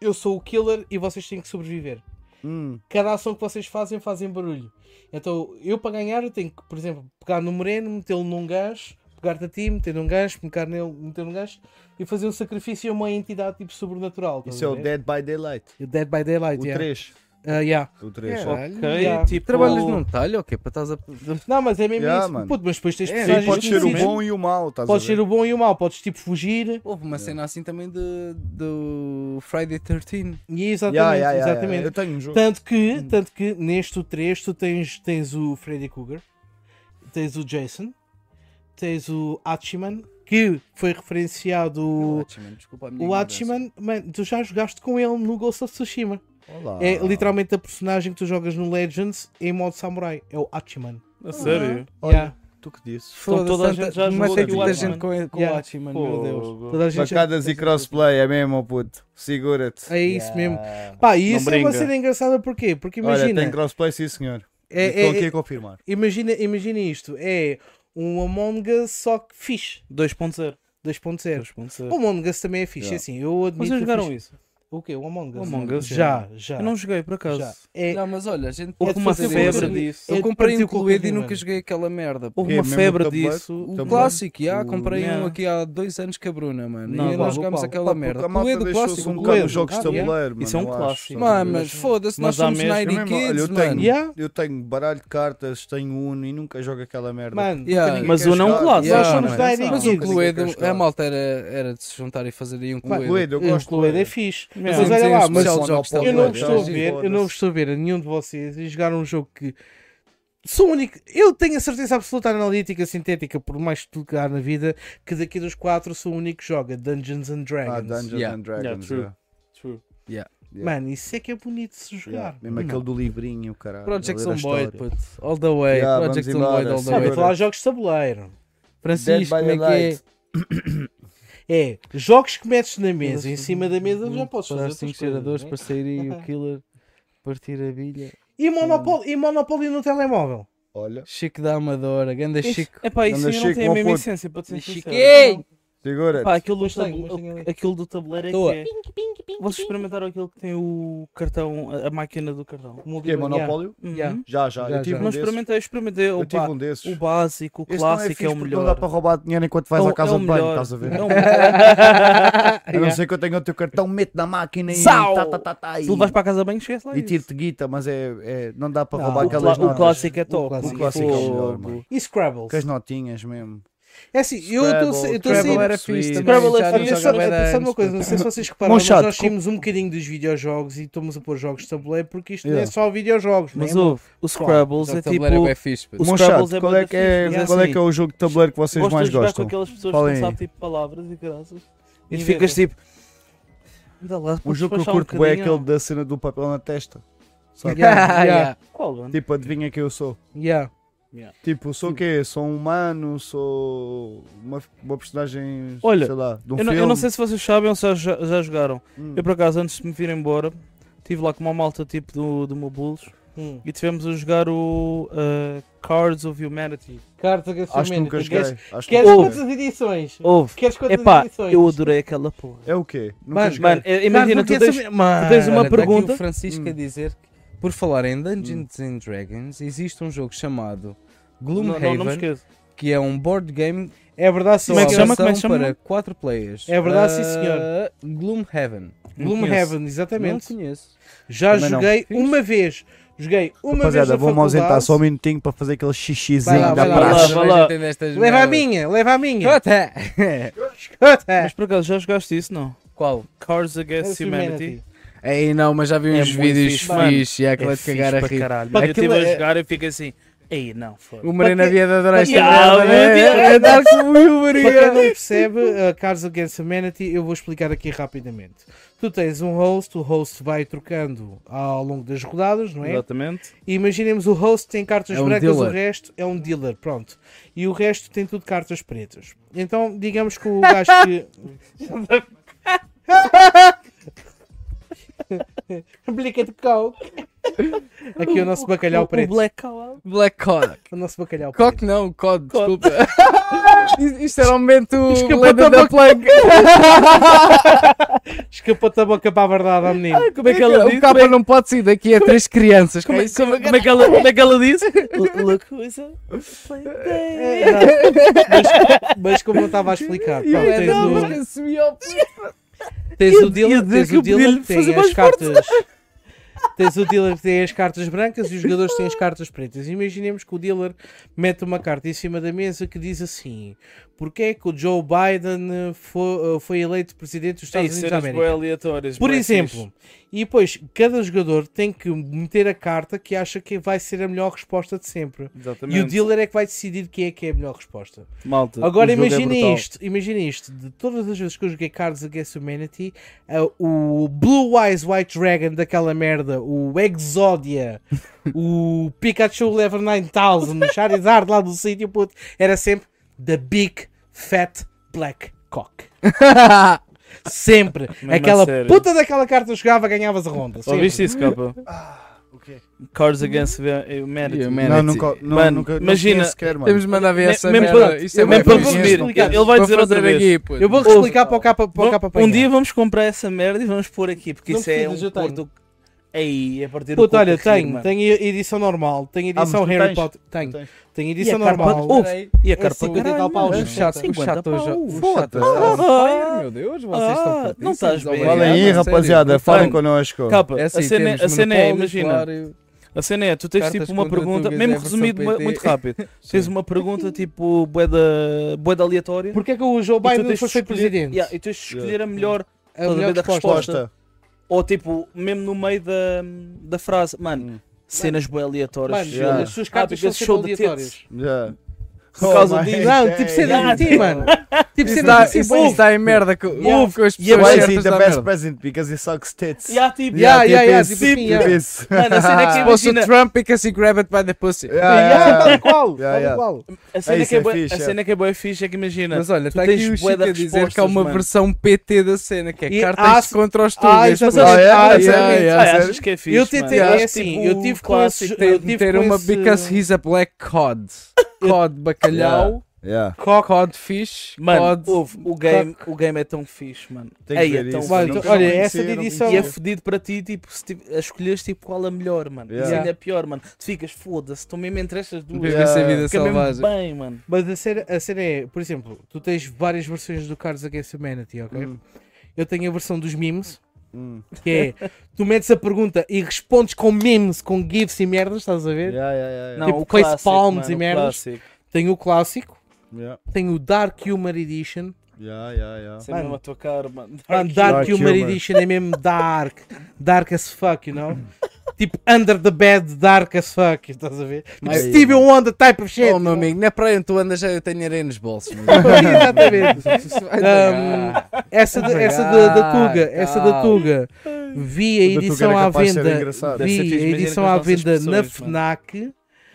Speaker 4: Eu sou o killer e vocês têm que sobreviver.
Speaker 1: Hum,
Speaker 4: cada ação que vocês fazem, fazem barulho. Então, eu para ganhar, eu tenho que, por exemplo, pegar no moreno, metê-lo num gancho, pegar-te a ti, meter num gancho, pegar nele, meter num gancho e fazer um sacrifício a uma entidade tipo sobrenatural. estás
Speaker 1: isso é
Speaker 4: a
Speaker 1: o
Speaker 4: ver?
Speaker 1: Dead by Daylight.
Speaker 4: O Dead by Daylight,
Speaker 1: O
Speaker 4: yeah. é.
Speaker 1: 3.
Speaker 4: Ah, yeah.
Speaker 1: O 3.
Speaker 3: Yeah.
Speaker 5: Ok,
Speaker 4: Yeah.
Speaker 5: tipo...
Speaker 3: Trabalhas num talho, ok? Para estás a.
Speaker 4: Não, mas é mesmo
Speaker 1: Yeah,
Speaker 4: isso.
Speaker 1: mano.
Speaker 4: Puto, mas depois tens
Speaker 3: É,
Speaker 4: personagens
Speaker 1: Sim, pode
Speaker 4: que
Speaker 1: ser o
Speaker 4: decidem.
Speaker 1: bom e o mau, estás
Speaker 4: Podes
Speaker 1: a
Speaker 4: ser
Speaker 1: ver?
Speaker 4: o bom e o mau, podes tipo fugir.
Speaker 3: Houve uma cena assim também de, do Friday 13.
Speaker 4: E é exatamente,
Speaker 1: Yeah, yeah, yeah, yeah.
Speaker 4: exatamente.
Speaker 1: Eu tenho um jogo.
Speaker 4: Tanto que,
Speaker 3: Hum.
Speaker 4: tanto que neste 3 tu tens, tens o Freddy Cougar, tens o Jason, tens o Atchiman, que foi referenciado.
Speaker 3: Watchmen, desculpa a minha
Speaker 4: O
Speaker 3: ignorância.
Speaker 4: Atchiman, mano, tu já jogaste com ele no Ghost of Tsushima.
Speaker 1: Olá.
Speaker 4: É literalmente a personagem que tu jogas no Legends em modo samurai. É o Atchiman.
Speaker 5: A sério?
Speaker 1: Olha,
Speaker 4: Yeah.
Speaker 1: tu que disse.
Speaker 3: Foda-se,
Speaker 5: toda a
Speaker 3: tanta-
Speaker 5: gente já
Speaker 3: matei
Speaker 5: jogou
Speaker 3: tanta
Speaker 1: aqui o
Speaker 3: gente com, com
Speaker 4: Yeah.
Speaker 3: o Watchmen, meu Deus.
Speaker 5: Fogo.
Speaker 4: Toda a gente já-
Speaker 1: Bancadas e crossplay, é mesmo, puto. Segura-te.
Speaker 4: É isso mesmo. Pá, e
Speaker 5: Não
Speaker 4: isso é uma
Speaker 5: brinca.
Speaker 4: cena engraçada porquê? Porque
Speaker 1: Olha,
Speaker 4: imagina.
Speaker 1: tem crossplay, sim senhor.
Speaker 4: é-
Speaker 1: Estou
Speaker 4: é-
Speaker 1: aqui a confirmar.
Speaker 4: imagina, imagina isto. É um Among Us só que fixe.
Speaker 5: 2.0.
Speaker 4: 2.0.
Speaker 5: 2.0.
Speaker 4: O Among Us também é fixe,
Speaker 1: Yeah.
Speaker 4: é assim, eu admito.
Speaker 5: Vocês
Speaker 4: que
Speaker 5: jogaram
Speaker 4: fixe-
Speaker 5: isso?
Speaker 4: O quê? O Among Us?
Speaker 5: O Among Us,
Speaker 4: já, já.
Speaker 5: Eu não joguei, por acaso.
Speaker 4: já. É, tipo
Speaker 3: Não, mas olha, a gente
Speaker 5: Houve
Speaker 3: pode
Speaker 5: uma
Speaker 3: fazer
Speaker 5: febre
Speaker 3: isso.
Speaker 5: disso.
Speaker 4: É
Speaker 3: Eu
Speaker 4: de
Speaker 3: comprei
Speaker 4: partir
Speaker 3: um
Speaker 4: o cu
Speaker 3: Cluedo e
Speaker 4: mesmo.
Speaker 3: nunca joguei aquela merda. pô.
Speaker 5: Houve
Speaker 1: Quê?
Speaker 5: uma
Speaker 1: Mesmo
Speaker 5: febre
Speaker 1: o tabuleiro?
Speaker 5: disso.
Speaker 3: O
Speaker 1: Também.
Speaker 3: clássico, já,
Speaker 1: O-
Speaker 3: comprei um
Speaker 5: Yeah.
Speaker 3: aqui há dois anos com a Bruna, mano.
Speaker 5: Não,
Speaker 3: e
Speaker 5: Paulo,
Speaker 3: nós jogámos
Speaker 4: Paulo,
Speaker 3: aquela
Speaker 1: Pá, puto,
Speaker 3: merda.
Speaker 1: A malta
Speaker 3: Cluedo
Speaker 1: deixou-se
Speaker 3: clássico.
Speaker 1: um
Speaker 4: Cluedo.
Speaker 1: bocado nos jogos de
Speaker 4: Ah, yeah.
Speaker 1: tabuleiro, mano.
Speaker 5: Isso é um
Speaker 1: eu
Speaker 5: clássico.
Speaker 1: acho.
Speaker 3: Mano,
Speaker 5: Mas-
Speaker 3: mas foda-se, nós
Speaker 5: mas há
Speaker 3: somos
Speaker 5: mesmo-
Speaker 1: Eu
Speaker 3: Nine
Speaker 1: mesmo- olha, eu
Speaker 3: Kids,
Speaker 1: tenho-
Speaker 3: mano.
Speaker 4: Yeah.
Speaker 1: Eu tenho baralho de cartas, tenho Uno e nunca jogo aquela merda.
Speaker 4: Mano,
Speaker 3: Yeah.
Speaker 1: Nunca
Speaker 5: Mas
Speaker 1: ninguém
Speaker 5: o não
Speaker 1: quer jogar.
Speaker 5: clássico.
Speaker 4: nós
Speaker 3: Yeah,
Speaker 4: somos
Speaker 3: mano.
Speaker 4: da Nine
Speaker 3: Mas um
Speaker 4: Kids.
Speaker 3: Cluedo,
Speaker 1: Ninguém quer
Speaker 3: a malta era, era de se juntar e fazer aí um
Speaker 1: Mano,
Speaker 3: Cluedo.
Speaker 1: eu
Speaker 4: O
Speaker 1: gosto
Speaker 4: Cluedo é
Speaker 1: de
Speaker 4: fixe.
Speaker 5: Mesmo.
Speaker 4: Mas olha
Speaker 3: Sim,
Speaker 4: lá,
Speaker 3: sim,
Speaker 4: mas
Speaker 3: especial de jogos de
Speaker 1: Então,
Speaker 4: eu não
Speaker 3: tabuleiro,
Speaker 4: estou a
Speaker 1: assim,
Speaker 3: sim.
Speaker 4: ver, eu não estou a ver a nenhum de vocês e jogar um jogo que. Sou único. Eu tenho a certeza absoluta analítica sintética, por mais tudo que há na vida, que daqui dos quatro sou o único que joga Dungeons and Dragons.
Speaker 1: Ah, Dungeons
Speaker 3: Yeah.
Speaker 1: and Dragons.
Speaker 5: Yeah, true.
Speaker 1: yeah.
Speaker 5: True.
Speaker 1: Yeah.
Speaker 4: Mano, isso é que é bonito de se jogar.
Speaker 1: Yeah, Mesmo aquele do livrinho, o caralho.
Speaker 3: Project
Speaker 1: a ler a
Speaker 3: Zone Boyd,
Speaker 1: história.
Speaker 3: puto. All the way.
Speaker 1: Yeah, vamos
Speaker 3: Project Zone
Speaker 1: embora,
Speaker 3: Boyd, all the
Speaker 4: Sabe,
Speaker 1: Agora-
Speaker 4: vou
Speaker 1: sim.
Speaker 3: way.
Speaker 4: falar de jogos de tabuleiro.
Speaker 1: Dead by
Speaker 3: Francisco, como é que
Speaker 1: Daylight.
Speaker 3: é?
Speaker 4: É, jogos que metes na mesa, em cima da mesa já podes fazer
Speaker 2: Para
Speaker 4: outras
Speaker 2: cinco
Speaker 4: coisas,
Speaker 2: geradores,
Speaker 4: né?
Speaker 2: para saírem o killer, partir a bilha.
Speaker 4: e, monopólio, e monopólio no telemóvel.
Speaker 1: Olha,
Speaker 3: Chico da Amadora, ganda Chico.
Speaker 5: É pá, isso
Speaker 1: Ganda
Speaker 5: aí não
Speaker 1: Chico,
Speaker 5: tem a
Speaker 1: bom
Speaker 5: mesma
Speaker 1: ponto.
Speaker 5: essência, para ser sincero.
Speaker 3: Chiquei!
Speaker 1: segura
Speaker 5: Pá, aquilo do,
Speaker 2: Gostei,
Speaker 5: tabu-
Speaker 2: gostei ali.
Speaker 5: aquilo do tabuleiro é
Speaker 3: Toa.
Speaker 5: que é. Vocês experimentaram aquilo que tem o cartão, a a máquina do cartão?
Speaker 1: O que é Monopólio?
Speaker 5: Uhum.
Speaker 4: Yeah.
Speaker 1: Já, já.
Speaker 4: Já,
Speaker 1: Eu tive
Speaker 4: já.
Speaker 1: um
Speaker 5: Não
Speaker 1: desses.
Speaker 5: experimentei, experimentei o,
Speaker 1: Eu tive
Speaker 5: ba-
Speaker 1: um desses.
Speaker 5: o básico, o
Speaker 1: Esse não
Speaker 5: clássico
Speaker 1: fixe
Speaker 5: é o
Speaker 1: porque
Speaker 5: melhor.
Speaker 1: Não dá para roubar dinheiro enquanto vais
Speaker 5: É o-
Speaker 1: à casa
Speaker 5: é o
Speaker 1: de banho,
Speaker 5: melhor.
Speaker 1: estás a ver?
Speaker 5: É o melhor.
Speaker 1: A não ser que eu tenha o teu cartão, mete na máquina e
Speaker 5: Zau!
Speaker 1: tá, tá, tá, tá, e,
Speaker 5: Se levas para a casa bem, esquece lá
Speaker 1: e
Speaker 5: isso.
Speaker 1: tiro-te guita, mas é, é- não dá para
Speaker 4: Não,
Speaker 1: roubar
Speaker 5: o, cla-
Speaker 1: aquelas
Speaker 5: o
Speaker 1: notas.
Speaker 5: clássico é top.
Speaker 4: clássico. O
Speaker 1: clássico é melhor,
Speaker 5: Fogo.
Speaker 1: mano.
Speaker 4: E Scrabbles.
Speaker 1: Com as notinhas mesmo.
Speaker 4: É assim, eu
Speaker 1: Scrabble,
Speaker 4: estou eu estou
Speaker 1: Scrabble
Speaker 4: a sair.
Speaker 1: era fixe também,
Speaker 5: Scrabble é
Speaker 4: Olha,
Speaker 5: fixe.
Speaker 4: Sabe sabe uma coisa, não sei se vocês repararam, mas
Speaker 1: Monchato,
Speaker 4: nós
Speaker 1: como-
Speaker 4: saímos um bocadinho dos videojogos e estamos a pôr jogos de tabuleiro porque isto não é
Speaker 1: Yeah.
Speaker 4: só videojogos,
Speaker 5: Mas
Speaker 4: né?
Speaker 5: ouve, o é Scrabbles é tipo.
Speaker 3: é fixe, puto.
Speaker 5: O
Speaker 1: Monchato,
Speaker 5: Scrabbles é
Speaker 1: qual,
Speaker 5: bué
Speaker 1: é que é,
Speaker 5: fixe,
Speaker 1: qual é
Speaker 5: assim.
Speaker 1: que é o jogo de tabuleiro que vocês
Speaker 5: Gostas
Speaker 1: mais
Speaker 5: de jogar com
Speaker 1: gostam?
Speaker 5: aquelas pessoas
Speaker 1: Falem
Speaker 5: que
Speaker 1: aí.
Speaker 5: não sabem tipo palavras e graças.
Speaker 4: E
Speaker 5: E tu ficas tipo.
Speaker 3: "Ah,
Speaker 5: Anda lá,
Speaker 1: O
Speaker 5: podes
Speaker 1: jogo que eu
Speaker 5: despachar um
Speaker 1: curto bem é aquele
Speaker 5: bocadinho.
Speaker 1: da cena do papel na testa. Sabe?
Speaker 3: Yeah, yeah.
Speaker 4: yeah.
Speaker 5: Qual, mano?
Speaker 1: Tipo, adivinha quem eu sou.
Speaker 4: Yeah.
Speaker 1: Tipo, sou o quê? Sou um humano, sou uma, uma personagem,
Speaker 5: Olha,
Speaker 1: sei lá, de um
Speaker 5: eu, não,
Speaker 1: filme.
Speaker 5: eu não sei se vocês sabem ou se já, já jogaram.
Speaker 1: Hum.
Speaker 5: Eu por acaso, antes de me vir embora, estive lá com uma malta tipo do, do meu Bulls
Speaker 4: Hum.
Speaker 5: e tivemos a jogar o ah, Cards of Humanity.
Speaker 4: Carta que
Speaker 1: Acho que nunca joguei.
Speaker 4: Queres,
Speaker 1: Acho que
Speaker 4: é queres
Speaker 1: nunca
Speaker 4: quantas
Speaker 1: joguei.
Speaker 4: edições?
Speaker 5: Houve.
Speaker 4: Queres quantas
Speaker 5: Epá,
Speaker 4: edições?
Speaker 5: eu adorei aquela porra.
Speaker 1: É o quê? Nunca
Speaker 4: Mano,
Speaker 1: joguei.
Speaker 5: Mano, é- imagina,
Speaker 4: Mano,
Speaker 5: tu
Speaker 4: não
Speaker 5: tens,
Speaker 4: quero saber- Mano.
Speaker 5: tu tens uma
Speaker 3: Olha, tá aqui
Speaker 5: pergunta.
Speaker 3: o Francisco
Speaker 1: Hum.
Speaker 3: a dizer que, por falar em Dungeons and Dragons, existe um jogo chamado
Speaker 5: Não, não,
Speaker 3: Gloomhaven,
Speaker 5: não me esqueço.
Speaker 3: que é um board game
Speaker 4: É verdade, sim.
Speaker 5: Como é que
Speaker 4: senhor.
Speaker 5: chama? Como é que
Speaker 3: adaptação para 4 players.
Speaker 4: É verdade, sim,
Speaker 3: Ah,
Speaker 4: senhor.
Speaker 3: Gloomhaven.
Speaker 5: Não conheço.
Speaker 4: Gloomhaven,
Speaker 3: Não
Speaker 4: exatamente.
Speaker 3: conheço.
Speaker 4: Já
Speaker 1: Também não.
Speaker 4: joguei uma vez. Joguei uma vez
Speaker 1: Rapaziada,
Speaker 4: na
Speaker 1: vou-me
Speaker 4: faculdade.
Speaker 1: ausentar só um minutinho para fazer aquele
Speaker 4: Vai lá,
Speaker 1: xixizinho da
Speaker 4: vai lá, vai lá.
Speaker 1: praxe.
Speaker 5: vai lá.
Speaker 4: Leva a minha, leva a minha.
Speaker 3: Cota!
Speaker 4: É.
Speaker 5: Mas por acaso já jogaste isso? Não.
Speaker 3: Qual?
Speaker 5: Cards Against
Speaker 4: Essa
Speaker 5: Humanity.
Speaker 4: humanity.
Speaker 3: Ei, não, mas já vi
Speaker 5: É
Speaker 3: uns
Speaker 5: muito
Speaker 3: vídeos
Speaker 5: fixe, mano.
Speaker 3: fixe e é aquela
Speaker 5: É
Speaker 3: de cagar a
Speaker 5: fixe pra
Speaker 3: rir.
Speaker 5: caralho. mano. Eu
Speaker 3: Aquilo
Speaker 5: estive a
Speaker 3: é-
Speaker 5: jogar e fico assim. Ei, não, foda.
Speaker 3: O Marina
Speaker 4: Para quê?
Speaker 3: havia de adorar esta merda,
Speaker 5: Yeah, meu Deus.
Speaker 3: né? É dar com o
Speaker 4: Para quem não
Speaker 3: Maria.
Speaker 4: percebe, a Cards Against Humanity, eu vou explicar aqui rapidamente. Tu tens um host, o host vai trocando ao longo das rodadas, não é?
Speaker 5: Exatamente.
Speaker 4: E imaginemos o host tem cartas
Speaker 3: É um
Speaker 4: brancas, o
Speaker 3: dealer.
Speaker 4: resto é um dealer, pronto. E o resto tem tudo cartas pretas. Então, digamos que o gajo que. Blica de coke. Aqui é o nosso bacalhau
Speaker 5: O
Speaker 4: preto.
Speaker 5: Blackout.
Speaker 3: Black Cock.
Speaker 4: O nosso bacalhau preto.
Speaker 3: Cock não, Cod, desculpa. Isto- Isto era o momento
Speaker 5: Escapou
Speaker 3: Lenda da Plug.
Speaker 4: Escapou-te a boca para a verdade, ao menino.
Speaker 5: Como é que ela
Speaker 3: O
Speaker 5: diz?
Speaker 3: capa não pode sair daqui a três crianças.
Speaker 5: Como é,
Speaker 3: ok?
Speaker 5: como, como é que ela, como é que ela diz? Look who's up. É,
Speaker 4: Mas como eu estava a explicar, pronto,
Speaker 3: É,
Speaker 4: tens,
Speaker 3: não,
Speaker 4: o,
Speaker 3: mas assumi ao-
Speaker 4: tens o
Speaker 5: ia
Speaker 4: dealer,
Speaker 5: dizer
Speaker 4: tens
Speaker 5: que
Speaker 4: o
Speaker 5: eu podia
Speaker 4: dealer
Speaker 5: lhe
Speaker 4: que tem
Speaker 5: fazer
Speaker 4: as
Speaker 5: mais
Speaker 4: cartas. Tens o dealer que tem as cartas brancas e os jogadores têm as cartas pretas. Imaginemos que o dealer mete uma carta em cima da mesa que diz assim: Porquê é que o Joe Biden foi, foi eleito presidente dos Estados Unidos da América?
Speaker 5: aleatórias.
Speaker 4: Por exemplo, e depois cada jogador tem que meter a carta que acha que vai ser a melhor resposta de sempre. E o dealer é que vai decidir quem é que é a melhor resposta.
Speaker 5: Malta.
Speaker 4: Agora
Speaker 5: o jogo é
Speaker 4: imagina
Speaker 5: brutal.
Speaker 4: isto, imagina isto, de todas as vezes que eu joguei Cards Against Humanity, ah, o Blue Eyes White Dragon daquela merda, o Exodia, o Pikachu Level 9000, o Charizard lá do sítio, puto, era sempre The Big Fat Black Cock. Sempre.
Speaker 5: Mesmo a
Speaker 4: Aquela
Speaker 5: sério.
Speaker 4: puta daquela carta que jogava, ganhavas a ronda. sempre.
Speaker 5: Ouviste isso, capa?
Speaker 4: Ah,
Speaker 1: O quê?
Speaker 5: Cards Against eh, Humanity.
Speaker 3: Yeah, man.
Speaker 5: Man.
Speaker 1: Não, nunca, não,
Speaker 5: Mano,
Speaker 1: nunca,
Speaker 5: imagina-
Speaker 1: não sequer, mano.
Speaker 3: Temos de mandar ver essa
Speaker 5: Mesmo
Speaker 3: merda.
Speaker 5: para-
Speaker 3: Isto é
Speaker 5: mesmo
Speaker 3: bué
Speaker 5: para
Speaker 3: fixe.
Speaker 5: resumir, ele vai
Speaker 3: Vou
Speaker 5: dizer outra
Speaker 3: fazer
Speaker 5: vez.
Speaker 3: aqui, puto.
Speaker 4: Eu vou explicar para o capa para o capa
Speaker 5: Um dia vamos comprar essa merda e vamos pôr aqui, porque
Speaker 4: Não
Speaker 5: isso é um
Speaker 4: precisas, eu tenho.
Speaker 5: porto. Aí, a partir do
Speaker 4: Puta,
Speaker 5: cu
Speaker 4: olha,
Speaker 5: que rir,
Speaker 4: tenho,
Speaker 5: mano.
Speaker 4: tenho edição normal, tenho
Speaker 1: Ah, mas
Speaker 4: edição
Speaker 1: tu
Speaker 4: Harry
Speaker 1: tens?
Speaker 4: Potter, tenho,
Speaker 1: Tens.
Speaker 4: tenho
Speaker 5: E a
Speaker 4: edição
Speaker 5: carpa,
Speaker 4: normal.
Speaker 5: ouve, e a
Speaker 4: É
Speaker 5: carpa,
Speaker 4: 50 e tal
Speaker 5: caralho,
Speaker 4: paus,
Speaker 5: mano.
Speaker 4: o chato- o
Speaker 5: 50
Speaker 3: chato hoje-
Speaker 5: pau.
Speaker 3: o
Speaker 1: Foda-se.
Speaker 5: Ah, ah,
Speaker 3: Meu Deus, vocês
Speaker 5: Ah,
Speaker 3: estão
Speaker 5: não
Speaker 3: fortíssimos,
Speaker 5: estás bem.
Speaker 3: obrigado,
Speaker 1: Falem aí,
Speaker 3: sério. tá
Speaker 1: rapaziada, um falem
Speaker 5: Então,
Speaker 1: connosco.
Speaker 5: Capa,
Speaker 3: É assim,
Speaker 5: a cena,
Speaker 3: temos
Speaker 5: a cena é,
Speaker 3: Monopólio,
Speaker 5: imagina,
Speaker 3: Claro.
Speaker 5: a cena é, tu tens
Speaker 3: Cartas
Speaker 5: tipo uma
Speaker 3: contra
Speaker 5: pergunta,
Speaker 3: tugas,
Speaker 5: mesmo
Speaker 3: é versão
Speaker 5: resumido, mu-
Speaker 3: PT.
Speaker 5: muito rápido, tens uma pergunta tipo boeda, boeda aleatória
Speaker 4: Porquê é que o Joe
Speaker 5: e tu
Speaker 4: Biden
Speaker 5: tens
Speaker 4: foi
Speaker 5: de
Speaker 4: feito
Speaker 5: escolher-
Speaker 4: presidente? É
Speaker 5: yeah, e tens de escolher a melhor,
Speaker 4: A
Speaker 5: estás a
Speaker 4: melhor
Speaker 5: ver da
Speaker 4: resposta.
Speaker 5: resposta.
Speaker 1: Resposta.
Speaker 5: ou tipo, mesmo no meio da, da frase, mano,
Speaker 1: Hum.
Speaker 5: cenas boé aleatórias.
Speaker 4: Mano,
Speaker 1: Yeah.
Speaker 4: as suas
Speaker 5: Ah, porque
Speaker 4: cartas são
Speaker 5: esse show
Speaker 4: sempre
Speaker 5: de
Speaker 4: aleatórias.
Speaker 5: tits.
Speaker 1: Já. Oh
Speaker 5: por causa
Speaker 1: my
Speaker 5: disso.
Speaker 4: Não, tipo cenas
Speaker 1: days.
Speaker 4: assim, mano. Tipo
Speaker 5: Isso
Speaker 4: cenas
Speaker 5: dá-
Speaker 4: assim,
Speaker 5: isso-
Speaker 4: bom.
Speaker 5: isso
Speaker 3: está em merda que,
Speaker 5: Yeah.
Speaker 3: que as pessoas
Speaker 5: Yeah,
Speaker 1: Why is he
Speaker 3: certas
Speaker 1: the
Speaker 3: dá
Speaker 1: best
Speaker 3: merda. é
Speaker 1: present? Because he sucks tits.
Speaker 5: E há
Speaker 1: tipo
Speaker 4: Yeah,
Speaker 5: tipo.
Speaker 4: yeah, yeah,
Speaker 1: esse,
Speaker 4: tipo assim,
Speaker 1: tipo
Speaker 4: yeah.
Speaker 1: esse.
Speaker 5: Mano, a cena é que
Speaker 3: Se fosse o
Speaker 5: imagina.
Speaker 3: Trump, e que assim grab it by the pussy.
Speaker 1: Yeah, yeah, yeah.
Speaker 4: Yeah, Tal qual,
Speaker 1: Yeah, yeah.
Speaker 4: tal qual.
Speaker 5: A cena,
Speaker 1: isso
Speaker 5: que, é
Speaker 1: é
Speaker 5: bué-
Speaker 1: fixe,
Speaker 5: a
Speaker 1: é.
Speaker 5: cena que é boa fixe é que imagina.
Speaker 3: Mas olha,
Speaker 5: tu
Speaker 3: está aqui
Speaker 5: tens
Speaker 3: o
Speaker 5: bué
Speaker 3: Chico
Speaker 5: de
Speaker 3: a dizer que há
Speaker 5: respostas,
Speaker 3: uma
Speaker 5: mano.
Speaker 3: versão PT da cena, que é
Speaker 4: E há-
Speaker 3: cartas contra os
Speaker 4: Ah,
Speaker 3: tugas.
Speaker 4: exatamente.
Speaker 1: Ah, é?
Speaker 4: Ah,
Speaker 1: Ah,
Speaker 4: exatamente.
Speaker 1: é, é,
Speaker 5: Ah,
Speaker 1: sério?
Speaker 5: achas que é fixe?
Speaker 4: Eu tentei,
Speaker 5: mano?
Speaker 4: é
Speaker 5: Acho,
Speaker 4: assim,
Speaker 5: tipo,
Speaker 4: eu tive com
Speaker 5: clássico.
Speaker 4: esse- eu
Speaker 3: ter,
Speaker 4: tive
Speaker 5: tipo
Speaker 3: ter
Speaker 4: com
Speaker 3: uma assim,
Speaker 4: esse-
Speaker 3: because he's a black cod. Cod bacalhau,
Speaker 1: Yeah.
Speaker 3: cod fish,
Speaker 5: Mano,
Speaker 3: cod.
Speaker 5: ouve, o game, o game é tão fixe, mano.
Speaker 1: Tem
Speaker 5: Ei,
Speaker 1: que ver
Speaker 5: é tão
Speaker 1: isso.
Speaker 4: Vai,
Speaker 5: fixe.
Speaker 4: então, olha, essa de edição-
Speaker 5: E é fedido para ti, tipo, se ti- a escolheres tipo, qual a melhor, mano.
Speaker 1: Yeah.
Speaker 5: Isso ainda é pior, mano. Tu ficas, foda-se, estou mesmo entre estas duas.
Speaker 1: Yeah.
Speaker 3: Vive essa vida
Speaker 5: Fica mesmo
Speaker 3: selvagem.
Speaker 5: bem, mano.
Speaker 4: Mas a cena, a cena é, por exemplo, tu tens várias versões do Cards Against Humanity, ok?
Speaker 5: Hum.
Speaker 4: Eu tenho a versão dos memes,
Speaker 1: Hum.
Speaker 4: que é tu metes a pergunta e respondes com memes, com gifs e merdas, estás a
Speaker 1: Hum.
Speaker 4: ver?
Speaker 5: Não,
Speaker 4: Tipo,
Speaker 5: o
Speaker 4: face
Speaker 5: clássico,
Speaker 4: palms
Speaker 5: mano,
Speaker 4: e
Speaker 5: o
Speaker 4: merdas.
Speaker 5: clássico.
Speaker 4: Tem o clássico, tem o Dark Humor Edition.
Speaker 5: Isso é mesmo
Speaker 4: Mano.
Speaker 5: a tua cara, mano.
Speaker 4: Mano, Dark
Speaker 1: Dark
Speaker 4: Humor
Speaker 1: Humor.
Speaker 4: Edition é mesmo dark, dark as fuck, you know? tipo Under the Bed, dark as fuck, estás a ver? Tipo
Speaker 1: Mas-
Speaker 4: Steven Wonder type of shit.
Speaker 3: Oh, meu amigo, na praia onde tu andas, eu tenho areia nos bolsos. meu.
Speaker 4: Exatamente.
Speaker 3: Isso vai
Speaker 4: Um,
Speaker 3: devagar.
Speaker 4: essa da, essa da, da Tuga,
Speaker 3: Calma.
Speaker 4: essa da Tuga, vi
Speaker 1: Ah,
Speaker 4: a
Speaker 1: O da Tuga
Speaker 4: edição
Speaker 1: era
Speaker 4: à
Speaker 1: capaz de ser
Speaker 4: venda,
Speaker 1: engraçado.
Speaker 5: Deve
Speaker 4: vi
Speaker 5: ser
Speaker 4: a
Speaker 5: fixe, imagina
Speaker 4: edição
Speaker 5: com as
Speaker 4: à
Speaker 5: nossas
Speaker 4: venda na
Speaker 5: pessoas,
Speaker 4: FNAC,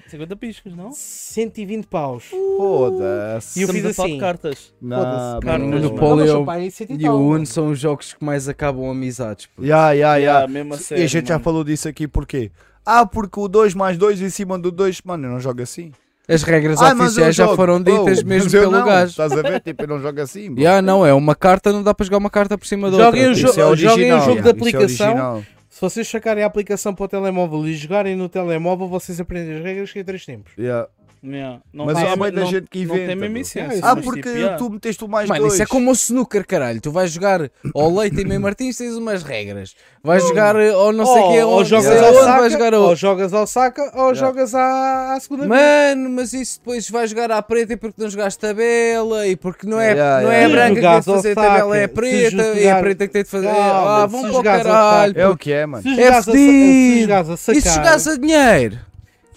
Speaker 5: 50 piscas, não?
Speaker 4: 120 paus.
Speaker 1: Foda-se.
Speaker 4: E eu
Speaker 5: Estamos
Speaker 4: fiz
Speaker 5: a falar de
Speaker 4: assim.
Speaker 5: cartas.
Speaker 1: Nah,
Speaker 5: Cara,
Speaker 1: bro.
Speaker 5: no
Speaker 3: Monopólio
Speaker 4: Não, mas, pá, é cento
Speaker 3: E o
Speaker 4: tal,
Speaker 3: Uno
Speaker 4: mano.
Speaker 3: são os jogos que mais acabam amizades. puto.
Speaker 1: Yeah, yeah, yeah.
Speaker 5: Yeah, mesmo a
Speaker 1: E
Speaker 5: sério,
Speaker 1: a gente já
Speaker 5: mano.
Speaker 1: falou disso aqui, porquê? Ah, porque o 2 mais 2 em cima do 2, mano, eu não jogo assim.
Speaker 3: As regras
Speaker 1: Ah, mas eu
Speaker 3: oficiais já
Speaker 1: jogo.
Speaker 3: foram ditas
Speaker 1: Oh,
Speaker 3: mesmo
Speaker 1: mas eu
Speaker 3: pelo
Speaker 1: não.
Speaker 3: gajo.
Speaker 1: Estás a ver? Tipo, eu não jogo assim. bro.
Speaker 3: Yeah, não, é uma carta, não dá para jogar uma carta por cima da outra.
Speaker 4: Joguem o
Speaker 1: Isso
Speaker 4: jo-
Speaker 1: é
Speaker 4: joguem o
Speaker 1: original,
Speaker 4: jogo
Speaker 1: yeah, isso é
Speaker 4: da aplicação.
Speaker 1: original.
Speaker 4: Se vocês sacarem a aplicação para o telemóvel e jogarem no telemóvel, vocês aprendem as regras que é três tempos.
Speaker 1: Yeah.
Speaker 5: Yeah. Não
Speaker 1: Mas
Speaker 5: tem-
Speaker 1: há muita
Speaker 5: não-
Speaker 1: gente que
Speaker 5: Não
Speaker 1: inventa,
Speaker 5: tem mesmo
Speaker 1: bro.
Speaker 5: essência,
Speaker 1: Ah,
Speaker 5: mas,
Speaker 1: porque
Speaker 5: tipo, yeah.
Speaker 1: tu meteste o mais
Speaker 3: é Mano,
Speaker 1: 2.
Speaker 3: isso é como o snooker, caralho. Tu vais jogar ao Leite e meio Martins, tens umas regras. Vais jogar eh, ao não sei
Speaker 4: ou,
Speaker 3: o que,
Speaker 4: ou
Speaker 3: ao não
Speaker 4: jogas
Speaker 3: sei
Speaker 1: Yeah.
Speaker 4: Oh, ao
Speaker 3: aonde,
Speaker 4: saca,
Speaker 3: vais jogar ao
Speaker 4: ou jogas ao saca, ou jogas à, à segunda vez.
Speaker 3: Mano, mas isso depois vai jogar à preta e porque não jogaste tabela e porque não é,
Speaker 1: Yeah,
Speaker 3: não é
Speaker 1: yeah.
Speaker 3: a
Speaker 1: Se
Speaker 3: branca que tem
Speaker 4: jogares
Speaker 3: de fazer a
Speaker 4: ao
Speaker 3: tabela, é a
Speaker 4: saque, se
Speaker 3: preta, é a
Speaker 4: jogar-
Speaker 3: preta que tem de fazer.
Speaker 4: Calma,
Speaker 3: ah,
Speaker 4: se
Speaker 3: vão para o
Speaker 4: jogares ao é
Speaker 3: caralho.
Speaker 4: saque-
Speaker 1: É o que é, mano.
Speaker 4: Se jogares a sa- se
Speaker 3: fedido.
Speaker 4: jogares a sacar,
Speaker 3: E se jogares a dinheiro?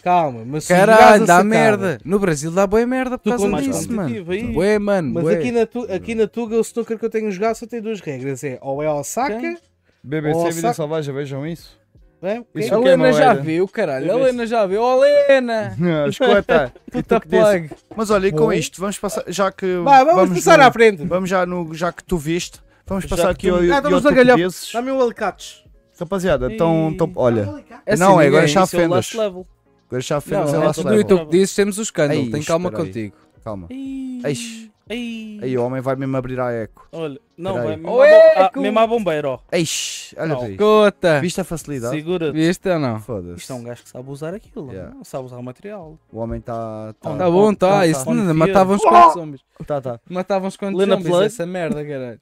Speaker 4: calma, mas se jogares
Speaker 3: Caralho,
Speaker 4: a
Speaker 3: dá
Speaker 4: sacar,
Speaker 3: merda. No Brasil dá boa merda por
Speaker 4: Tu
Speaker 3: causa
Speaker 5: mais
Speaker 3: disso, mano.
Speaker 5: competitivo aí.
Speaker 3: Bué, mano,
Speaker 4: Mas
Speaker 3: bué.
Speaker 4: aqui na, tu, aqui na Tuga, o snooker que eu tenho jogado só tem duas regras: é ou é ao saca,
Speaker 5: Quem?
Speaker 1: BBC
Speaker 4: Oh,
Speaker 1: Vida
Speaker 4: saca-
Speaker 1: Selvagem, vejam isso.
Speaker 4: é, o quê?
Speaker 1: Isso
Speaker 3: A
Speaker 1: o que é
Speaker 3: Helena
Speaker 1: mau
Speaker 3: já
Speaker 1: era?
Speaker 3: viu, caralho. A Helena já viu. Oh, Helena!
Speaker 1: Ah, Escuta. e tu
Speaker 3: Puta
Speaker 1: que dizes?
Speaker 3: plug.
Speaker 1: Mas olha, e com
Speaker 3: Bom.
Speaker 1: isto, vamos passar, já que...
Speaker 4: Vá, vamos, passar
Speaker 1: no-
Speaker 4: à frente.
Speaker 1: Vamos já no, já que tu viste, vamos
Speaker 5: Já
Speaker 1: passar aqui
Speaker 5: que tu-
Speaker 1: ao,
Speaker 4: Ah,
Speaker 1: ao
Speaker 4: estamos a galhar.
Speaker 1: portugueses.
Speaker 4: Dá-me um alicates.
Speaker 1: Rapaziada, então,
Speaker 5: Ei.
Speaker 1: então olha,
Speaker 3: É
Speaker 1: Não,
Speaker 3: assim,
Speaker 1: é agora
Speaker 3: ninguém-
Speaker 1: já-
Speaker 5: Isso é o last
Speaker 1: fendas.
Speaker 5: level.
Speaker 1: agora já fizemos
Speaker 3: Não,
Speaker 1: a
Speaker 5: Não,
Speaker 1: last
Speaker 5: é
Speaker 3: é
Speaker 5: level.
Speaker 3: tudo tu que dizes, temos o escândalo.
Speaker 1: Ei,
Speaker 3: Tem calma
Speaker 1: espera aí.
Speaker 3: contigo.
Speaker 1: Calma. Eish.
Speaker 5: Ih, Ei.
Speaker 1: Aí o homem vai mesmo abrir a eco.
Speaker 5: Olha, não,
Speaker 1: Peraí.
Speaker 5: vai mesmo,
Speaker 3: Oi,
Speaker 5: à bo- ah,
Speaker 3: cu-
Speaker 5: mesmo à bombeira, ó.
Speaker 1: Eish, olha
Speaker 5: Não.
Speaker 1: para isto.
Speaker 3: Cota!
Speaker 1: Viste a facilidade?
Speaker 5: Segura-te.
Speaker 3: Viste ou não?
Speaker 1: Foda-se.
Speaker 5: Isto é um gajo que sabe usar aquilo,
Speaker 1: Yeah.
Speaker 5: não sabe usar o material.
Speaker 1: O homem está. Tá,
Speaker 3: Tá bom,
Speaker 5: Tá,
Speaker 3: tá.
Speaker 5: tá.
Speaker 3: Isso nada,
Speaker 5: Confia.
Speaker 3: matava uns quantos zombies.
Speaker 1: tá, tá.
Speaker 3: Matava uns quantos
Speaker 5: Lena
Speaker 3: zombies
Speaker 5: Plug.
Speaker 3: essa merda, caralho.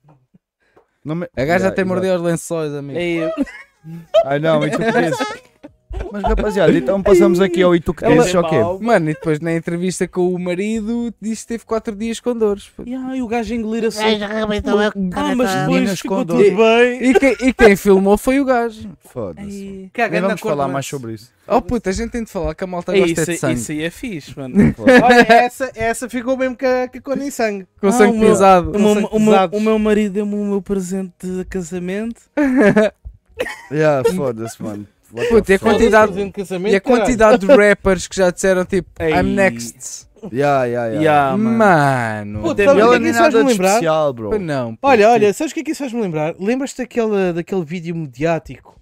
Speaker 1: Não me-
Speaker 3: A gaja
Speaker 1: Yeah,
Speaker 3: até
Speaker 1: exato.
Speaker 3: mordeu os lençóis, amigo.
Speaker 5: Ei,
Speaker 1: Ai não, e tu que dizes? Mas rapaziada, então passamos aqui ao e tu que
Speaker 5: Ela- é
Speaker 1: dizes, ok.
Speaker 3: Mano, e depois na entrevista com o marido disse que teve 4 dias com dores. pô.
Speaker 5: e ai, o gajo engolir assim. Ah,
Speaker 6: Ah,
Speaker 5: mas depois
Speaker 1: Meninas
Speaker 5: ficou
Speaker 1: com
Speaker 5: tudo
Speaker 1: dor.
Speaker 5: bem.
Speaker 3: E quem, e quem filmou foi o gajo.
Speaker 1: Foda-se.
Speaker 5: Ei.
Speaker 4: é
Speaker 1: Nem vamos falar mais sobre isso.
Speaker 3: Oh puta, a gente tem de falar que a malta
Speaker 5: Ei,
Speaker 3: gosta
Speaker 5: É isso,
Speaker 3: é de sangue.
Speaker 5: isso aí é fixe, mano.
Speaker 4: Olha, essa, essa ficou mesmo com a, com a cor em sangue.
Speaker 3: Com
Speaker 5: Ah,
Speaker 3: sangue
Speaker 5: o meu-
Speaker 3: pesado.
Speaker 5: O meu,
Speaker 4: São
Speaker 5: o, meu,
Speaker 4: pesados.
Speaker 5: o meu marido deu-me o meu presente de casamento.
Speaker 1: Yeah, foda-se, mano. What the
Speaker 3: Puta, e a
Speaker 1: fuck?
Speaker 3: quantidade-
Speaker 4: Presente de um casamento,
Speaker 3: E a
Speaker 4: caralho.
Speaker 3: quantidade de rappers que já disseram tipo,
Speaker 5: Ei.
Speaker 3: I'm next.
Speaker 1: Yeah, yeah,
Speaker 5: Yeah,
Speaker 1: yeah.
Speaker 5: Ah, mano.
Speaker 3: Mano.
Speaker 4: Puta,
Speaker 5: Até
Speaker 4: sabes
Speaker 1: E
Speaker 4: o que
Speaker 1: ela
Speaker 4: é que
Speaker 1: nem
Speaker 4: isso faz-me
Speaker 1: nada de
Speaker 4: lembrar?
Speaker 1: especial, bro.
Speaker 3: Pô, Não. pô.
Speaker 4: Olha, olha, sabes o que é que isso faz-me lembrar? Lembras-te daquele, daquele vídeo mediático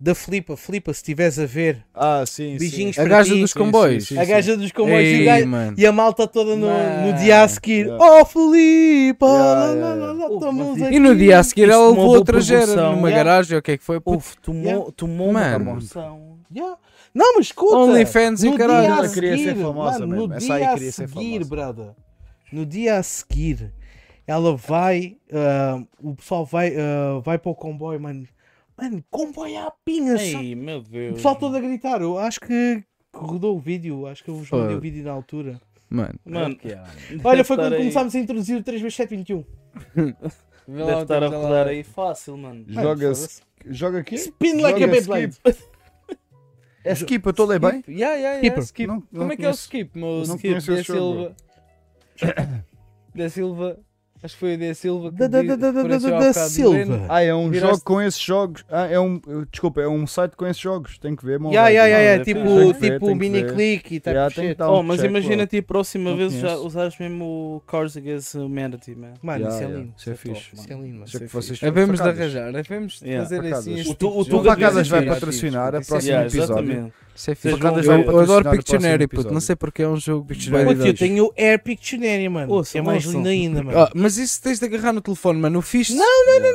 Speaker 4: da Flipa? Flipa, se estiveres a ver,
Speaker 1: Ah, sim,
Speaker 4: Beijinhos.
Speaker 1: sim.
Speaker 3: A
Speaker 4: para
Speaker 3: gaja
Speaker 4: ti.
Speaker 3: dos
Speaker 1: Sim,
Speaker 3: comboios.
Speaker 1: sim, sim,
Speaker 4: a
Speaker 1: sim.
Speaker 4: gaja dos comboios e o
Speaker 3: Ei,
Speaker 4: gajo-
Speaker 3: mano.
Speaker 4: e a malta toda no, no dia a seguir.
Speaker 1: Yeah.
Speaker 4: Oh, Filipe! lá, lá, lá, lá,
Speaker 5: yeah.
Speaker 4: estamos
Speaker 5: E
Speaker 4: aqui.
Speaker 3: E no dia a seguir
Speaker 5: Isso
Speaker 3: ela
Speaker 5: tomou
Speaker 3: levou
Speaker 5: boa
Speaker 3: outra gera
Speaker 5: proporção.
Speaker 3: numa
Speaker 4: Yeah.
Speaker 3: garagem, o que é que foi? Puta,
Speaker 5: Houve, tomou, tomou
Speaker 3: Mano.
Speaker 5: uma promoção.
Speaker 4: Yeah. Não, mas escuta.
Speaker 3: OnlyFans e o
Speaker 4: no
Speaker 3: caralho.
Speaker 4: dia a
Speaker 1: Ela queria ser
Speaker 4: seguir,
Speaker 1: famosa
Speaker 4: mano,
Speaker 1: mesmo.
Speaker 4: No
Speaker 1: Essa aí
Speaker 4: dia a
Speaker 1: queria ser
Speaker 4: seguir,
Speaker 1: famosa.
Speaker 4: brother. No dia a seguir, ela vai. ah, o pessoal vai, ah, vai para o comboio, mano. Mano, comboio à pinha. sabe?
Speaker 5: Ei, meu
Speaker 4: O
Speaker 5: Deus.
Speaker 4: pessoal todo a gritar. Eu acho que rodou o vídeo. Acho que eu vos mandei o
Speaker 3: Foda.
Speaker 4: vídeo na altura.
Speaker 3: Mano.
Speaker 5: Mano,
Speaker 4: Olha, foi
Speaker 5: deve
Speaker 4: quando
Speaker 5: estar aí-
Speaker 4: começámos a introduzir o 3x721.
Speaker 3: Vê
Speaker 5: Deve
Speaker 3: lá,
Speaker 5: estar a
Speaker 3: vê lá.
Speaker 5: rodar aí fácil, mano.
Speaker 1: Joga-se. Joga aqui?
Speaker 4: Spin like a
Speaker 1: Joga
Speaker 4: Beyblade.
Speaker 1: skip. É skip, eu estou a ler bem?
Speaker 6: Skip. Yeah, yeah, yeah,
Speaker 4: Skipper.
Speaker 6: skip.
Speaker 1: Não- não
Speaker 6: Como é que é o
Speaker 1: conheço.
Speaker 6: skip, meu?
Speaker 1: não
Speaker 6: Skip
Speaker 1: conheço
Speaker 6: da
Speaker 1: esse jogo,
Speaker 6: Silva. da Silva. Acho que foi o da Silva que
Speaker 4: Da- da-
Speaker 6: di-
Speaker 4: da- da- da-
Speaker 1: é
Speaker 6: referenciou
Speaker 4: da-
Speaker 6: há
Speaker 4: da
Speaker 6: bocado do
Speaker 4: Silva.
Speaker 6: Breno.
Speaker 1: Ah, é um
Speaker 6: Viraste-
Speaker 1: jogo com esses jogos. Ah, é um. eu- Desculpa, é um site com esses jogos. Tem que ver, mano.
Speaker 4: Yeah, yeah, yeah, yeah,
Speaker 5: é
Speaker 1: Ah, tem
Speaker 4: Tipo,
Speaker 1: que ver,
Speaker 4: tipo
Speaker 1: tem que
Speaker 4: mini
Speaker 1: ver.
Speaker 4: click e tá tal.
Speaker 1: Yeah, tem que dar um
Speaker 5: Oh, mas
Speaker 1: check,
Speaker 5: imagina
Speaker 1: logo.
Speaker 5: ti a próxima
Speaker 1: Não
Speaker 5: vez já
Speaker 1: conheço.
Speaker 5: usares mesmo o Cars Against Humanity, man.
Speaker 4: Mano,
Speaker 1: Yeah,
Speaker 4: isso é
Speaker 1: yeah,
Speaker 4: lindo.
Speaker 1: isso é
Speaker 4: top,
Speaker 1: fixe,
Speaker 4: Isso é lindo, mano.
Speaker 1: Sei que vocês
Speaker 6: Havemos de
Speaker 1: facadas.
Speaker 6: arranjar, havemos de
Speaker 5: Yeah.
Speaker 6: fazer
Speaker 1: Facadas.
Speaker 6: assim.
Speaker 1: O
Speaker 6: este
Speaker 5: tu-
Speaker 6: tipo
Speaker 5: o
Speaker 6: de
Speaker 5: tu-
Speaker 6: jogos.
Speaker 1: Facadas
Speaker 6: Isso é
Speaker 1: vai
Speaker 6: fixe.
Speaker 1: patrocinar a
Speaker 6: Isso é
Speaker 1: próxima
Speaker 5: Yeah,
Speaker 1: episódio.
Speaker 5: exatamente.
Speaker 6: Isso é fixe.
Speaker 5: Vocês vão
Speaker 6: Eu,
Speaker 5: ver.
Speaker 1: vai
Speaker 6: eu adoro
Speaker 1: patrocinar
Speaker 6: Pictionary,
Speaker 1: o próximo
Speaker 6: puto. Não
Speaker 1: episódio.
Speaker 6: sei porque é um jogo
Speaker 1: Vai
Speaker 4: Puto,
Speaker 6: Pictionary.
Speaker 4: eu tenho o Air Pictionary, mano.
Speaker 5: Ouçam,
Speaker 4: é mais
Speaker 5: ouçam.
Speaker 4: lindo ainda, mano.
Speaker 3: Ah, mas isso tens de agarrar no telefone, mano. O fixe.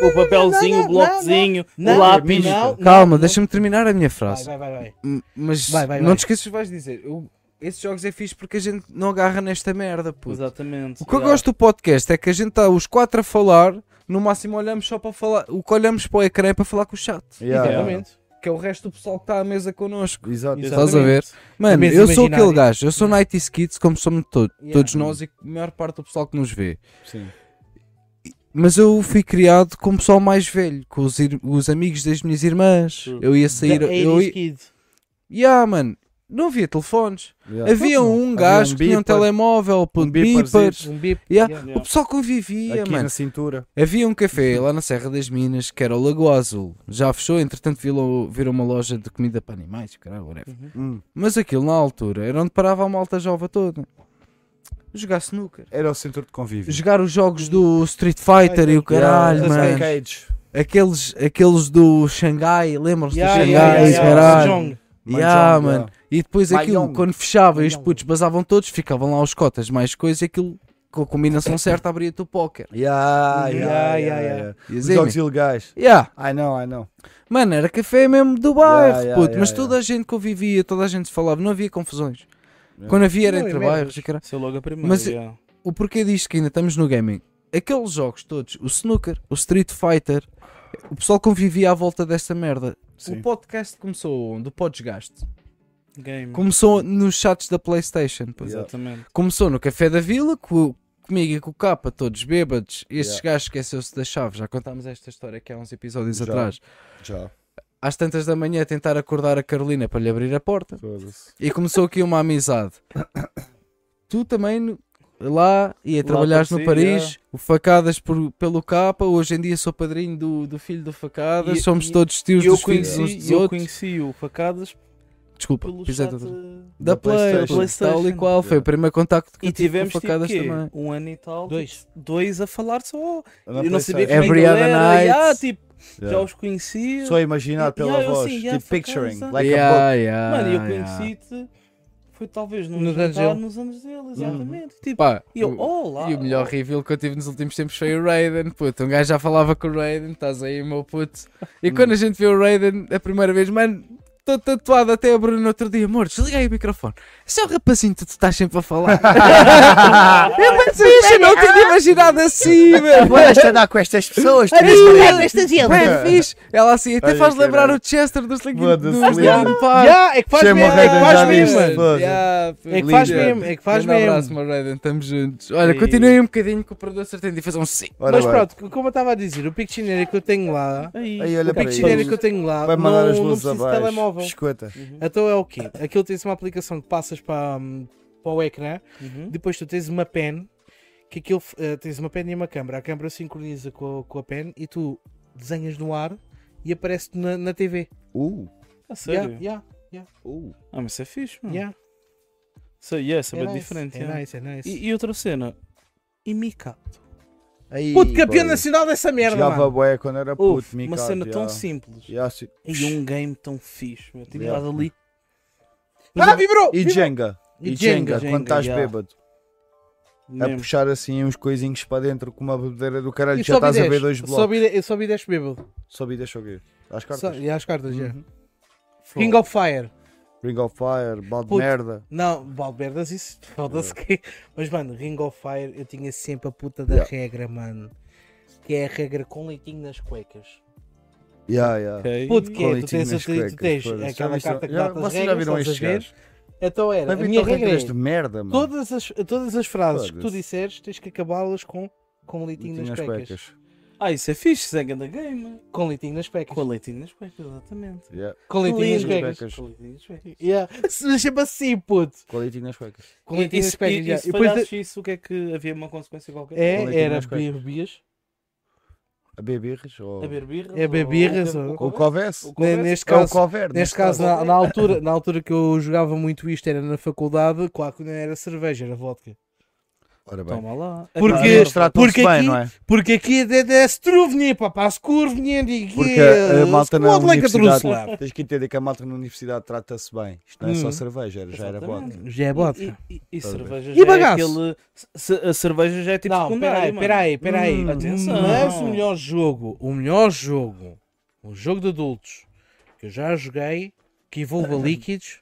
Speaker 5: O papelzinho,
Speaker 4: não,
Speaker 5: o blocozinho,
Speaker 4: não,
Speaker 5: o lápis.
Speaker 4: não,
Speaker 3: Calma,
Speaker 4: não.
Speaker 3: deixa-me terminar a minha
Speaker 4: Vai,
Speaker 3: frase.
Speaker 4: vai, vai, vai.
Speaker 3: M- Mas
Speaker 4: Vai, vai,
Speaker 3: não
Speaker 4: vai.
Speaker 3: te esqueças, vais dizer. eu- esses jogos é fixe porque a gente não agarra nesta merda, puto.
Speaker 5: Exatamente.
Speaker 3: O que eu
Speaker 5: yeah.
Speaker 3: gosto do podcast é que a gente está os quatro a falar, no máximo olhamos só para falar. O que olhamos para o ecrã é para falar com o chat.
Speaker 1: Yeah, yeah.
Speaker 4: Exatamente.
Speaker 3: Que é o resto do pessoal que está à mesa connosco.
Speaker 1: Exato.
Speaker 3: Estás a ver? Mano,
Speaker 4: Mesa
Speaker 3: eu sou
Speaker 4: imaginária.
Speaker 3: aquele gajo, eu sou Night Kids, como somos to-
Speaker 4: Yeah.
Speaker 3: todos nós e a maior parte do pessoal que nos vê.
Speaker 1: Sim.
Speaker 3: Mas eu fui criado com o pessoal mais velho, com os, ir- os amigos das minhas irmãs.
Speaker 5: True.
Speaker 3: Eu ia sair.
Speaker 4: Da
Speaker 3: Eu
Speaker 4: 80s
Speaker 3: ia...
Speaker 4: Kid.
Speaker 3: Yeah, mano, não havia telefones.
Speaker 1: Yeah.
Speaker 3: havia um
Speaker 1: Havia
Speaker 3: gajo que tinha um
Speaker 1: beeper
Speaker 3: telemóvel, puto,
Speaker 1: beeperzito.
Speaker 3: beepers.
Speaker 4: Um bip.
Speaker 3: Yeah.
Speaker 4: yeah.
Speaker 3: O pessoal convivia,
Speaker 1: Aqui
Speaker 3: mano.
Speaker 1: na cintura.
Speaker 3: Havia um café lá na Serra das Minas que era o Lagoa Azul. Já fechou, entretanto virou, virou uma loja de comida para animais, caralho, whatever.
Speaker 1: Hum.
Speaker 3: Mas aquilo na altura era onde parava a malta jova toda. Jogar snooker.
Speaker 1: Era o centro de convívio.
Speaker 3: Jogar os jogos do Street Fighter e o caralho,
Speaker 1: Yeah,
Speaker 3: mano.
Speaker 1: arcades.
Speaker 3: Aqueles, aqueles do Xangai, lembram-se
Speaker 4: Yeah,
Speaker 3: do
Speaker 4: yeah,
Speaker 3: Xangai,
Speaker 4: yeah, yeah.
Speaker 3: caralho.
Speaker 4: Mahjong.
Speaker 3: Yeah,
Speaker 1: Mahjong,
Speaker 3: mano.
Speaker 1: yeah.
Speaker 3: E depois aquilo,
Speaker 1: Mahjong.
Speaker 3: quando fechava e os
Speaker 4: Mahjong.
Speaker 3: putos basavam todos, ficavam lá os cotas mais coisas e aquilo com a combinação certa abria-te o póquer.
Speaker 1: Yeah,
Speaker 4: Yeah,
Speaker 1: yeah,
Speaker 4: yeah,
Speaker 1: yeah,
Speaker 4: yeah.
Speaker 1: yeah.
Speaker 3: E
Speaker 1: Os
Speaker 3: dizia-me,
Speaker 1: Jogos ilegais.
Speaker 3: Yeah.
Speaker 1: I know, I know.
Speaker 3: Mano, era café mesmo do bairro,
Speaker 1: Yeah, yeah,
Speaker 3: puto,
Speaker 1: yeah,
Speaker 3: mas
Speaker 1: yeah.
Speaker 3: toda a gente convivia, toda a gente se falava, não havia confusões. Quando havia era
Speaker 4: Não, e
Speaker 3: entre
Speaker 4: merdas.
Speaker 3: bairros e caralho.
Speaker 5: Sou logo a primeira.
Speaker 3: Mas-
Speaker 5: yeah.
Speaker 3: O porquê disto que ainda estamos no gaming? Aqueles jogos todos, o snooker, o Street Fighter, o pessoal convivia à volta desta merda.
Speaker 1: Sim.
Speaker 3: O podcast começou onde? O Podesgaste.
Speaker 5: Game.
Speaker 3: Começou nos chats da Playstation. pô.
Speaker 5: Exatamente.
Speaker 3: Começou no Café da Vila, com, comigo e com o Capa, todos bêbados. Estes gajos esqueceu-se da chave. Já contámos esta história aqui há uns episódios
Speaker 1: Já.
Speaker 3: atrás.
Speaker 1: Já.
Speaker 3: Às tantas da manhã tentar acordar a Carolina para lhe abrir a porta.
Speaker 1: Foda-se.
Speaker 3: E começou aqui uma amizade. tu também no- lá ia trabalhar no
Speaker 5: aparecia.
Speaker 3: Paris, o facadas por- pelo capa, hoje em dia sou padrinho do, do filho do facadas,
Speaker 5: E-
Speaker 3: somos
Speaker 5: e-
Speaker 3: todos tios
Speaker 5: E eu
Speaker 3: dos filhos uns dos
Speaker 5: conheci, eu
Speaker 3: outros.
Speaker 5: conheci o Facadas
Speaker 3: Desculpa,
Speaker 5: pelo
Speaker 3: pisei
Speaker 5: chat.
Speaker 3: outra vez.
Speaker 5: uh,
Speaker 3: da
Speaker 1: Da
Speaker 3: Play,
Speaker 1: PlayStation.
Speaker 3: PlayStation. tal e
Speaker 5: PlayStation.
Speaker 3: qual, foi o
Speaker 1: Yeah.
Speaker 3: primeiro contacto que
Speaker 5: E
Speaker 3: eu tive com
Speaker 5: tivemos
Speaker 3: o
Speaker 5: tipo,
Speaker 3: facadas
Speaker 5: quê?
Speaker 3: também.
Speaker 5: um ano e tal,
Speaker 4: Dois.
Speaker 5: dois a falar só. eu não
Speaker 1: PlayStation.
Speaker 5: sabia como é
Speaker 3: Every
Speaker 5: que ele
Speaker 3: other
Speaker 5: era,
Speaker 3: night.
Speaker 5: yeah, tipo,
Speaker 1: É. Yeah.
Speaker 5: já os conhecia.
Speaker 1: Só imaginar pela
Speaker 5: Yeah, eu
Speaker 1: voz.
Speaker 5: sim,
Speaker 1: tipo
Speaker 5: yeah, fuck
Speaker 1: picturing.
Speaker 5: yeah,
Speaker 1: Like a book.
Speaker 3: Yeah, yeah,
Speaker 5: Mano, e eu
Speaker 3: yeah.
Speaker 5: conheci-te, foi talvez num
Speaker 4: Nos anos
Speaker 5: jantar
Speaker 4: dele.
Speaker 5: nos anos dele, exatamente. Tipo,
Speaker 3: Pá,
Speaker 5: e eu, "Oh,
Speaker 3: o-
Speaker 5: olá.
Speaker 3: E o melhor reveal que eu tive nos últimos tempos foi o Raiden, puto. Um gajo já falava com o Raiden, estás aí, meu puto. E quando a gente viu o Raiden a primeira vez, mano, estou tatuado até a Bruno no outro dia, amor, desliga aí o microfone. Esse é o rapazinho que tu estás sempre a falar. É eu, mano, bicho, não tinha imaginado assim, meu.
Speaker 1: Vais andar com estas pessoas. tu és
Speaker 3: Ai,
Speaker 1: maluco.
Speaker 3: Bem fixe. Ela assim, até
Speaker 1: Olha,
Speaker 3: faz lembrar
Speaker 1: caralho.
Speaker 3: o Chester dos Linkin
Speaker 1: Boa,
Speaker 3: do,
Speaker 1: dos
Speaker 3: do
Speaker 1: Linkin
Speaker 3: Linkin
Speaker 1: Ah,
Speaker 3: Park.
Speaker 4: Yeah, é que faz
Speaker 1: Chama
Speaker 4: mesmo, é que
Speaker 1: Raiden, já
Speaker 4: faz mesmo.
Speaker 1: viste?
Speaker 4: mano.
Speaker 1: foda-se.
Speaker 3: Yeah,
Speaker 4: É que faz
Speaker 1: Liga.
Speaker 4: mesmo, é que faz
Speaker 3: Grande abraço,
Speaker 4: mesmo.
Speaker 3: meu Raiden, estamos juntos. Olha,
Speaker 5: E-
Speaker 3: continuem um bocadinho que o produtor tem de fazer um sim.
Speaker 1: Ora
Speaker 4: Mas
Speaker 1: bem.
Speaker 4: pronto, como eu estava a dizer, o Pictionary que eu tenho lá,
Speaker 5: Aí,
Speaker 1: Aí olha
Speaker 4: o
Speaker 1: para
Speaker 4: Pictionary
Speaker 1: isso.
Speaker 4: que eu tenho lá,
Speaker 1: Vai
Speaker 4: não,
Speaker 1: mandar as
Speaker 4: não
Speaker 1: luzes
Speaker 4: preciso de
Speaker 1: abaixo.
Speaker 4: telemóvel.
Speaker 1: Escuta.
Speaker 4: Então é o quê? Aquilo tens uma aplicação que passas para, hum, para o ecrã,
Speaker 5: Uhum.
Speaker 4: depois tu tens uma pen, que aquilo eh, tens uma pen e uma câmera, a câmera sincroniza com a, com a pen e tu desenhas no ar e aparece na, na TV.
Speaker 1: Uh.
Speaker 5: A Ah, sério?
Speaker 4: Yeah, yeah,
Speaker 1: Uh.
Speaker 5: Ah, mas isso é fixe, mano.
Speaker 4: yeah.
Speaker 5: So, yeah, isso é
Speaker 4: É
Speaker 5: bem
Speaker 4: nice,
Speaker 5: diferente.
Speaker 4: É
Speaker 5: yeah.
Speaker 4: nice, é nice.
Speaker 5: E, e outra cena, e Mikato.
Speaker 1: Aí,
Speaker 4: Puto
Speaker 1: boy.
Speaker 4: campeão nacional dessa merda,
Speaker 1: Jogava
Speaker 4: mano.
Speaker 1: bué quando era
Speaker 5: Houve
Speaker 1: puto.
Speaker 5: uma
Speaker 1: Mikado,
Speaker 5: cena tão
Speaker 1: yeah.
Speaker 5: simples
Speaker 1: Yeah, sim.
Speaker 5: e um game tão fixe. Meu. Tipo,
Speaker 1: Yeah.
Speaker 5: estás ali.
Speaker 4: Ah, vibrou!
Speaker 1: E Jenga. E Jenga,
Speaker 5: Jenga,
Speaker 1: quando estás
Speaker 5: yeah.
Speaker 1: bêbado. A
Speaker 5: Mesmo.
Speaker 1: puxar assim uns coisinhos para dentro com uma bebedeira do caralho.
Speaker 4: E
Speaker 1: Já
Speaker 4: só vi
Speaker 1: estás a ver
Speaker 4: 10,
Speaker 1: dois
Speaker 4: só
Speaker 1: blocos.
Speaker 4: vi de- Eu só vi 10 bêbado.
Speaker 1: Sobe e deixa eu ver. Às
Speaker 4: Só-
Speaker 1: cartas.
Speaker 4: E às cartas, já.
Speaker 1: Uhum.
Speaker 5: um
Speaker 4: King of Fire.
Speaker 1: Ring of Fire, balde de
Speaker 4: Puto.
Speaker 1: merda.
Speaker 4: Não, Balberdas, isso foda-se que. Mas, mano, Ring of Fire, eu tinha sempre a puta da
Speaker 1: Yeah.
Speaker 4: regra, mano. Que é a regra com leitinho nas cuecas.
Speaker 1: Yeah, yeah.
Speaker 5: Ok.
Speaker 4: Puto, que
Speaker 1: Com
Speaker 4: é? Tu
Speaker 1: leitinho
Speaker 4: tens,
Speaker 1: nas
Speaker 4: tu, tens- tu
Speaker 1: cuecas,
Speaker 4: tens
Speaker 1: foda-se. Já
Speaker 4: aquela
Speaker 1: viram-
Speaker 4: carta que
Speaker 1: já-
Speaker 4: dá as
Speaker 1: Vocês
Speaker 4: regras,
Speaker 1: já viram
Speaker 4: estás a
Speaker 1: estes
Speaker 4: ver?
Speaker 1: gajos?
Speaker 4: Então era,
Speaker 1: Já
Speaker 4: a minha
Speaker 1: viram
Speaker 4: regra é,
Speaker 1: regras de merda, mano.
Speaker 4: todas, as, todas as frases que tu
Speaker 1: Foda-se.
Speaker 4: disseres, tens que acabá-las com, com leitinho
Speaker 1: Tinha
Speaker 4: nas
Speaker 1: as
Speaker 4: cuecas.
Speaker 1: cuecas.
Speaker 5: Ah, isso é fixe, isso é ganda game.
Speaker 4: Com leitinho nas pecas.
Speaker 5: Com a leitinho nas cuecas, exatamente.
Speaker 1: Yeah.
Speaker 4: Com leitinho nas
Speaker 1: Lindo.
Speaker 4: pecas.
Speaker 1: Cuecas.
Speaker 5: Com leitinho nas cuecas.
Speaker 4: Yeah. Se chama assim, puto.
Speaker 1: Qualitinho nas cuecas.
Speaker 4: Com leitinho
Speaker 5: e,
Speaker 4: nas
Speaker 5: se- e,
Speaker 4: pecas.
Speaker 5: e
Speaker 4: yeah.
Speaker 5: se
Speaker 4: E depois
Speaker 5: falhasses isso, o que é que havia uma consequência qualquer?
Speaker 1: Com
Speaker 4: É,
Speaker 1: leitinho
Speaker 4: era
Speaker 1: nas cuecas.
Speaker 4: bebias.
Speaker 1: A bebirras ou.
Speaker 5: A beber birras?
Speaker 4: É beber birras,
Speaker 5: ou-
Speaker 4: ou-
Speaker 1: Ou o covesse.
Speaker 5: ou-
Speaker 4: Ne-
Speaker 5: ou-
Speaker 4: Né, Neste
Speaker 1: É o
Speaker 4: caso,
Speaker 1: cover.
Speaker 4: neste caso
Speaker 1: não.
Speaker 4: na, na altura, na altura que eu jogava muito isto, era na faculdade, claro que não era cerveja, era vodka.
Speaker 1: Ora bem.
Speaker 5: Toma lá.
Speaker 4: Porque-
Speaker 5: Epá,
Speaker 1: Eles tratam-se
Speaker 4: porque
Speaker 1: bem,
Speaker 4: aqui-
Speaker 1: não é?
Speaker 4: Porque aqui é da struvnia, pá, pá, scurvnia,
Speaker 1: Porque
Speaker 4: é,
Speaker 1: a malta na universidade.
Speaker 4: Truslap.
Speaker 1: Tens que entender que a malta na universidade trata-se bem. Isto não é só
Speaker 4: Hum.
Speaker 1: cerveja, era- já era
Speaker 5: Exatamente.
Speaker 1: vodka.
Speaker 4: Já é
Speaker 5: e-
Speaker 4: vodka.
Speaker 5: E, e, e
Speaker 1: Estás a ver.
Speaker 5: cerveja
Speaker 4: E
Speaker 5: já é
Speaker 4: bagaço?
Speaker 5: aquele... se- A cerveja já é tipo
Speaker 4: não,
Speaker 5: secundária,
Speaker 4: peraí,
Speaker 5: mano.
Speaker 4: peraí, peraí.
Speaker 1: Hum,
Speaker 5: atenção.
Speaker 4: Mas o melhor jogo, o melhor jogo, um jogo de adultos que eu já joguei que envolva líquidos,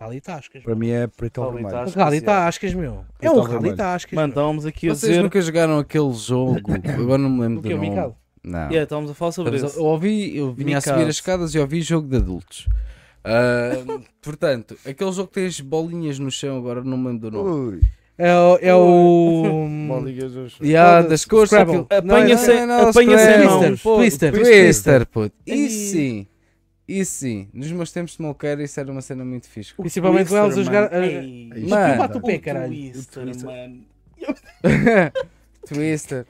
Speaker 4: rally tascas.
Speaker 1: Para mim é preto ou
Speaker 5: Rally
Speaker 1: vermelho.
Speaker 5: Tascas,
Speaker 4: Rally
Speaker 5: yeah.
Speaker 4: tascas, meu. É
Speaker 1: Então,
Speaker 4: um rally
Speaker 1: vermelho.
Speaker 4: tascas.
Speaker 5: Mano, tá
Speaker 4: meu.
Speaker 5: estávamos aqui a
Speaker 3: Vocês
Speaker 5: dizer...
Speaker 3: nunca jogaram aquele jogo? Agora não me lembro
Speaker 4: O que
Speaker 3: do
Speaker 4: é o
Speaker 3: nome.
Speaker 4: Micado?
Speaker 3: Não.
Speaker 5: Yeah, estávamos a falar sobre
Speaker 3: Estamos a- Oh,
Speaker 5: isso.
Speaker 3: eu ouvi, eu vinha a subir
Speaker 5: Micado.
Speaker 3: as escadas e ouvi jogo de adultos. Ah, portanto, aquele jogo que tens bolinhas no chão, agora não me lembro do nome.
Speaker 1: Ui,
Speaker 4: É, o- é o.
Speaker 1: bolinhas aos-
Speaker 3: E há das cores,
Speaker 4: Uh, Scrabble.
Speaker 3: aquilo-
Speaker 5: Apanha
Speaker 3: Não, não,
Speaker 5: sem-
Speaker 3: não,
Speaker 4: é
Speaker 3: não,
Speaker 5: apanha sem
Speaker 3: Scrabble.
Speaker 5: mãos.
Speaker 4: Twister, Twister.
Speaker 3: Pô,
Speaker 4: É
Speaker 3: Twister, puto. Isso
Speaker 5: Ai.
Speaker 3: sim. Isso sim. Nos meus tempos de smoker, isso era uma cena muito fixe.
Speaker 4: Principalmente quando elas a jogar. eh, a-
Speaker 5: Ei,
Speaker 3: Mano.
Speaker 4: bate o pé,
Speaker 5: o
Speaker 4: caralho.
Speaker 5: Twister, mano.
Speaker 3: Twister.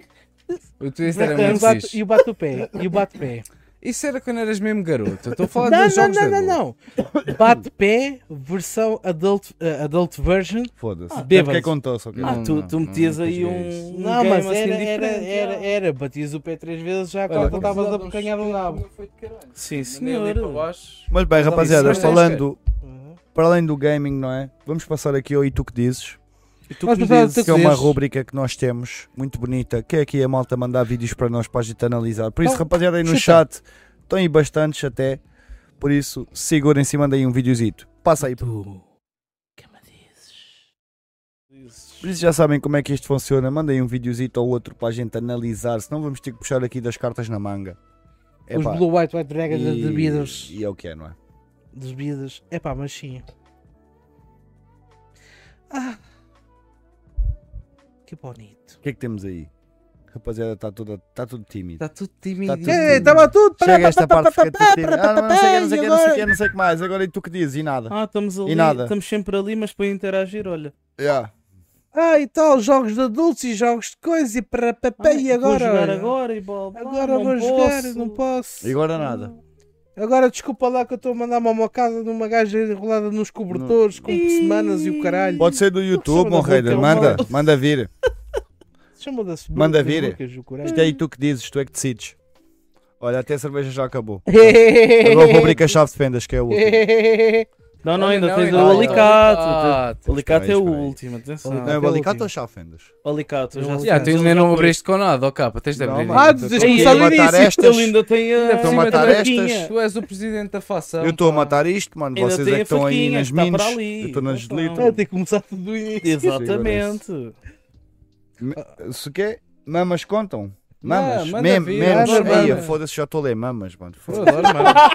Speaker 3: O Twister era
Speaker 4: E o
Speaker 3: muito
Speaker 4: bate-
Speaker 3: fixe.
Speaker 4: e o bate o pé. E o bate pé.
Speaker 3: Isso era quando eras mesmo garoto. Eu Estou a falar
Speaker 4: Não,
Speaker 3: dos
Speaker 4: não,
Speaker 3: jogos
Speaker 4: não,
Speaker 3: de
Speaker 4: não,
Speaker 3: adulto.
Speaker 4: não. Bate pé, versão adult, eh, adult version.
Speaker 1: Foda-se.
Speaker 4: Ah,
Speaker 1: Deve que é
Speaker 4: bêbado.
Speaker 1: com tosse, ok?
Speaker 5: Ah, tu, tu
Speaker 3: não,
Speaker 5: metias
Speaker 3: nunca
Speaker 5: aí
Speaker 3: joguei
Speaker 5: um. um
Speaker 4: Não,
Speaker 5: game
Speaker 4: mas
Speaker 5: assim
Speaker 4: era, era,
Speaker 5: diferente,
Speaker 4: era,
Speaker 5: já.
Speaker 4: era, batias o pé três vezes, já
Speaker 3: Olha,
Speaker 4: quando estavas a apanhar um do nabo.
Speaker 5: Sim,
Speaker 3: Mandei ali para
Speaker 5: senhor.
Speaker 3: baixo.
Speaker 1: Mas bem,
Speaker 3: Mas,
Speaker 1: rapaziada,
Speaker 4: é
Speaker 3: Alice, mas
Speaker 1: falando para além do gaming, não é? Vamos passar aqui ao E tu que dizes,
Speaker 5: E tu
Speaker 4: Mas,
Speaker 5: que me
Speaker 4: mas,
Speaker 5: dizes?
Speaker 4: Tu
Speaker 1: que
Speaker 4: que
Speaker 1: é uma
Speaker 4: dizes.
Speaker 1: rúbrica que nós temos, muito bonita, que é aqui a malta mandar vídeos para nós para a gente analisar. Por isso,
Speaker 4: Então,
Speaker 1: rapaziada, aí no
Speaker 4: chuta.
Speaker 1: chat estão aí bastantes até. Por isso, segurem-se e mandem um videozito. Passa aí. Por isso já sabem como é que isto funciona. Mandem um videozito ou outro para a gente analisar, senão vamos ter que puxar aqui das cartas na manga.
Speaker 4: Os
Speaker 1: Epá,
Speaker 4: Blue White White Dragon das
Speaker 1: e-
Speaker 4: bebidas.
Speaker 1: E é o que é, não é?
Speaker 4: Das bebidas. É pá, mas sim. Ah. Que bonito.
Speaker 1: O que é que temos aí? Rapaziada, está tudo, tá tudo tímido.
Speaker 3: Está tudo tímido.
Speaker 1: Tá tudo-
Speaker 4: É, estava tudo.
Speaker 5: tá,
Speaker 1: Chega esta parte fica tudo tímido. Ah, não, não sei o que, não sei o que, não sei o que, não sei o que mais. Agora e tu que dizes? E nada.
Speaker 5: Ah, estamos ali.
Speaker 1: nada.
Speaker 5: Estamos sempre ali, mas para interagir, olha.
Speaker 1: Yeah.
Speaker 4: Ah, e tal, jogos de adultos e jogos de coisa e para papé
Speaker 5: Ai,
Speaker 4: e
Speaker 5: vou
Speaker 4: agora.
Speaker 5: jogar
Speaker 4: olha.
Speaker 5: agora e blá, blá,
Speaker 4: Agora
Speaker 5: não
Speaker 4: vou jogar,
Speaker 5: posso.
Speaker 4: não posso.
Speaker 1: E agora nada.
Speaker 4: Agora desculpa lá que eu estou a mandar uma mocada numa gaja enrolada nos cobertores com semanas e o caralho.
Speaker 1: Pode ser do YouTube,
Speaker 4: Chama da
Speaker 1: Monreira.
Speaker 4: boca,
Speaker 1: Manda,
Speaker 4: mano.
Speaker 1: manda vir.
Speaker 4: Chama-se
Speaker 1: Manda vir.
Speaker 4: Lucas, o caralho.
Speaker 1: Isto é e tu que dizes, tu é que decides. Olha, até a cerveja já acabou. Agora a
Speaker 4: Agora
Speaker 1: rubrica Chave de Fendas, que é a última.
Speaker 5: é- Não, não, ainda tens
Speaker 3: ainda
Speaker 5: o
Speaker 3: não. Ah.
Speaker 5: alicate. O alicate é o
Speaker 1: Espera aí, espera aí.
Speaker 5: último, atenção.
Speaker 1: Não é
Speaker 4: até a
Speaker 1: balicato
Speaker 4: última.
Speaker 1: ou Chave de Fendas?
Speaker 5: O alicate, eu já sei. É
Speaker 3: Já, tu ainda não abriste com nada, ó capa, tens de
Speaker 1: Não,
Speaker 3: abrir.
Speaker 1: mano.
Speaker 4: Ah, tu tens de
Speaker 5: Ei,
Speaker 4: começar
Speaker 5: ei,
Speaker 4: do
Speaker 1: matar
Speaker 4: início.
Speaker 1: estas.
Speaker 5: Ele ainda tem a.
Speaker 1: Estão a
Speaker 5: cima
Speaker 1: matar
Speaker 5: da
Speaker 1: estas.
Speaker 5: faquinha.
Speaker 3: é Tu és o presidente da facção.
Speaker 1: Eu estou a matar
Speaker 3: pá.
Speaker 1: isto, mano.
Speaker 5: Ainda
Speaker 1: Vocês é
Speaker 5: tem
Speaker 1: que
Speaker 5: a
Speaker 1: estão aí
Speaker 5: faquinha,
Speaker 1: nas
Speaker 5: está para
Speaker 1: minas.
Speaker 5: ali.
Speaker 1: Eu estou na
Speaker 5: Então.
Speaker 1: deslito.
Speaker 4: Ah, tem que começar tudo do início.
Speaker 5: Exatamente.
Speaker 1: Se quer, mamas contam. Mamas,
Speaker 3: manda
Speaker 1: mem-
Speaker 3: vir,
Speaker 1: memes.
Speaker 4: manda vir.
Speaker 1: Eia, foda-se, já estou a ler mamas, mano.
Speaker 3: Pô, adoro, mano.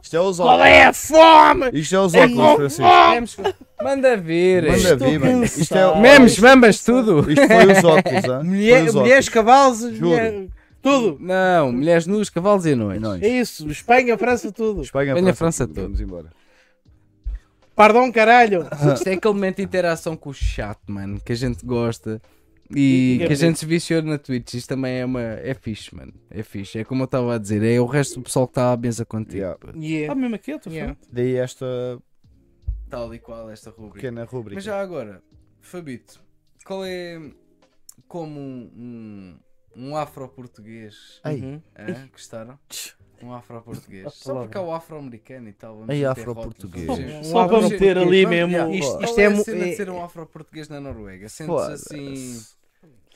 Speaker 1: Isto é os
Speaker 4: Qual
Speaker 1: óculos.
Speaker 4: é a fome?
Speaker 1: Isto é os óculos, Francisco.
Speaker 3: Memes- Manda vir.
Speaker 1: Manda
Speaker 3: Isto-
Speaker 1: vir, mano. Isto, é,
Speaker 5: cansado.
Speaker 3: Memes, mambas, tudo.
Speaker 1: isto foi os óculos, hã?
Speaker 4: Mulher,
Speaker 1: Foi os
Speaker 4: mulheres, cavalos,
Speaker 1: Juro.
Speaker 4: mulher- tudo.
Speaker 3: Não, mulheres nus, cavalos e anões.
Speaker 1: Não,
Speaker 4: É isso. Espanha, França, tudo.
Speaker 1: Espanha,
Speaker 3: Espanha, França,
Speaker 1: França,
Speaker 3: tudo.
Speaker 1: Vamos embora.
Speaker 4: Pardão, caralho.
Speaker 3: Isto é aquele momento de interação com o chat, mano, que a gente gosta. E
Speaker 5: E- é e-
Speaker 3: que a gente se viciou na Twitch, isto também é uma. É fixe, mano. É fixe. É como eu estava a dizer, é o resto do pessoal que está à mesa contigo.
Speaker 1: Yeah.
Speaker 3: pô.
Speaker 5: Está
Speaker 4: Yeah.
Speaker 5: Tá mesmo aqui, tu
Speaker 4: Yeah.
Speaker 1: Daí esta
Speaker 3: é Tal e qual esta rubrica.
Speaker 1: pequena rubrica.
Speaker 3: Mas já agora, Fabito, qual é como um, um, um afro-português?
Speaker 1: Ai.
Speaker 5: Uhum.
Speaker 3: Hã? Gostaram? Um afro-português. Só
Speaker 5: palavra.
Speaker 3: porque é o afro-americano e tal. vamos
Speaker 1: Ai,
Speaker 3: meter
Speaker 1: afro-português.
Speaker 3: rótulos, vamos-
Speaker 5: Só para
Speaker 3: vamos-
Speaker 5: meter
Speaker 3: vamos-
Speaker 5: ali
Speaker 1: Tá,
Speaker 5: mesmo.
Speaker 3: Yeah,
Speaker 4: Isto-
Speaker 3: Qual
Speaker 4: isto
Speaker 3: é,
Speaker 4: é
Speaker 3: a
Speaker 4: mu-
Speaker 3: cena de
Speaker 4: é-
Speaker 3: ser um afro-português na Noruega? Sentes
Speaker 1: Foda-se.
Speaker 3: assim.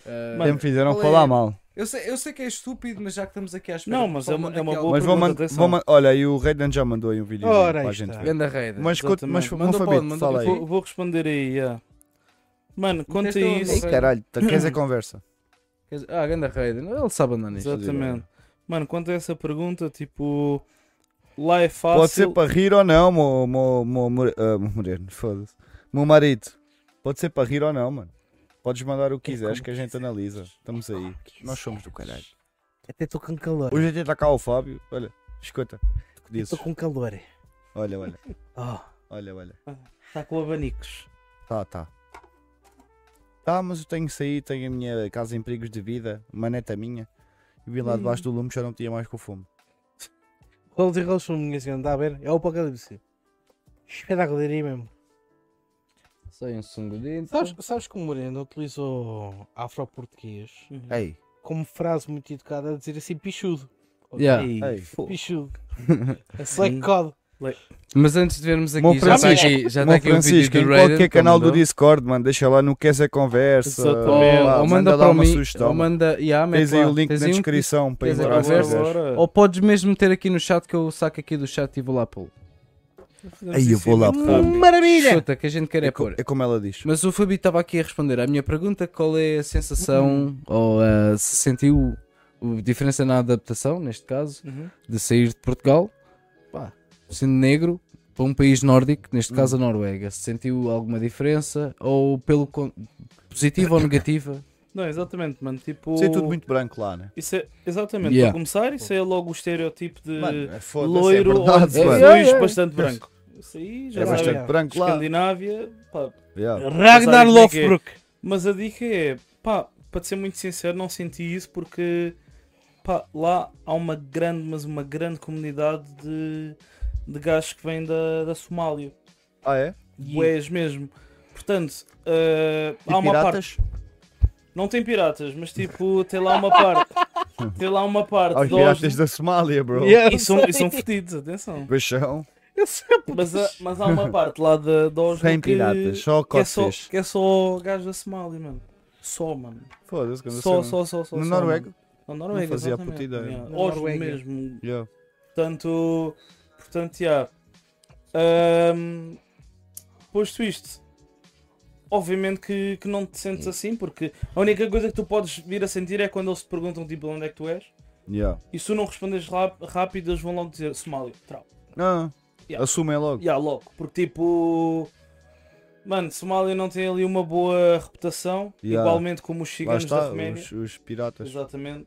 Speaker 3: ah,
Speaker 1: Até me fizeram
Speaker 3: qual é-
Speaker 1: falar mal.
Speaker 3: Eu, sei, eu sei que é estúpido, mas já que estamos aqui à espera.
Speaker 5: Não, mas é uma- é uma boa
Speaker 1: Mas vou
Speaker 5: pergunta,
Speaker 1: mandar.
Speaker 5: atenção.
Speaker 1: Olha, e o Rednan já mandou aí um vídeo
Speaker 4: Ora,
Speaker 1: para a
Speaker 4: aí
Speaker 1: gente
Speaker 4: está.
Speaker 1: ver.
Speaker 3: Ganda raida.
Speaker 1: Mas, conta- mas
Speaker 5: Exatamente.
Speaker 1: vamos
Speaker 3: Manda para
Speaker 1: Fabito,
Speaker 3: onde? Manda
Speaker 1: fala aí.
Speaker 5: Vou, vou responder aí, yeah. Mano, conta
Speaker 3: Meteste onde?
Speaker 5: isso.
Speaker 1: Ei, caralho, tá- queres a conversa?
Speaker 3: Quer dizer, Ah, ganda raida. Não, Ele sabe andar nisto.
Speaker 5: Exatamente. Mano, quanto a essa pergunta, tipo, lá é fácil.
Speaker 1: Pode ser para rir ou não, meu, meu, meu, more- ah, meu moreno, foda-se. Meu marido, pode ser para rir ou não, mano. Podes mandar o que quiseres que a gente analisa. Estamos aí. Nós somos do caralho.
Speaker 4: Até estou com calor.
Speaker 1: Hoje até está cá o Fábio. Olha, escuta. o que Dizes.
Speaker 4: Estou com calor.
Speaker 1: Olha, olha,
Speaker 4: Oh,
Speaker 1: olha, olha.
Speaker 5: Está com abanicos.
Speaker 1: Tá, tá. Tá, mas eu tenho que sair, tenho a minha casa em perigos de vida, uma neta minha. E vim lá debaixo do lume, já não tinha mais com fome.
Speaker 4: rolos e rolos são minha senhora, está a ver? É o apocalipse. Espetáculo, diria mesmo.
Speaker 6: Sei um sanguinho.
Speaker 4: Sabes, sabes que o Moreno utilizou afro-português
Speaker 1: Ei,
Speaker 4: como frase muito educada a dizer assim, pichudo.
Speaker 3: Yeah.
Speaker 5: Ei,
Speaker 1: ei.
Speaker 4: Pichudo. Black code.
Speaker 3: Mas antes de vermos
Speaker 1: Meu
Speaker 3: aqui, já está
Speaker 1: Francisco,
Speaker 3: aqui, já está
Speaker 1: Meu
Speaker 3: aqui o vídeo
Speaker 1: Francisco,
Speaker 3: do tá
Speaker 1: em
Speaker 3: Raiden.
Speaker 1: qualquer
Speaker 3: que ele
Speaker 1: canal do
Speaker 3: mandou.
Speaker 1: Discord, mano, deixa lá no que essa conversa.
Speaker 5: Exatamente.
Speaker 1: Pá, manda
Speaker 3: Ou manda
Speaker 1: lá
Speaker 3: para
Speaker 1: uma
Speaker 3: mim,
Speaker 1: sugestão.
Speaker 3: ou manda, yeah, mete
Speaker 1: Tens aí
Speaker 3: lá,
Speaker 1: o link
Speaker 3: tens
Speaker 1: na
Speaker 3: aí um-
Speaker 1: descrição para ir É
Speaker 3: tens aí
Speaker 1: embora.
Speaker 3: uma
Speaker 1: se
Speaker 3: conversa.
Speaker 1: quiseres.
Speaker 3: Ou podes mesmo meter aqui no chat que eu saco aqui do chat e vou lá pô.
Speaker 1: Aí eu vou lá pôr.
Speaker 4: Maravilha!
Speaker 3: Chuta, que a gente quer é
Speaker 1: É, co-
Speaker 3: pôr.
Speaker 1: é como ela diz.
Speaker 3: Mas o Fabi estava aqui a responder à minha pergunta: qual é a sensação ou ah, se sentiu o- diferença na adaptação, neste caso,
Speaker 5: Uhum.
Speaker 3: de sair de Portugal, pá, sendo negro, para um país nórdico, neste caso a Noruega? Se sentiu alguma diferença ou pelo con- positiva ou negativa?
Speaker 5: Não, exatamente, mano. Tipo.
Speaker 1: Isso é tudo muito branco lá, né?
Speaker 5: Isso é, exatamente,
Speaker 3: Yeah.
Speaker 5: para começar, isso é logo o estereotipo de
Speaker 1: Mano, é foda-se, é
Speaker 5: eh, loiro ou
Speaker 1: verdade,
Speaker 5: de
Speaker 1: mano.
Speaker 5: azuis,
Speaker 3: Yeah, yeah.
Speaker 5: bastante branco. Isso aí já
Speaker 1: É
Speaker 5: sabem.
Speaker 1: bastante branco lá.
Speaker 5: Escandinávia, pá.
Speaker 1: Yeah.
Speaker 4: Ragnar
Speaker 5: Sabes como é que é?
Speaker 4: Lothbrok.
Speaker 5: Mas a dica é, pá, para te ser muito sincero, não senti isso porque pá, lá há uma grande, mas uma grande comunidade de, de gajos que vêm da, da Somália.
Speaker 1: Ah, é?
Speaker 5: Bués mesmo. Portanto, eh,
Speaker 1: E
Speaker 5: há uma parte.
Speaker 1: piratas?
Speaker 5: Não tem piratas, mas tipo, tem lá uma parte. tem lá uma parte.
Speaker 1: Aos
Speaker 5: de
Speaker 1: Ah, piratas
Speaker 5: Oslo.
Speaker 1: da Somália, bro.
Speaker 5: E são, e são fedidos, atenção.
Speaker 1: Paixão.
Speaker 5: Mas há, mas há uma parte lá da da Oslo
Speaker 1: Sem
Speaker 5: que,
Speaker 1: piratas, só
Speaker 5: que é só,
Speaker 1: cotes.
Speaker 5: que é só gajo da Somália, mano. Só, mano.
Speaker 1: Foda-se, quando
Speaker 5: Só,
Speaker 1: eu sei,
Speaker 5: só, só, só.
Speaker 1: No
Speaker 5: só,
Speaker 1: Noruega?
Speaker 5: mano. Na Noruega,
Speaker 1: Não fazia
Speaker 5: exatamente.
Speaker 1: puta ideia.
Speaker 5: Yeah.
Speaker 4: Na
Speaker 5: Oslo
Speaker 4: Noruega.
Speaker 5: mesmo.
Speaker 1: Yeah.
Speaker 5: Portanto, portanto, já. Ahm, posto isto, obviamente que, que não te sentes assim, porque a única coisa que tu podes vir a sentir é quando eles te perguntam, tipo, de onde é que tu és.
Speaker 1: Yeah.
Speaker 5: E se tu não respondes rap- rápido, eles vão logo dizer Somália, trau.
Speaker 1: Ah,
Speaker 5: Yeah.
Speaker 1: assumem logo.
Speaker 5: Ya, logo. Porque tipo. Mano, Somália não tem ali uma boa reputação.
Speaker 1: Ya.
Speaker 5: Igualmente como os
Speaker 1: Lá
Speaker 5: ciganos da
Speaker 1: está,
Speaker 5: Roménia.
Speaker 1: os, os piratas.
Speaker 5: Exatamente.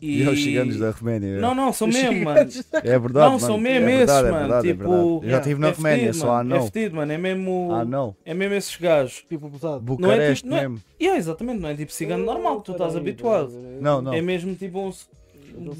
Speaker 1: E... os ciganos da Roménia. é.
Speaker 5: Não, não, são mesmo, mano.
Speaker 1: É verdade,
Speaker 5: Não,
Speaker 1: mano.
Speaker 5: são mesmo
Speaker 1: é verdade,
Speaker 5: esses,
Speaker 1: é
Speaker 5: mano,
Speaker 1: verdade, é
Speaker 5: tipo,
Speaker 1: verdade. Eu já
Speaker 5: yeah.
Speaker 1: estive na
Speaker 5: É
Speaker 1: Roménia,
Speaker 5: fedido,
Speaker 1: só
Speaker 5: mano.
Speaker 1: há não.
Speaker 5: É fedido, mano. É mesmo.
Speaker 1: Ah, não.
Speaker 5: É mesmo esses gajos.
Speaker 4: Tipo, pesado.
Speaker 1: Bucareste
Speaker 5: não é-
Speaker 1: mesmo.
Speaker 5: Yeah, exatamente, não é tipo cigano normal que tu estás habituado.
Speaker 1: Não, não.
Speaker 5: É mesmo tipo um.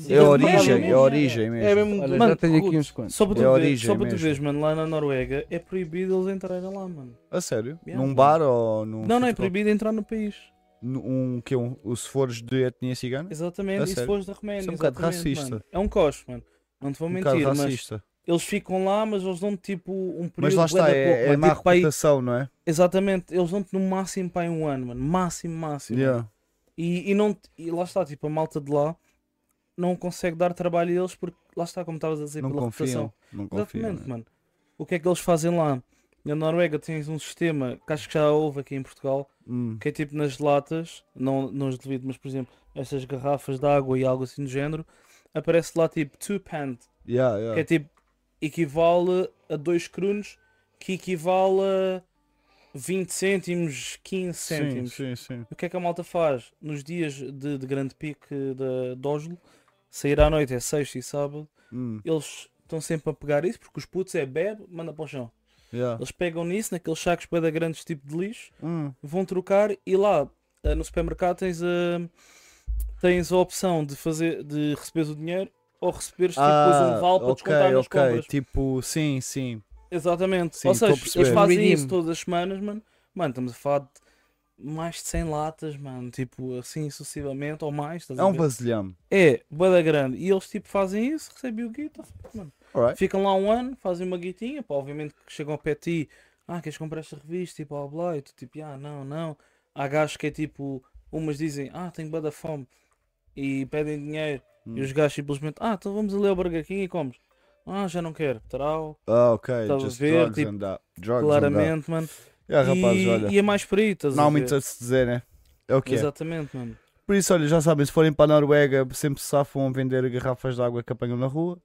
Speaker 1: É a origem, é a origem
Speaker 4: É
Speaker 1: mesmo.
Speaker 4: mesmo.
Speaker 3: Olha,
Speaker 5: Mano,
Speaker 3: já tenho aqui uns quantos.
Speaker 5: Só para tu,
Speaker 1: É a
Speaker 5: ver,
Speaker 1: origem
Speaker 5: só para tu
Speaker 1: mesmo.
Speaker 5: veres, mano, lá na Noruega é proibido eles entrarem lá, mano.
Speaker 1: A sério?
Speaker 5: Yeah,
Speaker 1: Num
Speaker 5: mano.
Speaker 1: bar ou num.
Speaker 5: Não, não, é
Speaker 1: futebol?
Speaker 5: proibido entrar no país.
Speaker 1: Um que um, o se fores de etnia cigana?
Speaker 5: Exatamente,
Speaker 1: A
Speaker 5: e se
Speaker 1: sério?
Speaker 5: fores da Roménia.
Speaker 1: Isso é um bocado
Speaker 5: exatamente,
Speaker 1: racista.
Speaker 5: mano. É um coche, mano. Não te vou
Speaker 1: Um bocado
Speaker 5: mentir, mas
Speaker 1: racista.
Speaker 5: eles ficam lá, mas eles dão-te tipo um período
Speaker 1: Mas lá está,
Speaker 5: bué da pouco,
Speaker 1: é, é
Speaker 5: mano.
Speaker 1: má
Speaker 5: Tipo, pá, aí-
Speaker 1: reputação, não é?
Speaker 5: Exatamente, eles dão-te no máximo para um ano, mano. Máximo, máximo.
Speaker 1: Yeah.
Speaker 5: E, e, não, te- e lá está, tipo, a malta de lá não consegue dar trabalho a eles porque lá está, como estavas a dizer,
Speaker 1: Não
Speaker 5: pela reputação.
Speaker 1: confiam. Não confiam. né?
Speaker 5: Exatamente, mano. O que é que eles fazem lá? Na Noruega tens um sistema que acho que já houve aqui em Portugal,
Speaker 1: Hum.
Speaker 5: que é tipo nas latas, não, não os devido, mas por exemplo, essas garrafas de água e algo assim do género, aparece lá tipo two pant,
Speaker 1: Yeah, yeah.
Speaker 5: que é tipo equivale a dois crunos, que equivale a 20 cêntimos, 15
Speaker 1: Sim,
Speaker 5: cêntimos.
Speaker 1: sim, sim.
Speaker 5: O que é que a malta faz? Nos dias de, de grande pico de, de Oslo, sair à noite é sexta e sábado,
Speaker 1: Hum,
Speaker 5: eles estão sempre a pegar isso, porque os putos é bebe, manda para o chão.
Speaker 1: yeah.
Speaker 5: Eles pegam nisso, naqueles sacos para dar grandes tipo de lixo,
Speaker 1: Hum.
Speaker 5: vão trocar e lá eh, no supermercado tens a, tens a opção de fazer de receberes o dinheiro ou receberes tipo, depois um vale para
Speaker 1: Ah, ok,
Speaker 5: descontar nas
Speaker 1: ok.
Speaker 5: compras.
Speaker 1: Tipo, sim, sim.
Speaker 5: Exatamente.
Speaker 1: Sim,
Speaker 5: ou
Speaker 1: estou a
Speaker 5: seja, eles
Speaker 1: perceber.
Speaker 5: fazem
Speaker 4: Redeem.
Speaker 5: isso todas as semanas, mano. Mano, estamos a falar de mais de 100 latas, mano. Tipo, assim sucessivamente ou mais. Estás
Speaker 1: É
Speaker 5: a
Speaker 1: um
Speaker 5: ver?
Speaker 1: vasilhame.
Speaker 5: É, boeda grande. E eles tipo fazem isso, recebem o guita, mano.
Speaker 1: Alright.
Speaker 5: Ficam lá um ano, fazem uma guitinha, pá, obviamente que chegam ao pé de ti, ah, queres comprar esta revista e blá blá, e tu tipo, ah, não, não. Há gajos que é tipo, umas dizem, ah, tenho bada fome, e pedem dinheiro,
Speaker 1: Hum.
Speaker 5: e os gajos simplesmente, ah, então vamos ali ao Burger King e comes. Ah, já não quero, trau,
Speaker 1: Ah, ok.
Speaker 5: Estás a
Speaker 1: Just
Speaker 5: ver,
Speaker 1: drugs
Speaker 5: tipo,
Speaker 1: and that. Drugs and
Speaker 5: claramente, mano.
Speaker 1: that. Yeah, rapazes,
Speaker 5: e,
Speaker 1: olha.
Speaker 5: e é mais por aí, estás
Speaker 1: não há
Speaker 5: a ver?
Speaker 1: muito a se dizer, né? É o que é.
Speaker 5: Exatamente, mano.
Speaker 1: Por isso, olha, já sabem, se forem para a Noruega, sempre se safam a vender garrafas de água que apanham na rua.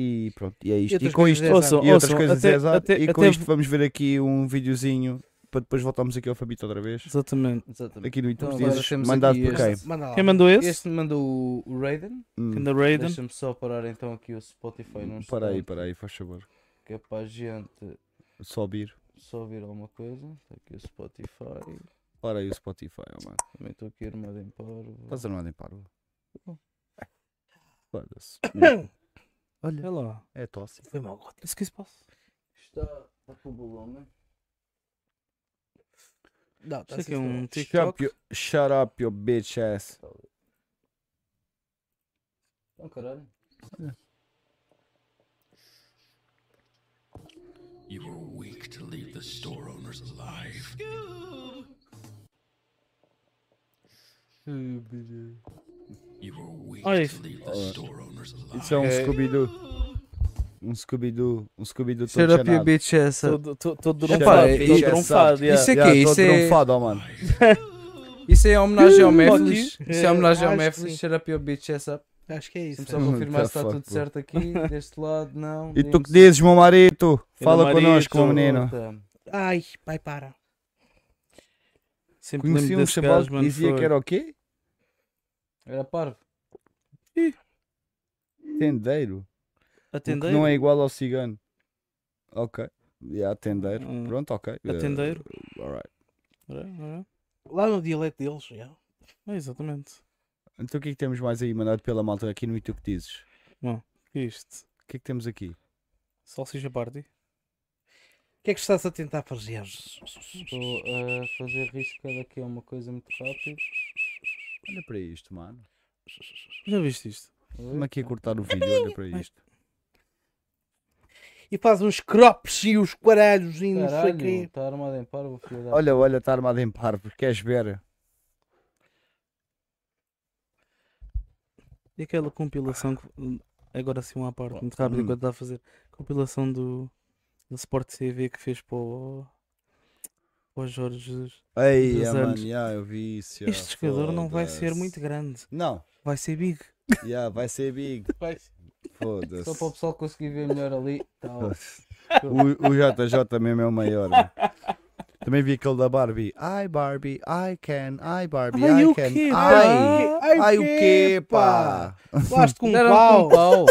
Speaker 1: E pronto, e é isto. E,
Speaker 4: outras
Speaker 1: com
Speaker 4: coisas
Speaker 1: isto,
Speaker 4: é
Speaker 1: e
Speaker 4: azar.
Speaker 5: Ouçam,
Speaker 1: outras
Speaker 5: ouçam,
Speaker 1: coisas
Speaker 5: até-
Speaker 1: é azar.
Speaker 5: até-
Speaker 1: e com
Speaker 5: até-
Speaker 1: isto vamos ver aqui um videozinho para depois voltarmos aqui ao Fabito outra vez.
Speaker 5: Exatamente.
Speaker 3: Exatamente.
Speaker 1: Aqui no YouTube
Speaker 3: agora
Speaker 1: dizes
Speaker 3: temos
Speaker 1: mandado
Speaker 3: aqui
Speaker 1: por quem?
Speaker 3: este-
Speaker 4: Manda lá.
Speaker 5: Quem mandou esse?
Speaker 6: Este mandou o- o Raiden.
Speaker 1: Hum,
Speaker 5: Manda Raiden.
Speaker 6: Deixa-me só parar então aqui o Spotify. Não
Speaker 1: Para aí, para aí, faz favor.
Speaker 6: Que é para a gente
Speaker 1: Só ouvir.
Speaker 6: só ouvir alguma coisa.
Speaker 3: Tá
Speaker 6: Está aqui o Spotify.
Speaker 1: Para aí o Spotify, oh, mano.
Speaker 6: Também estou aqui armado em parvo.
Speaker 1: Estás armado em parvo. Foda-se.
Speaker 5: Olha lá.
Speaker 1: É tosse.
Speaker 4: Foi mal, Gota.
Speaker 5: Isso que se passa.
Speaker 6: Está, está com o bolão, não é?
Speaker 4: Não, tá
Speaker 5: Isso aqui é um
Speaker 1: Shut up,
Speaker 5: TikTok.
Speaker 1: you- shut up, your bitch ass.
Speaker 6: Não, Então, caralho.
Speaker 7: You were weak to leave the store owners alive.
Speaker 1: Hum,
Speaker 7: You were weak
Speaker 5: Olha
Speaker 7: to
Speaker 5: isso.
Speaker 7: leave the store owners alive.
Speaker 1: Isso é um Scooby-Doo. Um Scooby-Doo. Um Scooby-Doo
Speaker 3: Shut
Speaker 1: todo
Speaker 3: up, you
Speaker 1: chanado.
Speaker 3: bitch ass.
Speaker 5: Todo todo- todo
Speaker 1: Shut
Speaker 5: drunfado.
Speaker 1: up,
Speaker 5: Todo
Speaker 1: bitch,
Speaker 5: drunfado. yeah.
Speaker 3: Isso é
Speaker 1: Yeah,
Speaker 3: que
Speaker 1: todo
Speaker 3: Isso é.
Speaker 1: trunfado, oh, mano.
Speaker 3: Isso é homenagem ao
Speaker 5: Fuck
Speaker 3: Meflis.
Speaker 5: you.
Speaker 3: Isso é homenagem ao
Speaker 4: Acho que
Speaker 3: Meflis.
Speaker 4: sim.
Speaker 3: Shut up your bitch ass up.
Speaker 4: Acho que é isso.
Speaker 3: Só
Speaker 1: Hum,
Speaker 3: confirmar se está
Speaker 1: fuck,
Speaker 3: tudo
Speaker 1: bro.
Speaker 3: certo aqui. Deste lado, não.
Speaker 1: E tu
Speaker 3: Demos
Speaker 1: que dizes, meu marido?
Speaker 5: Meu
Speaker 1: Fala
Speaker 5: marido.
Speaker 1: connosco, meu menino.
Speaker 6: Volta.
Speaker 4: é. Ai, pai, para.
Speaker 5: Sempre
Speaker 1: Conheci
Speaker 5: lembro
Speaker 1: um
Speaker 5: desse
Speaker 1: chaval
Speaker 5: gajo,
Speaker 1: que
Speaker 5: mano.
Speaker 1: dizia
Speaker 5: foi.
Speaker 1: que era o quê?
Speaker 6: Era parvo.
Speaker 1: Tendeiro. O que
Speaker 5: Atendeiro.
Speaker 1: Não é igual ao cigano. Ok. Yeah, tendeiro.
Speaker 5: Hum.
Speaker 1: Pronto, ok. Eh,
Speaker 5: Atendeiro.
Speaker 1: alright.
Speaker 5: Ora, ora.
Speaker 4: Lá no dialeto deles, já.
Speaker 5: É, exatamente.
Speaker 1: Então o que é que temos mais aí mandado pela malta aqui no E tu que dizes?
Speaker 5: Que é isto?
Speaker 1: O que é que temos aqui?
Speaker 5: Salsicha Party.
Speaker 4: O que é que estás a tentar fazer?
Speaker 6: Estou a fazer risca daqui a uma coisa muito rápida.
Speaker 1: Olha para isto, mano.
Speaker 5: Já viste isto?
Speaker 1: Estamos aqui a cortar o vídeo, olha para isto.
Speaker 4: E faz uns crops e os quaralhos e não sei o
Speaker 6: Caralho,
Speaker 4: quê.
Speaker 6: está armado em parvo, filho da...
Speaker 1: Olha, olha, está armado em parvo. Queres ver?
Speaker 5: E aquela compilação que. Agora sim, uma parte muito rápida
Speaker 1: Hum.
Speaker 5: enquanto está a fazer. Compilação do, do Sport TV que fez para o. para o Jorge Jesus.
Speaker 1: Ei,
Speaker 5: Dos
Speaker 1: ah, mano,
Speaker 5: anos.
Speaker 1: yeah, eu vi isso. yeah,
Speaker 5: Este jogador não vai ser
Speaker 1: foda-se.
Speaker 5: muito grande.
Speaker 1: Não,
Speaker 5: Vai ser big.
Speaker 1: yeah, vai ser big.
Speaker 6: Só
Speaker 1: Foda-se.
Speaker 6: para o pessoal conseguir ver melhor ali. Tá, ó.
Speaker 1: O, o JJ mesmo é o maior. né? Também vi aquele da Barbie. Ai Barbie, I can, I Barbie,
Speaker 5: Ai,
Speaker 1: I
Speaker 5: o
Speaker 1: can.
Speaker 5: quê,
Speaker 1: ai,
Speaker 4: pá? Ai,
Speaker 1: ai, o quê, pá?
Speaker 4: Basta com um
Speaker 3: Deram-me
Speaker 4: pau.
Speaker 3: com pau.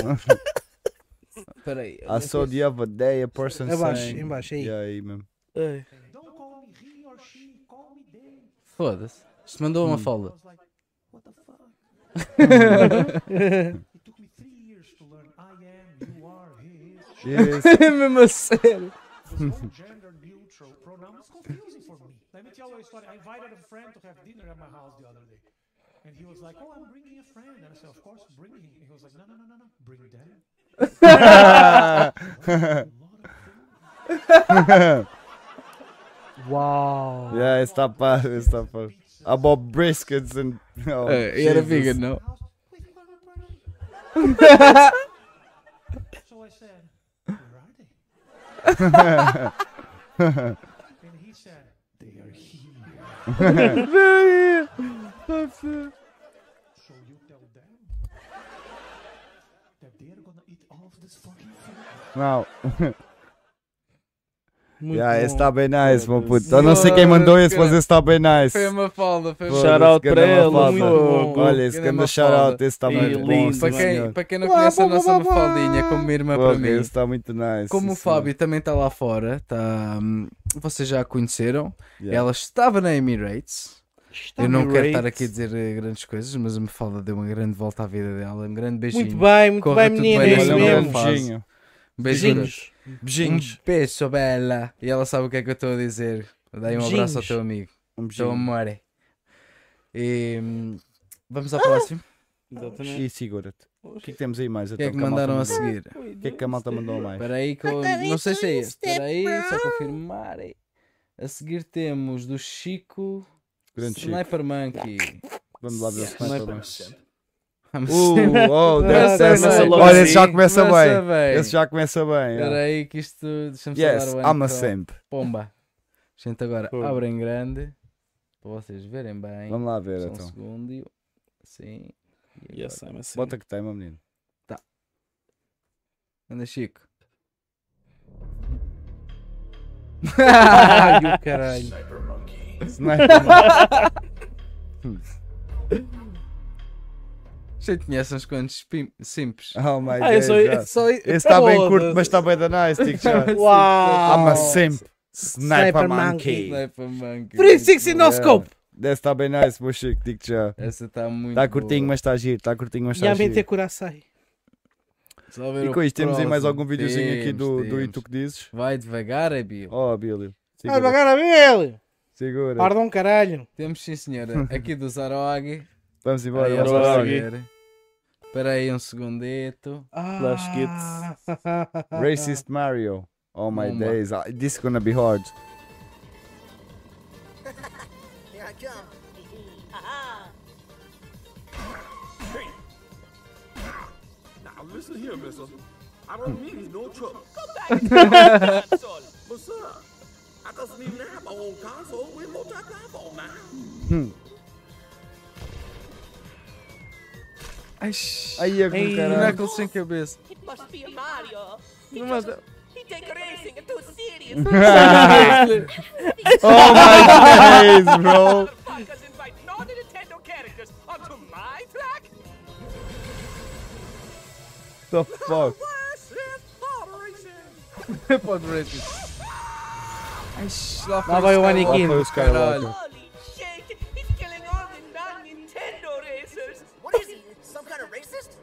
Speaker 6: Espera aí.
Speaker 1: I saw the other day a person
Speaker 4: Abaixo,
Speaker 1: saying-
Speaker 4: embaixo, aí.
Speaker 1: Yeah, aí mesmo.
Speaker 5: Ei,
Speaker 3: Foda-se. Isto mandou uma falda.
Speaker 1: Yes.
Speaker 3: É mesmo a sério.
Speaker 8: gender neutral pronoun is confusing for me. Let me tell you a story. I invited a friend to have dinner at my house the other day. And he was like, Oh, I'm bringing a friend. And I said, Of course, bring him. And he was like, No, no, no, no, no. Bring them.
Speaker 4: Uau.
Speaker 1: yeah, esse tá pá, esse tá pá. About briskets and. Oh,
Speaker 3: É, e era
Speaker 1: Jesus.
Speaker 3: vegan, não?
Speaker 8: Wait, wait, wait, wait, wait. so I said, Where are they? and he said, They are here. so you tell them that they're gonna eat all of this fucking food.
Speaker 1: Não.
Speaker 5: muito
Speaker 1: Yeah, esse
Speaker 5: bom.
Speaker 1: tá bem nice, meu puto. Eu não sei quem mandou esse, mas esse tá bem nice.
Speaker 3: Foi uma falda. Foi uma
Speaker 1: Foda-se,
Speaker 5: Shout out
Speaker 1: ganda
Speaker 5: para ele,
Speaker 1: mafalda.
Speaker 5: muito bom.
Speaker 1: Olha, esse
Speaker 3: Ganda
Speaker 1: grande shout-out,
Speaker 3: mafalda.
Speaker 1: esse está
Speaker 5: E
Speaker 1: muito bom,
Speaker 5: lindo,
Speaker 1: sim,
Speaker 3: Para
Speaker 1: senhor.
Speaker 3: quem, para quem não conhece a nossa mafaldinha como minha irmã para
Speaker 1: Porra,
Speaker 3: mim.
Speaker 1: esse está muito nice.
Speaker 3: Como
Speaker 1: sim,
Speaker 3: o Fábio também está lá fora, tá, hum, vocês já a conheceram.
Speaker 1: Yeah.
Speaker 3: Ela estava na Emirates. Eu não quero estar aqui a
Speaker 5: Emirates.
Speaker 3: dizer eh, grandes coisas, mas a Mafalda deu uma grande volta à vida dela. Um grande beijinho.
Speaker 4: Muito bem, muito
Speaker 3: Corre
Speaker 4: bem,
Speaker 3: tudo
Speaker 4: menina.
Speaker 3: bem,
Speaker 4: É
Speaker 1: senhor.
Speaker 4: isso
Speaker 3: olha,
Speaker 1: Olha, um
Speaker 4: mesmo.
Speaker 3: faz.
Speaker 1: beijinho.
Speaker 3: Beijinhos.
Speaker 1: Beijinhos.
Speaker 3: Um beijo, bela. E ela sabe o que é que eu estou a dizer. Dai um abraço ao
Speaker 4: Beijinhos.
Speaker 3: teu amigo.
Speaker 1: Um
Speaker 3: Teu
Speaker 1: beijinho.
Speaker 3: amor. E, hum, vamos ao próximo.
Speaker 5: Exatamente.
Speaker 1: E segura-te. O que é que temos aí mais?
Speaker 3: O que é que
Speaker 1: Então, a
Speaker 3: mandaram a
Speaker 1: malta mandou?
Speaker 3: seguir?
Speaker 1: O que é que a malta mandou mais?
Speaker 3: Espera aí que eu não sei se é esse. Espera aí, só confirmar. A seguir temos do Chico
Speaker 1: Grande Chico. Uh,
Speaker 3: Sniper Monkey.
Speaker 1: Vamos lá ver o sniper. mais.
Speaker 3: Vamos ver.
Speaker 1: Uh, oh,
Speaker 3: Começa
Speaker 1: deve- deve
Speaker 3: bem.
Speaker 1: ser- Olha, esse já
Speaker 3: Começa
Speaker 1: começa bem.
Speaker 3: bem.
Speaker 1: Esse já começa bem.
Speaker 3: Espera
Speaker 1: yeah.
Speaker 3: aí que isto... Deixa-me só
Speaker 1: Yes,
Speaker 3: dar o
Speaker 1: I'm a
Speaker 3: intro.
Speaker 1: simp.
Speaker 3: Pomba. Gente, agora
Speaker 5: Fogo.
Speaker 3: abrem grande. Para vocês verem bem.
Speaker 1: Vamos lá ver
Speaker 3: Só um
Speaker 1: então.
Speaker 3: segundo. Sim. E
Speaker 5: Yes,
Speaker 3: agora?
Speaker 5: I'm a sim.
Speaker 1: Bota que tem, meu menino.
Speaker 3: Anda, Chico.
Speaker 4: Ai, o caralho.
Speaker 7: Cyber monkey.
Speaker 1: é,
Speaker 3: Já conhece uns quantos pim- simples.
Speaker 1: Oh my
Speaker 5: Ah, eu sou- Tá eu
Speaker 1: god.
Speaker 5: sou-
Speaker 1: Esse é, está bem curto,
Speaker 5: Foda-se.
Speaker 1: mas está bem da nice. digo já.
Speaker 4: Uau!
Speaker 1: I'm a simp.
Speaker 4: Sniper
Speaker 1: Sniper
Speaker 4: monkey.
Speaker 1: monkey.
Speaker 3: Não é para manca. é.
Speaker 4: 360 no
Speaker 1: Yeah.
Speaker 4: scope!
Speaker 1: Desse está bem nice, meu chico, digo já.
Speaker 3: Essa está muito.
Speaker 1: Está Tá curtinho,
Speaker 3: boa.
Speaker 1: mas está giro. Está curtinho, mas
Speaker 4: E
Speaker 1: está
Speaker 4: a
Speaker 1: giro.
Speaker 4: mente é curaçai.
Speaker 3: Só ver
Speaker 1: E
Speaker 3: o
Speaker 1: com isto temos aí mais
Speaker 3: próximo.
Speaker 1: algum videozinho aqui do,
Speaker 3: Temos,
Speaker 1: do E
Speaker 3: temos.
Speaker 1: tu que dizes?
Speaker 3: Vai devagar, é Abio.
Speaker 1: Oh, Abílio.
Speaker 4: Vai
Speaker 1: Segura.
Speaker 4: pagar a ele!
Speaker 1: segura.
Speaker 4: Pardon, caralho!
Speaker 3: Temos sim, senhora. Aqui do Zarog.
Speaker 1: Vamos embora.
Speaker 3: Aí,
Speaker 1: Vamos
Speaker 5: Zarog.
Speaker 1: embora.
Speaker 3: Espera aí um segundito.
Speaker 5: Flash Kids.
Speaker 3: Ah.
Speaker 1: Racist Mario. Oh my
Speaker 3: Uma.
Speaker 1: days. ah, This is gonna be hard.
Speaker 9: Ah,
Speaker 7: Now listen here, mister. I don't mean you no trouble. but sir, I doesn't even have my own console. Where more time to have all now?
Speaker 1: Aí é com caralho.
Speaker 3: Knuckles sem cabeça.
Speaker 9: It must be a Mario. He,
Speaker 3: Mas-
Speaker 9: just, he take racing too serious.
Speaker 1: Oh my days, bro.
Speaker 9: Motherfuckers invite non-Nintendo characters onto my track.
Speaker 1: The fuck.
Speaker 3: Pode ver aqui. Ai, Lá,
Speaker 4: Lá vai o
Speaker 3: Skywalker,
Speaker 4: Anakin.
Speaker 1: Foi o Skywalker.
Speaker 3: caralho.
Speaker 9: Holy shit! He's killing all the non-Nintendo racers.
Speaker 10: What is he? Some kind of racist?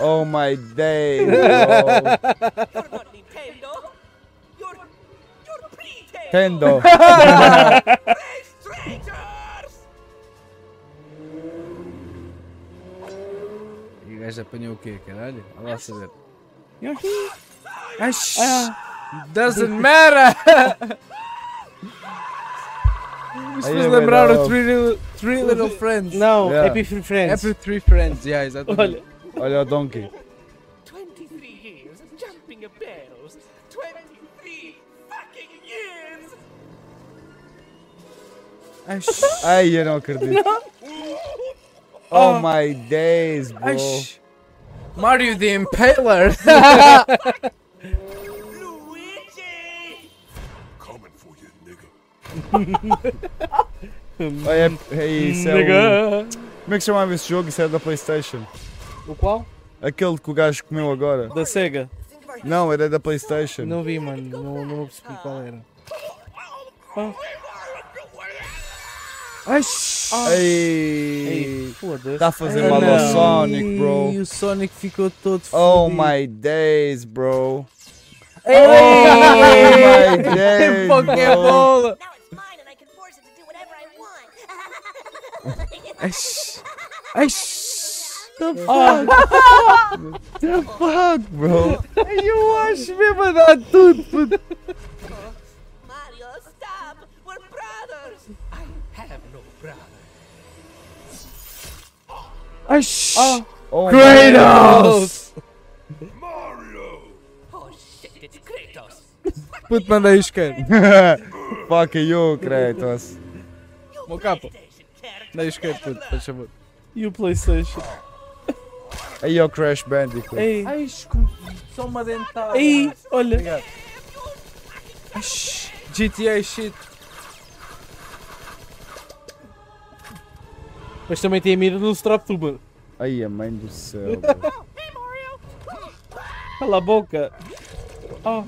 Speaker 1: Oh my Oh, days, bro.
Speaker 9: You're not Nintendo. You're you're pre-Tendo.
Speaker 1: Tendo.
Speaker 9: Race strangers.
Speaker 3: E o gajo apanhou o quê, caralho? Olha lá saber. Doesn't matter! Isto
Speaker 1: Aí
Speaker 3: fez
Speaker 1: é
Speaker 3: lembrar
Speaker 1: verdade.
Speaker 3: o Three Little, Three Little Friends.
Speaker 4: Não,
Speaker 1: Yeah.
Speaker 4: Happy Free Friends.
Speaker 3: Happy é Three Friends, yeah, exatamente.
Speaker 5: Olha,
Speaker 1: Olha o Donkey.
Speaker 9: 23 years jumping a barrels. 23 fucking years.
Speaker 1: Ai, eu não acredito. Oh my days, bro.
Speaker 3: Aish. Mario the Impaler!
Speaker 9: Luigi.
Speaker 7: Coming for you, nigga.
Speaker 1: Oh, é, é isso, é um... Como é que chamava esse jogo? Isso era da Playstation.
Speaker 4: O qual?
Speaker 1: Aquele que o gajo comeu agora.
Speaker 5: da SEGA.
Speaker 1: Não, era da Playstation.
Speaker 4: Não vi, mano. Não, não percebi qual era.
Speaker 1: Ei,
Speaker 4: Foda-se.
Speaker 1: tá a fazer mal ao
Speaker 5: não.
Speaker 1: Sonic, bro.
Speaker 3: E o Sonic ficou todo
Speaker 1: Oh
Speaker 3: fudido.
Speaker 1: my days, bro.
Speaker 3: Ei!
Speaker 1: Oh my days, bro.
Speaker 3: Pokébola!
Speaker 10: Now it's mine and I can force it to do whatever I want.
Speaker 3: Aish. Aish.
Speaker 1: Fuck, bro.
Speaker 3: Eu acho mesmo a dar tudo, puto.
Speaker 9: Mario, stop. We're brothers.
Speaker 3: Aish.
Speaker 1: Oh my
Speaker 3: Kratos!
Speaker 9: Oh shit! It's Kratos.
Speaker 3: Puto, manda aí os cara.
Speaker 1: Fuck you, Kratos.
Speaker 9: You
Speaker 3: Mo capo.
Speaker 9: PlayStation character.
Speaker 3: Manda aí os cara, puto, faz favor.
Speaker 5: E o PlayStation.
Speaker 1: Aí é o Crash Bandicoot.
Speaker 5: Ei,
Speaker 3: Aish, como- só uma dentada.
Speaker 5: ei, olha.
Speaker 3: Aish. GTA shit.
Speaker 4: Mas também tem a mira no Straptuber.
Speaker 1: Ai, a mãe do céu. bro.
Speaker 5: Cala a boca.
Speaker 1: Ah,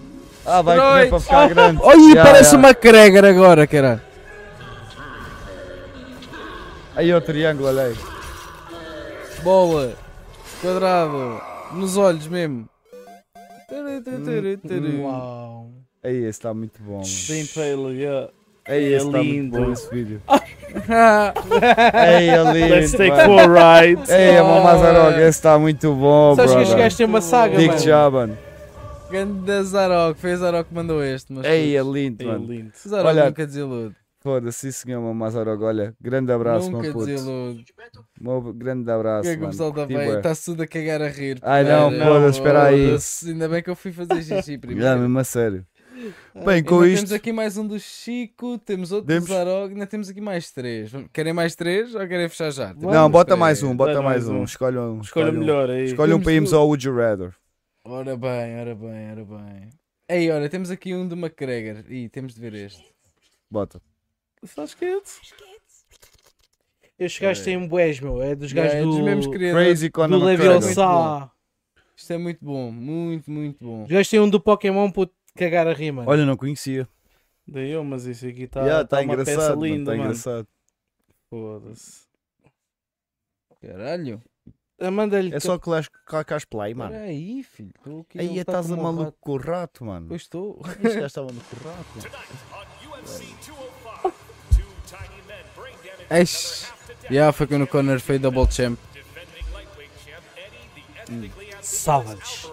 Speaker 1: vai comer para ficar grande.
Speaker 3: Olha,
Speaker 1: Ya,
Speaker 3: parece
Speaker 1: ya.
Speaker 3: uma Kreger agora, caralho.
Speaker 1: Aí é o triângulo, olha aí.
Speaker 3: Bola. Quadrado. Nos olhos mesmo. Turu, turu, turu, turu.
Speaker 5: Hum,
Speaker 4: Uau.
Speaker 1: Aí, esse está muito bom. mano.
Speaker 5: The Impaler, yeah.
Speaker 1: Aí, esse está muito
Speaker 5: lindo.
Speaker 1: bom esse vídeo.
Speaker 3: Ah,
Speaker 1: Aí, é lindo.
Speaker 5: Let's take
Speaker 1: mano.
Speaker 5: four rides.
Speaker 1: Ei, a
Speaker 3: Ah,
Speaker 1: Mamazarog,
Speaker 3: mano.
Speaker 1: esse está muito bom,
Speaker 4: Sabes que este
Speaker 1: bro.
Speaker 4: gajo tem uma saga,
Speaker 1: Digo
Speaker 4: mano.
Speaker 1: já, mano.
Speaker 3: Ganda Zarok. Foi a Zarok que mandou este. Mas
Speaker 1: Ei, é lindo,
Speaker 5: Ei,
Speaker 1: mano.
Speaker 5: lindo.
Speaker 3: puto, Zarok
Speaker 1: olha-
Speaker 3: nunca desilude.
Speaker 1: Foda-se, sim, senhor Mamazarog. Olha, grande abraço, meu
Speaker 3: nunca
Speaker 1: puto.
Speaker 3: desilude.
Speaker 1: Meu grande
Speaker 3: O que
Speaker 1: abraço,
Speaker 3: é que o
Speaker 1: mano. Tipo,
Speaker 3: pessoal está
Speaker 1: Curti
Speaker 3: bem?
Speaker 1: bué.
Speaker 3: Está-se tudo a cagar a rir.
Speaker 1: Ai, não,
Speaker 3: pera.
Speaker 1: foda-se, espera aí.
Speaker 3: Foda-se, Ainda bem que eu fui fazer xixi
Speaker 1: Já,
Speaker 3: primeiro.
Speaker 1: mesmo a sério. Bem, com
Speaker 3: Ainda
Speaker 1: isto,
Speaker 3: Temos aqui mais um do Chico, temos outro
Speaker 1: Demos?
Speaker 3: do Zarog, ainda temos aqui mais três. Vamos- Querem mais três ou querem fechar já? Temos
Speaker 1: Não,
Speaker 3: mais
Speaker 1: bota
Speaker 3: três.
Speaker 1: mais um, bota
Speaker 5: Bota
Speaker 1: mais
Speaker 5: mais
Speaker 1: um.
Speaker 5: um.
Speaker 1: Escolhe um.
Speaker 5: Escolha
Speaker 1: um.
Speaker 5: melhor é aí.
Speaker 1: Escolhe um
Speaker 3: Temos
Speaker 1: para irmos
Speaker 3: do-
Speaker 1: ao Would You Rather.
Speaker 3: Ora bem, ora bem, ora bem. Ei, olha, temos aqui um de McGregor. Ih, temos de ver este.
Speaker 1: Bota.
Speaker 4: Sabes que Estes gajos têm um bués, meu. É dos gajos
Speaker 3: É,
Speaker 4: do.
Speaker 3: dos mesmos criadores.
Speaker 1: Crazy Conor
Speaker 4: do
Speaker 1: McGregor.
Speaker 3: Muito
Speaker 4: Leviosá.
Speaker 3: Isto é muito bom, muito, muito bom.
Speaker 4: Os gajos têm um do Pokémon para cagar a rima.
Speaker 1: Olha, não conhecia.
Speaker 5: Daí eu, mas isso aqui está
Speaker 1: Está yeah,
Speaker 5: tá
Speaker 1: tá
Speaker 5: uma
Speaker 1: engraçado.
Speaker 5: peça linda,
Speaker 1: Está
Speaker 5: mano.
Speaker 1: engraçado.
Speaker 5: Foda-se.
Speaker 3: Caralho.
Speaker 4: Ah, Manda-lhe.
Speaker 1: É só que lá cacas play, mano.
Speaker 3: Espera aí, filho. Tô aqui,
Speaker 1: Aí
Speaker 3: ele tá
Speaker 1: estás
Speaker 3: com
Speaker 1: a
Speaker 3: uma
Speaker 1: maluco
Speaker 3: rata.
Speaker 1: com o rato, mano.
Speaker 3: Pois estou.
Speaker 1: Este gajo estava no rato.
Speaker 9: oh Mm.
Speaker 3: Eish. Yeah, foi quando o Conor foi double champ.
Speaker 4: Savage.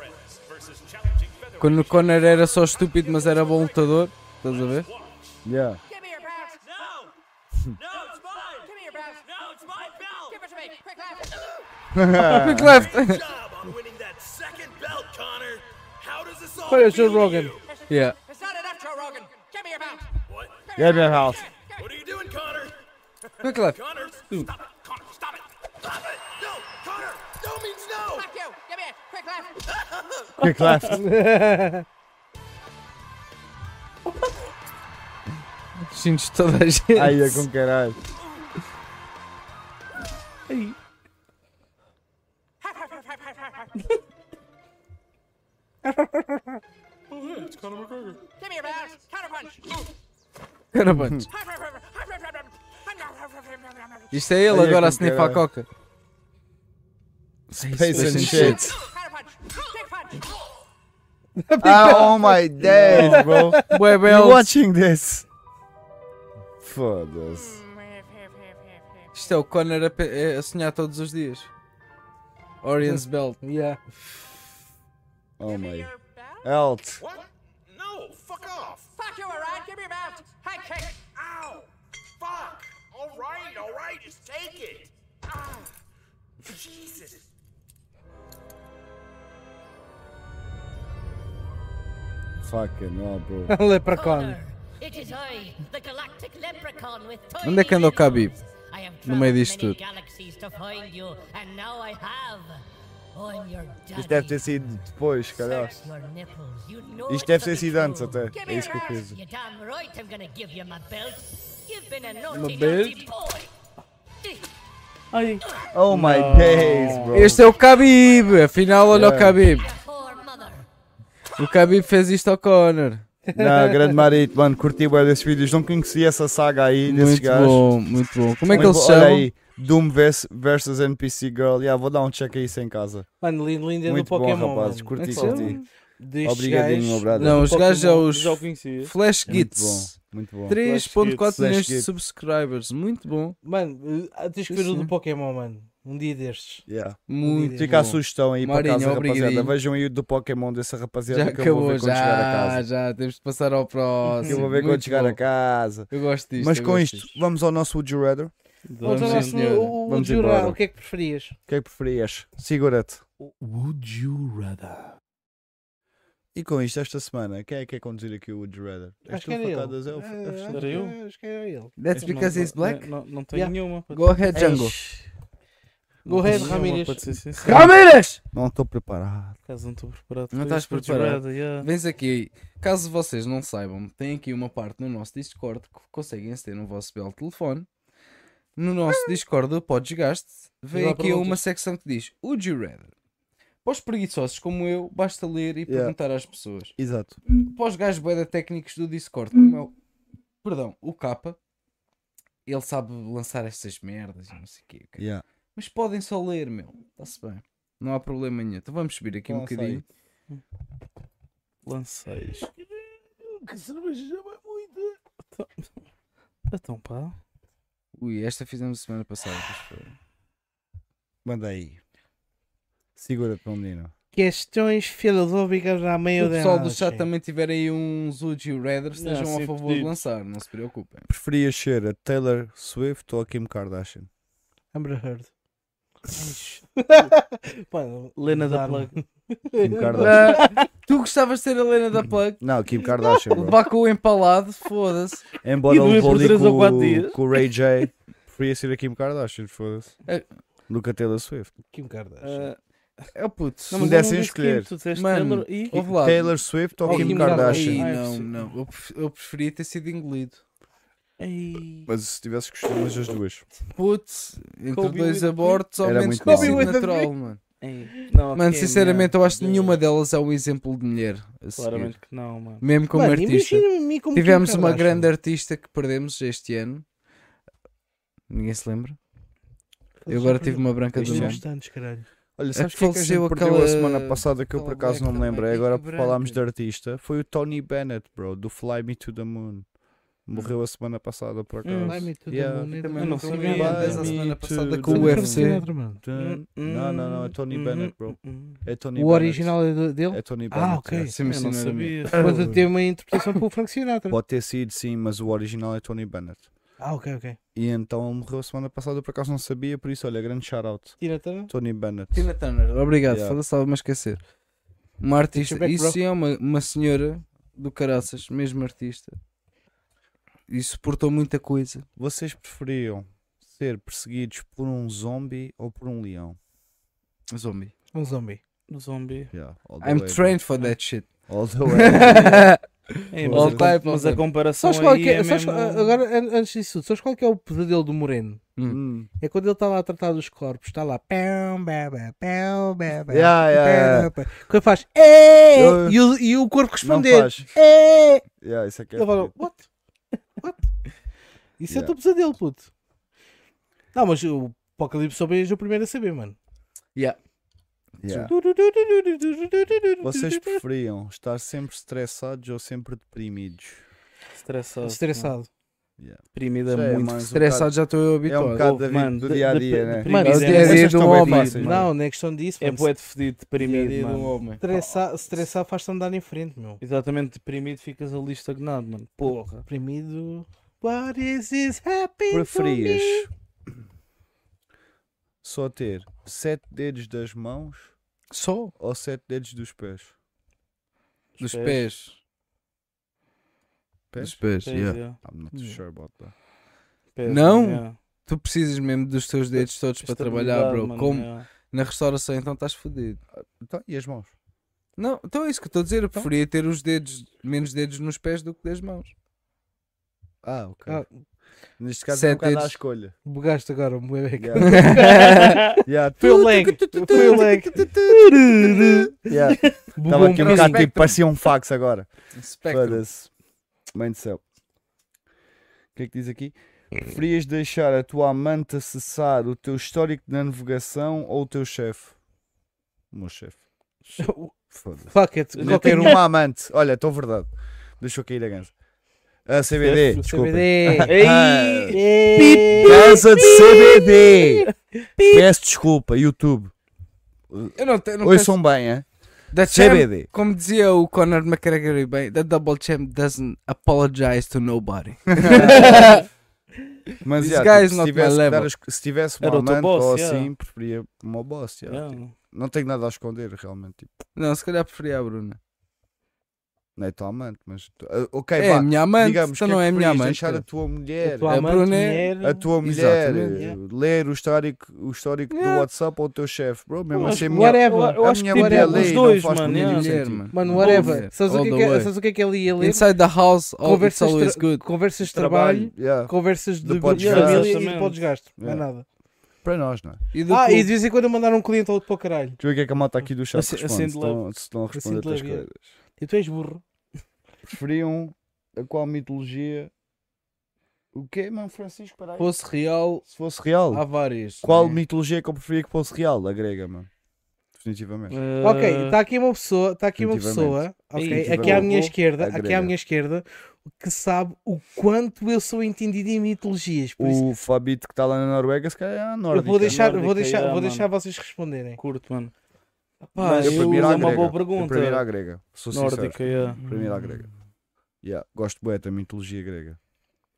Speaker 3: Quando o Conor era só estúpido, mas era bom lutador. Estás a ver?
Speaker 1: Yeah.
Speaker 9: Give me your belt. No. No, it's mine. Give me your belt. No, it's my belt. Give it to me.
Speaker 3: Quick
Speaker 9: Quick, left.
Speaker 3: left.
Speaker 7: Good job on winning that second belt, Connor. How does this all
Speaker 4: Olha o Joe
Speaker 7: feel to
Speaker 4: Rogan.
Speaker 7: you?
Speaker 3: Yeah.
Speaker 9: It's not enough, Joe Rogan. Give me your belt.
Speaker 7: What?
Speaker 1: Yeah, man, house.
Speaker 7: What are you doing, Connor?
Speaker 3: Quick left.
Speaker 7: Connor, stop it! Connor, stop it! Stop it! No, Connor! No means no!
Speaker 9: Fuck you. Give me it. Quick, left.
Speaker 1: Quick left.
Speaker 3: Sinto toda a gente.
Speaker 1: Aí é com caralho.
Speaker 9: Give me your belt. Counter punch.
Speaker 3: Caramba. Isto é ele
Speaker 1: Aí é
Speaker 3: agora
Speaker 1: com
Speaker 3: a sniffar a
Speaker 1: caralho.
Speaker 3: coca.
Speaker 1: Space and
Speaker 3: and
Speaker 1: shit.
Speaker 9: Counter punch. Big punch.
Speaker 1: Ah, oh my days, bro.
Speaker 3: Bué
Speaker 1: You
Speaker 3: belo.
Speaker 1: watching this? Foda-se.
Speaker 3: Isto é o Connor a, pe- a sonhar todos os dias. Orion's Belt.
Speaker 4: Yeah.
Speaker 1: Oh my.
Speaker 9: Your belt?
Speaker 1: Alt.
Speaker 7: What? No, fuck off!
Speaker 9: Fuck you, alright? Give me your belt. High kick.
Speaker 7: Ow! Fuck! Alright, alright, just take it! Ow! Jesus!
Speaker 1: Fucking hell, bro.
Speaker 4: Leprechaun.
Speaker 10: It is I, the galactic leprechaun with
Speaker 3: Onde é que anda o Khabib?
Speaker 10: I have
Speaker 3: No meio
Speaker 10: traveled
Speaker 3: disto
Speaker 10: many
Speaker 3: tudo.
Speaker 10: galaxies to find you, and now I have. I'm your
Speaker 1: Isto deve
Speaker 10: daddy.
Speaker 1: ter sido depois, calhar.
Speaker 10: Search your nipples, you know
Speaker 1: Isto
Speaker 10: it
Speaker 1: deve
Speaker 10: to
Speaker 1: ter
Speaker 10: be
Speaker 1: sido antes
Speaker 10: true.
Speaker 1: até. É isso que eu quis. dizer.
Speaker 10: You're damn right I'm gonna give you my belt. You've been a naughty,
Speaker 3: belt?
Speaker 10: naughty boy.
Speaker 5: Ai,
Speaker 1: Oh my days, bro.
Speaker 3: Este é o Khabib. Afinal, olha o
Speaker 1: Yeah.
Speaker 3: Khabib.
Speaker 10: Your poor mother.
Speaker 3: O Khabib fez isto ao Connor.
Speaker 1: Não, grande marido, mano, curti bem desses vídeos. Não conhecia essa saga aí desses
Speaker 3: Muito
Speaker 1: gajos.
Speaker 3: bom, muito bom. Como é que
Speaker 1: Muito
Speaker 3: eles
Speaker 1: bom. Olha
Speaker 3: chamam?
Speaker 1: aí, Doom vs versus NPC Girl. Yeah, vou dar um check a isso em casa.
Speaker 4: Mano, lindo, lindo é do
Speaker 1: Muito bom,
Speaker 4: Pokémon.
Speaker 1: rapazes.
Speaker 4: mano.
Speaker 1: Curti,
Speaker 3: Como é que
Speaker 1: curti.
Speaker 4: Destes
Speaker 1: Obrigadinho,
Speaker 4: gajos-
Speaker 1: meu brother.
Speaker 3: Não, os gajos é
Speaker 5: Pokémon,
Speaker 3: os
Speaker 5: Já o conhecia.
Speaker 3: Flash
Speaker 1: É muito bom,
Speaker 3: Gits.
Speaker 1: muito bom.
Speaker 3: 3.4
Speaker 1: Flash
Speaker 3: milhões de
Speaker 1: Gits.
Speaker 3: subscribers. Muito bom.
Speaker 4: Mano, eh, tens que
Speaker 3: Sim,
Speaker 4: ver o
Speaker 3: sim.
Speaker 4: do Pokémon, mano. Um dia destes.
Speaker 1: Yeah.
Speaker 3: Muito
Speaker 1: Fica a
Speaker 3: bom.
Speaker 1: sugestão aí para
Speaker 3: Maurinho,
Speaker 1: casa, rapaziada.
Speaker 3: obrigadinho.
Speaker 1: Vejam aí o do Pokémon dessa rapaziada
Speaker 3: Já
Speaker 1: que eu vou
Speaker 3: acabou,
Speaker 1: ver quando chegar a
Speaker 3: já,
Speaker 1: casa.
Speaker 3: já. Temos de passar ao
Speaker 1: Que
Speaker 3: próximo.
Speaker 1: eu vou ver
Speaker 3: Muito
Speaker 1: quando chegar
Speaker 3: bom.
Speaker 1: a casa.
Speaker 3: Eu gosto disto.
Speaker 1: Mas
Speaker 3: eu
Speaker 1: com
Speaker 3: gosto
Speaker 1: isto,
Speaker 3: disto.
Speaker 1: vamos ao nosso Would You Rather. O
Speaker 4: Vamos ao
Speaker 3: sim,
Speaker 4: nosso-
Speaker 3: senhora.
Speaker 4: o- o
Speaker 1: Vamos
Speaker 4: Jurado,
Speaker 1: embora.
Speaker 4: o que é que preferias?
Speaker 1: que é que preferias? Segura-te.
Speaker 8: Would you rather?
Speaker 1: E com isto, esta semana, quem é que é conduzir aqui o Would You Rather? És
Speaker 4: Acho
Speaker 1: tu,
Speaker 4: que era ele.
Speaker 1: facadas? É o-
Speaker 4: Ah,
Speaker 1: és
Speaker 4: acho
Speaker 1: tu.
Speaker 5: Era eu?
Speaker 4: que- Acho que era ele.
Speaker 3: That's
Speaker 5: Mas não-
Speaker 3: because he's
Speaker 5: não-
Speaker 3: black.
Speaker 5: Não, não tenho
Speaker 4: Yeah.
Speaker 5: nenhuma. pá.
Speaker 3: Go ahead, Django.
Speaker 4: Go
Speaker 5: Não
Speaker 4: ahead,
Speaker 5: tenho nenhuma,
Speaker 4: Ramírez.
Speaker 5: pode ser sincero.
Speaker 3: Ramírez!
Speaker 1: Não estou preparado.
Speaker 5: Caso não estou preparado.
Speaker 3: Não
Speaker 5: para
Speaker 3: estás
Speaker 5: isto, estou
Speaker 3: preparado.
Speaker 5: desesperado, yeah.
Speaker 3: Vens aqui. Caso vocês não saibam, tem aqui uma parte no nosso Discord que conseguem ter no vosso belo telefone. No nosso Discord do Podesgaste, vem
Speaker 5: lá
Speaker 3: aqui
Speaker 5: perguntas.
Speaker 3: uma secção que diz Would you rather? Para os preguiçosos como eu, basta ler e
Speaker 1: Yeah.
Speaker 3: perguntar às pessoas.
Speaker 1: Exato.
Speaker 3: para os gajos boeda técnicos do Discord, como é o... Perdão, o Capa, ele sabe lançar estas merdas e não sei o quê. ok?
Speaker 1: Yeah.
Speaker 3: Mas podem só ler, meu. Está-se bem. Não há problema nenhum. Então vamos subir aqui um
Speaker 1: Lança aí.
Speaker 3: bocadinho.
Speaker 5: Lanceis. Que cerveja já vai muito. Então- Então, pá.
Speaker 3: Ui, esta fizemos semana passada. pois foi.
Speaker 1: Manda aí. Segura-te, menino.
Speaker 4: Questões filosóficas à meia
Speaker 3: Se o
Speaker 4: da
Speaker 3: pessoal do
Speaker 4: noite.
Speaker 3: chat também tiver aí uns Uji Redder, estejam
Speaker 5: sim,
Speaker 3: a favor de
Speaker 1: tipo,
Speaker 5: pedidos.
Speaker 3: lançar, não se preocupem.
Speaker 1: Preferias ser a Taylor Swift ou a Kim Kardashian?
Speaker 4: Amber Heard. Mano,
Speaker 5: Lena da
Speaker 4: dá-me.
Speaker 5: Plug.
Speaker 1: Kim Kardashian.
Speaker 3: tu gostavas de ser a Lena da Plug?
Speaker 1: Não, Kim Kardashian, bro.
Speaker 3: Levar com o empalado, foda-se.
Speaker 1: Embora
Speaker 5: E doer
Speaker 1: ele
Speaker 5: por
Speaker 1: ali
Speaker 5: três ou quatro
Speaker 1: com,
Speaker 5: dias.
Speaker 1: com o Ray J, preferia ser a Kim Kardashian, foda-se.
Speaker 3: É.
Speaker 1: Nunca Taylor Swift.
Speaker 4: Kim Kardashian.
Speaker 5: Ah,
Speaker 3: É puto.
Speaker 1: Se me dessem a escolher.
Speaker 4: Tu disseste Taylor
Speaker 3: Mano,
Speaker 4: e.
Speaker 3: ouve lá.
Speaker 1: Taylor Swift ou
Speaker 3: Oh,
Speaker 1: Kim
Speaker 3: Kim
Speaker 1: Kardashian?
Speaker 3: Ih,
Speaker 4: Ai,
Speaker 3: não,
Speaker 4: sim.
Speaker 3: não. Eu, pref- eu preferia ter sido engolido.
Speaker 4: Ei.
Speaker 1: Mas se tivesse gostado mais as duas.
Speaker 3: Putz, entre
Speaker 4: Kobe
Speaker 3: dois
Speaker 4: with a
Speaker 3: abortos, ao
Speaker 1: Era
Speaker 3: menos
Speaker 1: muito
Speaker 3: tinha
Speaker 1: bom.
Speaker 3: sido
Speaker 1: Kobe
Speaker 4: with a
Speaker 3: natural, mano.
Speaker 5: É.
Speaker 4: Ei.
Speaker 3: Mano, sinceramente, eu acho que nenhuma delas é um exemplo de mulher. a seguir.
Speaker 5: Claramente que não, mano.
Speaker 3: Mesmo como
Speaker 4: Mano,
Speaker 3: artista.
Speaker 1: um
Speaker 4: imagina-me a mim como
Speaker 3: Tivemos
Speaker 4: Kim
Speaker 3: uma
Speaker 4: Kardashian.
Speaker 3: grande artista que perdemos este ano. Ninguém se lembra. Eu agora tive uma branca do
Speaker 4: Isto
Speaker 3: nome.
Speaker 4: temos tantos, caralho.
Speaker 1: Olha, sabes
Speaker 3: sabes que
Speaker 1: que, é que a
Speaker 3: faleceu
Speaker 1: gente perdeu
Speaker 3: aquela-
Speaker 1: a semana passada que eu por
Speaker 3: aquela
Speaker 1: acaso não
Speaker 3: black
Speaker 1: me lembro?
Speaker 3: também,
Speaker 1: É Agora
Speaker 3: branca.
Speaker 1: falámos de artista. Foi o Tony Bennett, bro, do Fly Me to the Moon. Morreu a semana passada por acaso.
Speaker 4: Ai, me tudo
Speaker 1: Yeah.
Speaker 4: bom, né?
Speaker 3: Também
Speaker 5: Eu não
Speaker 3: nunca
Speaker 5: sei
Speaker 3: ouvi
Speaker 5: bem.
Speaker 3: a banda
Speaker 1: Vai,
Speaker 3: da semana
Speaker 1: me
Speaker 3: passada
Speaker 1: too,
Speaker 3: com o
Speaker 1: too.
Speaker 4: é
Speaker 3: UFC.
Speaker 5: Hum,
Speaker 1: Dun- Não, não, não, é Tony
Speaker 5: Uhum,
Speaker 1: Bennett, bro.
Speaker 5: uhum.
Speaker 1: É Tony
Speaker 4: O
Speaker 1: Bennett.
Speaker 4: original é do- dele?
Speaker 1: É Tony Bennett.
Speaker 4: Ah, ok.
Speaker 1: yeah.
Speaker 3: Sim,
Speaker 5: Eu
Speaker 3: mas
Speaker 5: não
Speaker 3: não era minha.
Speaker 5: sabia.
Speaker 4: Mas eu tenho uma interpretação pelo Frank Sinatra.
Speaker 1: Pode ter sido, sim, mas o original é Tony Bennett.
Speaker 4: Ah, ok, ok.
Speaker 1: E então ele morreu a semana passada, eu por acaso não sabia, por isso, olha, grande shout-out.
Speaker 4: Tira também.
Speaker 1: Tony Bennett.
Speaker 3: Tina Turner, obrigado,
Speaker 1: Yeah.
Speaker 3: yeah. estava-me a esquecer. Uma artista,
Speaker 4: back,
Speaker 3: isso
Speaker 4: bro.
Speaker 3: sim é uma, uma senhora do caraças, mesmo artista. E suportou muita coisa.
Speaker 1: Vocês preferiam ser perseguidos por um zombie ou por um leão?
Speaker 5: oh,
Speaker 3: Zombie.
Speaker 4: Um zombie.
Speaker 5: Do zombie.
Speaker 1: Yeah, all the
Speaker 3: I'm
Speaker 1: way,
Speaker 3: trained for that shit.
Speaker 1: bro. All the way.
Speaker 5: É,
Speaker 1: All
Speaker 5: mas, a,
Speaker 3: type
Speaker 5: com- mas
Speaker 3: of-
Speaker 5: a comparação
Speaker 4: Sabes qual é
Speaker 5: aí
Speaker 4: que é?
Speaker 5: é
Speaker 4: sabes
Speaker 5: mesmo...
Speaker 4: qual- agora, an- antes disso, tudo, sabes qual é que é o pesadelo do Moreno?
Speaker 1: Hum.
Speaker 4: É quando ele está lá a tratar dos corpos, está lá. Pão, baba, pão, baba.
Speaker 1: Yeah, yeah, yeah.
Speaker 4: Quando faz. "É",
Speaker 1: Eu-
Speaker 4: E o, e o corpo
Speaker 1: Não
Speaker 4: responder.
Speaker 1: faz.
Speaker 4: "É".
Speaker 1: Yeah, isso é que é
Speaker 4: Ele fala,
Speaker 1: fodido.
Speaker 4: what? What? Isso é
Speaker 1: Yeah.
Speaker 4: o teu pesadelo, puto. Não, mas o Apocalipse Zombie és o primeiro a saber, mano.
Speaker 1: Yeah. Vocês
Speaker 4: Vocês
Speaker 1: preferiam estar sempre estressados ou sempre deprimidos?
Speaker 5: Estressado.
Speaker 4: Tipo, estressado.
Speaker 5: Deprimido é
Speaker 1: Já é
Speaker 5: muito.
Speaker 1: mais um
Speaker 3: Estressado já
Speaker 1: bocado- É
Speaker 3: estou habituado.
Speaker 1: um bocado
Speaker 5: Oh,
Speaker 1: da vida
Speaker 5: mano,
Speaker 1: do
Speaker 5: de-
Speaker 1: dia a dia,
Speaker 5: de-
Speaker 1: né?
Speaker 5: de-
Speaker 4: Mano,
Speaker 3: É o
Speaker 4: Mas
Speaker 3: dia a
Speaker 1: essas
Speaker 3: dia de
Speaker 1: estão
Speaker 3: um
Speaker 1: bem
Speaker 3: homem.
Speaker 1: difíceis,
Speaker 3: mano.
Speaker 4: Não, não é questão disso.
Speaker 5: É
Speaker 4: mano.
Speaker 5: bué de fedido,
Speaker 3: Dia a dia
Speaker 5: deprimido,
Speaker 3: de um
Speaker 5: mano.
Speaker 3: homem.
Speaker 4: Estressar, estressar faz-te andar em frente, meu.
Speaker 5: Exatamente, deprimido ficas ali estagnado, mano. Porra.
Speaker 4: Deprimido. What is this happy?
Speaker 1: Preferias só ter sete dedos das mãos
Speaker 3: Só
Speaker 1: ou sete dedos dos pés?
Speaker 3: dos
Speaker 5: Pés.
Speaker 3: pés.
Speaker 1: Pés?
Speaker 3: Dos pés,
Speaker 5: Pés,
Speaker 3: yeah.
Speaker 5: yeah.
Speaker 1: I'm not too sure about that.
Speaker 5: Pés,
Speaker 3: Não?
Speaker 5: yeah.
Speaker 3: Tu precisas mesmo dos teus dedos todos para trabalhar,
Speaker 5: Estabilidade,
Speaker 3: bro.
Speaker 5: mano,
Speaker 3: Como?
Speaker 5: yeah.
Speaker 3: Na restauração então estás fodido.
Speaker 1: Então, e as mãos?
Speaker 3: Não, então é isso que eu estou a dizer. Eu preferia ter os dedos, menos dedos nos pés do que das mãos.
Speaker 1: Ah, ok.
Speaker 4: Ah.
Speaker 1: Neste caso é um
Speaker 3: Sete
Speaker 1: bocado à
Speaker 3: dedos.
Speaker 1: escolha.
Speaker 4: Bugaste agora, meu bebê.
Speaker 1: Yeah. yeah,
Speaker 4: Foi o leg. Foi o leg.
Speaker 1: yeah. Estava
Speaker 4: Bugou
Speaker 1: aqui um bocado tipo,
Speaker 3: Spectrum.
Speaker 1: parecia um fax agora.
Speaker 3: Espectro.
Speaker 1: Foda-se. Mãe do céu. O que é que diz aqui? Preferias deixar a tua amante acessar o teu histórico de navegação ou o teu chefe? O meu chefe. Foda-se.
Speaker 4: Fuck it.
Speaker 1: Não
Speaker 4: Qualquer
Speaker 1: tenho
Speaker 4: um.
Speaker 1: uma amante. Olha, estou verdade. Deixou cair a gança. A CBD, desculpa.
Speaker 4: CBD.
Speaker 1: Ah,
Speaker 4: Ei.
Speaker 1: Gansa de CBD. Peço desculpa, YouTube.
Speaker 3: Eu não Tá tenho. não
Speaker 1: Ouçam bem, hein?
Speaker 3: peço- The champ,
Speaker 1: CBD.
Speaker 3: como dizia o Conor McGregor e bem, the double champ doesn't apologize to nobody.
Speaker 1: Mas
Speaker 3: This
Speaker 1: já,
Speaker 3: guy
Speaker 1: tipo,
Speaker 3: is
Speaker 1: se,
Speaker 3: not my
Speaker 1: tivesse que
Speaker 3: level.
Speaker 1: dar as- se tivesse
Speaker 5: Era
Speaker 1: uma
Speaker 5: o teu
Speaker 1: amante
Speaker 5: boss,
Speaker 1: ou
Speaker 5: yeah.
Speaker 1: assim, preferia uma boss. yeah.
Speaker 5: Yeah.
Speaker 1: Não tenho nada a esconder, realmente. Tipo,
Speaker 3: Não, se calhar preferia a Bruna.
Speaker 1: não é tua amante, mas. tu- ah, ok,
Speaker 3: É
Speaker 1: vá.
Speaker 3: a minha amante,
Speaker 1: Digamos
Speaker 3: então
Speaker 1: que
Speaker 3: não é a minha
Speaker 1: preferias
Speaker 3: amante.
Speaker 1: Deixar a tua mulher, a tua,
Speaker 3: a Bruna é-
Speaker 4: mulher.
Speaker 1: mulher
Speaker 3: Exatamente,
Speaker 1: eh,
Speaker 4: yeah.
Speaker 1: ler o histórico, o histórico do
Speaker 3: Yeah.
Speaker 1: WhatsApp ou o teu chefe, bro. Mesmo
Speaker 5: Mas
Speaker 1: assim, a minha,
Speaker 5: Eu,
Speaker 4: Whatever.
Speaker 5: eu
Speaker 1: a
Speaker 5: acho que
Speaker 1: minha
Speaker 5: tipo,
Speaker 1: mulher
Speaker 5: os
Speaker 1: lê e
Speaker 5: dois,
Speaker 1: não faz
Speaker 5: mano.
Speaker 1: comigo
Speaker 5: yeah.
Speaker 1: sentido.
Speaker 3: Mulher, mano.
Speaker 4: Mano,
Speaker 3: All
Speaker 4: whatever.
Speaker 3: the
Speaker 4: Sabes o
Speaker 3: way.
Speaker 4: que é
Speaker 3: All
Speaker 4: que
Speaker 3: the
Speaker 4: é-
Speaker 3: way.
Speaker 4: sabes o que é que ele ia ler?
Speaker 3: Inside the house, all, it's
Speaker 4: Conversas
Speaker 3: always
Speaker 4: tra-
Speaker 3: good.
Speaker 4: Conversas de trabalho,
Speaker 1: Yeah.
Speaker 4: conversas de
Speaker 1: De
Speaker 4: grupo de
Speaker 1: podcast.
Speaker 4: família e de
Speaker 5: Exatamente.
Speaker 4: pós-gasto. Não é
Speaker 1: Yeah.
Speaker 4: nada.
Speaker 1: Para nós, não é?
Speaker 3: E do
Speaker 4: Ah,
Speaker 3: clube.
Speaker 4: e de vez em quando mandar um cliente ao outro para o caralho.
Speaker 1: Deixa eu ver o que é que a malta aqui do chat
Speaker 5: Assim-
Speaker 1: responde.
Speaker 5: assim de
Speaker 1: se, estão, se estão a
Speaker 4: Assim
Speaker 1: responder
Speaker 4: de
Speaker 1: outras
Speaker 4: leve, yeah.
Speaker 1: coisas.
Speaker 4: E tu és burro.
Speaker 1: Preferiam a qual mitologia? O quê, mano, Francisco? Peraí.
Speaker 3: fosse real,
Speaker 1: Se fosse real.
Speaker 3: há várias.
Speaker 1: Qual
Speaker 4: É.
Speaker 3: né?
Speaker 1: mitologia é que eu preferia que fosse real? A grega, mano. Definitivamente.
Speaker 5: É,
Speaker 4: Ok,
Speaker 5: tá.
Speaker 4: está aqui uma pessoa, está aqui uma
Speaker 1: Definitivamente.
Speaker 4: pessoa, ok,
Speaker 1: Sim,
Speaker 4: aqui à
Speaker 1: eu
Speaker 4: minha
Speaker 1: vou
Speaker 4: esquerda, aqui
Speaker 1: agregar.
Speaker 4: à minha esquerda, que sabe o quanto eu sou entendido em mitologias. Por isso,
Speaker 1: O Fabito que está lá na Noruega, se calhar é a
Speaker 4: eu
Speaker 1: nórdica.
Speaker 4: vou deixar,
Speaker 5: Nórdica,
Speaker 4: vou deixar,
Speaker 5: yeah,
Speaker 4: vou
Speaker 5: mano.
Speaker 4: deixar vocês responderem.
Speaker 5: Curto, mano.
Speaker 3: Pá,
Speaker 5: Mas
Speaker 1: né? Eu
Speaker 5: eu
Speaker 1: primeiro
Speaker 5: uso
Speaker 1: à
Speaker 5: uma
Speaker 1: grega.
Speaker 5: boa
Speaker 1: Eu primeiro à
Speaker 5: pergunta.
Speaker 1: grega. Sou sincero.
Speaker 5: Nórdica, yeah.
Speaker 1: Primeiro
Speaker 4: Hum.
Speaker 1: à grega. Yeah, gosto bué da mitologia grega.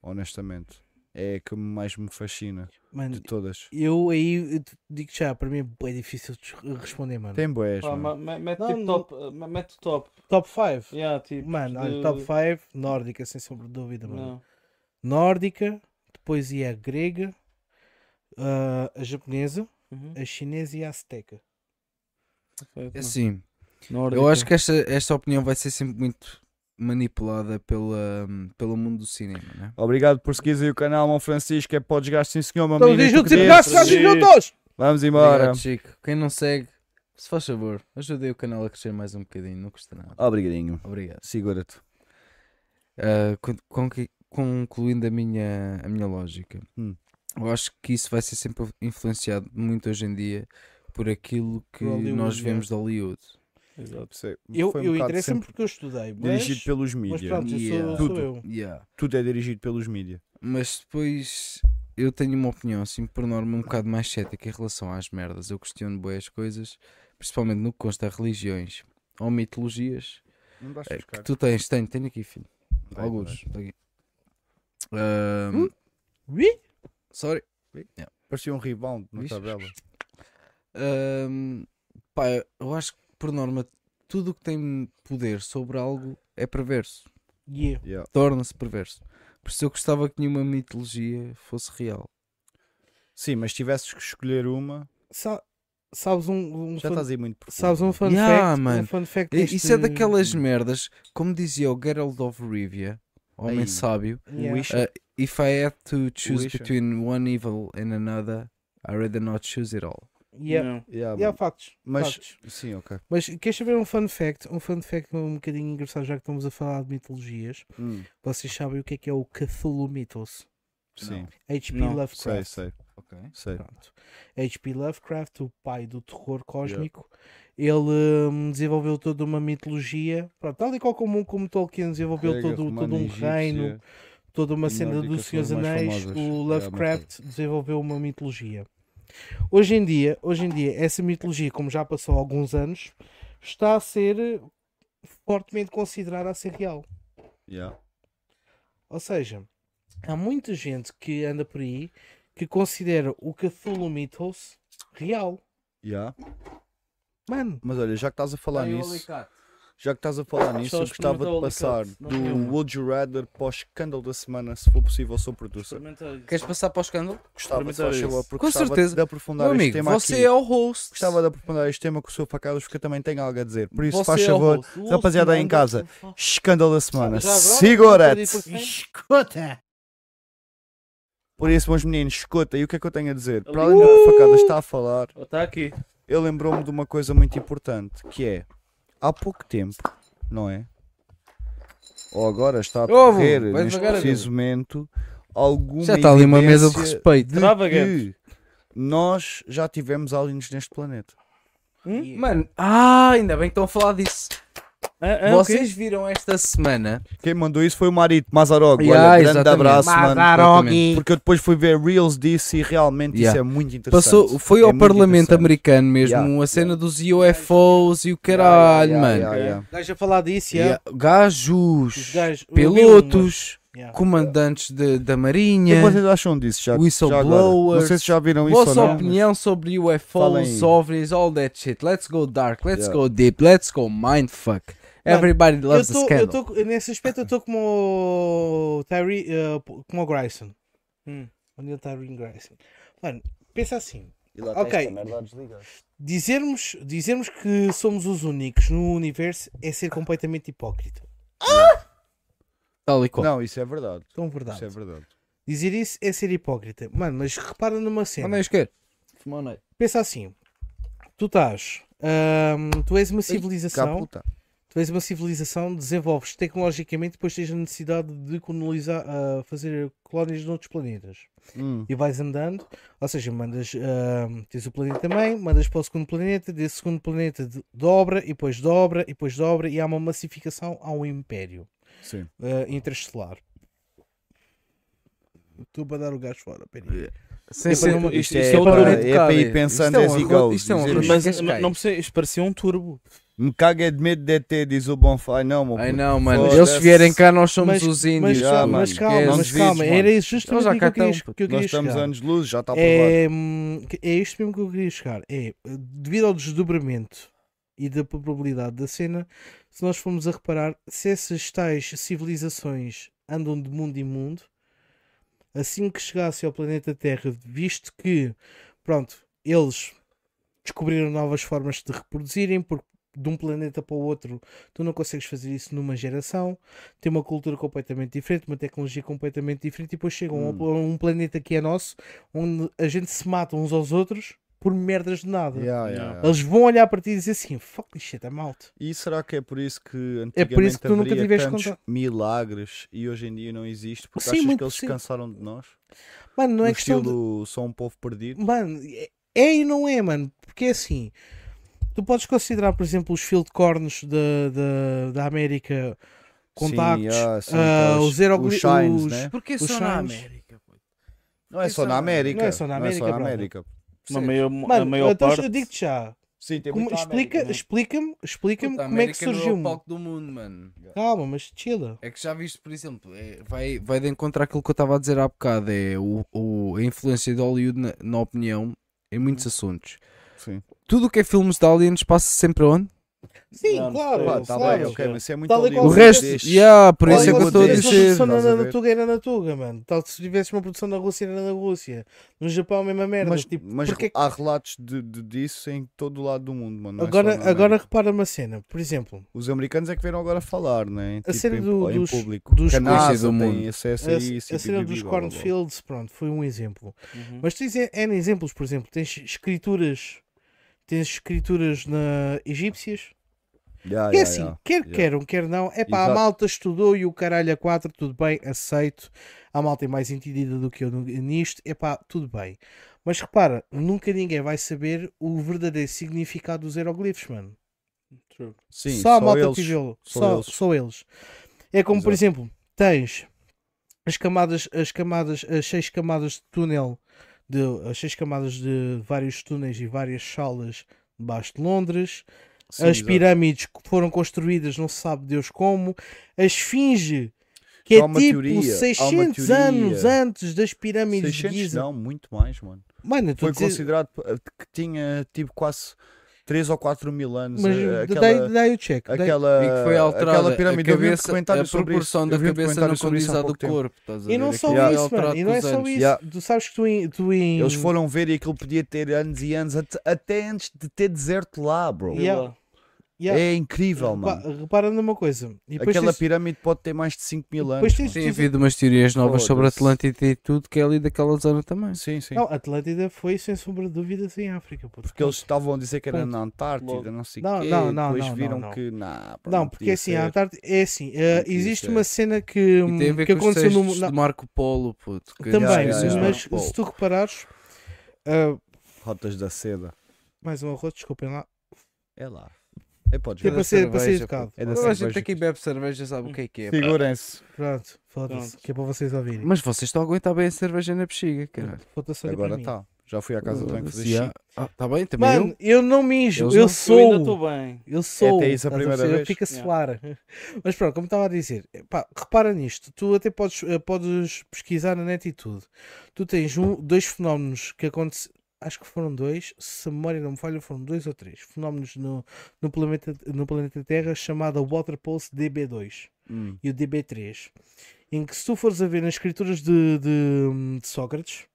Speaker 1: Honestamente. É a que mais me fascina de
Speaker 4: Mano,
Speaker 1: todas.
Speaker 4: eu aí eu te digo já, para mim é bem difícil de responder, mano.
Speaker 1: Tem boés,
Speaker 5: Pá,
Speaker 1: mano.
Speaker 5: ma- ma- Mete
Speaker 4: Não,
Speaker 5: tipo
Speaker 4: não.
Speaker 5: top. eh, ma- Mete top.
Speaker 4: Top
Speaker 1: É,
Speaker 4: 5.
Speaker 5: Yeah, tipo.
Speaker 4: Mano, olha,
Speaker 5: de-
Speaker 4: top 5, nórdica, sem sombra de dúvida, mano.
Speaker 5: Não. tá
Speaker 4: Nórdica, depois ia a grega, ah, a japonesa,
Speaker 5: Uhum.
Speaker 4: a chinesa e a azteca.
Speaker 3: É assim, eu
Speaker 4: é.
Speaker 3: acho que esta, esta opinião vai ser sempre muito manipulada pela, pelo mundo do cinema, né?
Speaker 1: Obrigado por seguires aí o canal, Mão Francisco. É para desgaste, sim senhor, meu
Speaker 4: Então
Speaker 1: menino.
Speaker 4: diz o que
Speaker 1: querido.
Speaker 4: gastos, gastos minutos!
Speaker 1: Vamos embora.
Speaker 3: Obrigado, Chico. Quem não segue, se faz favor, ajudei o canal a crescer mais um bocadinho, não custa nada.
Speaker 1: Obrigadinho.
Speaker 3: Obrigado.
Speaker 1: Segura-te.
Speaker 3: Ah, con- con- que- concluindo a minha, a minha lógica,
Speaker 1: Hum.
Speaker 3: eu acho que isso vai ser sempre influenciado muito hoje em dia por aquilo que
Speaker 4: Por Hollywood,
Speaker 3: nós
Speaker 4: né?
Speaker 3: vemos de Hollywood.
Speaker 5: Exato.
Speaker 1: Sei,
Speaker 4: Eu,
Speaker 1: foi um
Speaker 4: eu
Speaker 1: bocado
Speaker 4: interesso-me
Speaker 1: sempre
Speaker 4: porque eu estudei. Mas,
Speaker 1: dirigido pelos
Speaker 4: mas
Speaker 1: mídias.
Speaker 4: pronto, eu sou-
Speaker 3: Yeah.
Speaker 4: sou,
Speaker 1: Tudo.
Speaker 4: eu.
Speaker 3: Yeah.
Speaker 1: Tudo é dirigido pelos mídias.
Speaker 3: Mas depois eu tenho uma opinião, assim, por norma, um bocado mais cética em relação às merdas. Eu questiono bem as coisas, principalmente no que consta a religiões ou mitologias.
Speaker 1: Não é? vais
Speaker 3: É, que tu tens, tenho, tenho aqui, filho.
Speaker 1: Vai, Hum?
Speaker 3: Alguns. tá aqui. Ah,
Speaker 4: Ui?
Speaker 3: Sorry.
Speaker 1: Parecia um rebound na
Speaker 3: Viste?
Speaker 1: tabela.
Speaker 3: Ahm, pá, eu acho que por norma tudo o que tem poder sobre algo é perverso,
Speaker 4: Yeah.
Speaker 1: Yeah.
Speaker 3: torna-se perverso. Por isso eu gostava que nenhuma mitologia fosse real.
Speaker 1: Sim, mas se tivesses que escolher uma,
Speaker 4: Sa- sabes um, um
Speaker 1: já tá
Speaker 4: fun-
Speaker 1: estás aí muito profundo.
Speaker 4: Sabes um fun
Speaker 3: Yeah,
Speaker 4: fact?
Speaker 3: Ah, mano.
Speaker 4: Um fun fact
Speaker 3: E-
Speaker 4: deste-
Speaker 3: Isso é daquelas merdas, como dizia o Geralt of Rivia, homem
Speaker 1: Ei.
Speaker 3: sábio,
Speaker 4: Yeah.
Speaker 1: Wish-
Speaker 3: if I had to choose
Speaker 1: Wisher.
Speaker 3: between one evil and another, I'd rather not choose it all.
Speaker 4: Yeah.
Speaker 5: Não.
Speaker 1: Yeah,
Speaker 4: Yeah,
Speaker 1: mano.
Speaker 4: factos.
Speaker 1: Mas-
Speaker 4: factos.
Speaker 1: Sim, ok.
Speaker 4: Mas queres saber um fun fact? Um fun fact um bocadinho engraçado, já que estamos a falar de mitologias.
Speaker 1: Hum,
Speaker 4: Vocês sabem o que é que é o Cthulhu Mythos?
Speaker 1: sim,
Speaker 4: H.P.
Speaker 5: Não,
Speaker 1: sei,
Speaker 4: Lovecraft.
Speaker 1: sei,
Speaker 3: Ok.
Speaker 1: sei.
Speaker 4: Pronto. H.P. Lovecraft, o pai do terror cósmico, ele hum, desenvolveu toda uma mitologia, pronto, tal e qual como, como Tolkien desenvolveu
Speaker 1: Grega,
Speaker 4: todo, todo
Speaker 1: romana,
Speaker 4: um
Speaker 1: egípcia.
Speaker 4: reino, toda uma cena
Speaker 1: nórdica
Speaker 4: do
Speaker 1: são
Speaker 4: Senhor dos
Speaker 1: as mais
Speaker 4: Anéis,
Speaker 1: famosas.
Speaker 4: o
Speaker 1: É,
Speaker 4: Lovecraft desenvolveu uma mitologia. Hoje em dia, hoje em dia, essa mitologia, como já passou há alguns anos, está a ser fortemente considerada a ser real.
Speaker 1: Yeah.
Speaker 4: Ou seja, há muita gente que anda por aí que considera o Cthulhu Mythos real.
Speaker 1: Yeah.
Speaker 4: Mano,
Speaker 1: Mas olha, já que estás a falar nisso, já que estás a falar nisso, eu gostava de passar
Speaker 5: um-
Speaker 1: do Would You Rather para o escândalo da semana, se for possível, sou producer.
Speaker 5: Experimentei.
Speaker 3: Queres passar para o escândalo?
Speaker 1: Gostava, se
Speaker 5: experimentar
Speaker 1: faz favor,
Speaker 5: isso.
Speaker 1: porque
Speaker 3: Com
Speaker 1: gostava
Speaker 3: certeza.
Speaker 1: de aprofundar
Speaker 3: Meu
Speaker 1: este
Speaker 3: amigo,
Speaker 1: tema
Speaker 3: você
Speaker 1: aqui.
Speaker 3: é o host.
Speaker 1: Gostava de aprofundar este tema com o seu facadas, porque eu também tenho algo a dizer. Por isso,
Speaker 3: Você
Speaker 1: faz
Speaker 3: é o
Speaker 1: favor,
Speaker 3: host. O host
Speaker 1: rapaziada aí em
Speaker 3: manda,
Speaker 1: casa,
Speaker 3: por
Speaker 1: escândalo da semana.
Speaker 4: Já agora,
Speaker 1: Segura-te!
Speaker 4: eu perdi por cem.
Speaker 1: Por isso, meus meninos, escuta, e o que é que eu tenho a dizer? Para além do que o facadas está a falar,
Speaker 5: Oh, Está aqui.
Speaker 1: eu lembrou-me de uma coisa muito importante, que é há pouco tempo, não é? Ou agora está a
Speaker 3: Ovo,
Speaker 1: correr
Speaker 3: vai
Speaker 1: neste
Speaker 3: devagar,
Speaker 1: preciso momento alguma
Speaker 3: Já está ali uma mesa de
Speaker 1: evidência
Speaker 3: respeito.
Speaker 5: Trava, Guedes.
Speaker 1: que nós já tivemos aliens neste planeta.
Speaker 3: Mano, ah, ainda bem que estão a falar disso.
Speaker 5: Ah, ah, o quê?
Speaker 3: Vocês viram esta semana?
Speaker 1: Quem mandou isso foi o Marito Mazarog.
Speaker 3: Yeah,
Speaker 1: Olha, grande
Speaker 3: exatamente.
Speaker 1: abraço, mano.
Speaker 3: Exatamente.
Speaker 1: Porque eu depois fui ver Reels disso e realmente isso
Speaker 3: Yeah.
Speaker 1: é muito interessante.
Speaker 3: Passou, foi
Speaker 1: É
Speaker 3: ao
Speaker 1: muito
Speaker 3: Parlamento
Speaker 1: interessante.
Speaker 3: americano mesmo,
Speaker 1: Yeah,
Speaker 3: a cena dos UFOs e o caralho,
Speaker 1: Yeah,
Speaker 3: mano.
Speaker 1: yeah, yeah.
Speaker 4: gajo a falar disso, yeah.
Speaker 3: Yeah, Gajos,
Speaker 4: Os gajos- eu vi um,
Speaker 3: pilotos,
Speaker 4: yeah.
Speaker 3: comandantes de- da
Speaker 1: O que
Speaker 3: Marinha.
Speaker 1: vocês acham disso? Já, já agora?
Speaker 3: Whistleblowers.
Speaker 1: Não sei se já viram isso ou
Speaker 3: Vossa
Speaker 1: não.
Speaker 3: opinião sobre UFOs,
Speaker 1: Falem.
Speaker 3: OVNIs, all that shit. Let's go dark, let's
Speaker 1: Yeah.
Speaker 3: go deep, let's go mindfuck. Everybody
Speaker 4: Eu
Speaker 3: loves the
Speaker 4: tô, eu
Speaker 3: scandal.
Speaker 4: tô, co- nesse aspecto eu estou como o Tyree, eh, p- como o Grayson.
Speaker 5: Hum.
Speaker 4: O Neil Tyree Grayson. Mano, pensa assim.
Speaker 1: E lá
Speaker 4: Ok.
Speaker 1: esta merda a desligar.
Speaker 4: Dizermos, dizermos que somos os únicos no universo é ser completamente hipócrita.
Speaker 3: Tal e qual.
Speaker 1: Não, isso é verdade.
Speaker 4: Então, verdade.
Speaker 1: Isso é verdade.
Speaker 4: Dizer isso é ser hipócrita. Mano, mas repara numa cena.
Speaker 3: Onde é esquerdo? Fumou, não é?
Speaker 4: Pensa assim. Tu estás. ahm, tu és uma
Speaker 1: Cá,
Speaker 4: civilização.
Speaker 1: puta.
Speaker 4: Tu és uma civilização, desenvolves tecnologicamente, depois tens a necessidade de colonizar, ah, fazer colónias noutros planetas.
Speaker 1: Hum.
Speaker 4: E vais andando, ou seja, mandas, ahm, tens o planeta também, mandas para o segundo planeta, desse segundo planeta de- dobra, e depois dobra, e depois dobra, e há uma massificação, há um império
Speaker 1: Sim.
Speaker 4: ah, interestelar. Estou para dar o gás fora, peraí.
Speaker 3: Sem ser uma-
Speaker 1: Isto
Speaker 5: é
Speaker 1: é,
Speaker 5: para-
Speaker 1: para,
Speaker 3: é
Speaker 1: é
Speaker 3: para
Speaker 1: para
Speaker 3: ir
Speaker 1: ir pensando
Speaker 3: Isto é um
Speaker 1: as he
Speaker 3: arroz-
Speaker 1: goes,
Speaker 3: isto é um
Speaker 1: dizer
Speaker 3: arroz-
Speaker 5: Mas
Speaker 3: Esquece
Speaker 5: mas
Speaker 3: cá.
Speaker 5: não percebo, isto parecia um turbo.
Speaker 1: Me caga é de medo de ET, diz o Bonfai. Não, meu
Speaker 3: Ai
Speaker 1: puto,
Speaker 3: não, mano.
Speaker 1: foda-se.
Speaker 3: Eles se vierem cá, nós somos
Speaker 4: Mas-
Speaker 3: os índios. Ah,
Speaker 4: Mas,
Speaker 1: Já,
Speaker 4: calma,
Speaker 1: mano, esquece.
Speaker 4: mas calma, mas calma,
Speaker 1: Não
Speaker 4: era
Speaker 1: devises,
Speaker 4: justamente
Speaker 3: é mano.
Speaker 4: o que eu queria,
Speaker 3: Nós
Speaker 4: que eu
Speaker 1: Nós
Speaker 4: queria
Speaker 1: estamos
Speaker 4: chegar.
Speaker 1: anos luz, já está provado.
Speaker 4: é, hum, que- é isto mesmo que eu queria chegar. É, devido ao desdobramento e da probabilidade da cena, se nós formos a reparar, se essas tais civilizações andam de mundo em mundo, assim que chegassem ao planeta Terra, visto que, pronto, eles descobriram novas formas de reproduzirem, porque de um planeta para o outro tu não consegues fazer isso numa geração. Tem uma cultura completamente diferente, uma tecnologia completamente diferente, e depois chegam
Speaker 1: Hum.
Speaker 4: a um- a um planeta que é nosso, onde a gente se mata uns aos outros por merdas de nada.
Speaker 1: Yeah, yeah, yeah.
Speaker 4: Eles vão olhar para ti e dizer assim: fuck this shit, I'm out.
Speaker 1: E será que é por isso que antigamente
Speaker 4: É por isso que tu nunca
Speaker 1: haveria
Speaker 4: tiveste
Speaker 1: tantos
Speaker 4: contato.
Speaker 1: milagres e hoje em dia não existe? Porque
Speaker 4: Sim,
Speaker 1: achas
Speaker 4: muito
Speaker 1: que eles
Speaker 4: possível.
Speaker 1: cansaram de nós?
Speaker 4: Mano, não é
Speaker 1: No
Speaker 4: questão de.
Speaker 1: estilo só um povo perdido?
Speaker 4: Mano, é- é e não é, mano. Porque é assim. Tu podes considerar, por exemplo, os field corns da- da- da América contactos,
Speaker 1: yeah, são
Speaker 4: ah,
Speaker 1: aqueles-
Speaker 4: os zero
Speaker 1: os shines,
Speaker 4: os-
Speaker 1: né?
Speaker 3: Porquê
Speaker 4: os
Speaker 3: só na
Speaker 4: shines.
Speaker 3: América? puto?
Speaker 1: Não é
Speaker 3: Isso
Speaker 1: só na
Speaker 3: não-
Speaker 1: América.
Speaker 4: não é só na América, brother.
Speaker 1: América.
Speaker 5: Uma maior, a
Speaker 4: Mano,
Speaker 5: maior
Speaker 4: então
Speaker 5: parte.
Speaker 4: eu digo-te já.
Speaker 1: Sim, tem é
Speaker 4: Como-
Speaker 1: muito na
Speaker 4: explica,
Speaker 1: América, né?
Speaker 4: explica-me, explica-me
Speaker 3: Puta, a
Speaker 4: como é que
Speaker 3: América não
Speaker 4: surgiu.
Speaker 3: é o palco do mundo, mano.
Speaker 4: Calma, mas chila.
Speaker 3: É que já viste, por exemplo, é- vai, vai de encontrar aquilo que eu estava a dizer há bocado, é o, o- a influência de Hollywood na, na opinião em muitos assuntos.
Speaker 1: não é? Sim.
Speaker 3: Tudo o que é filmes de aliens passa sempre onde?
Speaker 4: Sim,
Speaker 5: Não,
Speaker 4: claro.
Speaker 1: Pá,
Speaker 5: Pá,
Speaker 1: tá
Speaker 4: claro.
Speaker 1: bem, ok, mas isso é muito
Speaker 4: Tal e
Speaker 1: Hollywood.
Speaker 4: qual
Speaker 3: O
Speaker 4: Olha,
Speaker 3: resto,
Speaker 1: Deixa-
Speaker 3: yeah, por isso é
Speaker 1: olha,
Speaker 3: que eu
Speaker 1: vou
Speaker 3: estou a
Speaker 1: dizer,
Speaker 4: Eles
Speaker 3: dizer.
Speaker 4: produção na,
Speaker 1: estás a
Speaker 4: na
Speaker 1: ver?
Speaker 4: Tuga era na Tuga, mano. Tal, se tivesse uma produção na Rússia era na Rússia. No Japão a mesma merda.
Speaker 1: Mas,
Speaker 4: tipo,
Speaker 1: mas
Speaker 4: porque é que-
Speaker 1: há relatos de, de- disso em todo o lado do mundo, mano. não é só
Speaker 4: agora,
Speaker 1: na
Speaker 4: agora
Speaker 1: América.
Speaker 4: repara uma cena. Por exemplo,
Speaker 1: Os americanos é que vieram agora falar, né?
Speaker 4: A cena
Speaker 1: em-
Speaker 4: do-
Speaker 1: em
Speaker 4: dos-
Speaker 1: público.
Speaker 4: dos
Speaker 1: Que a NASA
Speaker 3: coisas do
Speaker 1: tem
Speaker 3: mundo.
Speaker 1: acesso
Speaker 4: a,
Speaker 1: a
Speaker 4: a
Speaker 1: isso. e
Speaker 4: cena
Speaker 1: bibi,
Speaker 4: dos
Speaker 1: blá, blá, blá.
Speaker 4: cornfields, pronto, foi um exemplo.
Speaker 5: Uhum.
Speaker 4: Mas tens é, N exemplos, por exemplo, tens escrituras, tens escrituras na egípcias.
Speaker 1: Yeah,
Speaker 4: Que é
Speaker 1: Ah, yeah,
Speaker 4: assim,
Speaker 1: yeah.
Speaker 4: quer
Speaker 1: yeah.
Speaker 4: queiram, quer não, é pá, a
Speaker 1: Exato.
Speaker 4: malta estudou e o caralho a 4, tudo bem, aceito. A malta é mais entendida do que eu no- nisto, é pá, tudo bem. Mas repara, nunca ninguém vai saber o verdadeiro significado dos hieroglifos, mano.
Speaker 1: Sim,
Speaker 4: só a malta
Speaker 1: eles.
Speaker 4: tijolo,
Speaker 1: só
Speaker 4: só,
Speaker 1: eles.
Speaker 4: só eles. É como, por
Speaker 1: Exato.
Speaker 4: exemplo, tens as camadas, as camadas, as seis camadas de túnel, de, as seis camadas de vários túneis e várias salas debaixo de Londres
Speaker 1: Sim,
Speaker 4: as
Speaker 1: exato.
Speaker 4: pirâmides que foram construídas, não se sabe Deus como, a esfinge, que
Speaker 1: Há
Speaker 4: é
Speaker 1: uma
Speaker 4: tipo
Speaker 1: teoria, há uma
Speaker 4: 600
Speaker 1: teoria.
Speaker 4: anos antes das pirâmides de
Speaker 1: 600
Speaker 4: Giza.
Speaker 1: não, muito mais, mano.
Speaker 4: Mano, eu tô
Speaker 1: Foi
Speaker 4: a dizer-
Speaker 1: considerado eh, que tinha tipo quase 3 ou 4 mil anos.
Speaker 4: mas
Speaker 1: eh,
Speaker 4: dai,
Speaker 1: aquela,
Speaker 4: dai o check. dai-
Speaker 1: aquela,
Speaker 3: E que foi alterada
Speaker 1: aquela pirâmide.
Speaker 3: a,
Speaker 1: Eu vi um
Speaker 3: cabeça,
Speaker 1: documentário
Speaker 3: a
Speaker 1: sobre
Speaker 3: proporção
Speaker 1: isso,
Speaker 3: da
Speaker 1: eu vi um
Speaker 3: cabeça não
Speaker 1: documentário sobre
Speaker 3: condiz
Speaker 1: isso há
Speaker 3: à do
Speaker 1: pouco tempo.
Speaker 3: corpo. estás a
Speaker 4: E não
Speaker 3: ver?
Speaker 4: só
Speaker 3: Aquilo é
Speaker 4: isso, mano.
Speaker 3: alterado
Speaker 4: E não é
Speaker 3: com os
Speaker 4: só
Speaker 3: anos.
Speaker 4: isso.
Speaker 1: Yeah.
Speaker 4: Tu sabes que tu em. Tu em...
Speaker 1: Eles foram ver e aquilo podia ter anos e anos, at- até antes de ter deserto lá, bro.
Speaker 4: Yeah. Yeah.
Speaker 1: É incrível,
Speaker 4: Repa-
Speaker 1: é mano.
Speaker 4: Repara numa coisa. E depois
Speaker 1: Aquela
Speaker 4: tens-
Speaker 1: pirâmide pode ter mais de 5 mil anos.
Speaker 4: depois tens-
Speaker 3: Tem havido umas teorias novas sobre
Speaker 1: Foda-se.
Speaker 3: Atlântida e tudo que é ali daquela zona também.
Speaker 1: mano. Sim, sim.
Speaker 4: Não, Atlântida foi sem sombra de dúvidas em África. puto.
Speaker 1: Porque eles estavam a dizer que era
Speaker 4: Ponto.
Speaker 1: na Antártida, não sei o
Speaker 4: Não,
Speaker 1: quê.
Speaker 4: não, não,
Speaker 1: depois
Speaker 4: não,
Speaker 1: viram
Speaker 4: não, não.
Speaker 1: que. Nah, bro,
Speaker 4: Não,
Speaker 1: não
Speaker 4: porque
Speaker 1: podia
Speaker 4: assim, a
Speaker 1: ser.
Speaker 4: Antártida é assim. eh,
Speaker 1: podia
Speaker 4: existe
Speaker 1: ser.
Speaker 4: uma cena que, hum,
Speaker 3: E tem a ver
Speaker 4: que
Speaker 3: com os
Speaker 4: aconteceu no.
Speaker 3: textos
Speaker 4: na-
Speaker 3: de Marco Polo, puto. que-
Speaker 4: Também,
Speaker 1: Yeah, yeah, yeah.
Speaker 4: mas
Speaker 1: Marco
Speaker 4: se tu reparares, ah,
Speaker 1: Rotas da seda.
Speaker 4: mais um arroz, desculpem lá.
Speaker 1: É lá. É, podes
Speaker 4: Que é
Speaker 1: ver.
Speaker 4: para ser, para ser
Speaker 3: cerveja,
Speaker 4: educado.
Speaker 1: É da
Speaker 3: Toda a gente
Speaker 1: cerveja.
Speaker 3: aqui bebe cerveja sabe o que é que é. pá.
Speaker 1: Figurem-se.
Speaker 4: Pronto, foda-se, que é para vocês ouvirem.
Speaker 3: Mas vocês estão a aguentar bem a cerveja na bexiga, caralho.
Speaker 4: Foda-se olha para
Speaker 1: Agora tá.
Speaker 4: mim.
Speaker 1: está. Já fui à casa do banco fazer
Speaker 3: Se há-
Speaker 1: xixi.
Speaker 3: Ah, tá bem, também
Speaker 4: Mano,
Speaker 3: eu.
Speaker 4: eu não mijo,
Speaker 3: Eles
Speaker 4: eu
Speaker 3: não-
Speaker 4: sou.
Speaker 5: Eu ainda estou bem.
Speaker 4: Eu sou.
Speaker 1: É até isso a
Speaker 4: estás
Speaker 1: primeira
Speaker 4: perceber?
Speaker 1: vez.
Speaker 4: Eu fico a suar. Mas pronto, como estava a dizer, pá, repara nisto. Tu até podes, eh, podes pesquisar na net e tudo. Tu tens um, dois fenómenos que aconteceram. Acho que foram dois, se a memória não me falha, foram dois ou três fenómenos no, no, planeta, no planeta Terra chamada Water Pulse DB2
Speaker 1: Hum.
Speaker 4: e o DB3. Em que, se tu fores a ver nas escrituras de, de- de Sócrates,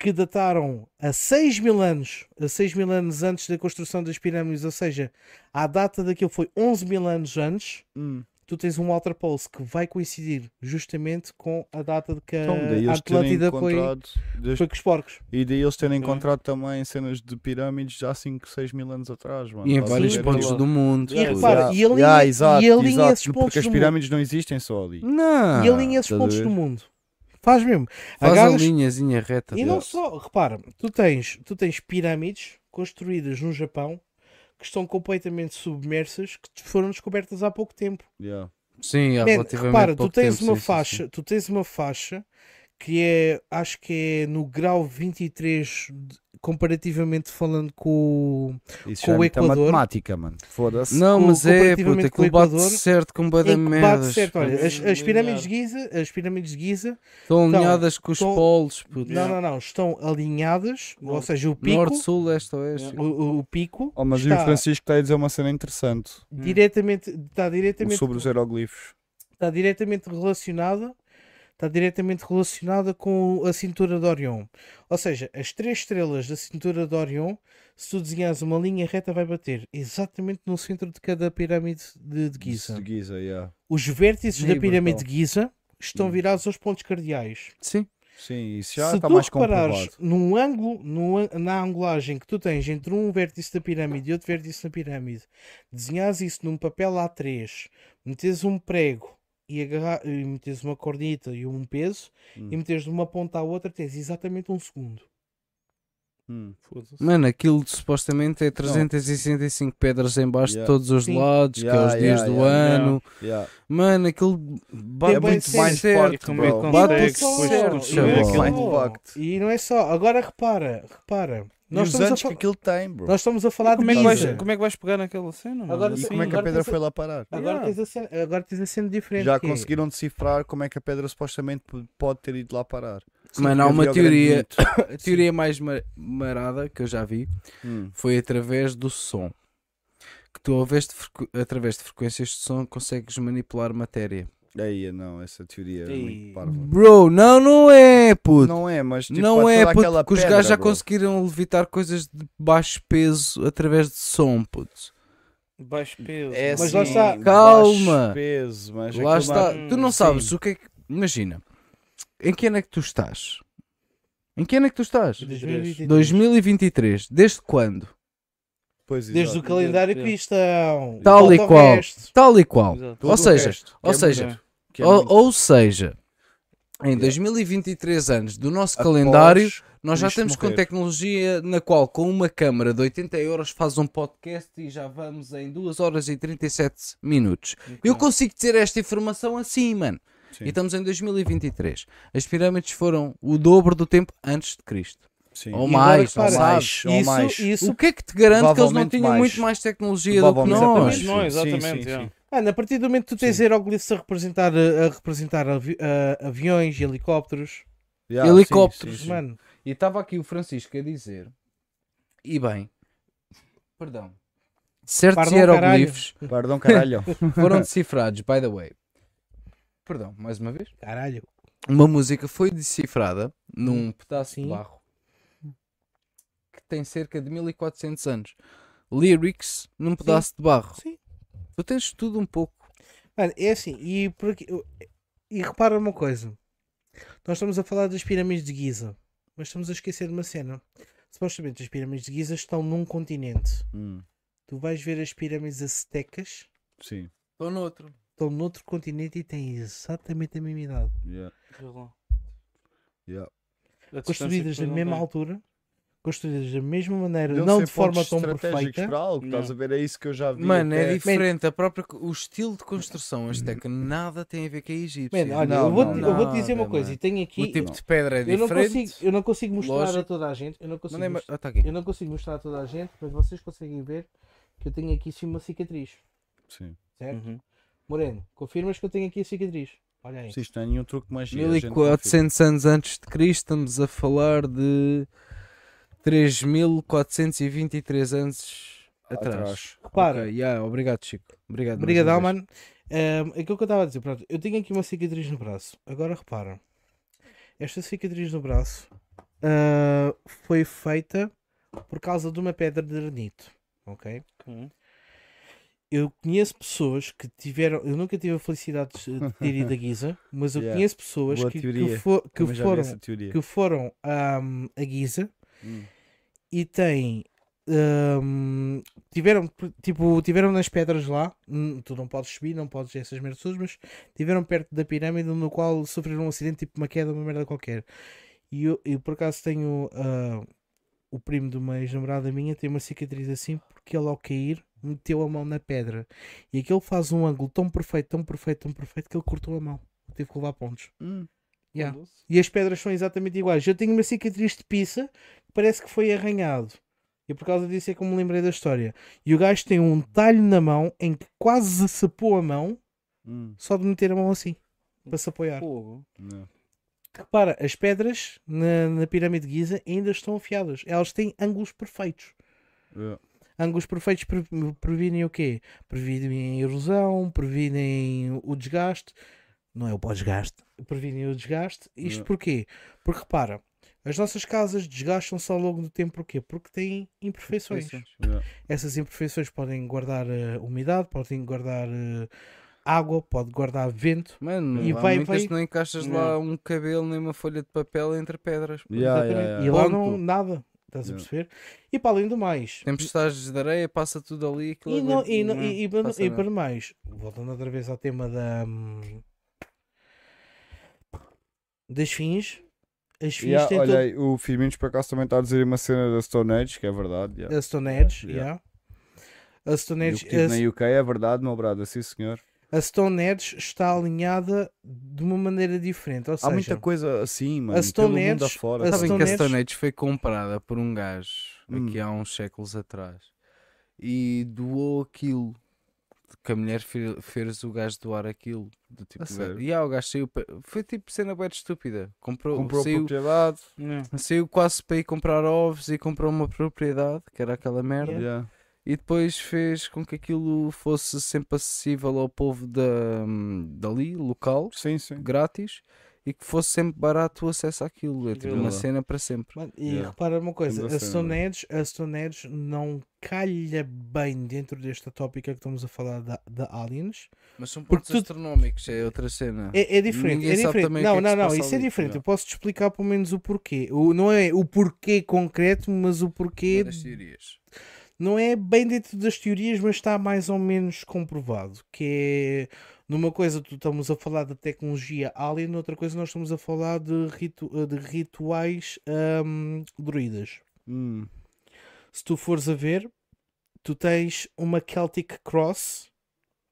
Speaker 4: que dataram a 6 mil anos, a 6 mil anos antes da construção das pirâmides, ou seja, a data daquilo foi 11 mil anos antes,
Speaker 1: Hum.
Speaker 4: tu tens um Walter Pulse que vai coincidir justamente com a data de que
Speaker 1: Então, daí
Speaker 4: a
Speaker 1: eles terem
Speaker 4: Atlântida foi,
Speaker 1: encontrado. desde-
Speaker 4: foi com os porcos.
Speaker 1: E daí eles terem
Speaker 5: Ok.
Speaker 1: encontrado também cenas de pirâmides já há 5, 6 mil anos atrás, mano.
Speaker 3: E em
Speaker 1: Estás a
Speaker 3: vários
Speaker 1: ver? Tipo,
Speaker 3: pontos do mundo.
Speaker 4: E
Speaker 3: puto.
Speaker 4: repara, e ali-
Speaker 1: Yeah, exato,
Speaker 4: e ali
Speaker 1: exato.
Speaker 4: esses pontos
Speaker 1: Porque as
Speaker 4: do Hum.
Speaker 1: pirâmides não existem só ali.
Speaker 3: Não.
Speaker 4: e alinha esses
Speaker 1: Ah, estás a
Speaker 4: pontos
Speaker 1: ver?
Speaker 4: do mundo. Faz mesmo.
Speaker 3: Faz a
Speaker 4: Agarras-
Speaker 3: linhazinha reta.
Speaker 4: E não
Speaker 3: dele.
Speaker 4: só, repara, tu tens, tu tens pirâmides construídas no Japão que estão completamente submersas, que foram descobertas há pouco tempo.
Speaker 1: Yeah.
Speaker 3: Sim, há
Speaker 4: Man,
Speaker 3: relativamente
Speaker 4: repara, tu
Speaker 3: pouco
Speaker 4: tens
Speaker 3: tempo,
Speaker 4: uma
Speaker 3: sim, sim,
Speaker 4: faixa,
Speaker 3: sim.
Speaker 4: tu tens uma faixa que é, acho que é no grau 23, de- comparativamente falando com o-
Speaker 1: Isso já
Speaker 4: Com o
Speaker 1: é muita
Speaker 4: Equador.
Speaker 1: matemática, mano. Foda-se.
Speaker 3: Não,
Speaker 4: com-
Speaker 3: mas é, puta,
Speaker 4: comparativamente com o
Speaker 3: aquilo bate
Speaker 4: Equador,
Speaker 3: certo com bué da
Speaker 4: em que bate
Speaker 3: merdas.
Speaker 4: certo, olha,
Speaker 3: puto.
Speaker 4: as, as pirâmides de Giza, as pirâmides de Giza,
Speaker 3: Estão
Speaker 4: então,
Speaker 3: alinhadas com os
Speaker 4: estão-
Speaker 3: polos, puto.
Speaker 4: não, não, não, estão alinhadas, ou seja, o pico,
Speaker 3: Norte, sul, leste, oeste.
Speaker 4: o, o- o pico
Speaker 1: Oh, mas e o
Speaker 4: está
Speaker 1: Francisco está a dizer uma cena interessante
Speaker 4: diretamente, está diretamente
Speaker 1: sobre os hieroglifos.
Speaker 4: está diretamente relacionada está está diretamente relacionada com a cintura de Orion. Ou seja, as três estrelas da cintura de Orion, se tu desenhares uma linha reta, vai bater exatamente no centro de cada pirâmide de, de Giza.
Speaker 1: De Giza, yeah.
Speaker 4: Os vértices
Speaker 1: Sim,
Speaker 4: da pirâmide
Speaker 1: brutal. Hum.
Speaker 4: de Giza estão virados aos pontos cardeais.
Speaker 3: Sim.
Speaker 1: Sim, isso já
Speaker 4: se
Speaker 1: está
Speaker 4: tu
Speaker 1: mais
Speaker 4: reparares
Speaker 1: comprovado.
Speaker 4: num ângulo, num an- na angulagem que tu tens entre um vértice da pirâmide e outro vértice da pirâmide, desenhares isso num papel A3, metes um prego e, agarra- e metes uma cordita e um peso e metes de uma ponta à outra, tens exatamente um segundo.
Speaker 1: Hum.
Speaker 3: Mano, aquilo supostamente é 365 pedras em baixo de
Speaker 1: Yeah.
Speaker 3: todos os
Speaker 4: Sim.
Speaker 3: lados, que é os
Speaker 1: Yeah,
Speaker 3: dias
Speaker 1: yeah,
Speaker 3: do
Speaker 1: yeah,
Speaker 3: ano.
Speaker 1: yeah.
Speaker 3: Mano, aquilo bate
Speaker 1: É muito
Speaker 3: certo.
Speaker 1: mindfuck,
Speaker 3: certo.
Speaker 1: bro.
Speaker 3: Bate
Speaker 5: é
Speaker 4: Bate
Speaker 3: muito
Speaker 4: só.
Speaker 3: certo,
Speaker 4: E
Speaker 3: chaval.
Speaker 4: não é aquilo-
Speaker 1: Mindfucked.
Speaker 4: E não é só, agora repara, repara,
Speaker 1: E os
Speaker 4: nós estamos, a
Speaker 1: anos
Speaker 4: fa-
Speaker 1: que aquilo tem, bro.
Speaker 4: nós estamos a falar
Speaker 5: Como é,
Speaker 4: de
Speaker 5: que
Speaker 4: Giza.
Speaker 5: vais, como é que vais pegar naquela cena? mano?
Speaker 4: Agora-
Speaker 1: E
Speaker 5: Assim,
Speaker 1: como é que a
Speaker 4: agora
Speaker 1: pedra
Speaker 4: tens a-
Speaker 1: foi lá parar?
Speaker 4: Agora,
Speaker 5: Yeah.
Speaker 4: tens a cena, agora tens a cena diferente.
Speaker 1: Já
Speaker 4: que é-
Speaker 1: conseguiram decifrar como é que a pedra supostamente p- pode ter ido lá parar.
Speaker 3: Mano, há
Speaker 1: Eu
Speaker 3: é uma
Speaker 1: vi o grande
Speaker 3: teoria,
Speaker 1: mito.
Speaker 3: a teoria mais ma- marada que eu já vi
Speaker 1: Hum.
Speaker 3: foi através do som. Que tu, através de, frequ- através de frequências de som, consegues manipular matéria.
Speaker 1: Aí, não, essa teoria é muito
Speaker 4: Ei.
Speaker 1: parva.
Speaker 3: Bro, não, não é, puto.
Speaker 1: Não é, mas tipo,
Speaker 3: não
Speaker 1: há
Speaker 3: é,
Speaker 1: toda
Speaker 3: puto,
Speaker 1: aquela
Speaker 3: porque os
Speaker 1: pedra,
Speaker 3: gajos já
Speaker 1: bro.
Speaker 3: conseguiram levitar coisas de baixo peso através de som, puto.
Speaker 5: Baixo peso. assim,
Speaker 1: É
Speaker 4: Mas
Speaker 1: mas
Speaker 4: lá
Speaker 1: lá
Speaker 4: está-
Speaker 3: Calma.
Speaker 1: Peso, mas
Speaker 3: Lá
Speaker 1: aquilo
Speaker 3: está.
Speaker 1: dá- Hum,
Speaker 3: Tu não sabes o que é que. Imagina, em que ano é que tu estás? Em que ano é que tu estás?
Speaker 4: 2023.
Speaker 3: 2023. Desde quando?
Speaker 1: Pois,
Speaker 4: Desde o
Speaker 1: exato.
Speaker 4: calendário cristão.
Speaker 3: Tal e
Speaker 4: Volta ao
Speaker 3: qual.
Speaker 4: resto.
Speaker 3: Tal e qual.
Speaker 1: Todo
Speaker 3: ou
Speaker 1: o
Speaker 3: seja,
Speaker 1: resto, que
Speaker 3: ou
Speaker 1: é
Speaker 3: seja,
Speaker 1: muito- que é
Speaker 3: ou,
Speaker 1: muito-
Speaker 3: ou seja, em
Speaker 1: Yeah.
Speaker 3: 2023 anos do nosso
Speaker 1: após
Speaker 3: calendário, nós já
Speaker 1: Cristo
Speaker 3: estamos com
Speaker 1: morrer.
Speaker 3: tecnologia na qual, com uma câmara de 80 euros, faz um podcast e já vamos em 2 horas e 37 minutos. Eu consigo dizer esta informação assim, mano.
Speaker 1: Sim.
Speaker 3: E estamos em 2023. As pirâmides foram o dobro do tempo antes de Cristo.
Speaker 1: Sim. Tipo,
Speaker 3: Ou
Speaker 4: E
Speaker 3: mais,
Speaker 4: agora
Speaker 3: ou
Speaker 4: repara,
Speaker 3: mais.
Speaker 1: ou mais.
Speaker 4: Isso, isso.
Speaker 3: O que é que te garante que eles não
Speaker 1: Provavelmente
Speaker 3: tinham
Speaker 1: mais.
Speaker 3: muito mais tecnologia do que nós?
Speaker 1: Provavelmente
Speaker 5: Não,
Speaker 1: mais. Sim,
Speaker 5: exatamente,
Speaker 1: sim,
Speaker 5: yeah.
Speaker 1: sim.
Speaker 4: Mano, a Ah, partir do momento que tu tens hieroglifos a representar, a representar avi- a- aviões e helicópteros,
Speaker 1: Yeah, sim,
Speaker 3: Helicópteros,
Speaker 1: sim, sim.
Speaker 4: mano,
Speaker 3: E estava aqui o Francisco a dizer. E bem, perdão. Certos
Speaker 4: Pardão,
Speaker 3: hieroglifos
Speaker 1: Perdão, caralho.
Speaker 3: foram decifrados, by the way. Perdão, mais uma vez.
Speaker 4: caralho.
Speaker 3: Uma música foi decifrada num Hum, pedaço de
Speaker 4: Sim. Hum.
Speaker 3: barro que tem cerca de 1400 anos. Lyrics num pedaço de barro.
Speaker 4: Sim.
Speaker 3: Tu tens tudo um pouco.
Speaker 4: Mano, é assim, e, por aqui- e repara uma coisa. Nós estamos a falar das pirâmides de Giza, mas estamos a esquecer de uma cena. Supostamente as pirâmides de Giza estão num continente.
Speaker 1: Hum,
Speaker 4: Tu vais ver as pirâmides aztecas,
Speaker 1: Sim.
Speaker 3: Estou noutro.
Speaker 4: estão noutro continente e têm exatamente a mesma idade.
Speaker 1: yeah,
Speaker 5: Vê lá.
Speaker 1: yeah.
Speaker 5: A
Speaker 4: Construídas
Speaker 5: distância
Speaker 4: da
Speaker 5: que
Speaker 4: mesma
Speaker 5: não
Speaker 4: altura, construídas da mesma maneira,
Speaker 1: Deviam
Speaker 4: não
Speaker 1: ser
Speaker 4: de forma
Speaker 1: pontos
Speaker 4: tão
Speaker 1: estratégicos
Speaker 4: perfeita.
Speaker 1: Para algo, estás a ver? É isso que eu já vi.
Speaker 3: Mano, é
Speaker 1: até.
Speaker 3: diferente. A própria, o estilo de construção asteca nada tem a ver com a egípcia.
Speaker 4: Man, Hum. olha,
Speaker 1: Não,
Speaker 4: eu vou,
Speaker 1: não,
Speaker 4: eu vou te dizer
Speaker 3: nada,
Speaker 4: uma coisa,
Speaker 3: mano.
Speaker 4: e tenho aqui.
Speaker 3: O tipo de pedra é
Speaker 4: eu, não
Speaker 3: diferente.
Speaker 4: consigo, eu não consigo mostrar a
Speaker 3: Lógico.
Speaker 4: toda a gente. Eu não consigo,
Speaker 3: Mandei-me-
Speaker 4: mostrar,
Speaker 3: Ah, tá aqui.
Speaker 4: eu não consigo mostrar a toda a gente, mas vocês conseguem ver que eu tenho aqui sim uma cicatriz.
Speaker 1: Sim.
Speaker 5: tem.
Speaker 4: Certo?
Speaker 5: Uhum.
Speaker 4: Moreno, confirmas que eu tenho aqui a cicatriz. Olha aí.
Speaker 1: Sim, Isto não é nenhum truque de magia. a gente confia.
Speaker 3: 1400 anos antes de Cristo, estamos a falar de 3423 anos atrás.
Speaker 1: Atrás.
Speaker 4: Repara.
Speaker 3: Ok, yeah, obrigado, Chico. Obrigado. mais
Speaker 4: Obrigadão,
Speaker 3: uma vez.
Speaker 4: mano. Ahm, aquilo que eu estava a dizer, pronto, eu tenho aqui uma cicatriz no braço. Agora repara, esta cicatriz no braço ah, foi feita por causa de uma pedra de granito, ok?
Speaker 5: Ok.
Speaker 4: Eu conheço pessoas que tiveram, eu nunca tive a felicidade de de ter ido a Giza, mas eu
Speaker 1: Yeah.
Speaker 4: conheço pessoas
Speaker 1: Boa
Speaker 4: que, que,
Speaker 1: teoria.
Speaker 4: fo- que
Speaker 1: Também já vi
Speaker 4: foram
Speaker 1: essa teoria.
Speaker 4: que foram ahm, a Giza
Speaker 1: Hum.
Speaker 4: e têm ahm, tiveram tipo tiveram nas pedras lá hum, tu não podes subir não podes essas merdas todas, mas tiveram perto da pirâmide no qual sofreram um acidente tipo uma queda uma merda qualquer e eu, eu, por acaso tenho ah, o primo de uma ex-namorada minha tem uma cicatriz assim porque ele ao cair meteu a mão na pedra e aquilo faz um ângulo tão perfeito tão perfeito tão perfeito que ele cortou a mão teve que levar pontos
Speaker 1: Hum.
Speaker 4: Yeah. E as pedras são exatamente iguais. Eu tenho uma cicatriz de pizza que parece que foi arranhado. E por causa disso é que eu me lembrei da história. E o gajo tem um talho na mão em que quase sapou a mão
Speaker 1: Hum.
Speaker 4: só de meter a mão assim para se apoiar.
Speaker 5: Fogo.
Speaker 1: Não.
Speaker 4: Repara, as pedras na, na pirâmide de Giza ainda estão afiadas. Elas têm ângulos perfeitos.
Speaker 1: Yeah.
Speaker 4: Ângulos perfeitos pre- previnem o quê? Previnem a erosão, previnem o desgaste. não é o pós-gasto. Previnem o desgaste. Isto porquê? Porque repara, as nossas casas desgastam-se ao longo do tempo porquê? Porque têm imperfeições. Essas imperfeições podem guardar eh, umidade, podem guardar eh, água, pode guardar vento.
Speaker 3: Mano,
Speaker 4: E
Speaker 3: há
Speaker 4: vai-
Speaker 3: muitas
Speaker 4: vai-
Speaker 3: que não encaixas lá um cabelo nem uma folha de papel entre pedras.
Speaker 1: Yeah,
Speaker 4: Exatamente.
Speaker 1: yeah, yeah.
Speaker 4: E lá não
Speaker 3: Ponto.
Speaker 4: nada. Estás a
Speaker 1: Yeah.
Speaker 4: perceber? E para além do mais,
Speaker 3: Tempestades de areia, passa tudo ali. aquilo
Speaker 4: E, não,
Speaker 3: aguenta-
Speaker 4: e, não,
Speaker 3: Hum,
Speaker 4: e, e, para,
Speaker 3: passa
Speaker 4: e
Speaker 3: nada.
Speaker 4: para mais, voltando outra vez ao tema da, hum, das fins, as fins
Speaker 1: Yeah,
Speaker 4: têm
Speaker 1: olha, aí, o Firmino por acaso também está a dizer uma cena da Stone Age, que é verdade. yeah.
Speaker 4: todo, a Stone Edge,
Speaker 1: Yeah.
Speaker 4: yeah. a,
Speaker 1: E
Speaker 4: Stone
Speaker 1: o
Speaker 4: Edge
Speaker 1: que tive na UK é verdade, meu brado, sim senhor.
Speaker 4: a, a Stone Edge está alinhada de uma maneira diferente, ou
Speaker 1: Há muita
Speaker 4: seja,
Speaker 1: coisa assim, mano,
Speaker 4: Stone
Speaker 1: pelo mundo
Speaker 4: Age-
Speaker 1: afora.
Speaker 4: a
Speaker 1: tá bem?
Speaker 3: Sabem que a
Speaker 4: Stone
Speaker 3: Stone Age foi comprada por um gajo
Speaker 1: Hum.
Speaker 3: aqui há uns séculos atrás e doou aquilo que a mulher fe- fez o gajo doar aquilo. Do tipo,
Speaker 1: A
Speaker 3: o
Speaker 1: sério?
Speaker 3: gajo, e ah, o gajo saiu. pa- Foi tipo cena bem estúpida. Comprou,
Speaker 1: Comprou o
Speaker 3: saiu,
Speaker 1: propriedade.
Speaker 3: saiu quase para ir comprar ovos e comprou uma propriedade, que era aquela merda,
Speaker 1: Yeah.
Speaker 3: e depois fez com que aquilo fosse sempre acessível ao povo da, hum, dali, local,
Speaker 1: Sim, sim.
Speaker 3: grátis, e que fosse sempre barato o acesso àquilo. É tipo uma
Speaker 1: Verdade.
Speaker 3: cena para sempre.
Speaker 4: mano, e
Speaker 1: Yeah.
Speaker 4: repara uma coisa,
Speaker 1: Ainda
Speaker 4: a
Speaker 1: sei,
Speaker 4: Stone,
Speaker 1: mano.
Speaker 4: Edge, a Stone Edge não calha bem dentro desta tópica que estamos a falar da, da Aliens,
Speaker 3: Mas são
Speaker 4: Porque
Speaker 3: pontos
Speaker 4: tu-
Speaker 3: astronómicos, é outra cena.
Speaker 4: É, é diferente,
Speaker 3: Ninguém
Speaker 4: é
Speaker 3: sabe
Speaker 4: diferente.
Speaker 3: também o
Speaker 4: Não,
Speaker 3: que é que
Speaker 4: não,
Speaker 3: se
Speaker 4: não,
Speaker 3: passa
Speaker 4: isso é
Speaker 3: ali,
Speaker 4: diferente.
Speaker 3: não.
Speaker 4: Eu posso te explicar pelo menos o porquê. O, não é o porquê concreto, mas o porquê
Speaker 3: Uma das teorias.
Speaker 4: não é bem dentro das teorias, mas está mais ou menos comprovado. Que é numa coisa tu estamos a falar da tecnologia alien, noutra coisa nós estamos a falar de, ritu- de rituais hum, druidas.
Speaker 1: Hum.
Speaker 4: Se tu fores a ver, tu tens uma Celtic Cross,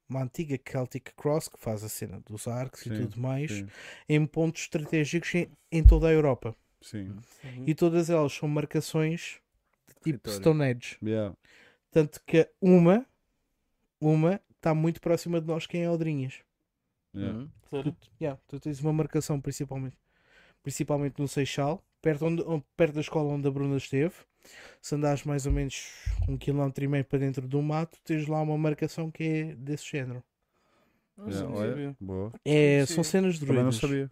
Speaker 4: uma antiga Celtic Cross que faz a cena dos arcos e
Speaker 1: Sim,
Speaker 4: tudo mais
Speaker 1: sim.
Speaker 4: em pontos estratégicos em, em toda a Europa. Uhum.
Speaker 1: Sim.
Speaker 4: E todas elas são marcações de tipo
Speaker 3: Território.
Speaker 4: Stone Age.
Speaker 1: Yeah.
Speaker 4: Tanto que uma, uma está muito próxima de nós, que é Aldrinhas.
Speaker 1: Yeah.
Speaker 3: Uhum.
Speaker 4: Tu, yeah, tu tens uma marcação principalmente, principalmente no Seixal, perto, onde, onde- perto da escola onde a Bruna esteve. Se andares mais ou menos um quilómetro e meio para dentro do mato, tens lá uma marcação que é desse género. Uhum.
Speaker 1: Yeah, olha, Boa.
Speaker 4: É, são cenas de
Speaker 1: Também não sabia.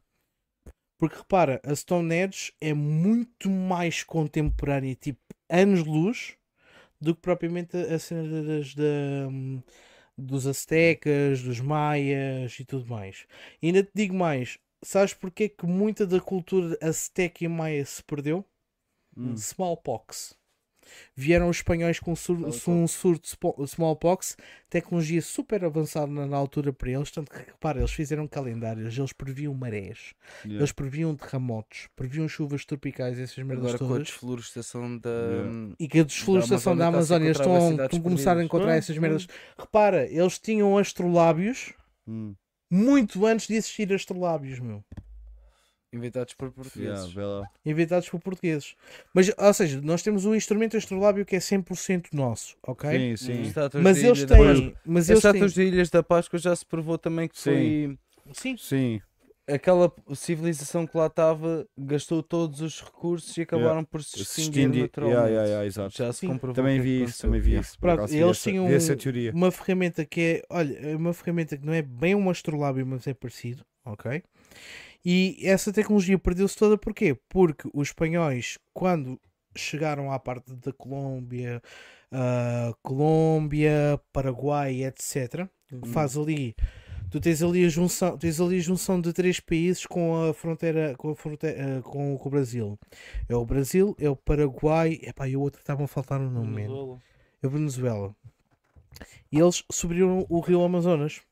Speaker 4: Porque repara, a Stone Edge é muito mais contemporânea, tipo anos-luz, do que propriamente a a cena das, da- hum, dos astecas, dos maias e tudo mais. E ainda te digo mais, sabes porque é que muita da cultura azteca e maia se perdeu? Uhum.
Speaker 1: Hum.
Speaker 4: Smallpox. Vieram os espanhóis com sur-
Speaker 3: Tal e
Speaker 4: um surto de spo- smallpox, tecnologia super avançada na, na altura para eles, tanto que repara, eles fizeram calendários, eles previam marés.
Speaker 1: Yeah.
Speaker 4: Eles previam terremotos, previam chuvas tropicais, essas merdas
Speaker 3: Agora com a
Speaker 4: todas.
Speaker 3: desflorestação da. hum,
Speaker 1: Yeah.
Speaker 4: E que a desflorestação da Amazónia
Speaker 3: Amazónia está a se
Speaker 4: estão,
Speaker 3: encontrar cidades
Speaker 4: estão a começar a
Speaker 3: perdidas.
Speaker 4: encontrar essas merdas. Repara, eles tinham astrolábios
Speaker 1: Hum.
Speaker 4: muito antes de existir astrolábios, meu.
Speaker 3: Inventados por portugueses.
Speaker 1: Yeah, vê lá.
Speaker 4: Inventados por portugueses. Mas, ou seja, nós temos um instrumento astrolábio que é 100% nosso, ok? Uhum.
Speaker 1: Sim, sim.
Speaker 3: Estátuas
Speaker 4: Mas
Speaker 3: da
Speaker 4: eles
Speaker 3: Ilha da Páscoa.
Speaker 4: têm. Mas
Speaker 3: As
Speaker 4: eles
Speaker 3: estátuas
Speaker 4: têm.
Speaker 3: de Ilhas da Páscoa já se provou também que
Speaker 1: Sim.
Speaker 3: foi.
Speaker 4: Sim.
Speaker 1: Sim.
Speaker 3: Aquela civilização que lá estava gastou todos os recursos e acabaram por se extinguir
Speaker 1: Extingue-
Speaker 3: naturalmente.
Speaker 1: Yeah, yeah, yeah, exato.
Speaker 3: Já se
Speaker 4: Sim.
Speaker 3: comprovou.
Speaker 1: Também
Speaker 3: que
Speaker 1: vi isso,
Speaker 3: aconteceu.
Speaker 1: também vi isso. por
Speaker 4: é Pronto,
Speaker 1: acaso, vi
Speaker 4: eles
Speaker 1: essa-
Speaker 4: tinham
Speaker 1: vi essa teoria.
Speaker 4: uma ferramenta que é, olha, é uma ferramenta que não é bem um astrolábio, mas é parecido, ok? E essa tecnologia perdeu-se toda porquê? Porque os espanhóis, quando chegaram à parte da Colômbia, ah, Colômbia, Paraguai, etc., que faz ali, tu tens ali a junção, tens ali a junção de três países com a fronteira, com, a fronteira, ah, com, com o Brasil. É o Brasil, é o Paraguai, epá, e o outro estava a faltar um nome, man
Speaker 5: Uhum.
Speaker 4: a Venezuela. E eles subiram o rio Amazonas.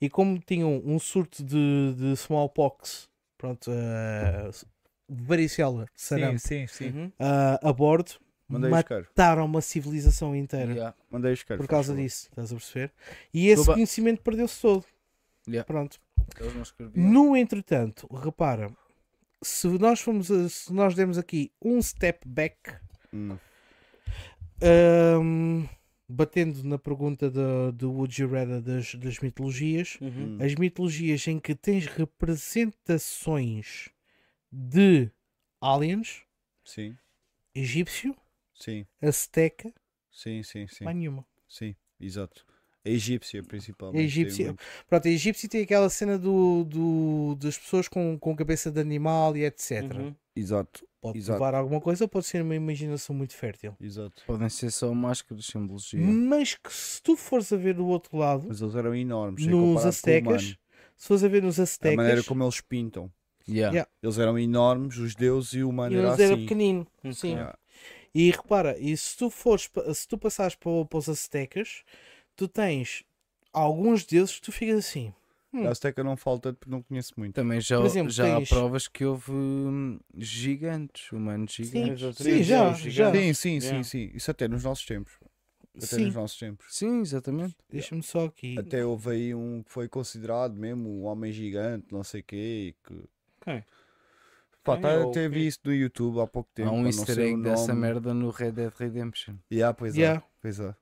Speaker 4: E como tinham um surto de, de smallpox, pronto, eh, varicela, sarampo,
Speaker 6: sim, sim.
Speaker 4: ah, a bordo,
Speaker 1: Mandei buscar.
Speaker 4: mataram uma civilização inteira
Speaker 3: Yeah.
Speaker 1: Mandei buscar.
Speaker 4: por
Speaker 1: faz
Speaker 4: causa
Speaker 1: favor.
Speaker 4: disso. Estás a perceber? E esse
Speaker 3: Desculpa.
Speaker 4: conhecimento perdeu-se todo.
Speaker 3: Yeah.
Speaker 4: Pronto.
Speaker 3: Eles não escreviam.
Speaker 4: No entretanto, repara, se nós fomos a- se nós demos aqui um step back,
Speaker 1: Hum.
Speaker 4: Ahm, batendo na pergunta da- do Would You Rather das, das mitologias,
Speaker 1: Hum.
Speaker 5: Uhum.
Speaker 4: as mitologias em que tens representações de aliens,
Speaker 1: Sim,
Speaker 4: egípcio,
Speaker 1: sim,
Speaker 4: azteca,
Speaker 1: sim, sim, sim.
Speaker 4: mais nenhuma.
Speaker 1: Sim, exato. A egípcia, principalmente.
Speaker 4: A egípcia. Pronto, a egípcia tem aquela cena do, do- das pessoas com, com cabeça de animal e etc.
Speaker 1: Exato.
Speaker 4: Pode
Speaker 1: Uhum. Exato.
Speaker 4: levar a alguma coisa ou pode ser uma imaginação muito fértil.
Speaker 1: Exato.
Speaker 3: Podem ser só máscaras, simbologia.
Speaker 4: Mas que se tu fores a ver do outro lado,
Speaker 1: Mas eles eram enormes. em comparado
Speaker 4: nos
Speaker 1: com o
Speaker 4: aztecas,
Speaker 1: humano.
Speaker 4: se fores a ver nos
Speaker 1: A maneira
Speaker 4: aztecas,
Speaker 1: como eles pintam.
Speaker 3: Yeah.
Speaker 4: Yeah.
Speaker 1: Eles eram enormes, os deuses, e o humano
Speaker 4: eles
Speaker 1: era
Speaker 4: era
Speaker 1: assim.
Speaker 4: pequenino.
Speaker 5: Uhum.
Speaker 4: Sim.
Speaker 1: Yeah.
Speaker 4: E repara, e se tu fores, pa- se tu passares para, para os aztecas, tu tens alguns deuses que tu ficas assim. Hum.
Speaker 1: A azteca não falta porque não conheço muito.
Speaker 3: Também já,
Speaker 4: Por exemplo,
Speaker 3: já
Speaker 4: tens-
Speaker 3: há provas que houve hum, gigantes, humanos gigantes.
Speaker 4: Sim, já, já.
Speaker 1: Sim, sim, sim,
Speaker 5: Yeah.
Speaker 1: sim. Isso até nos nossos tempos. Até
Speaker 4: Então, Sim.
Speaker 1: nos nossos tempos.
Speaker 3: Sim, exatamente.
Speaker 4: Deixa-me só aqui.
Speaker 1: Até houve aí um que foi considerado mesmo o homem gigante, não sei o quê. e Que...
Speaker 5: Quem?
Speaker 1: Pá,
Speaker 5: Quem
Speaker 1: tá,
Speaker 5: ou
Speaker 1: até vi isso no YouTube há pouco tempo.
Speaker 3: há
Speaker 1: pá,
Speaker 3: um
Speaker 1: não
Speaker 3: easter
Speaker 1: sei o
Speaker 3: egg dessa
Speaker 1: nome.
Speaker 3: merda no Red Dead Redemption.
Speaker 1: Yeah, pois
Speaker 4: Yeah.
Speaker 1: é. Pois é.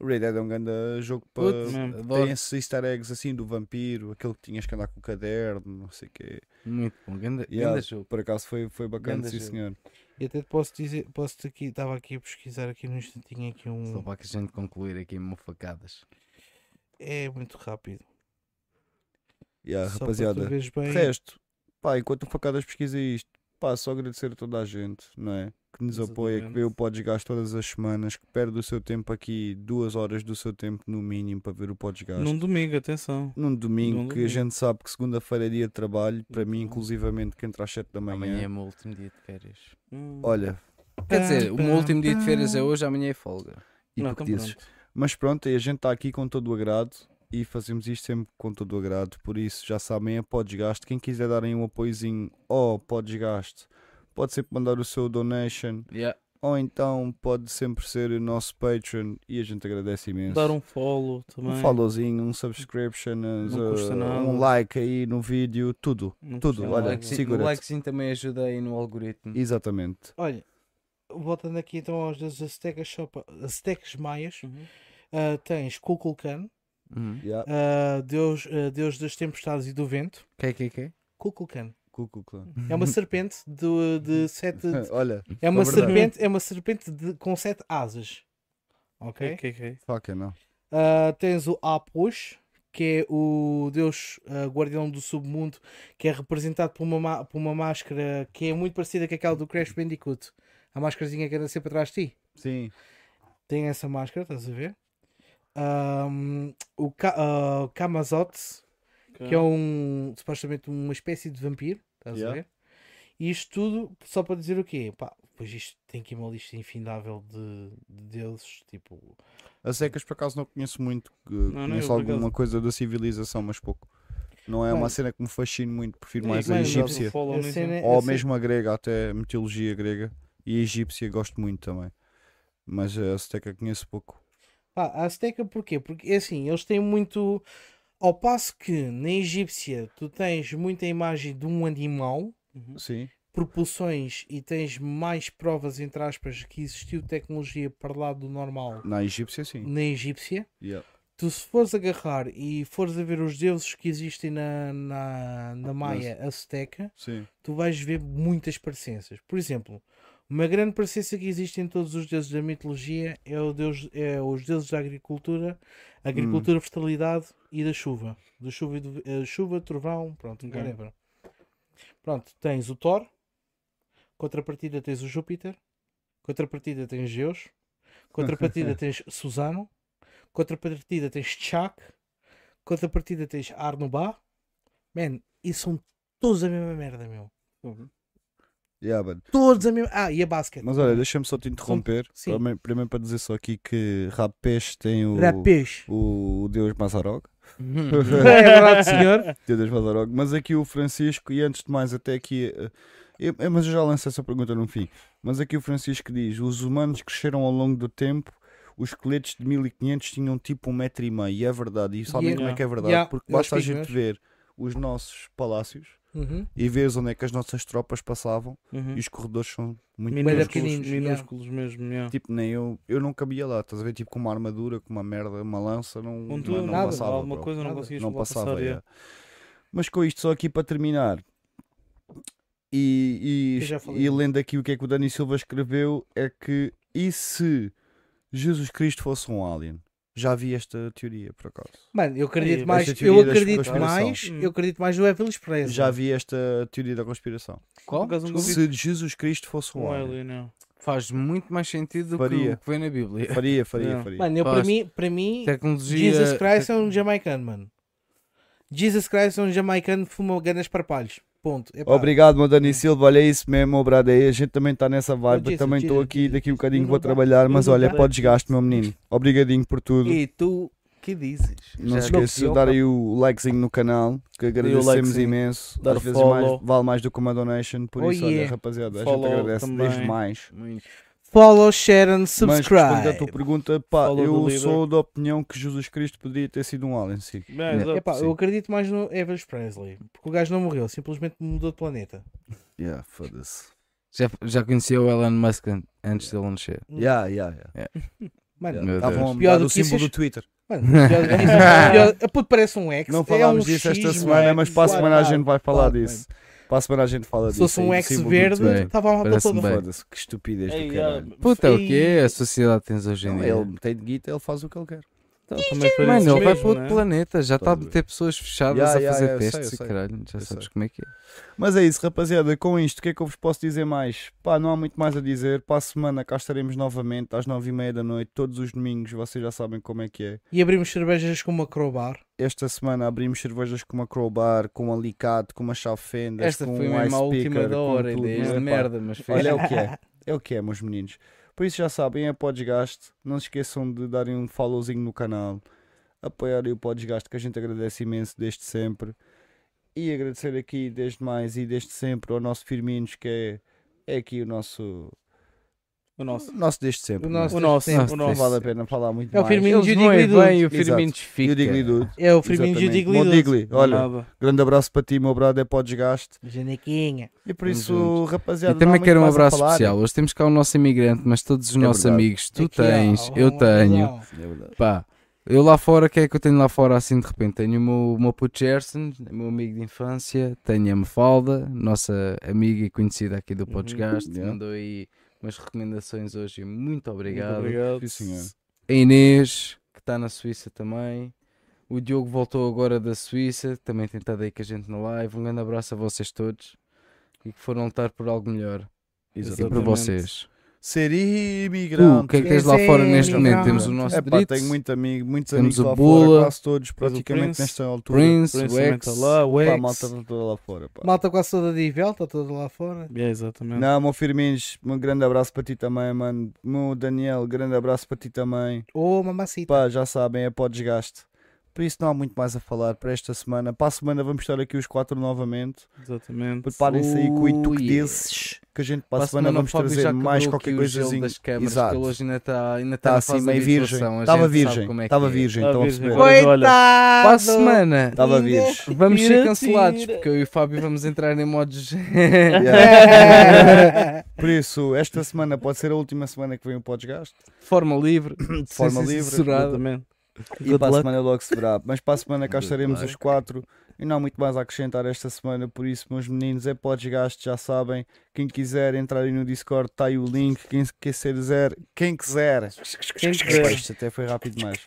Speaker 1: O Red Dead é um grande jogo para.
Speaker 3: Putz,
Speaker 5: Mesmo.
Speaker 1: Tem
Speaker 3: adoro.
Speaker 1: esses easter eggs assim do vampiro, aquele que tinhas que andar com o caderno, não sei o quê.
Speaker 3: Muito bom. Ganda,
Speaker 1: Yeah,
Speaker 3: ganda jogo.
Speaker 1: Por acaso foi, foi bacana,
Speaker 3: Ganda
Speaker 1: sim
Speaker 3: jogo.
Speaker 1: senhor.
Speaker 4: E até te posso dizer, posso te aqui, estava aqui a pesquisar aqui num instantinho aqui
Speaker 1: Hum.
Speaker 3: Só
Speaker 4: um.
Speaker 3: para que a gente concluir aqui em facadas.
Speaker 4: É muito rápido.
Speaker 1: Yeah,
Speaker 4: Só para tu
Speaker 1: Ah, rapaziada,
Speaker 4: veres bem.
Speaker 1: De resto, pá, enquanto o Facadas pesquisa isto, pá, só agradecer a toda a gente, não é? Que nos apoia, que vê o Podesgás todas as semanas, que perde o seu tempo aqui, duas horas do seu tempo no mínimo para ver o Podesgás.
Speaker 5: Num domingo, atenção.
Speaker 1: Num domingo,
Speaker 5: num
Speaker 1: que a
Speaker 5: domingo.
Speaker 1: gente sabe que segunda-feira é dia de trabalho, para mim,
Speaker 5: Exatamente.
Speaker 1: inclusivamente, que entra às 7 da manhã.
Speaker 3: Amanhã é o meu último dia de férias.
Speaker 5: Hum.
Speaker 1: Olha,
Speaker 3: Quer dizer, o meu último dia de férias é hoje, amanhã é folga.
Speaker 1: e
Speaker 5: Não,
Speaker 1: tu
Speaker 5: então
Speaker 1: que dizes.
Speaker 5: pronto.
Speaker 1: Mas pronto, e a gente está aqui com todo o agrado e fazemos isto sempre com todo o agrado. Por isso, já sabem, é Podesgaste. Quem quiser darem um apoiozinho ao Podesgaste, pode sempre mandar o seu donation.
Speaker 3: Yeah.
Speaker 1: ou então pode sempre ser o nosso Patreon e a gente agradece imenso.
Speaker 5: Dar um follow
Speaker 1: um
Speaker 5: também.
Speaker 1: followzinho, um subscription,
Speaker 5: Não
Speaker 1: uh,
Speaker 5: custa nada.
Speaker 1: um like aí no vídeo, tudo.
Speaker 5: Não
Speaker 1: tudo,
Speaker 5: custa
Speaker 1: olha,
Speaker 5: nada.
Speaker 1: sim.
Speaker 3: Likezinho,
Speaker 1: segura-te.
Speaker 3: o likezinho também ajuda aí no algoritmo.
Speaker 1: Exatamente.
Speaker 4: Olha, voltando aqui então aos deuses aztecas, só pa- aztecas maias,
Speaker 5: Uhum.
Speaker 4: ah, tens Kukulkan,
Speaker 3: Uhum.
Speaker 1: Yeah.
Speaker 4: ah, deus, ah, deus das tempestades e do vento.
Speaker 3: Que, que, que?
Speaker 4: Kukulkan
Speaker 1: Ku Klux Klan.
Speaker 4: é uma serpente de, de sete. de-
Speaker 1: olha,
Speaker 4: é uma
Speaker 1: é verdade.
Speaker 4: serpente, é uma serpente de- com sete asas. Ok?
Speaker 5: Ok, ok.
Speaker 1: fucking é não.
Speaker 4: Ah, tens o Apus, que é o deus ah, guardião do submundo, que é representado por uma, ma- por uma máscara que é muito parecida com aquela do Crash Bandicoot. A máscarazinha que anda sempre atrás de ti.
Speaker 1: Sim.
Speaker 4: Tem essa máscara, estás a ver? Ahm, o Ka ah, Kamazote, que é um supostamente uma espécie de vampiro, estás
Speaker 1: Yeah.
Speaker 4: a ver? E isto tudo só para dizer o quê? Pá, pois isto tem aqui uma lista infindável de, de deuses, tipo,
Speaker 1: A secas por acaso não conheço muito, que
Speaker 5: não,
Speaker 1: conheço
Speaker 5: eu por
Speaker 1: alguma coisa da civilização, mas pouco. Não é uma
Speaker 4: Mano.
Speaker 1: cena que me fascine muito, prefiro
Speaker 5: E
Speaker 1: mais um a
Speaker 5: mano,
Speaker 1: egípcia.
Speaker 5: um follow
Speaker 4: a
Speaker 5: nisso.
Speaker 4: cena- é a
Speaker 1: Ou
Speaker 4: cena-
Speaker 1: mesmo a grega, até a mitologia grega e a egípcia gosto muito também. Mas a Azteca conheço pouco.
Speaker 4: Pá, a Azteca porquê? Porque é assim, eles têm muito. Ao passo que na egípcia tu tens muita imagem de um animal,
Speaker 5: Uhum.
Speaker 1: Sim.
Speaker 4: propulsões e tens mais provas, entre aspas, que existiu tecnologia para lá do normal
Speaker 1: Na egípcia,
Speaker 5: Uhum.
Speaker 1: sim.
Speaker 4: na egípcia.
Speaker 1: Yeah.
Speaker 4: Tu, se fores agarrar e fores a ver os deuses que existem na, na, na Maia Azteca,
Speaker 1: Sim.
Speaker 4: tu vais ver muitas parecenças. Por exemplo, uma grande parecença que existe em todos os deuses da mitologia é, o deus, é os deuses da agricultura, agricultura, fertilidade e da chuva. Da chuva, e do, eh, chuva trovão, pronto,
Speaker 5: Ok.
Speaker 4: whatever. Pronto, tens o Thor, contrapartida tens o Júpiter, contrapartida tens Zeus, contrapartida tens Susano, contrapartida tens Chak, contrapartida tens Arnubá. Man, e são todos a mesma merda, meu.
Speaker 1: Yeah, but-
Speaker 4: Todos a mesma. Ah, e a basket.
Speaker 1: Mas olha, deixa-me só te interromper.
Speaker 4: Sim.
Speaker 1: Primeiro, primeiro para dizer só aqui que Rapés tem o,
Speaker 4: Rapês.
Speaker 1: o, o Deus Mazarog.
Speaker 4: É verdade, senhor.
Speaker 1: Teu Deus Mazarog. Mas aqui o Francisco, e antes de mais, até aqui. eh, eu- eu- mas eu já lancei essa pergunta no fim. Mas aqui o Francisco diz: os humanos cresceram ao longo do tempo. Os esqueletos de 1500 tinham tipo um metro e meio, e é verdade, e sabem
Speaker 4: Yeah.
Speaker 1: como é que é verdade,
Speaker 4: Yeah,
Speaker 1: porque
Speaker 4: eu
Speaker 1: basta a
Speaker 4: explico
Speaker 1: gente ver os nossos palácios
Speaker 4: Uhum.
Speaker 1: e veres onde é que as nossas tropas passavam,
Speaker 4: Hum.
Speaker 5: Uhum.
Speaker 1: e os corredores são muito
Speaker 4: Bué da
Speaker 5: Minúsculos,
Speaker 4: pequeninos, yeah.
Speaker 5: minúsculos mesmo, yeah.
Speaker 1: Tipo, nem eu, eu não cabia lá, estás a ver? Tipo, com uma armadura, com uma merda, uma lança, não,
Speaker 5: Um
Speaker 1: não,
Speaker 5: tubo,
Speaker 1: não
Speaker 4: nada,
Speaker 1: passava.
Speaker 5: alguma
Speaker 1: bro.
Speaker 5: coisa não
Speaker 4: Nada.
Speaker 5: conseguias
Speaker 1: não
Speaker 5: lá passar,
Speaker 1: passava, é.
Speaker 5: yeah.
Speaker 1: Mas com isto, só aqui para terminar. E,
Speaker 4: Eu já
Speaker 1: e,
Speaker 4: falei
Speaker 1: e
Speaker 4: disso.
Speaker 1: lendo aqui o que é que o Dani Silva escreveu, é que e se Jesus Cristo fosse um alien? Já vi esta teoria, por acaso.
Speaker 4: Mano, eu acredito
Speaker 1: Esta
Speaker 4: mais, eu
Speaker 1: teoria é da
Speaker 4: acredito
Speaker 1: conspiração.
Speaker 4: mais, eu acredito mais no Elvis Presley.
Speaker 1: Já vi esta teoria da conspiração.
Speaker 3: Qual?
Speaker 1: Se Jesus Cristo fosse um homem.
Speaker 3: Faz muito mais sentido do que
Speaker 1: Faria.
Speaker 3: o que vem na Bíblia.
Speaker 1: Faria, faria,
Speaker 3: Não.
Speaker 1: faria.
Speaker 4: Mano, eu para
Speaker 3: Faz.
Speaker 4: mim, para mim,
Speaker 3: Tecnologia-
Speaker 4: Jesus Christ é um jamaicano, mano. Jesus Christ é um jamaicano que fuma ganas parpalhos. Ponto. Epá,
Speaker 1: Obrigado, meu Dani Silva. Olha é isso mesmo, meu brado. É, A gente também está nessa vibe.
Speaker 4: Ô,
Speaker 1: Eu
Speaker 4: Jesus,
Speaker 1: também estou
Speaker 4: Jesus,
Speaker 1: aqui. Daqui um bocadinho
Speaker 4: Eu
Speaker 1: vou
Speaker 4: não dá-
Speaker 1: trabalhar.
Speaker 4: eu
Speaker 1: Mas
Speaker 4: não
Speaker 1: olha,
Speaker 4: dá-
Speaker 1: pode desgaste, meu menino. Obrigadinho por tudo.
Speaker 3: E tu, que dizes?
Speaker 1: Não
Speaker 3: Já
Speaker 1: se esqueça de
Speaker 3: deu-
Speaker 1: dar aí o likezinho no canal, que agradecemos
Speaker 3: likezinho,
Speaker 1: imenso.
Speaker 3: dar
Speaker 1: Às vezes
Speaker 3: follow.
Speaker 1: mais, vale mais do que uma donation, por
Speaker 4: Oh,
Speaker 1: isso, olha,
Speaker 4: yeah.
Speaker 1: rapaziada, a gente
Speaker 3: Follow
Speaker 1: agradece desde
Speaker 3: também.
Speaker 1: mais.
Speaker 3: Muito.
Speaker 4: Follow, share and
Speaker 1: Mas respondendo à tua
Speaker 4: subscribe.
Speaker 1: pergunta, pá,
Speaker 5: Follow do
Speaker 1: eu
Speaker 5: líder.
Speaker 1: sou da opinião que Jesus Cristo poderia ter sido um alien, sim.
Speaker 5: Bem, exato.
Speaker 4: Epá,
Speaker 1: Sim.
Speaker 4: eu acredito mais no Elvis Presley, porque o gajo não morreu, simplesmente mudou de planeta.
Speaker 1: Yeah, foda-se.
Speaker 3: Já, já conhecia o Elon Musk an- antes de ele nascer.
Speaker 1: Yeah, yeah, yeah.
Speaker 4: Mano,
Speaker 3: Meu
Speaker 1: Estavam a
Speaker 3: Deus.
Speaker 1: mudar
Speaker 4: do
Speaker 1: o
Speaker 4: que
Speaker 1: símbolo
Speaker 4: isso-
Speaker 1: do Twitter.
Speaker 4: mano pior do que isso, pior- a puto parece um X.
Speaker 1: Não
Speaker 4: é um
Speaker 1: falámos disso esta
Speaker 4: X,
Speaker 1: semana,
Speaker 4: mano.
Speaker 1: mas para a
Speaker 4: Claro,
Speaker 1: semana a gente vai falar
Speaker 4: claro,
Speaker 1: disso. Para a semana a gente fala
Speaker 4: Se
Speaker 1: disso. é
Speaker 4: fosse um
Speaker 1: aí, do
Speaker 4: X
Speaker 1: símbolo do
Speaker 4: verde,
Speaker 1: Twitter.
Speaker 4: estava a malta
Speaker 3: Parece-me
Speaker 4: toda.
Speaker 3: bem.
Speaker 1: Foda-se, que estupidez
Speaker 5: Ei,
Speaker 1: do
Speaker 5: ah,
Speaker 1: caralho.
Speaker 3: Puta, o que
Speaker 5: ei,
Speaker 3: é a sociedade que tens hoje em
Speaker 1: Não,
Speaker 3: dia?
Speaker 1: ele tem de guita, ele faz o que ele quer.
Speaker 5: então, também foi
Speaker 3: Mano,
Speaker 5: isso
Speaker 3: ele vai
Speaker 5: mesmo,
Speaker 3: para outro
Speaker 5: né?
Speaker 3: planeta, já está a
Speaker 1: Estás a
Speaker 3: ter pessoas fechadas
Speaker 1: Ya,
Speaker 3: a
Speaker 1: ya,
Speaker 3: fazer
Speaker 1: ya, eu sei,
Speaker 3: testes
Speaker 1: eu sei.
Speaker 3: e caralho, já
Speaker 1: Eu
Speaker 3: sabes
Speaker 1: sei.
Speaker 3: como é que é.
Speaker 1: Mas é isso, rapaziada. Com isto, o que é que eu vos posso dizer mais? Pá, não há muito mais a dizer. Para a semana cá estaremos novamente às nove e meia da noite, todos os domingos. Vocês já sabem como é que é.
Speaker 4: E abrimos cervejas com uma crowbar.
Speaker 1: Esta semana abrimos cervejas com uma crowbar, com um alicate, com uma chave fendas,
Speaker 3: Esta
Speaker 1: com
Speaker 3: foi
Speaker 1: um
Speaker 3: mesmo a
Speaker 1: ice
Speaker 3: última
Speaker 1: picker,
Speaker 3: da
Speaker 1: com
Speaker 3: hora,
Speaker 1: tudo,
Speaker 3: ideias
Speaker 1: mas,
Speaker 3: de
Speaker 1: pá,
Speaker 3: merda, mas foi.
Speaker 1: Olha, é o que é. É o que é, meus meninos. Por isso já sabem, é Podesgaste. Não se esqueçam de darem um followzinho no canal. Apoiarem o Podesgaste, que a gente agradece imenso desde sempre. E agradecer aqui desde mais e desde sempre ao nosso Firminos, que é, é aqui o nosso.
Speaker 5: O
Speaker 1: O
Speaker 5: nosso.
Speaker 1: nosso desde sempre.
Speaker 4: O
Speaker 1: não é?
Speaker 4: nosso.
Speaker 5: O nosso.
Speaker 3: Nossa,
Speaker 5: O
Speaker 1: Não
Speaker 5: nosso.
Speaker 1: vale a pena falar muito
Speaker 4: É o
Speaker 1: mais.
Speaker 4: Firmino
Speaker 3: Eles
Speaker 4: e o
Speaker 3: vão é
Speaker 4: Digli Dude.
Speaker 3: bem, o
Speaker 1: Exato.
Speaker 3: Firmino
Speaker 1: E o Digli
Speaker 3: fica.
Speaker 1: Dude.
Speaker 4: É o Firmino e o
Speaker 1: Exatamente.
Speaker 4: Digli
Speaker 1: Bom,
Speaker 4: Dude.
Speaker 1: Digli, olha,
Speaker 5: Nada.
Speaker 1: grande abraço para ti, meu brother, é Podesgaste.
Speaker 4: Janequinha.
Speaker 1: E por
Speaker 3: Tamo
Speaker 1: isso,
Speaker 3: junto.
Speaker 1: rapaziada, não há
Speaker 3: E também
Speaker 1: muito
Speaker 3: quero um
Speaker 1: mais a
Speaker 3: abraço
Speaker 1: falar.
Speaker 3: especial. Hoje temos cá o nosso imigrante, mas todos os
Speaker 1: É
Speaker 3: nossos
Speaker 1: verdade.
Speaker 3: amigos, tu
Speaker 4: Aqui, ó,
Speaker 3: tens,
Speaker 4: ó,
Speaker 3: eu
Speaker 4: um
Speaker 3: tenho.
Speaker 4: abração.
Speaker 1: É verdade.
Speaker 3: Pá, eu lá fora, o que é que eu tenho lá fora assim de repente? Tenho o meu, o meu puto Gerson, meu amigo de infância, tenho a Mafalda, nossa amiga e conhecida aqui do Podesgaste,
Speaker 1: Yeah.
Speaker 3: mandou aí umas recomendações hoje, muito
Speaker 5: Muito
Speaker 3: obrigado.
Speaker 5: obrigado.
Speaker 1: Sim, senhor.
Speaker 3: A Inês, que está na Suíça também. O Diogo voltou agora da Suíça, também tem estado aí com a gente na live. Um grande abraço a vocês todos e que foram lutar por algo melhor. E por
Speaker 5: Exatamente.
Speaker 3: vocês.
Speaker 1: Ser
Speaker 3: Tu, o
Speaker 1: imigrante.
Speaker 3: que é que tens lá fora neste
Speaker 1: imigrante.
Speaker 3: momento? Temos o nosso
Speaker 1: É pá, tenho
Speaker 3: Dritz,
Speaker 1: muito amigo, muitos amigos
Speaker 3: Temos o
Speaker 1: lá
Speaker 3: Bula,
Speaker 1: fora, quase todos praticamente
Speaker 5: Prince,
Speaker 1: nesta altura.
Speaker 3: Prince, o
Speaker 5: Principalmente
Speaker 3: Ex.
Speaker 5: lá, o
Speaker 1: Pá, a
Speaker 5: Ex.
Speaker 1: malta tá toda lá fora. pá.
Speaker 4: Malta quase toda de Ivel, está toda lá fora.
Speaker 5: É, exatamente.
Speaker 1: Não, meu Firmins, um grande abraço para ti também, mano. Meu Daniel, grande abraço para ti também.
Speaker 4: Oh, mamacita.
Speaker 1: Pá, já sabem, é para o desgaste. Por isso não há muito mais a falar para esta semana. Para a semana vamos estar aqui os quatro novamente.
Speaker 5: Exatamente.
Speaker 1: Preparem-se aí com o
Speaker 3: Oh,
Speaker 1: Ituque
Speaker 3: yeah.
Speaker 1: desses. Que a gente para,
Speaker 3: Para
Speaker 1: a semana, vamos
Speaker 3: Fábio já
Speaker 1: trazer mais
Speaker 3: quebrou
Speaker 1: qualquer
Speaker 3: aqui o gelo
Speaker 1: coisazinha.
Speaker 3: das câmaras, que
Speaker 1: Exato.
Speaker 3: ele hoje ainda está ainda
Speaker 1: Está
Speaker 3: tá na
Speaker 1: assim
Speaker 3: fase da
Speaker 1: meio virgem.
Speaker 3: habituação, a
Speaker 1: Estava
Speaker 3: gente sabe
Speaker 1: virgem.
Speaker 3: como é que
Speaker 1: Estava
Speaker 3: é.
Speaker 1: virgem, então,
Speaker 5: Tá
Speaker 1: estão a
Speaker 5: virgem.
Speaker 1: perceber.
Speaker 5: Olha,
Speaker 3: Para a semana
Speaker 1: Estava virgem.
Speaker 3: vamos ser
Speaker 5: Tira,
Speaker 3: cancelados
Speaker 5: tira.
Speaker 3: porque eu e o Fábio vamos entrar em modos.
Speaker 1: Yeah. Por isso, esta semana pode ser a última semana que vem o Podesgaste.
Speaker 3: de forma livre,
Speaker 1: De forma livre.
Speaker 5: Exatamente.
Speaker 1: E para a semana logo se verá. Mas para a semana cá estaremos os quatro. E não há muito mais a acrescentar esta semana. Por isso, meus meninos, é Podesgaste, já sabem. Quem quiser entrar aí no Discord, está aí o link. Quem quiser, zer- quem quiser.
Speaker 5: Quem
Speaker 1: Pá,
Speaker 5: quiser.
Speaker 1: Isto até foi rápido demais.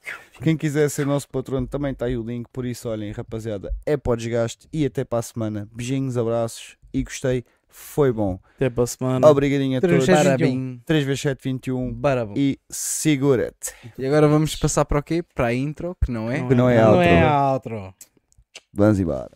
Speaker 1: Quem quiser ser nosso patrono, também está aí o link. Por isso, olhem, rapaziada, é Podesgaste. E até para a semana. Beijinhos, abraços. E gostei. Foi bom.
Speaker 5: Até para a semana.
Speaker 1: Obrigadinho a todos.
Speaker 3: Parabéns.
Speaker 1: 3x721.
Speaker 3: Parabéns.
Speaker 1: e segura-te.
Speaker 3: E agora vamos passar para o quê? Para a intro, que não é?
Speaker 1: Que não é
Speaker 4: Não
Speaker 1: outro.
Speaker 4: é a outro.
Speaker 1: Vamos embora.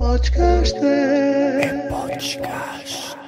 Speaker 11: Podcast.
Speaker 1: Podcast.